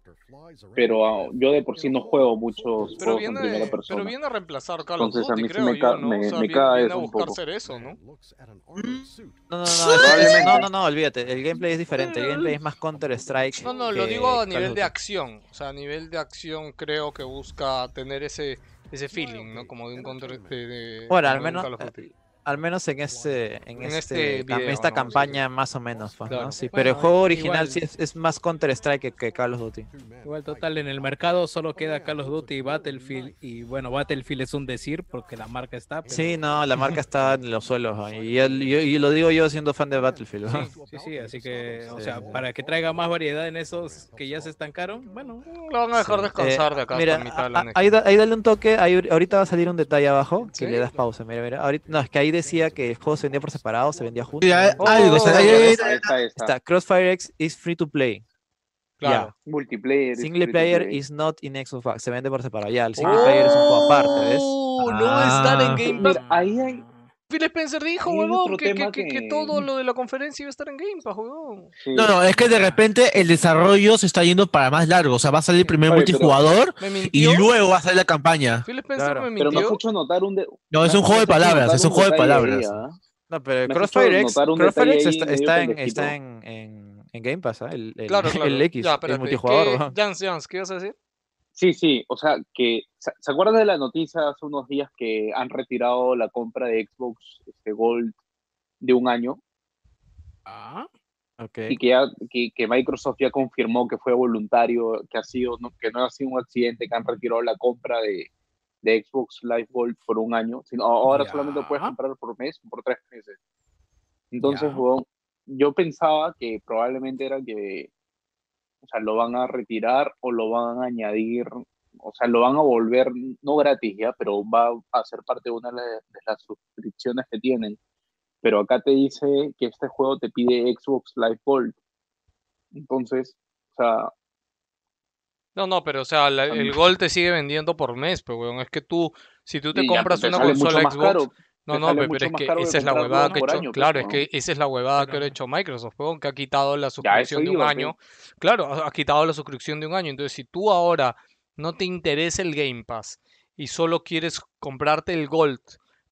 S6: pero ah, yo de por sí no juego muchos
S2: Pero
S6: juegos en
S2: viene,
S6: primera
S2: pero
S6: persona.
S2: viene a reemplazar Call
S6: Entonces,
S2: of
S6: a
S2: Duty,
S6: mí sí
S2: creo
S6: me
S2: yo,
S6: ca-
S2: ¿no?
S6: me-
S2: o sea,
S6: me
S2: vi-
S6: caga
S2: viene
S6: eso
S2: a
S6: un
S2: buscar
S6: poco.
S2: ser eso, ¿no?
S8: No, no, no, es- es- no, no, no, olvídate. El gameplay es diferente. El gameplay es más Counter-Strike.
S2: No, no, lo
S8: que
S2: digo a
S8: Call of
S2: nivel de
S8: Duty.
S2: acción. O sea, a nivel de acción creo que busca tener ese ese feeling, ¿no? Como de un counter de, de-
S8: Bueno,
S2: como
S8: al
S2: de un
S8: menos, eh,
S2: Call of Duty.
S8: Al menos en este, en,
S2: En
S8: este,
S2: este
S8: cam-
S2: video,
S8: esta
S2: ¿no?
S8: campaña más o menos, pues, ¿no?
S2: Claro.
S8: Sí,
S5: Bueno,
S8: pero el juego original
S5: igual-
S8: sí es, es más Counter Strike que, que Call of Duty.
S5: Igual total, en el mercado solo queda Call of Duty y Battlefield. Y bueno, Battlefield es un decir porque la marca está. pero-
S8: Sí, no, la marca está en los suelos ¿no? y, el- yo- y lo digo yo siendo fan de Battlefield. ¿no?
S5: Sí, sí, sí, así
S8: pues, ah,
S5: que, o
S8: Sí.
S5: sea, para que traiga más variedad en esos que ya se estancaron, bueno,
S2: Lo van a dejar descansar
S8: Eh,
S2: de acá
S8: mira,
S2: hasta mitad de
S8: a-
S2: la
S8: a-
S2: next.
S8: ahí, da- ahí dale un toque, ahí ahor- ahorita va a salir un detalle abajo que le
S2: ¿Sí?
S8: das pausa, mira, mira. Ahorita, no, es que ahí decía que el juego se vendía por separado, se vendía junto.
S4: Sí, hay-
S8: Oh,
S4: algo, o sea, hay- hay-
S6: Esa, esa, esa.
S8: Está, Crossfire X is free to play.
S2: Claro.
S6: Multiplayer.
S8: Single
S6: free to
S8: player
S6: play.
S8: is not in Xbox. Se vende por separado. Ya, el single player es un juego aparte, ¿ves?
S2: ¡Oh! No
S4: Ah.
S2: estar en Game Pass.
S6: Mira, ahí hay.
S2: Phil Spencer dijo,
S6: Hay
S2: huevón,
S6: otro
S2: que, que,
S6: tema
S2: que- que
S6: que-
S2: todo lo de la conferencia iba a estar en Game Pass, huevón.
S6: sí.
S4: No, no, es que de repente el desarrollo se está yendo para más largo. O sea, va a salir primero
S6: Oye,
S4: multijugador
S2: Me mintió.
S4: y luego va a salir la campaña.
S2: Phil Spencer
S8: Claro.
S2: me
S6: Pero me has
S2: mintió.
S6: hecho notar un. de-
S4: No, es un juego
S6: me
S4: de
S6: has hecho
S4: palabras,
S6: notar
S4: es un
S6: un
S4: juego de
S6: detalle ahí,
S4: palabras.
S6: ¿ah.
S8: No, pero
S6: Me has hecho
S8: Crossfire X,
S6: notar un
S8: Crossfire
S6: detalle
S8: X
S6: ahí
S8: está,
S6: medio
S8: está en,
S6: pendejito.
S8: está en, en, en Game Pass, ¿ah? el, el,
S2: Claro,
S8: el
S2: claro.
S8: X,
S2: ya,
S8: el
S2: espérate,
S8: multijugador.
S2: ¿qué-
S8: ¿no?
S2: Jans, Jans, ¿qué ibas a decir?
S6: Sí, sí, o sea, que ¿se se acuerdan de la noticia hace unos días que han retirado la compra de Xbox este, Gold de un año
S5: ah,
S8: Ok.
S6: y que, ya- que, que Microsoft ya confirmó que fue voluntario, que ha sido no, que no ha sido un accidente, que han retirado la compra de, de Xbox Live Gold por un año, sino ahora
S5: Ya.
S6: solamente lo puedes comprar por mes, por tres meses. Entonces,
S5: Ya.
S6: huevón, yo pensaba que probablemente era que, o sea, lo van a retirar o lo van a añadir, o sea, lo van a volver no gratis ya, pero va a ser parte de una de las- de las suscripciones que tienen pero acá te dice que este juego te pide Xbox Live Gold. Entonces, o sea,
S2: No, no, pero o sea, la- el Gold te sigue vendiendo por mes, pero weón, es que tú, si tú te
S6: y ya, pues,
S2: compras
S6: te
S2: una
S6: sale mucho
S2: consola
S6: más
S2: Xbox,
S6: caro.
S2: no,
S6: te
S2: no,
S6: sale
S2: pe-
S6: mucho
S2: pero es
S6: más
S2: que
S6: caro que
S2: esa es la
S6: comprarlo
S2: huevada que ha
S6: por
S2: hecho,
S6: año, pues,
S2: claro, es
S6: ¿no?
S2: que esa es la huevada que ha hecho Microsoft, weón, que ha quitado la
S6: Ya, a eso
S2: suscripción de un
S6: iba,
S2: año, claro, ha ha quitado la suscripción de un año, entonces si tú ahora no te interesa el Game Pass y solo quieres comprarte el Gold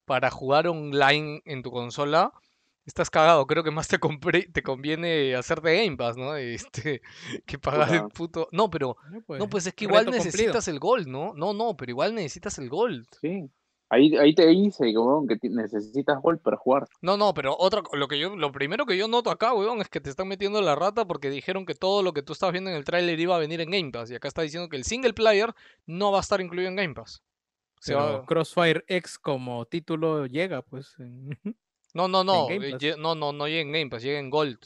S2: para jugar online en tu consola, estás cagado, creo que más te, compré- te conviene hacerte Game Pass, ¿no? Este, que pagar el
S6: Puta.
S2: puto... No, pero...
S5: no, pues,
S2: No, pues es que
S5: reto
S2: igual
S5: cumplido.
S2: necesitas el gold, ¿no? No, no, pero igual necesitas el gold.
S6: Sí. Ahí, ahí te dice que, weón, que ti- necesitas Gold para jugar.
S2: No, no, pero otra, co- lo que yo, lo primero que yo noto acá, weón, es que te están metiendo la rata porque dijeron que todo lo que tú estabas viendo en el tráiler iba a venir en Game Pass. Y acá está diciendo que el single player no va a estar incluido en Game Pass. Se va-
S5: Pero Crossfire X como título llega, pues. en-
S2: No, no, no.
S5: Game
S2: eh,
S5: Pass.
S2: lle- No, no, no llega en Game Pass, llega en Gold.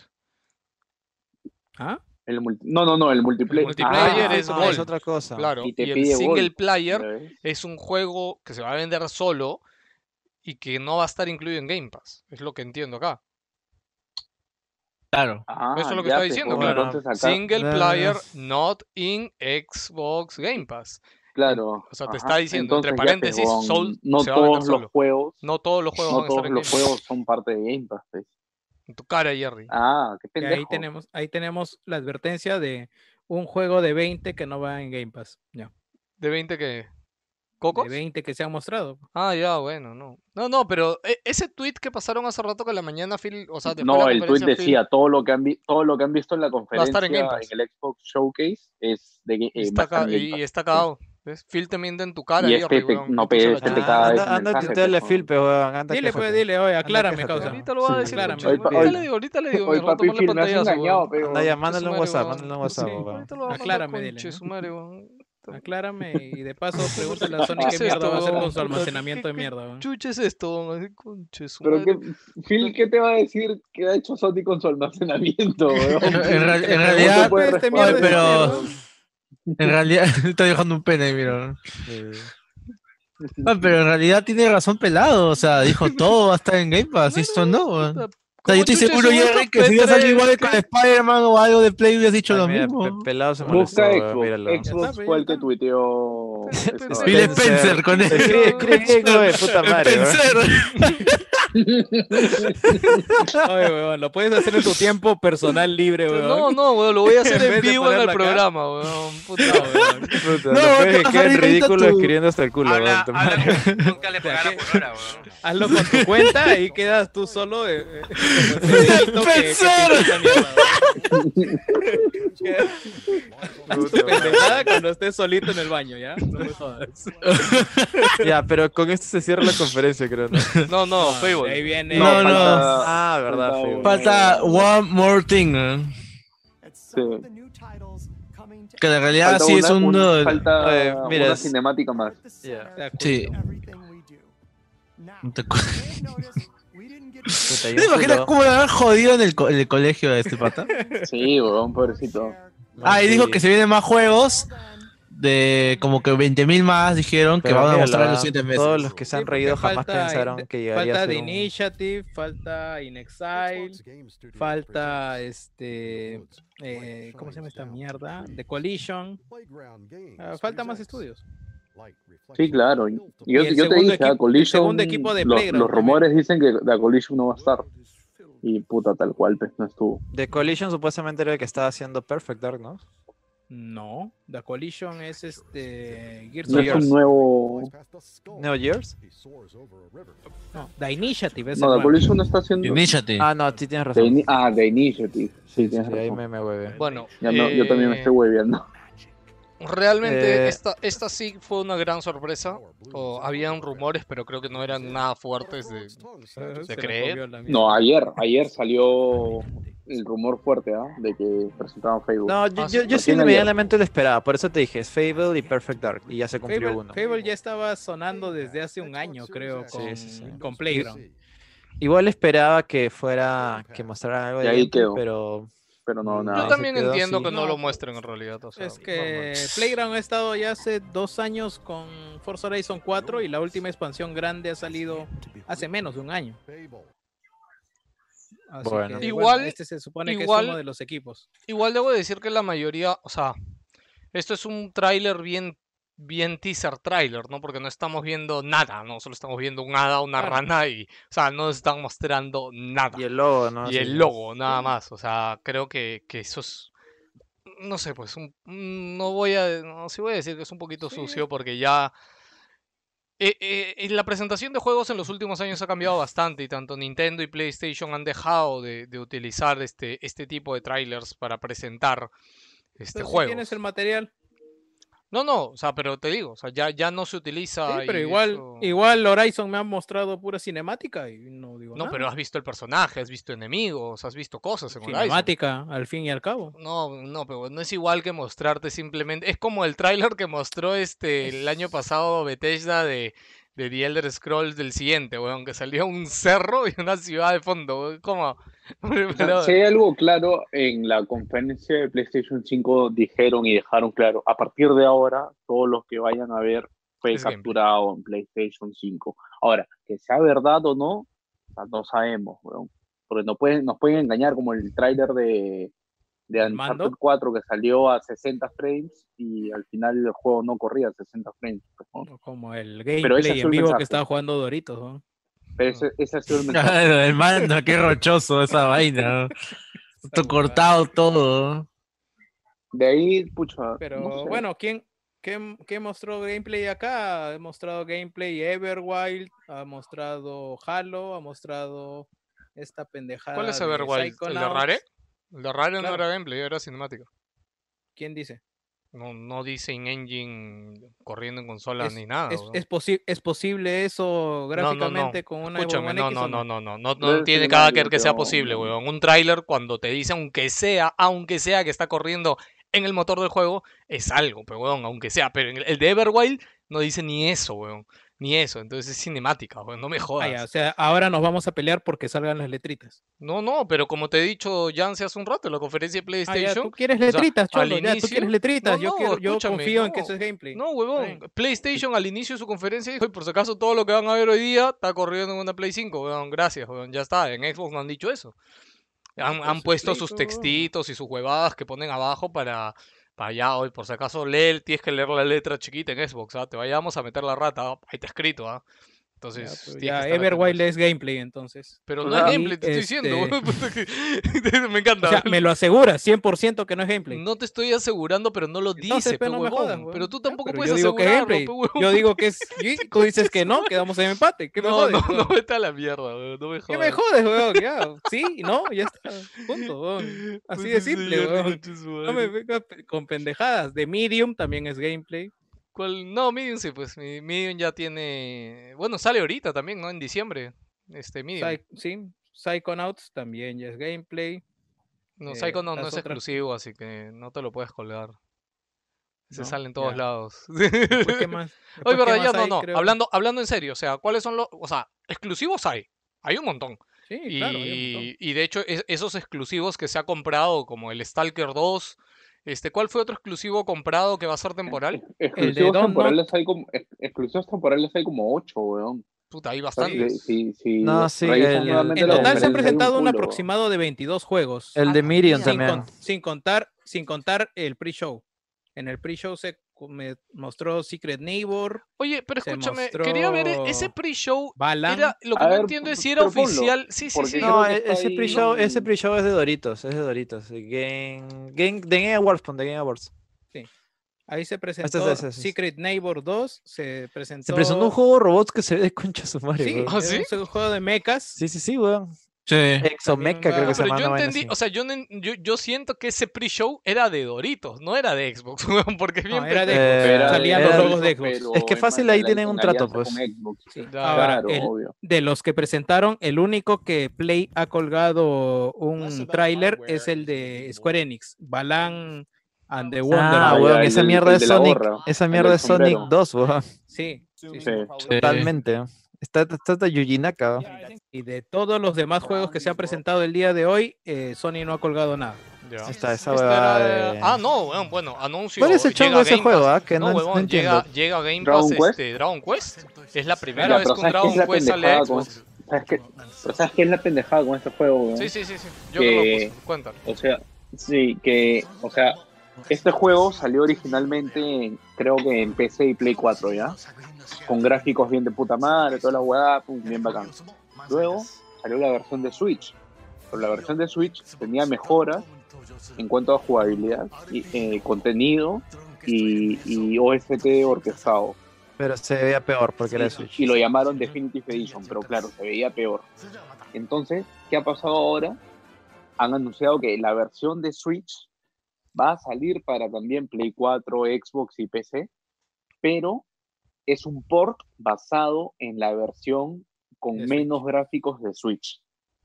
S5: ¿Ah?
S6: El multi- no, no, no, el multiplayer.
S2: multiplayer
S8: Ah,
S2: es
S8: no,
S2: Gold.
S8: es otra cosa.
S2: Claro.
S6: y te
S2: el
S6: pide
S2: single
S6: Gold.
S2: player
S6: ¿ya ves?
S2: es un juego que se va a vender solo y que no va a estar incluido en Game Pass. Es lo que entiendo acá.
S4: Claro.
S6: Ah,
S2: Eso es lo que
S6: ya,
S2: está
S6: pues,
S2: diciendo,
S6: weón,
S8: claro.
S6: entonces acá-
S2: Single
S8: No, no, no.
S2: player not in Xbox Game Pass.
S6: claro.
S2: o sea, te
S6: ajá.
S2: está diciendo, entre
S6: Entonces, ya, pues,
S2: paréntesis,
S6: weón,
S2: Soul
S6: no
S2: se va a vender
S6: todos
S2: solo.
S6: los juegos,
S2: No todos los juegos
S6: no
S2: van a estar
S6: todos
S2: en
S6: los
S2: Game Pass.
S6: juegos son parte de Game Pass. pues.
S2: En tu cara, Jerry.
S6: Ah, qué
S5: Y
S6: pendejo.
S5: ahí tenemos, ahí tenemos la advertencia de un juego de 20 que no va en Game Pass. Ya.
S2: De 20 que. ¿Cocos?
S5: de 20 que se han mostrado.
S2: Ah, ya, bueno, no. No, no, pero e- ese tweet que pasaron hace rato que en la mañana, Phil, o sea, después de
S6: No,
S2: la
S6: el tweet
S2: conferencia, Phil-
S6: decía todo lo que han vi- todo lo que han visto en la conferencia
S2: estar en
S6: en,
S2: Game Pass.
S6: el Xbox Showcase es de Ga- eh,
S2: y
S6: va a
S2: está,
S6: estar
S2: ca-
S6: en Game
S2: y,
S6: Pass.
S2: y está cagado. ¿Ves? Phil te miente en tu cara.
S6: Y
S2: ahí,
S6: este
S2: horrible,
S6: te-
S2: weón.
S6: no,
S2: Qué chucha
S6: pe-
S2: la
S6: este te
S2: chingada.
S6: caga ese
S8: Ah, anda, anda a
S6: mensaje,
S8: tuitearle a
S6: pues,
S8: Phil, pues, weón, anda
S5: Dile,
S8: quéjate.
S5: pues, dile, oye, aclárame,
S8: quéjate,
S5: causa.
S8: weón.
S2: Ahorita lo voy a
S8: Sí,
S2: decir.
S5: claro,
S2: concha de
S5: hoy
S6: pa-
S2: madre. Ahorita
S6: hoy-
S2: le digo, ahorita le digo.
S6: Hoy
S2: me rato
S6: papi
S2: ponle
S6: Phil me has
S2: pantallazo,
S6: engañado,
S2: weón.
S6: pero
S8: Anda ya,
S2: Concha
S8: mándale
S2: su
S8: un
S2: madre,
S8: WhatsApp,
S2: weón.
S8: mándale un WhatsApp,
S2: Sí,
S8: weón.
S2: ahorita lo vamos a hablar,
S5: Aclárame,
S2: conche
S5: dile,
S2: su madre, weón.
S5: Aclárame y de paso pregúntale a Sony
S2: ¿Qué
S5: qué,
S2: es
S5: mierda
S2: esto,
S5: va a hacer
S2: weón?
S5: con su
S2: Puta,
S5: almacenamiento de
S2: ¿qué- qué
S5: mierda. weón?
S2: Chucha es esto, weón. Ay, Conche su
S6: Pero
S2: madre.
S6: que, Phil, ¿qué te va a decir que ha hecho Sony con su almacenamiento? weón?
S4: En, en real- en
S6: No se
S4: realidad, pues,
S6: puede
S5: Este
S4: oye,
S6: responder,
S4: pero.
S6: weón.
S4: En realidad, estoy dejando un pene, mira. Ah, pero en realidad tiene razón pelado. O sea, dijo todo va a estar en Game Pass. y esto no, weón.
S2: puta,
S4: O sea, yo
S2: ¿cómo
S4: estoy
S2: chucha
S4: seguro,
S2: subo
S4: Jerry,
S2: estos
S4: que si hubieras salido igual
S2: P3?
S4: con Spider-Man o algo de Play, hubieras dicho
S8: Ay,
S4: lo
S8: mira,
S4: mismo.
S8: pe- pelado se molestó,
S6: Busca
S8: weón, míralo.
S6: Xbox.
S5: Ya está,
S6: Xbox fue el que
S5: pero-
S6: tuiteó. este,
S2: Pero-
S6: esa
S2: pero-
S6: vaina.
S4: Phil Spencer con él.
S8: Escribe, escribe bien, güey, puta madre, weón.
S5: Oye, weón, lo puedes hacer en tu tiempo personal libre, weón.
S2: No, no, weón, lo voy a hacer
S5: En
S2: en
S5: vez de
S2: vivo en el
S5: ponerlo acá.
S2: programa, weón. Puta, weón.
S4: No,
S8: Puta, lo
S4: te
S8: peor es
S4: vas a
S8: que queda en
S4: salir ahorita
S8: ridículo
S4: tú.
S8: escribiendo hasta el culo,
S3: Habla,
S8: weón, tu
S3: habla
S8: madre.
S3: como si nunca le pagara por hora, weón.
S5: Hazlo con tu cuenta y quedas tú solo. eh, eh, como el cerebrito que- que pinta esa mierda, weón.
S4: Pensar.
S8: Puta, weón.
S5: Pendejada cuando estés solito en el baño, ¿ya? No me jodas.
S8: Ya, pero con esto se cierra la conferencia, creo, ¿no?
S2: No, no,
S5: De Ahí
S2: Fable.
S5: viene.
S4: No, no.
S6: falta-
S8: Ah, verdad,
S6: falta
S8: Fable.
S4: Falta One More Thing. ¿no?
S6: este,
S4: Que en realidad
S6: Falta
S4: Ah, sí es
S6: una-
S4: un.
S6: un-
S4: No
S6: falta
S8: Eh, mira,
S6: una
S8: es-
S6: cinemática más.
S4: Sí.
S6: Mm.
S4: te acuerdas.
S8: Puta, yo
S4: ¿Te imaginas
S8: juro-
S4: cómo lo habrán jodido en el, co- en el colegio de este pata?
S6: Sí, weón, pobrecito.
S4: Ah, y
S8: sí.
S4: dijo que se vienen más juegos. De como que 20.000 más dijeron que
S8: Pero
S4: van a
S8: míralo,
S4: mostrar en los
S8: ah,
S4: 7
S8: Todos
S4: meses.
S8: los que se han
S5: Sí, porque
S8: reído jamás
S5: falta-
S8: pensaron que llegaría a
S5: Falta
S8: ser
S5: The
S8: un-
S5: Initiative, falta In Exile, falta este. eh, ¿Cómo se llama esta mierda? The Collision. Ah, falta más estudios.
S6: Sí, claro. y- y Yo,
S5: Y el
S6: yo te
S5: segundo
S6: dije,
S5: equipo-
S6: a Collision,
S5: el segundo equipo de
S6: lo-
S5: Playground
S6: los
S5: también.
S6: rumores dicen que la Collision no va a estar. Y puta, tal cual, pues no estuvo.
S8: The Collision supuestamente era el que estaba haciendo Perfect Dark, ¿no?
S5: No, The Collision es este. Gears
S6: No
S5: of
S6: es un
S5: Wars.
S6: nuevo.
S8: Neo Years.
S5: No, The Initiative es el
S6: No, la
S5: nuevo.
S6: Collision no está haciendo.
S4: Iníciate.
S8: Ah, no, sí tienes
S6: The
S8: razón.
S6: Ini- ah, The Initiative. Sí, tienes
S8: Sí, ahí
S6: razón.
S8: me, me hueve.
S2: Bueno,
S6: Ya me- yo también me
S2: eh,
S6: estoy hueveando.
S2: Realmente
S8: Eh,
S2: esta, esta sí fue una gran sorpresa. O, habían rumores, pero creo que no eran nada fuertes de...
S5: Ah, se me
S2: creer?
S5: movió la mierda.
S6: No, ayer, ayer salió el rumor fuerte, ¿ah? De que presentaban Facebook.
S8: No, yo,
S2: Ah,
S8: yo,
S2: sí.
S8: yo sí
S6: Recién ayer.
S8: medianamente lo esperaba, por eso te dije, es Fable y Perfect Dark, y ya se cumplió
S5: Fable,
S8: uno.
S5: Fable ya estaba sonando desde hace un año, creo, con,
S8: sí, sí.
S5: con Playground.
S8: Igual esperaba que fuera, que mostraran algo de
S6: Y ahí
S8: gameplay,
S6: quedó.
S8: pero...
S6: pero no,
S8: Ah,
S2: Yo
S8: se
S6: nada.
S2: también
S8: quedó
S2: entiendo
S8: así.
S2: que no
S5: No,
S2: lo
S5: pues,
S2: muestren en realidad. o sea,
S5: Es que Playground ha estado ya hace dos años con Forza Horizon 4 y la última expansión grande ha salido hace menos de un año. Así
S8: Bueno.
S5: que,
S2: Igual-
S5: este se supone que
S2: igual-
S5: es uno de los equipos.
S2: Igual debo decir que la mayoría, o sea, esto es un tráiler bien, bien teaser tráiler, ¿no? Porque no estamos viendo nada, ¿no? Solo estamos viendo un hada, una
S5: Claro.
S2: rana y, o sea, no nos están mostrando nada.
S8: Y el logo,
S5: Ah,
S8: ¿no?
S2: Y
S8: Sí.
S2: el logo, nada más. O sea, creo que, que eso es, no sé, pues, un- mm, no voy a, no, sí voy a decir que es un poquito sucio porque ya... eh, eh, eh, la presentación de juegos en los últimos años ha cambiado bastante y tanto Nintendo y PlayStation han dejado de, de utilizar este, este tipo de trailers para presentar este
S5: Entonces, si
S2: juego.
S5: tienes el material.
S2: No, no, o sea, pero te digo, o sea, ya, ya no se
S5: Sí,
S2: utiliza.
S5: pero
S2: y
S5: igual,
S2: eso-
S5: igual Horizon me ha mostrado pura cinemática y no digo
S2: No,
S5: nada.
S2: pero has visto el personaje, has visto enemigos, has visto cosas en Horizon.
S5: cinemática, al fin y al cabo.
S2: No, no, pero no es igual que mostrarte simplemente. Es como el tráiler que mostró este el año pasado Bethesda de, de The Elder Scrolls del siguiente, weón, que salía un cerro y una ciudad de fondo. weón, Como.
S6: O sea, si hay algo claro, en la conferencia de PlayStation 5 dijeron y dejaron claro, a partir de ahora, todos los que vayan a ver fue
S2: Es gameplay.
S6: capturado en PlayStation 5. Ahora, que sea verdad o no, o sea, no sabemos, weón. porque nos pueden, nos pueden engañar como el tráiler de, de
S5: ¿El mando?
S6: Uncharted 4 que salió a 60 frames y al final el juego no corría a 60 frames. pues, ¿no?
S5: O Como el
S6: Pero ese
S5: gameplay
S6: es
S5: en
S6: un
S5: vivo
S6: mensaje.
S5: que estaba jugando Doritos. ¿no?
S6: Pero ese, ese ha sido el mensaje.
S4: Claro, el mando, qué rochoso esa vaina. ¿no? Todo cortado todo.
S6: De ahí, pucha.
S5: Pero
S6: no sé.
S5: bueno, ¿quién, ¿Qué, qué mostró gameplay acá? Ha mostrado gameplay Everwild, ha mostrado Halo, ha mostrado esta pendejada.
S2: ¿Cuál es
S5: Ah, de
S2: Everwild? ¿El de
S5: Psychonauts.
S2: Rare? El de Rare no
S5: Claro.
S2: era gameplay, era cinemática.
S5: ¿Quién dice?
S2: No, no dice en engine corriendo en consola
S5: Es-
S2: ni nada.
S5: ¿Es,
S2: weón.
S5: es, posi- ¿Es posible eso
S2: No, no, no.
S5: gráficamente con una
S2: Escúchame,
S5: Xbox
S2: no,
S5: One X
S2: no, no,
S5: o
S2: no, no, no,
S6: No
S2: no
S6: es
S2: tiene cada
S6: cinemática,
S2: que que sea
S6: no,
S2: posible,
S6: no.
S2: weón. Un tráiler cuando te dice aunque sea, aunque sea que está corriendo en el motor del juego, es algo, pero weón, aunque sea. Pero en el, el de Everwild no dice ni eso, weón. Ni eso, entonces es cinemática, weón, no me
S5: Ah,
S2: jodas.
S5: ya, o sea, ahora nos vamos a pelear porque salgan las letritas.
S2: No, no, pero como te he dicho ya hace un rato en la conferencia de
S5: Ah, ya,
S2: PlayStation,
S5: tú quieres
S2: sea,
S5: letritas,
S2: al
S5: cholo, ya, tú
S2: inicio-
S5: quieres letritas.
S2: No,
S5: yo
S2: no,
S5: quiero- yo
S2: escúchame,
S5: confío en que
S2: no.
S5: eso es gameplay.
S2: No, huevón.
S5: bien.
S2: PlayStation al inicio de su conferencia dijo, "Y por si acaso todo lo que van a ver hoy día está corriendo en una Play 5, huevón. Gracias, huevón. Ya está. En Xbox no han dicho eso. Han, han
S5: su
S2: puesto
S5: Play,
S2: sus
S5: huevón.
S2: textitos y sus huevadas que ponen abajo para, para allá hoy. Por si acaso lee, tienes que leer la letra chiquita en Xbox. ¿ah? Te vayamos a meter la rata. ah, Ahí está escrito. ¿ah?
S5: Ya,
S2: Entonces,
S5: pues,
S2: tienes que
S5: ya,
S2: estar
S5: Everwild
S2: atento a eso.
S5: es gameplay, entonces.
S2: Pero
S6: o
S2: no es
S6: sea,
S2: gameplay, te estoy diciendo.
S5: este-
S2: huevón, puta que- Me encanta.
S5: O sea, me lo aseguras, 100% que no es gameplay.
S2: No te estoy asegurando, pero no lo
S5: Entonces,
S2: dice,
S5: pe,
S2: pe,
S5: no me
S2: huevón.
S5: jodas, huevón.
S2: Pero tú
S5: Ya,
S2: tampoco
S5: pero
S2: puedes
S5: yo digo que es
S2: asegurarlo,
S5: gameplay.
S2: pe, huevón.
S5: Yo digo que es. y Tú dices que no, quedamos en empate. ¿Qué me
S2: no,
S5: jodes?
S2: no,
S5: weón?
S2: no, vete a la mierda, weón, no me
S5: ¿Qué
S2: jodas.
S5: me jodes, weón? Ya, sí, no, ya está. Punto, weón. Así de
S2: Puta
S5: simple,
S2: señor,
S5: weón.
S2: concha su
S5: No me
S2: madre.
S5: vengas pe- con pendejadas. De Medium también es gameplay.
S2: ¿Cuál? No, Medium sí, pues mi- Medium ya tiene... Bueno, sale ahorita también, ¿no? En diciembre. Este Medium.
S5: Psy- sí, Psychonauts también ya es gameplay.
S2: no,
S5: eh,
S2: Psycho no, no
S5: las
S2: es
S5: otras-
S2: exclusivo, así que no te lo puedes colgar. Se
S5: No,
S2: sale en todos
S5: ya.
S2: lados.
S5: Después, ¿qué más?
S2: Oye,
S5: Después, ¿qué
S2: verdad, ya
S5: más
S2: no,
S5: hay?
S2: no.
S5: Creo-
S2: Hablando, hablando en serio, o sea, ¿cuáles son los... O sea, exclusivos hay. Hay un montón.
S5: Sí,
S2: Y,
S5: claro, hay un montón.
S2: y de hecho, es- esos exclusivos que se ha comprado, como el Stalker 2, este, ¿cuál fue otro exclusivo comprado que va a ser temporal?
S5: de
S6: Exclusivos
S5: Don't
S6: temporales, hay como, ex- exclusivos temporales hay como ocho, weón.
S2: Puta, hay
S6: O sea,
S2: bastantes.
S6: si- si- si
S8: No, sí,
S6: revisas
S8: el-
S6: nuevamente
S5: En
S6: la
S5: total se han
S6: conferencia, hay
S5: presentado un
S6: culo,
S5: aproximado de 22 juegos.
S8: El de Miriam
S5: sin,
S8: también.
S5: Ah, con- sin contar, sin contar el pre-show. En el pre-show se co- me mostró Secret Neighbor,
S2: Oye, pero
S5: Se
S2: escúchame, quería ver e- ese
S5: mostró
S2: pre-show.
S5: Balan.
S2: Era, lo que
S6: A
S2: no
S6: ver,
S2: entiendo es si
S6: p-
S2: era
S6: pero ponlo,
S2: oficial. Sí, sí,
S6: porque
S2: sí.
S6: creo
S8: No,
S6: que
S8: e-
S6: está
S8: ese
S6: ahí, ¿no?
S8: pre-show, ese pre-show es de Doritos, es de Doritos. de Game, Game, de Game Awards, pon, de Game Awards.
S5: Ahí se
S8: Este es-
S5: presentó
S8: ese es-
S5: Secret Neighbor 2, se presentó.
S8: Se presentó un juego de robots que se ve de concha su madre,
S5: Sí,
S8: weón.
S2: ¿Ah, sí?
S5: es un juego de mechas.
S8: Sí, sí, sí, weón.
S4: Sí.
S8: Exomeca creo
S2: No,
S8: que se
S2: pero
S8: llama.
S2: yo
S8: una vaina
S2: entendí,
S8: así.
S2: o sea, yo, no en- yo, yo siento que ese pre-show era de Doritos, no era de Xbox, porque es
S5: No,
S2: bien
S5: era de-
S6: pero-
S8: Eh,
S6: pero-
S5: salían los
S6: pero-
S5: logos de Xbox.
S6: pero
S8: Es que
S6: en
S8: fácil ahí
S6: Mandalay
S8: tienen
S6: con
S8: un trato,
S6: alianza
S8: pues.
S6: con Xbox.
S2: pe-
S5: Ahora,
S6: Claro,
S5: el-
S6: obvio.
S5: de los que presentaron, el único que Play ha
S1: Less
S5: colgado un
S1: about
S5: tráiler
S1: hardware
S5: es el
S1: and
S5: de
S1: more.
S5: Square Enix, Balan and the Wonder.
S8: Ah,
S6: Ah,
S8: weón,
S6: ya,
S8: esa
S6: el-
S8: mierda
S6: el
S8: es
S6: de la
S8: Sonic.
S6: gorra,
S8: Esa
S6: el
S8: mierda
S6: del
S8: es Sonic
S6: sombrero.
S8: 2, weón.
S5: Sí,
S6: Sí.
S8: Totalmente. Está, está, está Yuji Naka.
S5: y de todos los
S2: Ah,
S5: demás juegos que se han presentado el día de hoy, eh, Sony no ha colgado nada.
S2: Ya.
S8: Está
S2: Esta
S8: esa huevada
S2: era-
S8: de-
S2: Ah, no, weón, bueno, anuncio.
S8: ¿Cuál es el
S2: llega
S8: chongo de ese
S2: Game Pass.
S8: juego? ah? Que
S2: No,
S8: no,
S2: huevón,
S8: no entiendo.
S2: llega, llega Game Pass
S6: ¿Dragon Quest?
S2: este, Dragon Quest. Es la primera
S6: Ya,
S2: vez
S6: pero
S2: que un
S6: ¿sabes qué es
S2: Dragon
S6: la
S2: Quest sale a
S6: pendejada con-
S2: Xbox.
S6: ¿Sabes qué? Pero ¿sabes qué es la pendejada con este juego, weón?
S2: Sí, sí, sí, sí. Yo creo que
S6: Que-
S2: lo puse. Cuéntalo.
S6: O sea, sí, que, o sea, este juego salió originalmente, en- creo que en PC y Play 4, ¿ya? Con gráficos bien de puta madre, toda la hueá, pum, bien bacán. Luego salió la versión de Switch, pero la versión de Switch tenía mejoras en cuanto a jugabilidad, y, eh, contenido y, y OST orquestado.
S8: Pero se veía peor porque era de Switch.
S6: Y lo llamaron Definitive Edition, pero claro, se veía peor. Entonces, ¿qué ha pasado ahora? Han anunciado que la versión de Switch va a salir para también Play 4, Xbox y PC, pero es un port basado en la versión con
S5: De
S6: menos gráficos de Switch.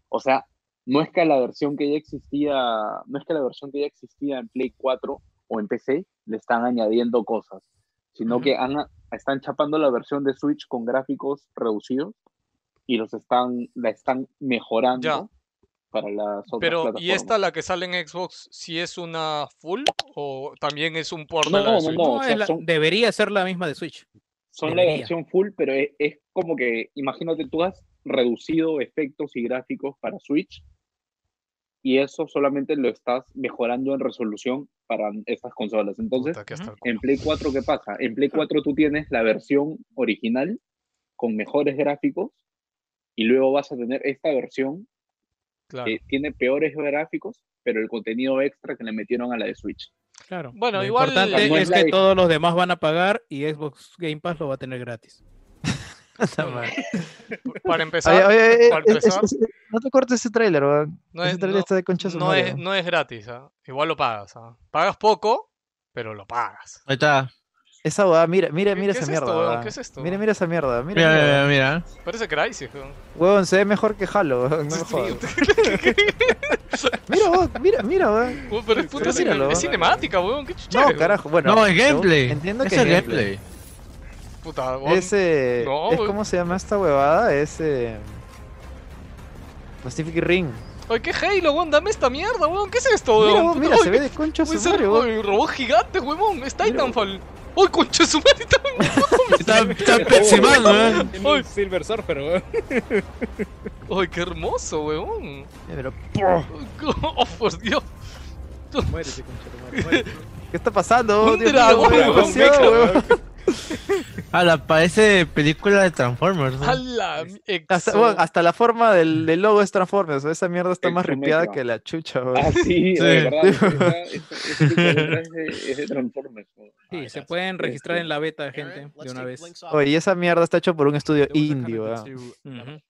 S6: O sea, no es que la versión que ya existía, no es que la versión que ya existía en Play 4 o en PC le están añadiendo cosas, sino que han, están chapando la versión de Switch con gráficos reducidos y los están la están mejorando
S2: Ya.
S6: para las otras
S2: Pero, ¿y esta,
S6: plataformas.
S2: la que sale en Xbox, si es una full o también es un porno?
S6: No,
S2: la de
S6: no,
S2: Switch?
S6: no.
S5: No,
S6: o
S5: es
S6: sea,
S5: la-
S6: son-
S5: debería ser la misma de Switch.
S6: son la
S5: Debería.
S6: versión full, pero es, es como que imagínate tú has reducido efectos y gráficos para Switch y eso solamente lo estás mejorando en resolución para estas consolas. Entonces,
S2: Puta, que hasta el
S6: En
S2: culo.
S6: Play 4, ¿qué pasa? En Play 4 tú tienes la versión original con mejores gráficos y luego vas a tener esta versión
S2: Claro.
S6: eh, que tiene peores gráficos, pero el contenido extra que le metieron a la de Switch.
S5: Claro.
S2: Bueno,
S5: lo
S2: igual-
S5: importante
S6: Como es
S5: es
S6: la
S5: que
S6: de-
S5: todos los demás van a pagar y Xbox Game Pass lo va a tener gratis.
S8: Puta madre.
S2: Para
S8: Oye,
S2: empezar,
S8: oye, oye,
S2: para
S8: eh, es-
S2: empezar.
S8: es- es- no te cortes ese tráiler, weón.
S2: no
S8: ese
S2: es-
S8: tráiler
S2: no-
S8: está de concha su
S2: no
S8: madre,
S2: es,
S8: weón.
S2: no es gratis, ¿ah? igual lo pagas. ¿ah? Pagas poco, pero lo pagas.
S4: Ahí está.
S8: Esa weá, mira, mira,
S2: ¿Qué-
S8: mira
S2: qué
S8: esa
S2: es
S8: mierda.
S2: esto, weón?
S8: weón.
S2: ¿Qué es esto?
S8: Mira, mira esa mierda. Mira,
S4: Mira,
S8: mira,
S4: mira, mira.
S2: Parece Crysis. weón.
S8: Weón, se ve mejor que Halo, weón. No me jodas. Mira, weón, mira, mira, weón.
S2: Uy, pero es puta cine-
S8: míralo.
S2: es cinemática, weón. Qué chucha.
S8: No, carajo, bueno.
S4: No, es
S8: según-
S4: gameplay.
S8: Entiendo
S4: Es
S8: que
S4: el gameplay.
S2: Puta, weón.
S8: Es, eh,
S2: No,
S8: es
S2: weón.
S8: ¿Cómo se llama esta huevada? Es. Eh, Pacific Ring.
S2: Ay, qué Halo, weón. Dame esta mierda, weón. ¿Qué es esto,
S8: Mira,
S2: weón?
S8: weón,
S2: Puta,
S8: mira,
S2: uy,
S8: se ve de concha
S2: Puede
S8: su
S2: ser
S8: madre, weón.
S2: un robot gigante, huevón. Es
S8: Mira,
S2: Titanfall. ¡Uy, concha de su madre!
S4: Está, está pensimando, ¿eh?
S5: Tiene un Silver Surfer, weón.
S2: ¡Ay, qué hermoso, huevón!
S8: Mira, pero,
S2: ¡Oh, por Dios!
S5: Muérete, concha de tu madre, muérete.
S8: ¿Qué está pasando?
S2: Un
S8: Dios mío,
S2: dragón,
S8: weón,
S2: weón,
S8: ¿qué pasó,
S2: mecha,
S8: weón?
S4: Ah, la parece película de Transformers. ¿no?
S2: ¡A la
S8: Hasta,
S2: exo-
S8: weón, hasta la forma del, del logo es Transformers. Esa mierda está más
S6: Exo
S8: ripiada
S6: mecha.
S8: que la chucha, weón.
S6: Ah, sí,
S4: Sí.
S6: de verdad. esa- esa- esa película es de- es de Transformers. ¿no?
S5: Sí, se pueden registrar en la beta, gente, de una vez.
S8: Oye, y esa mierda está hecho por un estudio indie, weón.
S5: Ujú.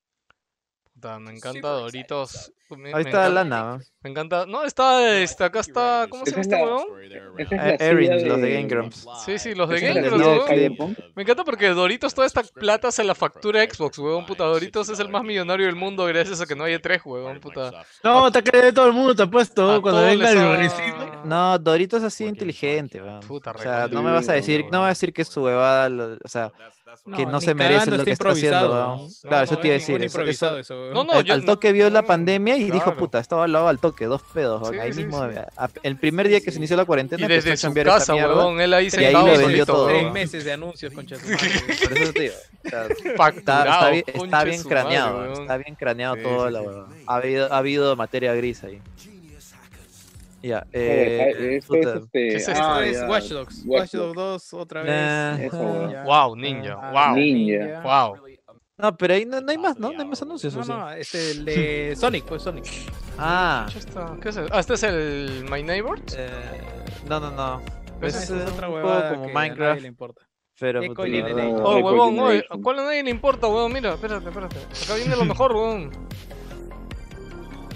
S2: Puta, me encanta Doritos. Me,
S8: Ahí
S2: me
S8: está
S2: encanta-
S8: Lana. weón.
S2: Me encanta. No, está este, acá está. ¿Cómo se llama este
S6: Esa es la-
S2: huevón?
S6: Esa es
S8: Eh,
S6: la
S8: Erin,
S6: silla
S8: los de
S6: de-
S8: Game Grumps.
S2: Sí, sí, los de
S6: Esa es
S2: Game
S6: la
S2: Grump,
S6: silla de
S2: huevón.
S6: Calle Pong.
S2: Me encanta porque Doritos toda esta plata se la factura Xbox, huevón. Puta, Doritos es el más millonario del mundo gracias a que no hay tres, huevón. Puta.
S4: No, te cree todo el mundo, te apuesto.
S2: A
S4: cuando
S2: todos
S4: venga
S2: les
S4: el
S2: ha-
S4: gordicito.
S8: No, Doritos así inteligente, weón.
S2: Puta,
S8: O sea, Ah, no me
S6: recontra
S8: vas a decir,
S6: duro,
S8: no me vas a decir que es su huevada, lo- o sea, que no
S5: ni
S8: se merece
S5: cagando,
S8: lo que está haciendo,
S5: improvisado,
S8: weón. Claro, eso te iba a
S5: es
S8: decir,
S5: ningún
S8: eso-
S5: improvisado eso, weón.
S2: No, no,
S8: al,
S2: yo-
S8: al toque vio la pandemia y dijo,
S2: Claro.
S8: puta, esto va al lado al toque, dos pedos, weón.
S2: Sí,
S8: Ahí
S2: sí,
S8: mismo,
S2: sí.
S8: a- el primer día que se inició la cuarentena,
S2: Y desde
S8: empezó a
S2: su
S8: chambear
S2: casa,
S8: esta mierda.
S2: huevón, él ahí
S8: ahí
S2: sentado
S8: lo vendió
S2: solito,
S8: todo,
S5: Tres
S2: huevón.
S8: ¿no?
S5: meses de anuncios, concha de su madre.
S8: Por eso te digo, o sea, está- está,
S2: Facturado,
S8: bien, está
S2: concha de
S8: bien
S2: su madre,
S8: craneado,
S2: huevón.
S8: está bien craneado
S2: Sí,
S8: todo
S2: sí,
S8: la
S2: sí.
S8: huevada. Ha habido, ha habido materia gris ahí. Ya,
S6: Eh,
S8: eh,
S6: este es
S8: puta.
S6: este-
S2: ¿Qué es esto?
S6: ah,
S5: Esto es
S6: ya,
S5: Watch Dogs.
S6: Watch
S5: Watch Dogs 2 otra vez.
S8: Nah.
S6: Eso, weón.
S5: Ya. Ah,
S2: Wow, Ah, ninja. Wow.
S6: Ninja.
S2: Wow.
S8: No, pero ahí no, no hay más, ¿no? No hay más anuncios,
S5: No,
S8: ¿o sí?
S5: no, es el de Sonic, pues Sonic.
S8: Ah,
S2: Ya está. ¿Qué es el- Ah, este es el My Neighbor.
S8: eh, no, no, no.
S5: Esa
S8: Es, eh, un juego
S5: huevada
S8: como
S5: que a nadie
S8: Minecraft.
S5: le importa.
S8: Pero
S5: Qué
S8: puta,
S5: coño,
S8: la
S5: nene.
S8: verdad.
S6: No,
S2: Oh,
S6: Record
S2: huevón, oye,
S6: Generation.
S2: ¿cuál a nadie le importa, huevón? Mira, espérate, espérate. Acá viene lo mejor, huevón.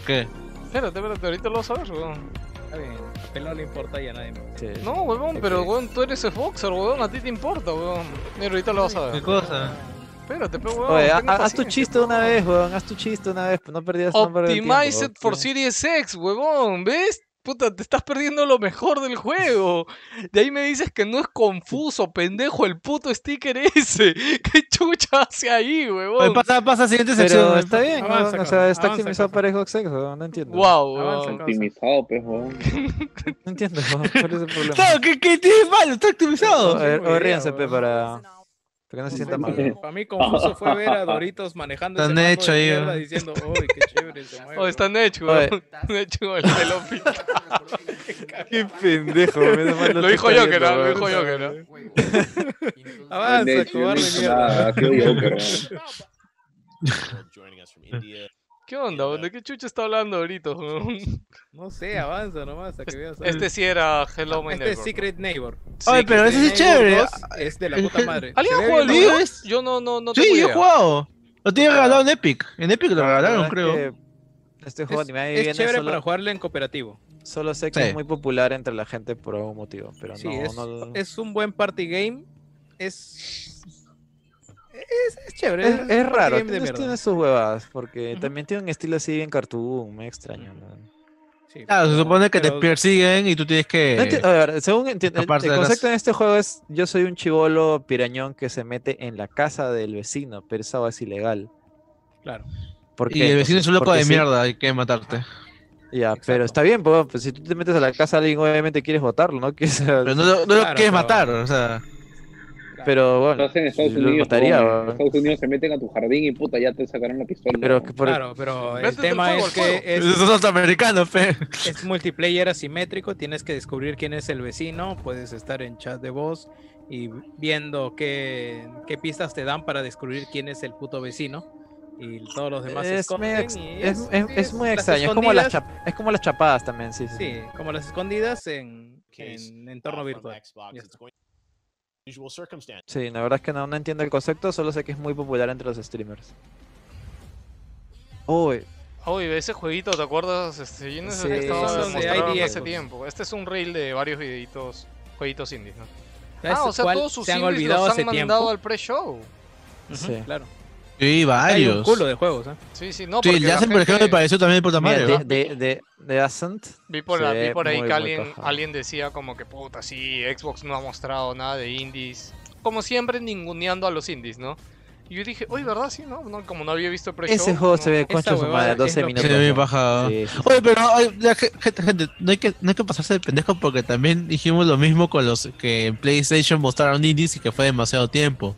S4: ¿Qué?
S2: Espérate, espérate, ahorita lo vas a ver, huevón.
S5: Está bien, a Pelón le importa y a nadie. le-
S8: Sí, sí.
S2: No, huevón, pero
S8: Ok.
S2: huevón, tú eres Xboxer, huevón, a ti te importa, huevón. Mira, ahorita lo vas a
S4: ¿Qué
S2: ver.
S4: cosa?
S2: Espérate, pero huevón.
S8: Oye, ha-
S2: tenga
S8: ha- haz tu
S2: paciencia,
S8: chiste una
S2: huevón.
S8: vez, weón. Haz tu chiste una vez. No perdías no perder el tiempo,
S2: Optimized
S8: weón.
S2: for Series X, huevón, ¿ves? Puta, te estás perdiendo lo mejor del juego. De ahí me dices que no es confuso, pendejo, el puto sticker ese. ¿Qué chucha hace ahí,
S4: Oye,
S2: huevón?
S4: pasa, pasa, siguiente sección.
S8: Pero
S4: ¿no?
S8: está bien,
S5: Avanza,
S8: weón. O sea,
S5: cabrón,
S8: está
S5: avanza,
S8: optimizado
S5: cabrón.
S8: para Xbox, weón. No entiendo.
S2: Wow,
S5: Avanza,
S2: huevón.
S6: Optimizado, pues, weón.
S8: No entiendo, weón. ¿Cuál es el
S4: Claro,
S8: problema?
S4: ¿qué, ¿Qué tiene de malo? Está
S8: O-
S4: optimizado.
S5: Claro,
S8: O o
S5: idea,
S8: oh, ríanse, pe,
S5: weón.
S8: para para que no se sienta mal. weón.
S5: Para mí confuso fue ver a Doritos manejando
S4: Están
S5: ese mando
S4: hecho
S5: de
S4: ahí,
S5: mierda
S4: ¿eh?
S5: diciendo, uy, qué chévere se mueve.
S2: Oh, están hechos,
S8: Oye.
S2: huevón. Están hechos el pelo pintado.
S8: Qué pendejo, menos mal no
S2: Lo
S8: te
S2: dijo
S8: está
S2: Joker,
S8: viendo,
S2: ¿ah? Lo
S8: weón.
S2: dijo Joker, ¿ah?
S5: Avanza,
S6: De hecho, yo no
S5: cobarde
S6: hice nada,
S5: mierda.
S8: Ah,
S6: ha sido Joker, weón.
S2: ¿Qué onda, huevón? ¿De qué chucha está hablando ahorita, huevón?
S5: No sé, avanza nomás hasta que veas.
S2: Este sí era Hello My
S5: Este
S2: Neighbor.
S5: es Secret Neighbor.
S4: Oye, pero ese sí es
S5: Secret
S4: chévere.
S5: Neighbor 2 Es de la puta madre.
S2: ¿Alguien
S5: Se
S2: ha
S5: ve
S2: jugado el
S5: bien,
S4: Digo,
S2: video?
S4: es-
S2: Yo no, no, no
S4: Sí,
S2: tengo
S4: yo he
S2: idea.
S4: jugado. Lo tiene regalado en Epic. En Epic lo
S8: La
S4: regalaron,
S8: verdad es
S4: creo.
S8: que Este juego
S5: Es-
S8: ni me
S5: Es,
S8: viene
S5: chévere
S8: solo-
S5: para jugarle en cooperativo.
S8: Solo sé que
S4: Sí.
S8: es muy popular entre la gente por algún motivo, pero
S5: Sí,
S8: no,
S5: es,
S8: no-
S5: es un buen party game. Es. Es, es chévere.
S8: Es,
S5: un
S8: es
S5: party
S8: raro,
S5: game de
S8: tiene,
S5: mierda.
S8: tiene sus huevadas, porque
S5: Ujú.
S8: también tiene un estilo así bien cartoon, me extraño. ¿no?
S5: Sí,
S8: Ah,
S4: Claro, se supone que te
S5: pero-
S4: persiguen y tú tienes
S8: No
S4: que.
S8: enti- a ver, según enti- el, el
S4: aparte Eh, de las-
S8: concepto en este juego es, yo soy un chivolo pirañón que se mete en la casa del vecino, pero esa hueá es ilegal.
S5: Claro.
S8: ¿Por
S4: Y
S8: qué?
S4: el vecino es un loco
S8: Porque
S4: de
S8: sí-
S4: mierda, hay que matarte.
S8: Ya,
S5: Exacto.
S8: pero está bien, pues, pues, si tú te metes a la casa de alguien, obviamente quieres votarlo, ¿no? Que sea-
S4: Pero no, lo- no lo
S5: Claro, pero-
S4: quieres matar, o sea.
S8: pero bueno,
S6: Estás en Estados
S8: lo
S6: Unidos.
S8: votaría,
S6: weón. En
S8: weón.
S6: Estados Unidos se meten a tu jardín y puta, ya te sacaron la pistola.
S8: pero que
S6: weón.
S8: por-
S5: Claro, pero el
S2: Métete
S5: tema
S2: al
S5: es
S2: juego, al
S5: que es,
S4: Esos son americanos, fe.
S5: es multiplayer asimétrico, tienes que descubrir quién es el vecino, puedes estar en chat de voz y viendo qué, qué pistas te dan para descubrir quién es el puto vecino y todos los demás se
S8: es, medio
S5: esconden
S8: ex-
S5: y
S8: es-
S5: eso,
S8: es-
S5: sí,
S8: es muy
S5: las
S8: extraño, es como, las
S5: escondidas,
S8: chap- es como las chapadas también, sí, sí. sí.
S5: Sí, como las escondidas en,
S10: case
S5: En entorno
S10: uh, from
S5: virtual.
S10: Xbox.
S5: Ya
S10: It's going usual circumstance.
S8: Sí, la verdad es que no, no entiendo el concepto, solo sé que es muy popular entre los streamers. Uy,
S2: Uy, ese jueguito, ¿te acuerdas? Este, yo no sé
S8: Sí.
S2: qué estaba
S8: Son de
S2: mostrando
S5: IDX.
S2: hace tiempo. Este es un reel de varios videitos, jueguitos indies, ¿no?
S5: ¿Sabes
S2: Ah, o sea,
S5: cuál
S2: todos sus
S5: se han
S2: indies
S5: olvidado
S2: los
S5: hace
S2: han
S5: tiempo?
S2: mandado al pre-show.
S5: Ujú,
S8: Sí.
S5: Claro.
S4: Sí,
S5: Hay un
S4: varios.
S5: culo de juegos, ¿eh?
S2: Sí, sí, no,
S4: sí,
S2: porque
S4: el
S2: la
S4: Jansen, por ejemplo,
S2: gente-
S4: me pareció también el Puerto
S8: mira,
S4: Mario.
S8: de, de, de, de Ascent.
S2: Vi por,
S8: se
S2: vi
S8: ve
S2: por ahí
S8: muy,
S2: que
S8: muy
S2: alguien,
S8: paja.
S2: alguien decía como que puta, sí, Xbox no ha mostrado nada de indies. Como siempre, ninguneando a los indies, ¿no? Y yo dije, oye, ¿verdad? Sí, ¿no? No, como no había visto el pre-show.
S8: Ese juego se
S2: no.
S8: ve concha de su
S5: huevada
S8: madre,
S5: es
S8: 12
S5: lo que-
S8: minutos.
S4: Se ve
S8: ¿no?
S4: bajado.
S8: Sí, sí,
S4: Oye, pero ay, la ge- gente, gente, no hay que no hay que pasarse de pendejo porque también dijimos lo mismo con los que en PlayStation mostraron indies y que fue demasiado tiempo.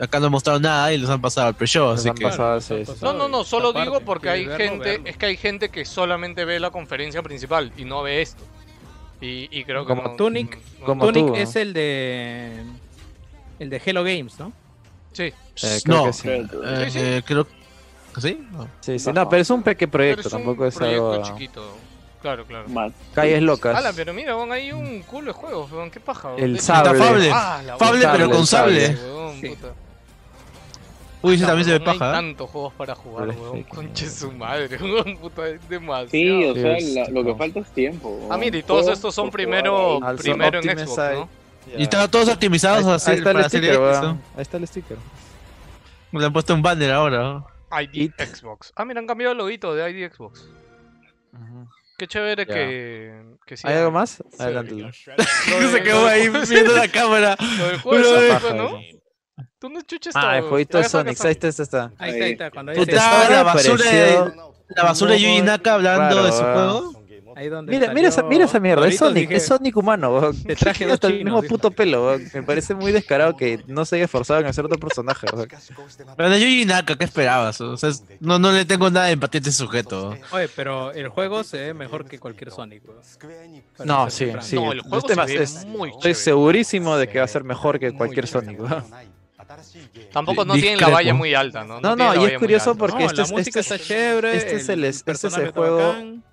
S4: Acá no mostraron nada y los han pasado al pre-show,
S8: Los
S4: así
S8: han
S4: que
S8: pasado,
S5: Claro,
S8: sí,
S5: los han
S8: sí.
S5: pasado.
S2: No, no, no, solo
S5: Aparte,
S2: digo porque hay
S5: quieres verlo,
S2: gente,
S5: verlo.
S2: es que hay gente que solamente ve la conferencia principal y no ve esto. Y, y creo que
S5: Como
S2: no-
S5: Tunic,
S2: no-
S8: como-
S5: Tunic
S8: tú, ¿no?
S5: es el de. El de Hello Games, ¿no?
S2: Sí,
S8: Eh, creo
S4: No.
S8: que sí.
S4: eh,
S2: sí.
S4: eh, creo que sí. No.
S8: Sí, sí, no, pero es un peque
S2: pero
S8: proyecto,
S2: es un
S8: tampoco es
S2: proyecto
S8: algo.
S2: chiquito. Claro, claro.
S6: Más.
S8: Calles locas.
S2: Ala, pero mira, weón, hay un culo de juegos, weón, qué paja. weón.
S8: El
S2: De hecho-
S8: Sable.
S4: Fable.
S2: la
S4: Fable,
S2: weón,
S8: pero con
S4: sable.
S2: weón,
S5: Sí.
S2: puta.
S4: Uy, ese también se ve
S2: Weón, Ah, Hay
S4: paja. ¿eh?
S2: tantos juegos para jugar,
S8: Perfecto.
S2: weón. Conche su madre, weón, puta, es demasiado.
S6: Sí, o sea,
S8: Sí,
S6: la-
S8: es
S6: lo que
S8: tipo-
S6: falta es tiempo.
S2: Ah, mira, y todos
S6: Juegos
S2: estos son
S6: por jugar
S2: primero,
S6: ahí.
S8: Al-
S2: primero en
S8: Optimus
S2: Xbox,
S8: Eye.
S2: ¿no?
S4: Y están todos optimizados
S8: Ahí,
S4: así
S8: ahí está
S4: para
S8: el
S4: hacer
S8: sticker,
S4: eso.
S8: weón. Ahí está el sticker.
S4: Le han puesto un banner ahora. ¿no?
S2: ID Xbox. Ah, mira, han cambiado el loguito de ID Xbox. Qué chévere
S8: Ya.
S2: que, que sí.
S8: ¿Hay algo más?
S2: Sí.
S8: Adelante.
S4: se quedó ahí viendo la cámara.
S2: Lo del juego
S4: Uno
S2: de
S4: de-
S2: Sonic, ¿no? Tú no chuches
S8: Ah, el jueguito de Sonic, ahí está, ahí está.
S5: Ahí está, ahí está. Cuando
S4: Puta,
S5: dice-
S4: estaba la basura
S8: pareció-
S4: de, la basura de Yuji Naka hablando de su
S8: Raro,
S4: juego.
S5: ahí donde
S8: Mira, mira, esa,
S5: salió
S8: mira esa mierda,
S5: Doritos,
S8: es Sonic,
S5: dije,
S8: es Sonic humano. weón.
S5: Te traje
S8: Tiene hasta
S5: dos
S8: el mismo
S5: chinos,
S8: puto pelo. weón. Me parece muy descarado que no se haya esforzado en hacer otro personaje. weón.
S4: Pero de Yuji Naka, ¿qué esperabas? O sea, es- no, no le tengo nada de empatía a este sujeto.
S5: Oye, pero el juego se ve mejor que cualquier Sonic, weón. Para ser
S8: No, sí,
S5: franco.
S8: sí.
S2: No, el juego
S8: Este
S2: se
S8: más
S2: ve
S8: es-
S2: muy
S8: Estoy
S2: chévere.
S8: segurísimo de que va a ser mejor que cualquier Sonic. weón.
S2: Tampoco no
S4: Di-
S2: tienen la
S4: discrepo.
S2: valla muy alta, ¿no?
S8: No,
S2: tienen la
S8: no, y
S2: valla
S8: es
S2: muy
S8: curioso
S2: alta.
S8: porque
S5: No,
S8: este
S5: la
S8: es-
S5: música
S8: este es-
S5: está chévere.
S8: este es el- este es el
S5: personaje está
S8: juego-
S5: bacán.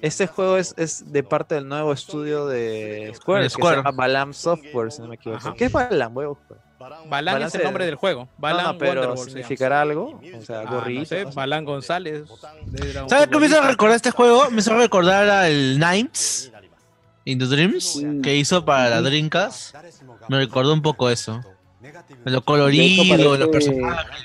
S8: Este juego es, es de parte del nuevo estudio de Square, que
S4: Square.
S8: se llama Balam Software, si no me equivoco.
S5: Ajá.
S8: ¿Qué es Balam? Voy a buscar.
S5: Balan es
S8: Balance
S5: el nombre
S8: de-
S5: del juego.
S8: No,
S5: Balan
S8: no, pero
S5: Wonderworld se llama.
S8: ¿significará algo? O sea,
S5: Ah, no
S8: gorrito.
S5: sé, Balan González. de Dragon
S4: ¿Sabes
S5: Ball
S4: qué me hizo
S5: Bolívar.
S4: recordar este juego? Me hizo recordar al Nimes in the Dreams que hizo para la Dreamcast. Me recordó un poco eso. Lo colorido, los personajes.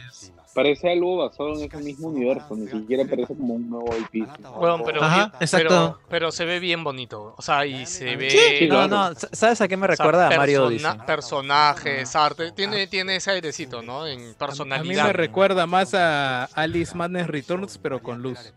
S6: Parece algo basado en ese mismo universo, ni siquiera parece como un nuevo IP.
S2: Weón, pero,
S4: Ajá,
S2: pero-
S4: exacto.
S2: pero se ve bien bonito. O sea, y se ve.
S6: Sí, claro.
S8: No, no, sa- ¿sabes a qué me
S2: o sea,
S8: recuerda a Mario
S2: persona-
S8: Odyssey?
S2: Personajes,
S4: Ah,
S2: arte. Tiene, tiene ese airecito, ¿no? En
S5: A mí me
S2: personalidad.
S5: recuerda más a Alice Madness Returns, pero con luz.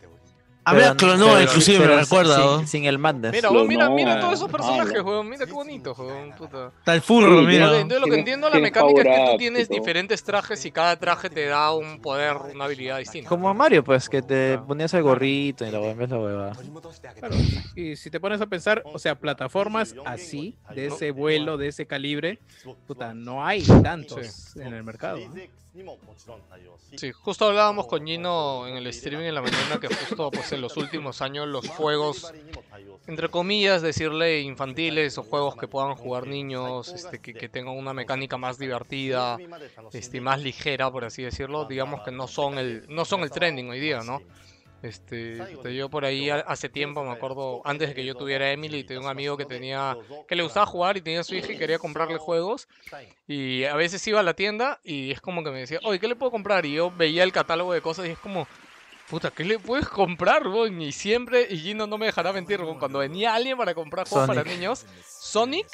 S4: A mí la
S8: Pero-
S4: clonó,
S8: pero-
S4: inclusive,
S8: pero
S4: me recuerda.
S8: sin-
S4: ¿no?
S8: Sin, sin el madness.
S2: Mira, weón, mira,
S6: No,
S2: mira todos
S4: Ah,
S2: esos
S6: no.
S2: personajes, weón. Mira qué bonito, weón. Puta.
S4: Está el furro,
S6: Sí,
S4: mira.
S2: Yo lo que
S6: Tiene-
S2: entiendo la
S6: tiene
S2: mecánica es que tú
S6: power-ups y
S2: tienes
S6: todo.
S2: diferentes trajes y cada traje te da un poder, una habilidad distinta.
S8: Como a Mario, pues, que te ponías el gorrito y la huevada, ves la huevada.
S5: Claro, Y si te pones a pensar, o sea, plataformas así, de ese vuelo, de ese calibre, puta, no hay tantos en el mercado. ¿eh? ¿no?
S2: Sí, justo hablábamos con Gino en el streaming en la mañana que justo pues en los últimos años los juegos entre comillas decirle infantiles o juegos que puedan jugar niños, este que, que tengan una mecánica más divertida, este más ligera por así decirlo, digamos que no son el no son el trending hoy día, ¿no? Este, puta, yo por ahí a- hace tiempo me acuerdo antes de que yo tuviera Emily, tenía un amigo que tenía que le gustaba jugar y tenía su hija y quería comprarle juegos y a veces iba a la tienda y es como que me decía, oye, ¿qué le puedo comprar? Y yo veía el catálogo de cosas y es como, puta, ¿qué le puedes comprar, weón? Y siempre, y Gino no me dejará mentir, weón, cuando venía alguien para comprar juegos para
S8: Sonic.
S2: niños, Sonic,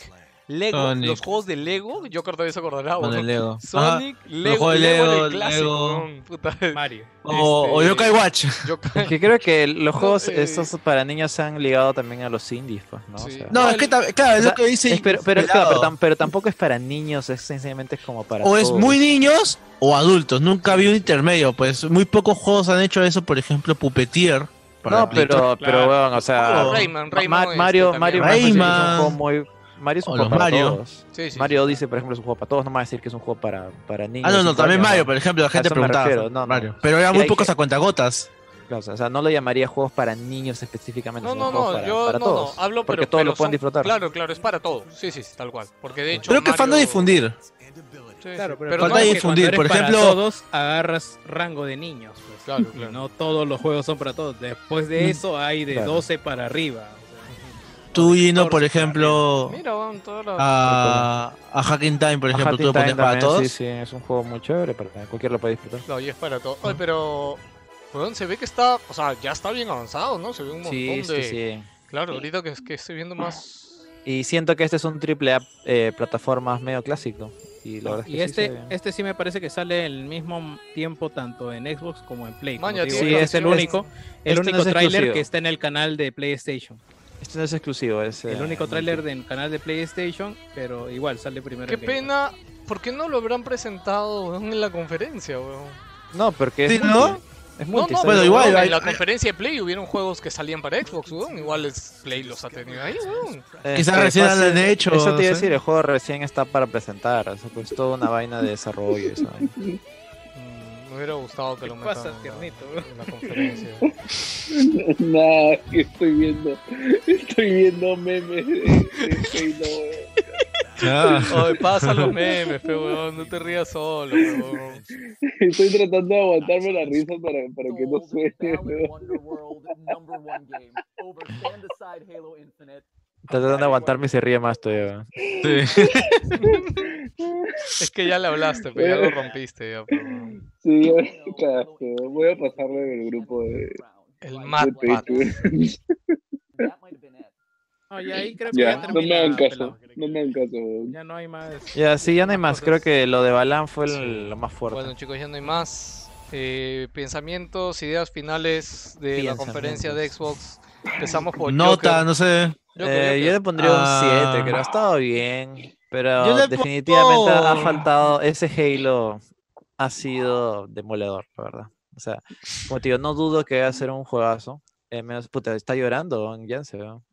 S2: Lego,
S4: Sonic.
S2: los juegos de Lego, yo creo que todavía se acordará,
S4: Con el
S2: weón.
S4: Lego. Ajá.
S2: Sonic, Lego,
S4: Ah, juegos de
S2: Lego, era el
S4: Lego,
S2: clásico,
S4: Lego.
S2: weón, puta.
S5: Mario.
S4: O,
S2: este,
S4: o Yokai Watch.
S2: Yo-
S8: Que creo que los juegos
S2: eh.
S8: esos para niños se han ligado también a los indies, pues, ¿no? O
S2: Sí.
S8: sea,
S4: No, es que tam- claro, es
S8: O sea,
S4: lo que dice.
S8: es- pero, pero, claro, pero,
S4: Pelado.
S8: tam- pero tampoco es para niños, es sencillamente es como para
S4: o es
S8: todos.
S4: muy niños o adultos. Nunca vi un intermedio, pues muy pocos juegos han hecho eso, por ejemplo, Puppeteer. para
S8: No,
S4: Play
S8: pero, pero weón, o sea,
S4: Claro.
S2: Rayman,
S8: Ma-
S2: Rayman este
S8: Mario,
S2: también.
S8: Mario,
S4: Rayman.
S8: Mario es un juego muy Mario es un
S4: O
S8: juego
S4: los
S8: para
S4: Mario.
S8: todos.
S2: Sí, sí, sí.
S8: Mario dice, por ejemplo, es un juego para todos, no me va a decir que es un juego para, para niños.
S4: Ah, no, no,
S8: cinco
S4: también
S8: años,
S4: Mario,
S8: ¿no?
S4: por ejemplo, la gente
S8: eso me
S4: preguntaba.
S8: refiero, no, no.
S4: Mario. Pero eran
S8: Sí,
S4: muy
S8: hay
S4: pocos
S8: que-
S4: a cuentagotas.
S8: Claro, o sea, o sea, no lo llamaría juegos para niños específicamente.
S2: No,
S8: sino
S2: no,
S8: juegos
S2: no,
S8: para,
S2: yo
S8: para
S2: no,
S8: todos,
S2: no, hablo pero-
S8: porque
S2: pero,
S8: todos lo pueden
S2: son-
S8: disfrutar.
S2: Claro, claro, es para todo. Sí, sí, sí, tal cual. Porque de hecho.
S4: Creo que es fan de
S2: Mario-
S4: difundir.
S2: Sí,
S5: Claro,
S2: sí,
S5: pero, no,
S4: falta de
S5: que cuando
S4: difundir,
S5: eres
S4: por
S5: para
S4: ejemplo-
S5: todos agarras rango de niños. Pues.
S2: Claro,
S5: Y No todos los juegos son para todos. Después de
S4: Mm.
S5: eso hay de
S4: Claro.
S5: 12 para arriba.
S4: Tú, Gino, por ejemplo,
S2: Mira, weón, todos los-
S4: a, a Hacking Time, por
S8: Ajá,
S4: ejemplo, tú
S8: Teen
S4: lo pones
S8: Time
S4: para
S8: también,
S4: todos.
S8: Sí, sí, es un juego muy chévere, pero cualquiera lo puede disfrutar.
S2: No, y es para todo. Oye, pero. Weón, se ve que está. O sea, ya está bien avanzado, ¿no? Se ve un montón
S8: Sí, sí,
S2: de.
S8: sí.
S2: Claro, ahorita que, es- que estoy viendo más.
S8: Y siento que este es un triple A eh, plataformas medio clásico. Y la verdad es
S5: Y
S8: que sí se
S5: este,
S8: ve.
S5: este sí me parece que sale el mismo tiempo tanto en Xbox como en Play. como
S2: Maña,
S5: te digo,
S2: sí,
S5: este es
S2: este-
S5: el único, el
S8: este no
S5: único
S8: es
S5: tráiler
S8: exclusivo.
S5: que está en el canal de PlayStation.
S8: Este no es exclusivo, es.
S5: El
S8: eh,
S5: único
S8: multi.
S5: tráiler del canal de PlayStation, pero igual sale primero.
S2: Qué
S5: el Game Pass.
S2: pena. ¿Por qué no lo habrán presentado weón, en la conferencia, weón?
S8: No, porque es.
S4: Sí,
S8: multi.
S4: ¿no?
S8: Es
S2: No,
S8: multi,
S2: no,
S8: sale-
S4: Bueno,
S2: pero,
S4: igual,
S2: weón,
S4: hay-
S2: en la
S4: hay-
S2: conferencia de Play hubieron juegos que salían para Xbox, weón. Igual es Play los ha tenido ahí, weón.
S8: Eh,
S4: Quizás
S8: pero
S4: recién
S8: fácil-
S4: lo han hecho,
S8: Eso te iba
S4: no sé.
S8: a decir, el juego recién está para presentar. O sea, pues toda una vaina de desarrollo. esa vaina.
S2: Mm, Me hubiera gustado que lo
S5: ¿Qué
S2: metan
S5: pasa,
S2: en la-
S5: tiernito?
S2: en la conferencia.
S6: Nada, que estoy viendo. Estoy viendo memes de, de Halo, weón.
S4: Ah.
S2: Oye, pasa los memes, pe, weón. No te rías solo, weón.
S6: Estoy tratando de aguantarme la risa para, para que no suene, weón.
S8: Está tratando de aguantarme y se ríe más todavía.
S2: Es que ya le hablaste, pero ya lo rompiste. Ya, pe, weón.
S6: Sí, ya me cagaste, weón. Voy a pasarle en el grupo de, de
S2: El Mad Pat.
S6: Patreon.
S5: No, ya ahí creo que ya,
S6: Ya, no me
S5: termina,
S6: hagan
S5: pelado.
S6: caso. No me hagan caso, weón.
S5: Ya no hay más.
S8: Ya, sí, ya no hay más. Creo
S5: cosas.
S8: que lo de Balan fue el- lo más fuerte.
S2: Bueno, chicos, ya no hay más. Eh, pensamientos, ideas finales de la conferencia de Xbox. Empezamos por
S4: Nota,
S2: Joker.
S4: no sé.
S2: Joker,
S8: Eh,
S2: Joker.
S8: yo le pondría
S4: Ah.
S8: un 7, creo. Ha estado bien.
S4: Yo
S8: Pero
S4: le
S8: definitivamente ha
S4: pongo-
S8: faltado. Ese Halo ha sido demoledor, la verdad. O sea, como te digo, no dudo que va a ser un juegazo. Eh, menos, puta, está llorando, weón, Jansen, weón.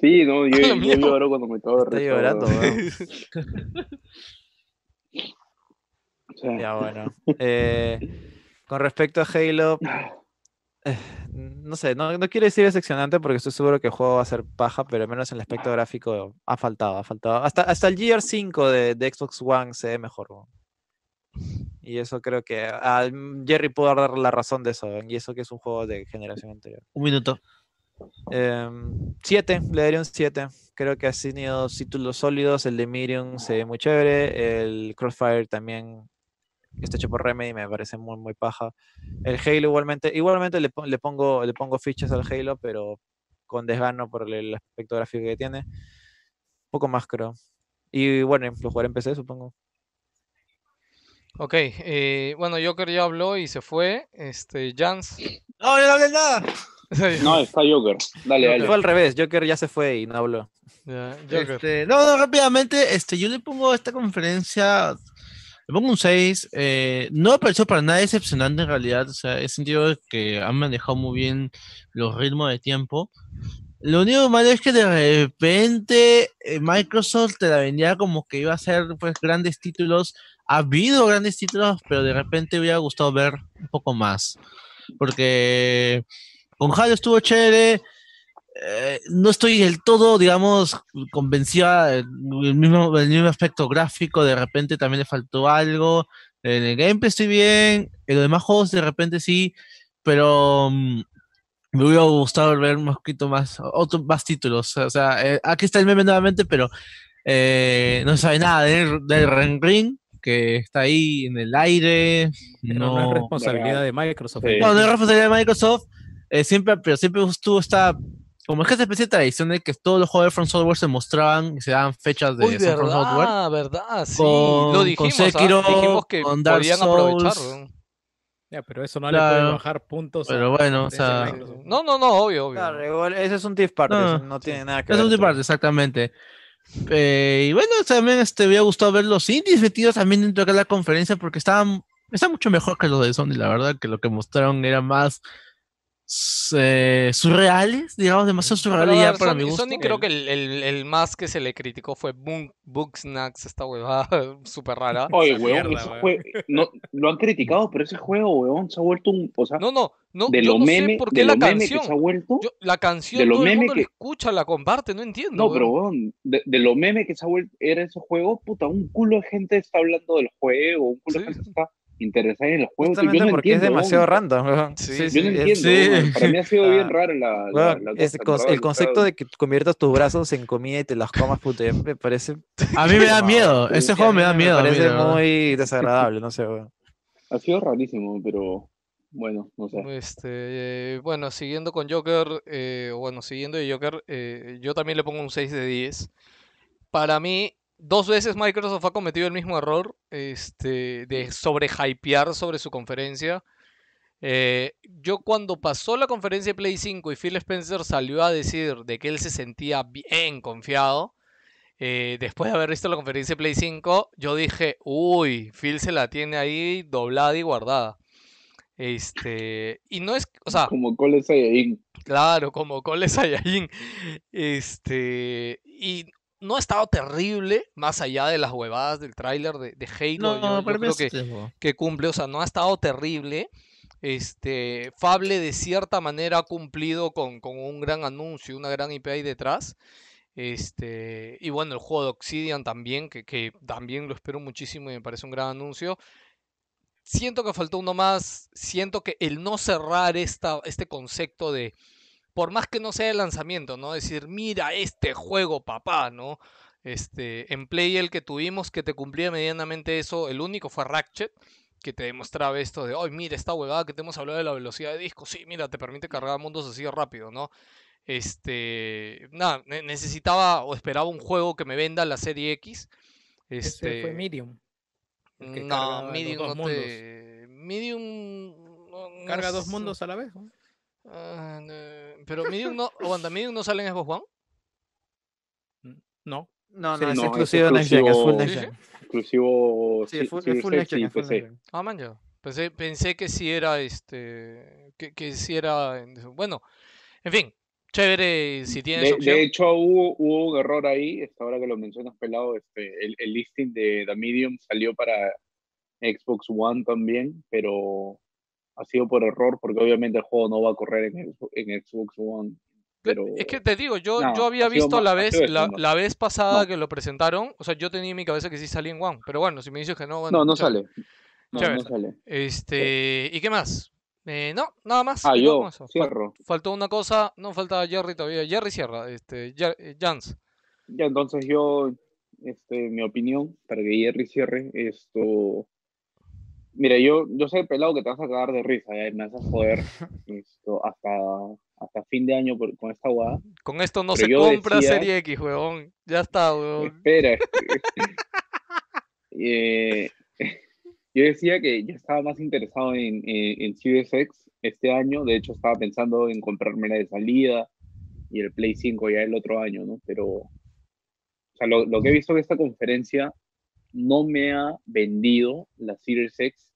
S6: Sí, no, yo,
S2: A la
S6: yo
S2: mierda.
S6: lloro cuando me cago de
S8: Está
S6: risa,
S8: llorando,
S6: weón.
S8: weón.
S6: O sea,
S8: Ya, bueno. Eh, con respecto a Halo, eh, no sé, no, no quiero decir decepcionante porque estoy seguro que el juego va a ser paja, pero al menos en el aspecto gráfico ha faltado, ha faltado. Hasta, hasta el GR5 de, de Xbox One se ve mejor. weón. Y eso creo que a Jerry pudo dar la razón de eso, weón, y eso que es un juego de generación anterior.
S4: Un minuto.
S8: 7, Em, le daría un 7. Creo que ha tenido títulos sólidos. El de Miriam se ve muy chévere. El Crossfire también que está hecho por Remedy me parece muy, muy paja. El Halo igualmente. Igualmente le, pon- le pongo, le pongo fichas al Halo, pero con desgano por el aspecto gráfico que tiene. poco más creo. Y bueno, lo jugaré en PC, supongo.
S2: Ok, eh, bueno, Joker ya habló y se fue. Este, Jans.
S4: No, yo no hablé nada.
S6: No, está Joker. Dale, dale.
S8: Fue al revés. Joker ya se fue y no habló.
S2: Ya, Joker.
S4: Este, no, no, rápidamente, este, yo le pongo a esta conferencia, le pongo un 6. eh, no me pareció para nada decepcionante en realidad. O sea, he sentido que han manejado muy bien los ritmos de tiempo. Lo único malo es que de repente eh, Microsoft te la vendía como que iba a hacer pues grandes títulos. Ha habido grandes títulos, pero de repente hubiera gustado ver un poco más. Porque con Halo estuvo chévere, eh, no estoy del todo, digamos, convencida del mismo, del mismo aspecto gráfico, de repente también le faltó algo, en el gameplay estoy bien, en los demás juegos de repente sí, pero mm, me hubiera gustado ver un poquito más, otro, más títulos, o sea, eh, aquí está el meme nuevamente, pero eh, no sabe nada del, del Ren Ring, que está ahí en el aire,
S5: Pero
S4: no,
S5: no, es responsabilidad de Microsoft.
S6: Sí.
S4: no, no es responsabilidad de Microsoft. eh, siempre, pero siempre estuvo esta. Como es que esta especie de tradición de que todos los juegos de From Software se mostraban y se daban fechas de
S2: Uy,
S4: From Software.
S2: verdad, verdad, sí.
S4: Con-
S2: lo
S4: con
S2: dijimos, ¿ah?
S4: Sekiro,
S2: dijimos que
S4: con Dark
S2: podían
S4: Souls.
S2: aprovechar.
S5: Ya, pero eso no le
S4: Claro.
S5: puede bajar puntos. a-
S4: Pero bueno, o
S5: de
S4: sea.
S5: Microsoft.
S2: weón. No, no, no, obvio, obvio.
S8: Claro, igual, ese es un tiff parte,
S4: No,
S8: eso no tiene nada que
S4: Es
S8: ver.
S4: un
S8: entre-
S4: parte, exactamente. Eh, y bueno, también este, me hubiera gustado ver los indies metidos también dentro de la conferencia porque estaban. Está mucho mejor que los de Sony, la verdad, que lo que mostraron era más eh, surreales, digamos, demasiado
S2: Pero,
S4: surrealidad
S2: bueno,
S4: para
S2: Sony-
S4: mi gusto.
S2: Sony creo que el, el- el más que se le criticó fue Book, Snacks, esta huevada súper rara.
S6: Oye,
S2: Esa
S6: weón,
S2: mierda,
S6: ese
S2: weón.
S6: jue- no, lo han criticado, pero ese juego, weón, se ha vuelto un. O sea,
S2: no, no, no,
S6: de
S2: yo
S6: lo
S2: no sé
S6: meme,
S2: por qué
S6: de
S2: la
S6: lo meme que
S2: canción.
S6: se ha vuelto.
S2: Yo- la canción
S6: de lo
S2: todo el
S6: meme
S2: mundo la
S6: que-
S2: escucha, la comparte, no entiendo.
S6: No, pero
S2: weón.
S6: weón, de, de lo meme que se ha vuelto era ese juego, puta, un culo de gente está hablando del juego, un culo de gente está interesada en los juegos.
S8: Justamente
S6: yo no
S8: porque es
S6: entiendo, weón.
S8: demasiado random. weón.
S2: Sí,
S6: Yo no
S8: es-
S6: entiendo, weón, para mí ha sido bien raro la. la-
S8: Weón,
S6: la
S8: es
S6: cosa,
S8: cons-
S6: raro,
S8: el concepto
S6: raro.
S8: de que conviertas tus brazos en comida y te las comas, puta, ya me parece.
S4: A mí me da miedo,
S8: Sí,
S4: ese
S8: a
S4: Este juego
S8: mí
S4: me da
S8: me
S4: miedo. a mí
S8: parece
S4: de verdad.
S8: muy desagradable, no sé, weón.
S6: Ha sido rarísimo, pero bueno, no sé.
S2: Este, bueno, siguiendo con Joker, eh, bueno, siguiendo de Joker, eh, yo también le pongo un 6 de 10. Para mí, dos veces Microsoft ha cometido el mismo error, este, de sobrehypear sobre su conferencia. Eh, yo cuando pasó la conferencia de Play 5 y Phil Spencer salió a decir de que él se sentía bien confiado, eh, después de haber visto la conferencia de Play 5, yo dije, uy, Phil se la tiene ahí doblada y guardada. Este, y no es, o sea,
S6: Como Cole Saiyajin.
S2: Claro, como Cole Saiyajin. Este. Y no ha estado terrible, más allá de las huevadas del tráiler de, de Halo.
S4: No,
S2: yo- yo
S4: para mí
S2: creo
S4: es este
S2: que,
S4: extremo.
S2: que cumple, o sea, no ha estado terrible. Este, Fable de cierta manera ha cumplido con, con un gran anuncio, una gran IP ahí detrás. Este, y bueno, el juego de Obsidian también, que, que también lo espero muchísimo y me parece un gran anuncio. Siento que faltó uno más, siento que el no cerrar esta, este concepto de, por más que no sea el lanzamiento, ¿no? Decir, mira este juego, papá, ¿no? Este, en Play el que tuvimos que te cumplía medianamente eso, el único fue Ratchet, que te demostraba esto de, ay, mira esta huevada que te hemos hablado de la velocidad de disco, sí, mira, te permite cargar mundos así de rápido, ¿no? Este, nada, ne- necesitaba o esperaba un juego que me venda la serie X.
S5: Ese
S2: Este,
S5: fue Medium. el que cargaba
S2: no,
S5: los
S2: Medium
S5: dos
S2: no
S5: mundos.
S2: te- Medium... no- no
S5: Carga dos
S2: sé.
S5: mundos a la vez. ¿no?
S2: Ah, no, Pero Medium no, aguanta, Medium no sale en Xbox One.
S5: No.
S8: No,
S6: Sí,
S8: no, Ah, es
S6: no, es
S8: exclusivo de Next Gen, es full Next
S2: exclusivo.
S8: Gen.
S6: Exclusivo.
S8: Sí, es full,
S6: Series
S8: es full
S6: X
S8: Next Gen,
S6: y
S8: es full
S6: PC.
S8: Next Gen.
S2: Ah, man, ya. Pensé, pensé que sí era este. Que, que sí era. en eso. Bueno, en fin, chévere si tienes
S6: De,
S2: opción.
S6: de hecho, hubo, hubo un error ahí, hasta ahora que lo mencionas, pelado, este, el, el listing de The Medium salió para Xbox One también, pero ha sido por error, porque obviamente el juego no va a correr en, Xbox- en Xbox One. Pero
S2: Es que te digo, yo,
S6: No,
S2: yo había
S6: ha sido
S2: visto
S6: ma-
S2: la
S6: ha
S2: vez,
S6: sido eso,
S2: la,
S6: no.
S2: la vez pasada
S6: No.
S2: que lo presentaron, o sea, yo tenía en mi cabeza que sí salía en One, pero bueno, si me dices que no, bueno,
S6: no, no
S2: chévere.
S6: sale. No,
S2: Chévere.
S6: no sale.
S2: Este, ¿y qué más? Eh, no, nada más.
S6: Ah,
S2: creo
S6: yo
S2: como eso. Fal-
S6: cierro.
S2: Faltó una cosa, no faltaba Jerry todavía. Jerry cierra, este, Jer- eh, Jans.
S6: Ya, entonces yo, este, mi opinión, para que Jerry cierre, esto... Mira, yo, yo sé, pelado, que te vas a cagar de risa, ya, me vas a joder esto, hasta, hasta fin de año por- con esta guada.
S2: Con esto no
S6: Pero
S2: se
S6: yo
S2: compra
S6: decía-
S2: Serie X, huevón. Ya está, huevón.
S6: Espera. Eh, yo decía que yo estaba más interesado en, eh, en, en Series X este año. De hecho, estaba pensando en comprarme la de salida y el Play 5 ya el otro año, ¿no? Pero, o sea, lo, lo que he visto en esta conferencia no me ha vendido la Series X.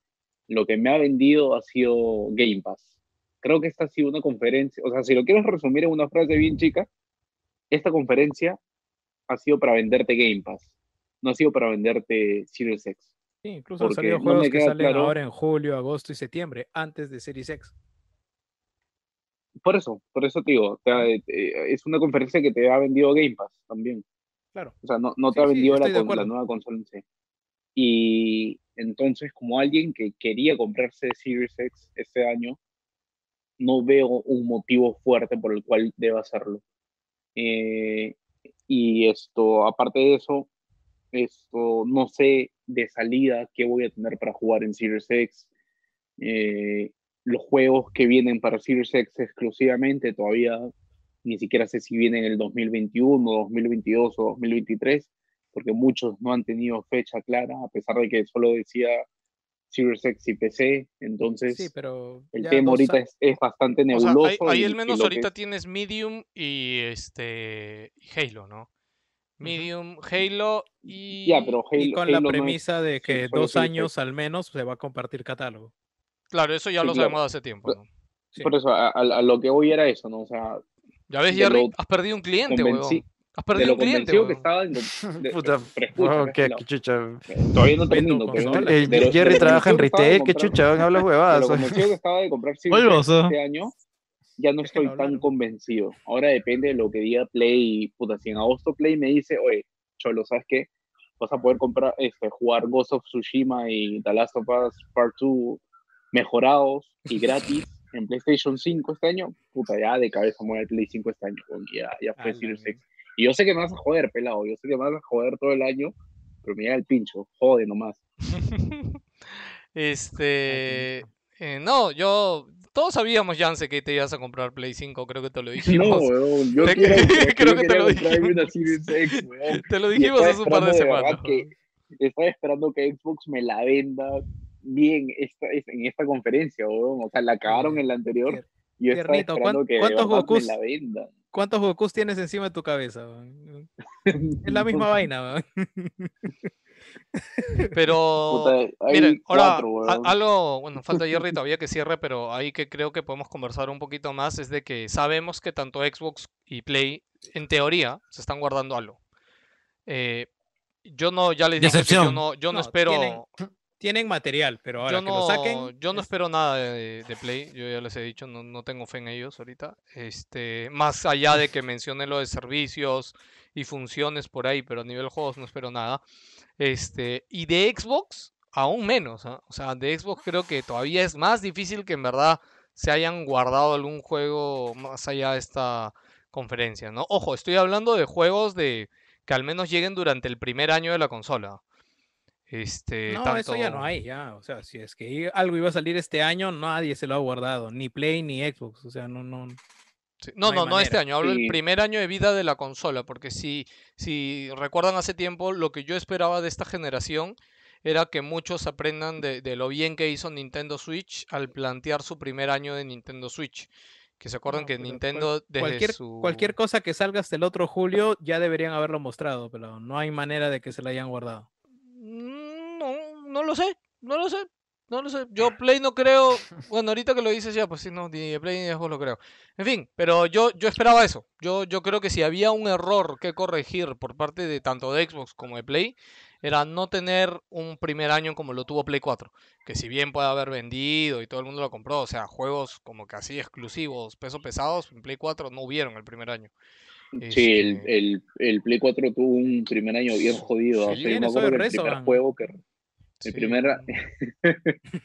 S6: Lo que me ha vendido ha sido Game Pass. Creo que esta ha sido una conferencia, o sea, si lo quieres resumir en una frase bien chica, esta conferencia ha sido para venderte Game Pass, no ha sido para venderte Series X.
S5: Sí, incluso han
S6: Porque
S5: salido
S6: no
S5: juegos
S6: me
S5: que
S6: queda
S5: salen
S6: claro-
S5: ahora en julio, agosto y septiembre, antes de Series X.
S6: Por eso, por eso te digo, o sea, eh, eh, es una conferencia que te ha vendido Game Pass también.
S5: Claro.
S6: O sea, no, no te
S5: Sí,
S6: ha
S5: sí,
S6: vendido la,
S5: estoy de
S6: con- la
S5: acuerdo.
S6: nueva consola en sí. Y entonces, como alguien que quería comprarse Series X este año, no veo un motivo fuerte por el cual deba hacerlo. Eh, y esto, aparte de eso, esto, no sé de salida qué voy a tener para jugar en Series X. Eh, los juegos que vienen para Series X exclusivamente todavía ni siquiera sé si vienen en el 2021, 2022 o 2023, porque muchos no han tenido fecha clara, a pesar de que solo decía Series X y PC, entonces
S5: Sí, pero
S6: el
S5: ya
S6: tema
S5: dos
S6: ahorita
S5: a-
S6: es, es bastante
S2: O sea,
S6: nebuloso.
S2: ahí, ahí
S6: y-
S2: al
S6: y
S2: menos
S6: lo
S2: ahorita
S6: que-
S2: tienes Medium y este y Halo, ¿no? Medium, Halo y
S6: Ya, pero Halo,
S5: y con la
S6: Halo no es-
S5: premisa de que
S6: solo
S5: dos
S6: Series
S5: años al menos se va a compartir catálogo.
S2: claro, eso ya
S6: sí,
S2: lo
S6: claro.
S2: sabemos hace tiempo, ¿no?
S6: Por eso, a, a- a lo que voy era eso, ¿no? O sea,
S2: Ya ves,
S6: de
S2: Jerry,
S6: lo
S2: has perdido un cliente,
S6: convenci-
S2: weón. Has
S6: de
S2: perdido
S6: lo
S2: un cliente,
S6: convencido que
S2: weón.
S6: estaba en lo- de-
S8: Puta,
S6: pero escucha,
S8: oh,
S6: pues,
S8: qué,
S6: no.
S8: qué chucha.
S6: Todavía no termino, pues, ¿no?
S8: Eh,
S6: De lo- de
S8: Jerry
S6: lo
S8: trabaja en
S6: convencido que estaba
S8: retail,
S6: de
S8: qué
S6: comprar-
S8: chucha, weón, habla huevadas.
S6: Pero como el que estaba de comprar Series
S8: Vuelvo,
S6: X
S8: o sea.
S6: este año, ya no estoy tan convencido. Ahora depende de lo que diga Play. Puta, si en agosto Play me dice, oye, Cholo, ¿sabes qué? Vas a poder comprar, este, jugar Ghost of Tsushima y The Last of Us Part 2 mejorados y gratis en PlayStation 5 este año. Puta, ya de cabeza mueve el Play 5 este año. weón, Ya, ya fue Series X. Y yo sé que me vas a joder, pelado. Yo sé que me vas a joder todo el año, pero me llega el pincho. Jode nomás.
S2: Este. eh, no, yo. Todos sabíamos, Yance, que te ibas a comprar Play 5, creo que te lo dijimos.
S6: No, weón, yo
S2: Te-
S6: quiero, yo
S2: creo que te lo
S6: quería comprarme
S2: dijimos.
S6: una Series X, weón.
S2: Te lo
S6: Y
S2: dijimos
S6: estaba
S2: hace un par de
S6: esperando
S2: semanas,
S6: verdad que- estaba esperando que Xbox me la venda bien esta, es- en esta conferencia, weón. O sea, la cagaron en la anterior. Y yo estaba
S5: Tiernito,
S6: esperando
S5: ¿cuán-
S6: que de
S5: cuántos
S6: verdad me
S5: Gokus?
S6: la vendan.
S5: ¿Cuántos Gokus tienes encima de tu cabeza? weón? Es la misma vaina, weón.
S2: Pero,
S5: Puta, hay
S2: miren, ahora,
S5: cuatro,
S2: a-
S5: weón.
S2: algo, bueno, falta Jerry todavía que cierre, pero ahí que creo que podemos conversar un poquito más es de que sabemos que tanto Xbox y Play, en teoría, se están guardando algo. Eh, yo no, ya les dije que yo
S5: Decepción.
S2: no, yo no,
S5: No,
S2: espero,
S5: tienen- Tienen material, pero ahora
S2: yo
S5: que lo
S2: no-
S5: saquen.
S2: yo no espero nada de, de Play, yo ya les he dicho, no, no tengo fe en ellos ahorita. Este, más allá de que mencione lo de servicios y funciones por ahí, pero a nivel juegos no espero nada. Este, y de Xbox, aún menos, ¿ah? O sea, de Xbox creo que todavía es más difícil que en verdad se hayan guardado algún juego más allá de esta conferencia, ¿no? Ojo, estoy hablando de juegos de que al menos lleguen durante el primer año de la consola. Este,
S5: No, eso ya
S2: tanto-
S5: no hay, ya. O sea, si es que i- algo iba a salir este año, nadie se lo ha guardado, ni Play ni Xbox. O sea, no,
S2: No,
S5: no. hay
S2: no, no, este
S5: manera.
S2: año, hablo del primer año de vida de la consola, porque si, si recuerdan hace tiempo, lo que yo esperaba de esta generación era que muchos aprendan de, de lo bien que hizo Nintendo Switch al plantear su primer año de Nintendo Switch. Que se acuerdan que Nintendo desde
S5: pues, Cualquier,
S2: su...
S5: cualquier cosa que salga hasta el otro julio ya deberían haberlo mostrado, pero no hay manera de que se la hayan guardado.
S2: No, no lo sé, no lo sé, no lo sé. Yo Play no creo, bueno, ahorita que lo dices ya, pues sí, no, ni de Play ni de Xbox lo creo. En fin, pero yo, yo esperaba eso. Yo, yo creo que si había un error que corregir por parte de tanto de Xbox como de Play, era no tener un primer año como lo tuvo Play 4. Que si bien puede haber vendido y todo el mundo lo compró, o sea, juegos como que así exclusivos, pesos pesados, en Play 4 no hubieron el primer año. Este
S6: Sí, el, el, el Play 4 tuvo un primer año bien jodido.
S2: Sí,
S6: o sea, yo
S2: bien,
S6: me
S2: eso
S6: acuerdo
S2: de
S6: que el primer
S2: Resogan.
S6: juego que.
S2: Sí.
S6: El primer.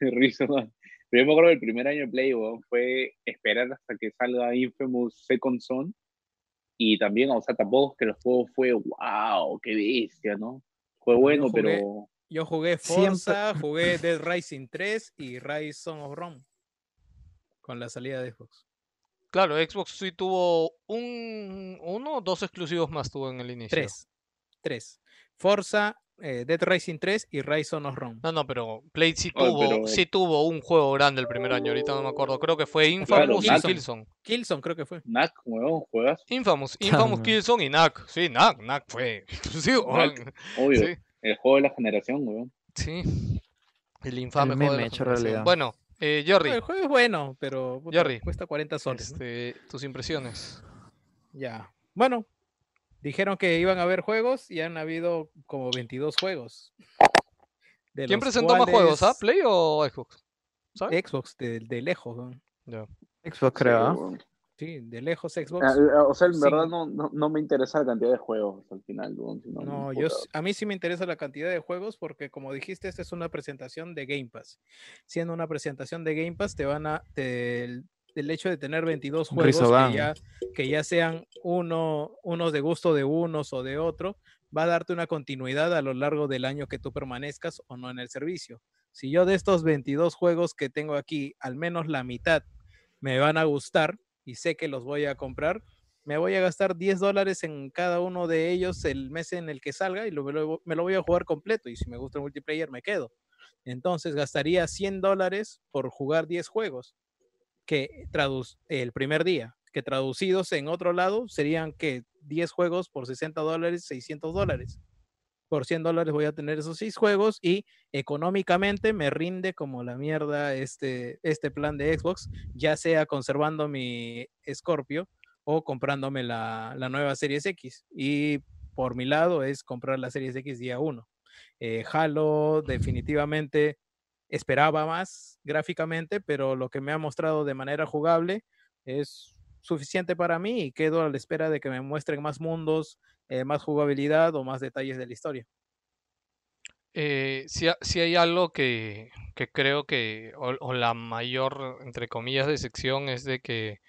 S6: Resogan. Pero yo me acuerdo que el primer año de Play weón, fue esperar hasta que salga Infamous Second Son. Y también, o sea, tampoco es que el juego fue wow, qué bestia, ¿no? Fue bueno,
S5: jugué-
S6: pero.
S5: Yo jugué
S6: Siempre-
S5: Forza, jugué Dead Rising 3 y Rise Son of Rome con la salida de Xbox.
S2: Claro, Xbox sí tuvo un, uno o dos exclusivos más tuvo en el inicio.
S5: Tres. Tres. Forza, eh, Dead Rising 3 y Rise Son of Rome.
S2: No, no, pero Play sí
S5: Ay,
S2: tuvo,
S5: pero-
S2: sí tuvo un juego grande el primer año, ahorita no me acuerdo. Creo que fue Infamous y
S5: Killzone.
S2: Killzone.
S5: Killzone creo que fue.
S6: Knack, weón, juegas.
S2: Infamous, Infamous
S6: Chamo.
S2: Killzone y Knack. Sí, Knack, Knack fue exclusivo.
S6: Knack, obvio.
S2: Sí.
S6: El juego de la generación, weón.
S2: Sí. El infame juego
S8: El
S2: de
S8: meme
S2: la
S8: hecho
S2: generación.
S8: realidad.
S2: Bueno, eh, Jerry,
S5: No, el juego es bueno, pero puta,
S2: Jerry,
S5: cuesta 40 soles. ¿no?
S2: este, tus impresiones.
S5: Ya. Bueno, dijeron que iban a haber juegos y han habido como 22 juegos. de
S2: ¿Quién
S5: los
S2: presentó más juegos, ah?
S5: cuales-
S2: ¿Play o Xbox? ¿Sabes?
S5: Xbox, de, de lejos. ¿no?
S8: Xbox, creo. ¿ah?
S5: Sí, de lejos Xbox.
S6: Ah, ah, O sea, en
S5: Sí.
S6: verdad no, no, no me interesa la cantidad de juegos al final, weón. sino-
S5: No,
S6: puta,
S5: yo, s- a mí sí me interesa la cantidad de juegos porque, como dijiste, esta es una presentación de Game Pass. Siendo una presentación de Game Pass, te van a. te- el, el hecho de tener 22 juegos
S8: Rizogán.
S5: que ya, que ya sean uno, unos de gusto de unos o de otro, va a darte una continuidad a lo largo del año que tú permanezcas o no en el servicio. Si yo de estos 22 juegos que tengo aquí, al menos la mitad me van a gustar y sé que los voy a comprar, me voy a gastar 10 dólares en cada uno de ellos el mes en el que salga y lo, me, lo, me lo voy a jugar completo. Y si me gusta el multiplayer, me quedo. Entonces gastaría 100 dólares por jugar 10 juegos que traduz el primer día, que traducidos en otro lado serían que 10 juegos por 60 dólares, 600 dólares. por 100 dólares voy a tener esos 6 juegos y económicamente me rinde como la mierda este, este plan de Xbox, ya sea conservando mi Scorpio o comprándome la, la nueva Series X. Y por mi lado es comprar la Series X día 1. Eh, Halo definitivamente esperaba más gráficamente, pero lo que me ha mostrado de manera jugable es suficiente para mí y quedo a la espera de que me muestren más mundos, eh, más jugabilidad o más detalles de la historia.
S2: Eh, si, ha- si hay algo que, que creo que, o, o la mayor, entre comillas, decepción es de que,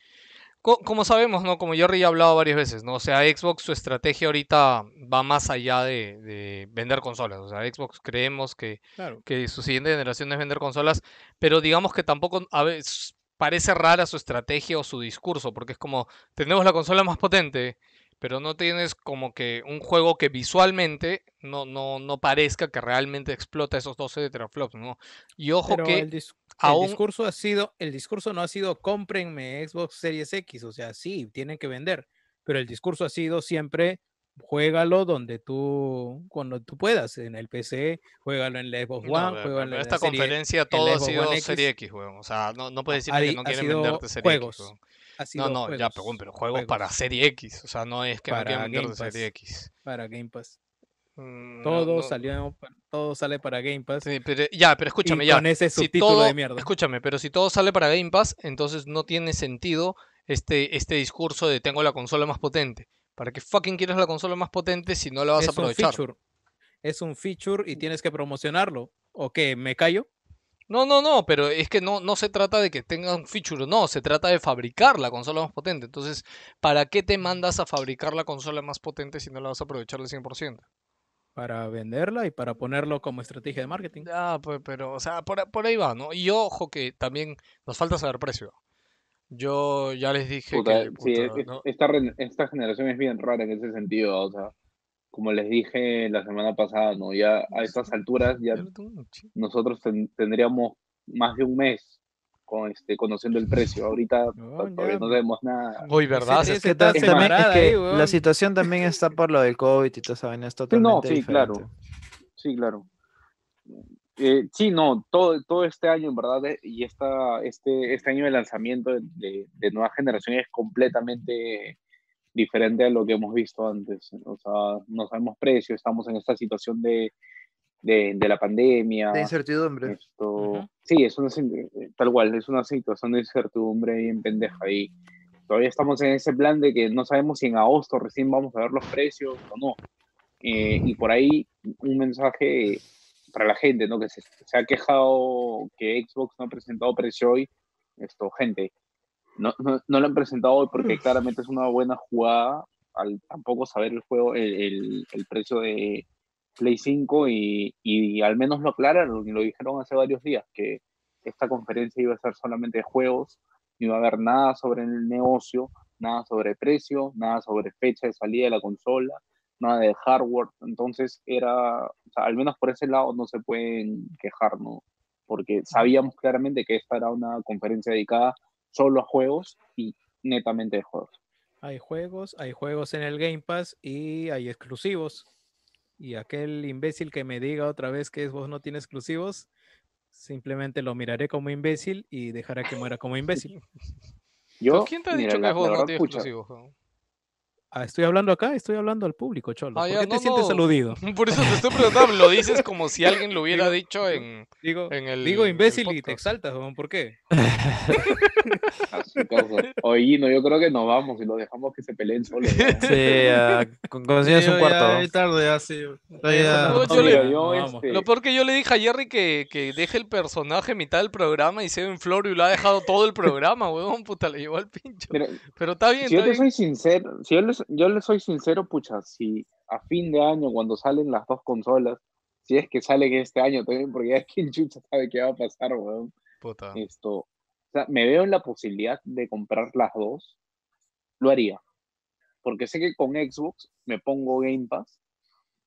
S2: co- como sabemos, ¿no? Como Jerry ya ha hablado varias veces, ¿no? O sea, Xbox, su estrategia ahorita va más allá de, de vender consolas. O sea, Xbox creemos que,
S5: Claro.
S2: que su siguiente generación es vender consolas, pero digamos que tampoco a veces parece rara su estrategia o su discurso, porque es como, tenemos la consola más potente, pero no tienes como que un juego que visualmente no, no, no parezca que realmente explota esos 12 de teraflops, ¿no? Y ojo
S5: Pero
S2: que
S5: el, dis- el
S2: aún...
S5: discurso ha sido, el discurso no ha sido cómprenme Xbox Series X, o sea, sí, tienen que vender, pero el discurso ha sido siempre juégalo donde tú cuando tú puedas, en el PC, juégalo en la Xbox
S2: no,
S5: One,
S2: pero-
S5: juégalo en
S2: pero
S5: pues, la
S2: esta
S5: serie-
S2: conferencia
S5: en la
S2: todo ha
S5: Xbox
S2: sido
S5: One X.
S2: Serie X, weón. O sea, no, no puedes
S5: Ha-
S2: decirme que
S5: ha-
S2: no
S5: ha
S2: quieren
S5: sido
S2: venderte Serie
S5: juegos,
S2: X, weón.
S5: ha sido
S2: no, no, ya, pero,
S5: juegos,
S2: pero juegos para Serie X. O sea, no es que no
S5: para
S2: quieran
S5: Game
S2: venderte
S5: Pass,
S2: Serie X.
S5: para Game Pass.
S2: Mm, no,
S5: Todo
S2: no.
S5: salió, pa- todo sale para Game Pass.
S2: pero, ya, pero escúchame, ya.
S5: Con ese
S2: si
S5: subtítulo
S2: todo-
S5: de mierda.
S2: Escúchame, pero si todo sale para Game Pass, entonces no tiene sentido este, este discurso de tengo la consola más potente. ¿Para qué fucking quieres la consola más potente si no la vas a
S5: es un
S2: aprovechar?
S5: feature. Es un feature y tienes que promocionarlo. ¿O qué? ¿Me callo?
S2: No, no, no, pero es que no, no se trata de que tenga un feature, o no, se trata de fabricar la consola más potente. Entonces, ¿para qué te mandas a fabricar la consola más potente si no la vas a aprovechar al 100%?
S5: Para venderla y para ponerlo como estrategia de marketing.
S2: Ah, pues, pero, o sea, por, a- por ahí va, ¿no? Y ojo que también nos falta saber precio. Yo ya les dije
S6: Puta,
S2: que,
S6: sí,
S2: puta,
S6: es-
S2: ¿no?
S6: esta, re- esta generación es bien rara en ese sentido, o sea, como les dije la semana pasada, ¿no? Ya a estas alturas ya nosotros ten- tendríamos más de un mes con este conociendo el precio. Ahorita todavía no sabemos nada.
S2: Hoy, ¿verdad?
S8: Es
S2: Ese
S8: que,
S2: está
S8: ta- también- es
S2: separada
S8: que
S2: ahí,
S8: la
S2: weón.
S8: situación también está por lo del COVID y toda esa vaina es totalmente
S6: sí, claro.
S8: diferente.
S6: Sí, claro. Eh, sí, no, todo, todo este año, en verdad, eh, y esta, este, este año de lanzamiento de, de- de nueva generación es completamente diferente a lo que hemos visto antes. O sea, no sabemos precio, estamos en esta situación de, de, de la pandemia.
S8: De incertidumbre.
S6: Esto, Sí, es una, sin- eh, tal cual, es una situación de incertidumbre bien pendeja. Y todavía estamos en ese plan de que no sabemos si en agosto recién vamos a ver los precios o no. Eh, y por ahí un mensaje para la gente, ¿no? Que se, se ha quejado que Xbox no ha presentado precio hoy. Esto, gente, no, no, no lo han presentado hoy porque claramente es una buena jugada al tampoco saber el juego, el, el- el precio de Play 5 y, y al menos lo aclararon y lo dijeron hace varios días que esta conferencia iba a ser solamente de juegos, no iba a haber nada sobre el negocio, nada sobre precio, nada sobre fecha de salida de la consola, nada de hardware. Entonces era, o sea, al menos por ese lado no se pueden quejar, ¿no? Porque sabíamos claramente que esta era una conferencia dedicada solo a juegos y netamente de juegos.
S5: Hay juegos, hay juegos en el Game Pass y hay exclusivos. Y aquel imbécil que me diga otra vez que Xbox no tiene exclusivos, simplemente lo miraré como imbécil y dejaré que muera como imbécil.
S6: Yo,
S2: ¿Quién te ha dicho que Xbox no tiene exclusivos? weón?
S5: Ah, estoy hablando acá, estoy hablando al público, Cholo.
S2: Ah,
S5: ¿Por
S2: ya,
S5: qué te
S2: no,
S5: sientes
S2: no.
S5: aludido?
S2: Por eso te estoy preguntando, lo dices como si alguien lo hubiera dicho en, en el...
S5: Digo
S2: en el
S5: imbécil y te
S2: podcast.
S5: exaltas, weón, ¿por qué?
S6: Oye, no, yo creo que nos vamos y lo dejamos que se peleen solos. ¿no?
S8: Sí, ah, con, consigues
S6: Yo
S8: un
S6: ya-
S8: cuarto.
S6: ya
S4: tarde, Ah, ya sí.
S2: No, yo
S6: no,
S2: le-
S6: mira, yo, este-
S2: Lo peor que yo le dije a Jerry que, que deje el personaje mitad del programa y se ve en flor y lo ha dejado todo el programa, weón, puta, le llevó al pincho.
S6: Mira,
S2: Pero está bien,
S6: si yo
S2: está
S6: le
S2: bien.
S6: soy sincero, si yo les, yo les soy sincero, pucha, si a fin de año, cuando salen las dos consolas, si es que salen este año también, porque ya es que el chucha sabe qué va a pasar, weón.
S2: Puta.
S6: Esto, o sea, me veo en la posibilidad de comprar las dos, lo haría. Porque sé que con Xbox me pongo Game Pass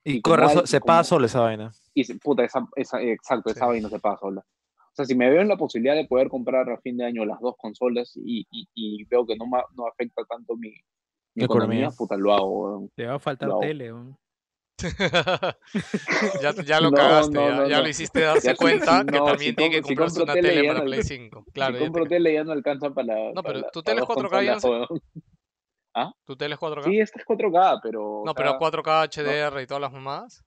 S8: Y
S6: como
S8: corre,
S6: hay-
S8: so- se
S6: como-
S8: paga solo esa vaina.
S6: y se- puta, esa, esa- exacto, esa vaina se paga sola. O sea, si me veo en la posibilidad de poder comprar a fin de año las dos consolas y, y- y veo que no, ma- no afecta tanto mi, mi
S8: Economía.
S6: economía, puta, lo hago. weón.
S5: Te va a faltar
S6: Lo hago.
S5: tele, weón.
S2: ya, ya lo
S6: No,
S2: cagaste,
S6: no,
S2: ya,
S6: no,
S2: ya
S6: no.
S2: lo hiciste darse
S6: Ya si-
S2: cuenta
S6: si-
S2: que
S6: no,
S2: también
S6: si
S2: tiene que
S6: com- si
S2: comprarse una
S6: compro tele,
S2: tele,
S6: ya
S2: para
S6: no-
S2: Play 5. Claro,
S6: si
S2: ya
S6: compro
S2: te-
S6: tele ya no alcanza para.
S2: No, pero
S6: para-
S2: tu
S6: para
S2: tele es
S6: las
S2: 4K, ya
S6: consolas,
S2: sé.
S6: weón. ¿Ah?
S2: ¿Tu tele es 4K?
S6: Sí, esta es 4K, pero. o
S2: no, pero
S6: sea,
S2: 4K HDR y todas las mamadas.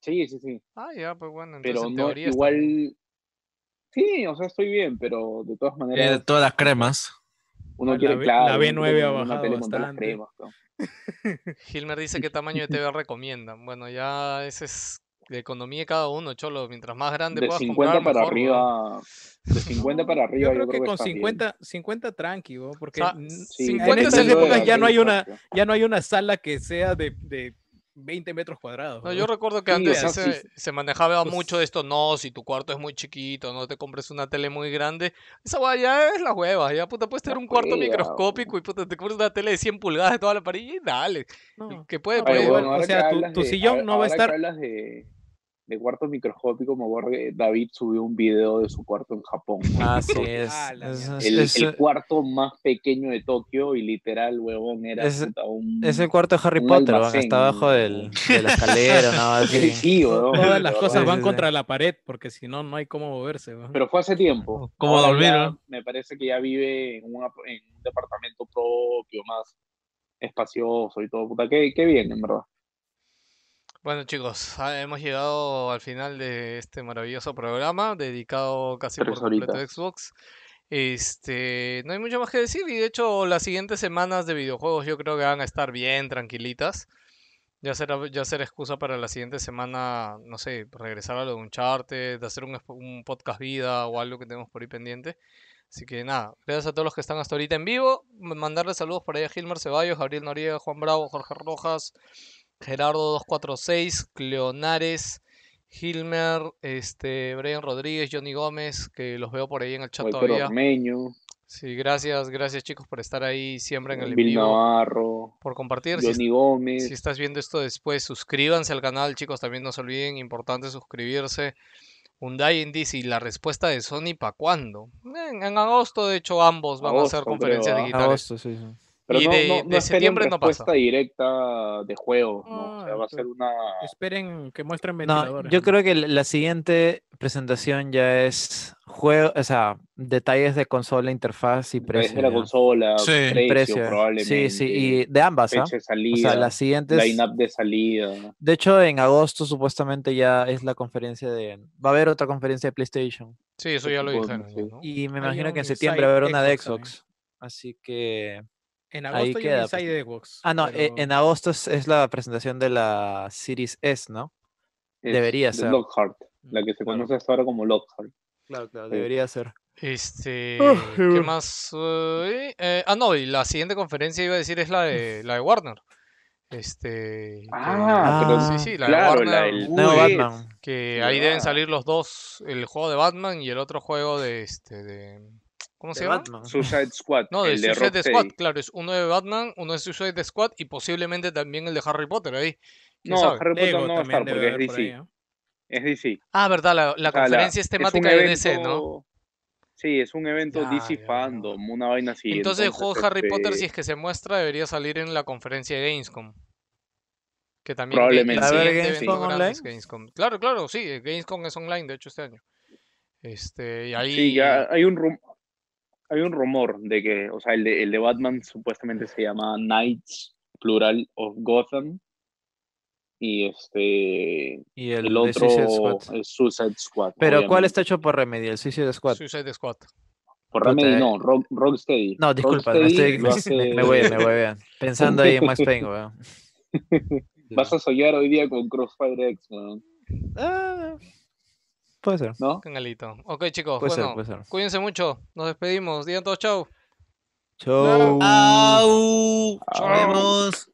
S6: Sí, sí, sí.
S2: Ah, ya, pues bueno, entonces
S6: Pero
S2: en
S6: no,
S2: teoría está
S6: igual. Sí, o sea, estoy bien, pero de todas
S4: Eh,
S6: maneras,
S4: todas las cremas.
S6: uno
S5: la
S6: quiere,
S5: B-
S6: claro.
S5: la
S6: uno quiere
S5: B9 ha
S6: tener una
S5: bajado
S6: tele con todas las
S5: bastante.
S6: cremas, ¿no?
S2: Hilmer dice qué tamaño de TV recomiendan. Bueno, ya ese es la economía de cada uno, cholo. Mientras más grande
S6: De
S2: puedas
S6: 50
S2: comprar,
S6: para
S2: mejor, weón.
S6: arriba. De 50 para arriba,
S5: Yo creo que con
S6: está bien.
S5: 50, 50 tranqui, weón, porque
S2: O sea,
S5: n-
S6: Sí,
S5: en
S2: 50 es
S5: estas
S2: el-
S6: Nintendo
S5: épocas
S6: de
S5: ya no hay
S6: arriba,
S5: una,
S6: tío.
S5: ya no hay una sala que sea de, de 20 metros cuadrados.
S2: No,
S5: weón.
S2: yo recuerdo que
S6: Sí,
S2: antes
S6: o sea,
S2: sí se,
S6: sí.
S2: se manejaba
S5: Pues-
S2: mucho de esto. No, si tu cuarto es muy chiquito, no te compres una tele muy grande. Esa weá ya es la hueva. Ya, puta, puedes tener
S6: La
S2: un cuarto
S6: hueva,
S2: microscópico y puta, te compras una tele de 100 pulgadas de toda la parrilla y dale.
S5: No.
S2: Que puede, pues.
S5: No,
S2: puede.
S6: Oye,
S5: pero
S6: weón,
S5: bueno, o
S6: ahora
S5: sea,
S6: que
S5: tu-
S6: hablas
S5: tu
S6: de-
S5: sillón
S6: ahora-
S5: no va a
S6: ahora
S5: estar-
S6: que hablas de, de cuartos microscópicos, me acuerdo que David subió un video de su cuarto en Japón. ¿no?
S8: Ah, sí, es.
S5: Ah, la
S8: es-
S5: mierda.
S8: es-
S6: El,
S8: es- eh,
S6: el cuarto más pequeño de Tokio y literal, huevón, era
S8: Es-
S6: puta, un...
S8: es el cuarto de Harry
S6: un
S8: Potter, weón,
S6: almacén,
S8: está abajo
S6: ¿no?
S8: del, de la escalera, no,
S6: Sí,
S8: así.
S6: sí, huevón, de
S5: Todas las
S6: verdad.
S5: cosas
S8: Sí,
S5: van
S8: sí,
S5: contra la pared, porque si no, no hay cómo moverse. weón.
S6: Pero fue hace tiempo.
S4: Como
S6: Ahora
S4: dormir,
S6: ya
S4: ¿no?
S6: Me parece que ya vive en, una- en un departamento propio, más espacioso y todo. Puta, qué, qué bien, en verdad.
S2: Bueno, chicos, ah, hemos llegado al final de este maravilloso programa dedicado casi por
S6: Tres
S2: completo a
S6: horitas.
S2: Xbox. Este, no hay mucho más que decir y de hecho las siguientes semanas de videojuegos yo creo que van a estar bien tranquilitas. Ya será, ya será excusa para la siguiente semana, no sé, regresar a lo de Uncharted, de hacer un, esp- un podcast vida o algo que tenemos por ahí pendiente. Así que nada, gracias a todos los que están hasta ahorita en vivo. M- Mandarles saludos por ahí a Gilmar Ceballos, Gabriel Noriega, Juan Bravo, Jorge Rojas, Gerardo 246, Cleonares, Gilmer, este, Brian Rodríguez, Johnny Gómez, que los veo por ahí en el chat
S6: Walter
S2: todavía.
S6: Ormeño,
S2: Sí, gracias, gracias chicos por estar ahí siempre en el en
S6: Bill
S2: vivo,
S6: Navarro,
S2: por compartir. Si
S6: Johnny Gómez.
S2: si estás viendo esto después, suscríbanse al canal, chicos. También no se olviden, importante suscribirse. Hyundai Indies y la respuesta de Sony, ¿para cuándo? En, en agosto, de hecho, ambos van a hacer
S6: Agosto, creo,
S2: conferencias
S6: ¿ah?
S2: digitales.
S8: Agosto, sí, sí.
S6: Pero
S2: Y
S6: no,
S2: de-
S6: no- no
S2: de
S6: esperen
S2: septiembre no pasa.
S6: respuesta directa de juego, ¿no? O sea,
S5: Ah,
S6: va a ser una...
S5: Esperen que muestren
S8: No,
S5: ventiladores.
S8: yo creo que la- la siguiente presentación ya es juego, o sea, detalles de consola, interfaz y
S6: Precio,
S8: precio.
S6: de la
S8: ya.
S6: consola,
S4: Sí.
S8: Y
S6: precio,
S8: precio.
S6: probablemente,
S8: Sí, sí, y de ambas, ¿ah?
S6: fecha de
S8: O sea,
S6: salida,
S8: las siguientes.
S6: line-up de salida.
S8: De hecho, en agosto supuestamente ya es la conferencia de. Va a haber otra conferencia de PlayStation.
S2: Sí, eso ya lo
S6: Supongo,
S2: dijeron. ya,
S6: sí.
S2: ¿no?
S8: Y me
S5: Hay
S8: imagino
S5: un
S8: que en septiembre
S5: Inside
S8: habrá una de
S5: Xbox también.
S8: Xbox. Así que.
S5: En
S8: ahí
S5: agosto hay un
S8: queda, pues.
S5: Inside Xbox,
S8: Ah, no, e-
S5: pero-
S8: en agosto es, es la presentación de la Series S, ¿no?
S6: Es
S8: Debería
S6: de
S8: ser.
S6: Lockhart,
S2: Mm,
S6: la que se conoce hasta ahora como Lockhart.
S8: Claro, claro,
S6: Sí.
S8: debería ser.
S2: Este,
S8: qué
S2: ¿qué
S8: bueno.
S2: más? Eh, eh, ah, no, y la siguiente conferencia iba a decir es la de, la de Warner. Este, que-
S6: Ah,
S8: pero
S2: sí, sí, la
S6: claro,
S2: de Warner.
S6: la del-
S8: Nuevo
S6: Uy,
S8: Batman.
S2: Que
S6: Sí, ah.
S2: ahí deben
S6: ¿verdad?
S2: salir los dos, el juego de Batman y el otro juego de este de ¿cómo se
S8: de
S2: llama?
S8: Batman.
S6: Suicide Squad,
S2: No, de
S6: el de
S2: Suicide
S6: Rocksteady.
S2: Squad, claro, es uno de Batman, uno de Suicide Squad y posiblemente también el de Harry Potter ahí. ¿Quién
S6: No,
S2: sabe?
S6: Harry Potter
S5: Lego
S6: pues no va a
S5: también
S6: estar
S5: debe
S6: porque
S5: haber
S6: es
S5: por ahí,
S6: DC.
S5: ¿no?
S6: Es DC.
S2: Ah, verdad, la, la
S6: O sea, la-
S2: conferencia es
S6: un
S2: temática de DC, ¿no?
S6: evento- Sí, es un evento
S2: Ya,
S6: DC
S2: ya, ya.
S6: fandom, una vaina así.
S2: Entonces el juego de Harry Potter,
S6: este,
S2: si es que se muestra, debería salir en la conferencia de Gamescom. Que también
S6: Probablemente
S2: el
S6: sí.
S2: siguiente
S8: ¿Va a haber
S2: evento
S8: Gamescom
S2: grande es Gamescom. Claro, claro, sí, eh, Gamescom es online, de hecho, este año. Este, y ahí...
S6: Sí, ya hay un rum- hay un rumor de que, o sea, el de, el de Batman supuestamente se llama Knights plural of Gotham y este el,
S8: Y el, de
S6: otro
S8: Suicide Squad.
S6: es Suicide Squad.
S8: Pero ¿cuál
S6: obviamente.
S8: está hecho por Remedy? El Suicide Squad.
S2: Suicide Squad.
S6: Por
S8: puta,
S6: Remedy
S8: eh?
S6: no, Rock, Rocksteady.
S8: No, disculpa, me,
S6: Rocksteady
S8: estoy-
S6: lo
S8: me-
S6: hace-
S8: me voy, me voy bien. Pensando ahí en Max Payne, weón.
S6: Vas a soñar hoy día con Crossfire X, weón,
S8: Ah, puede ser,
S6: ¿no?
S2: Canalito. Ok, chicos,
S8: puede ser,
S2: bueno,
S8: puede ser.
S2: cuídense mucho. Nos despedimos. Digan todos chau.
S8: Chau.
S4: ¡Au!
S6: Au.
S4: Nos vemos.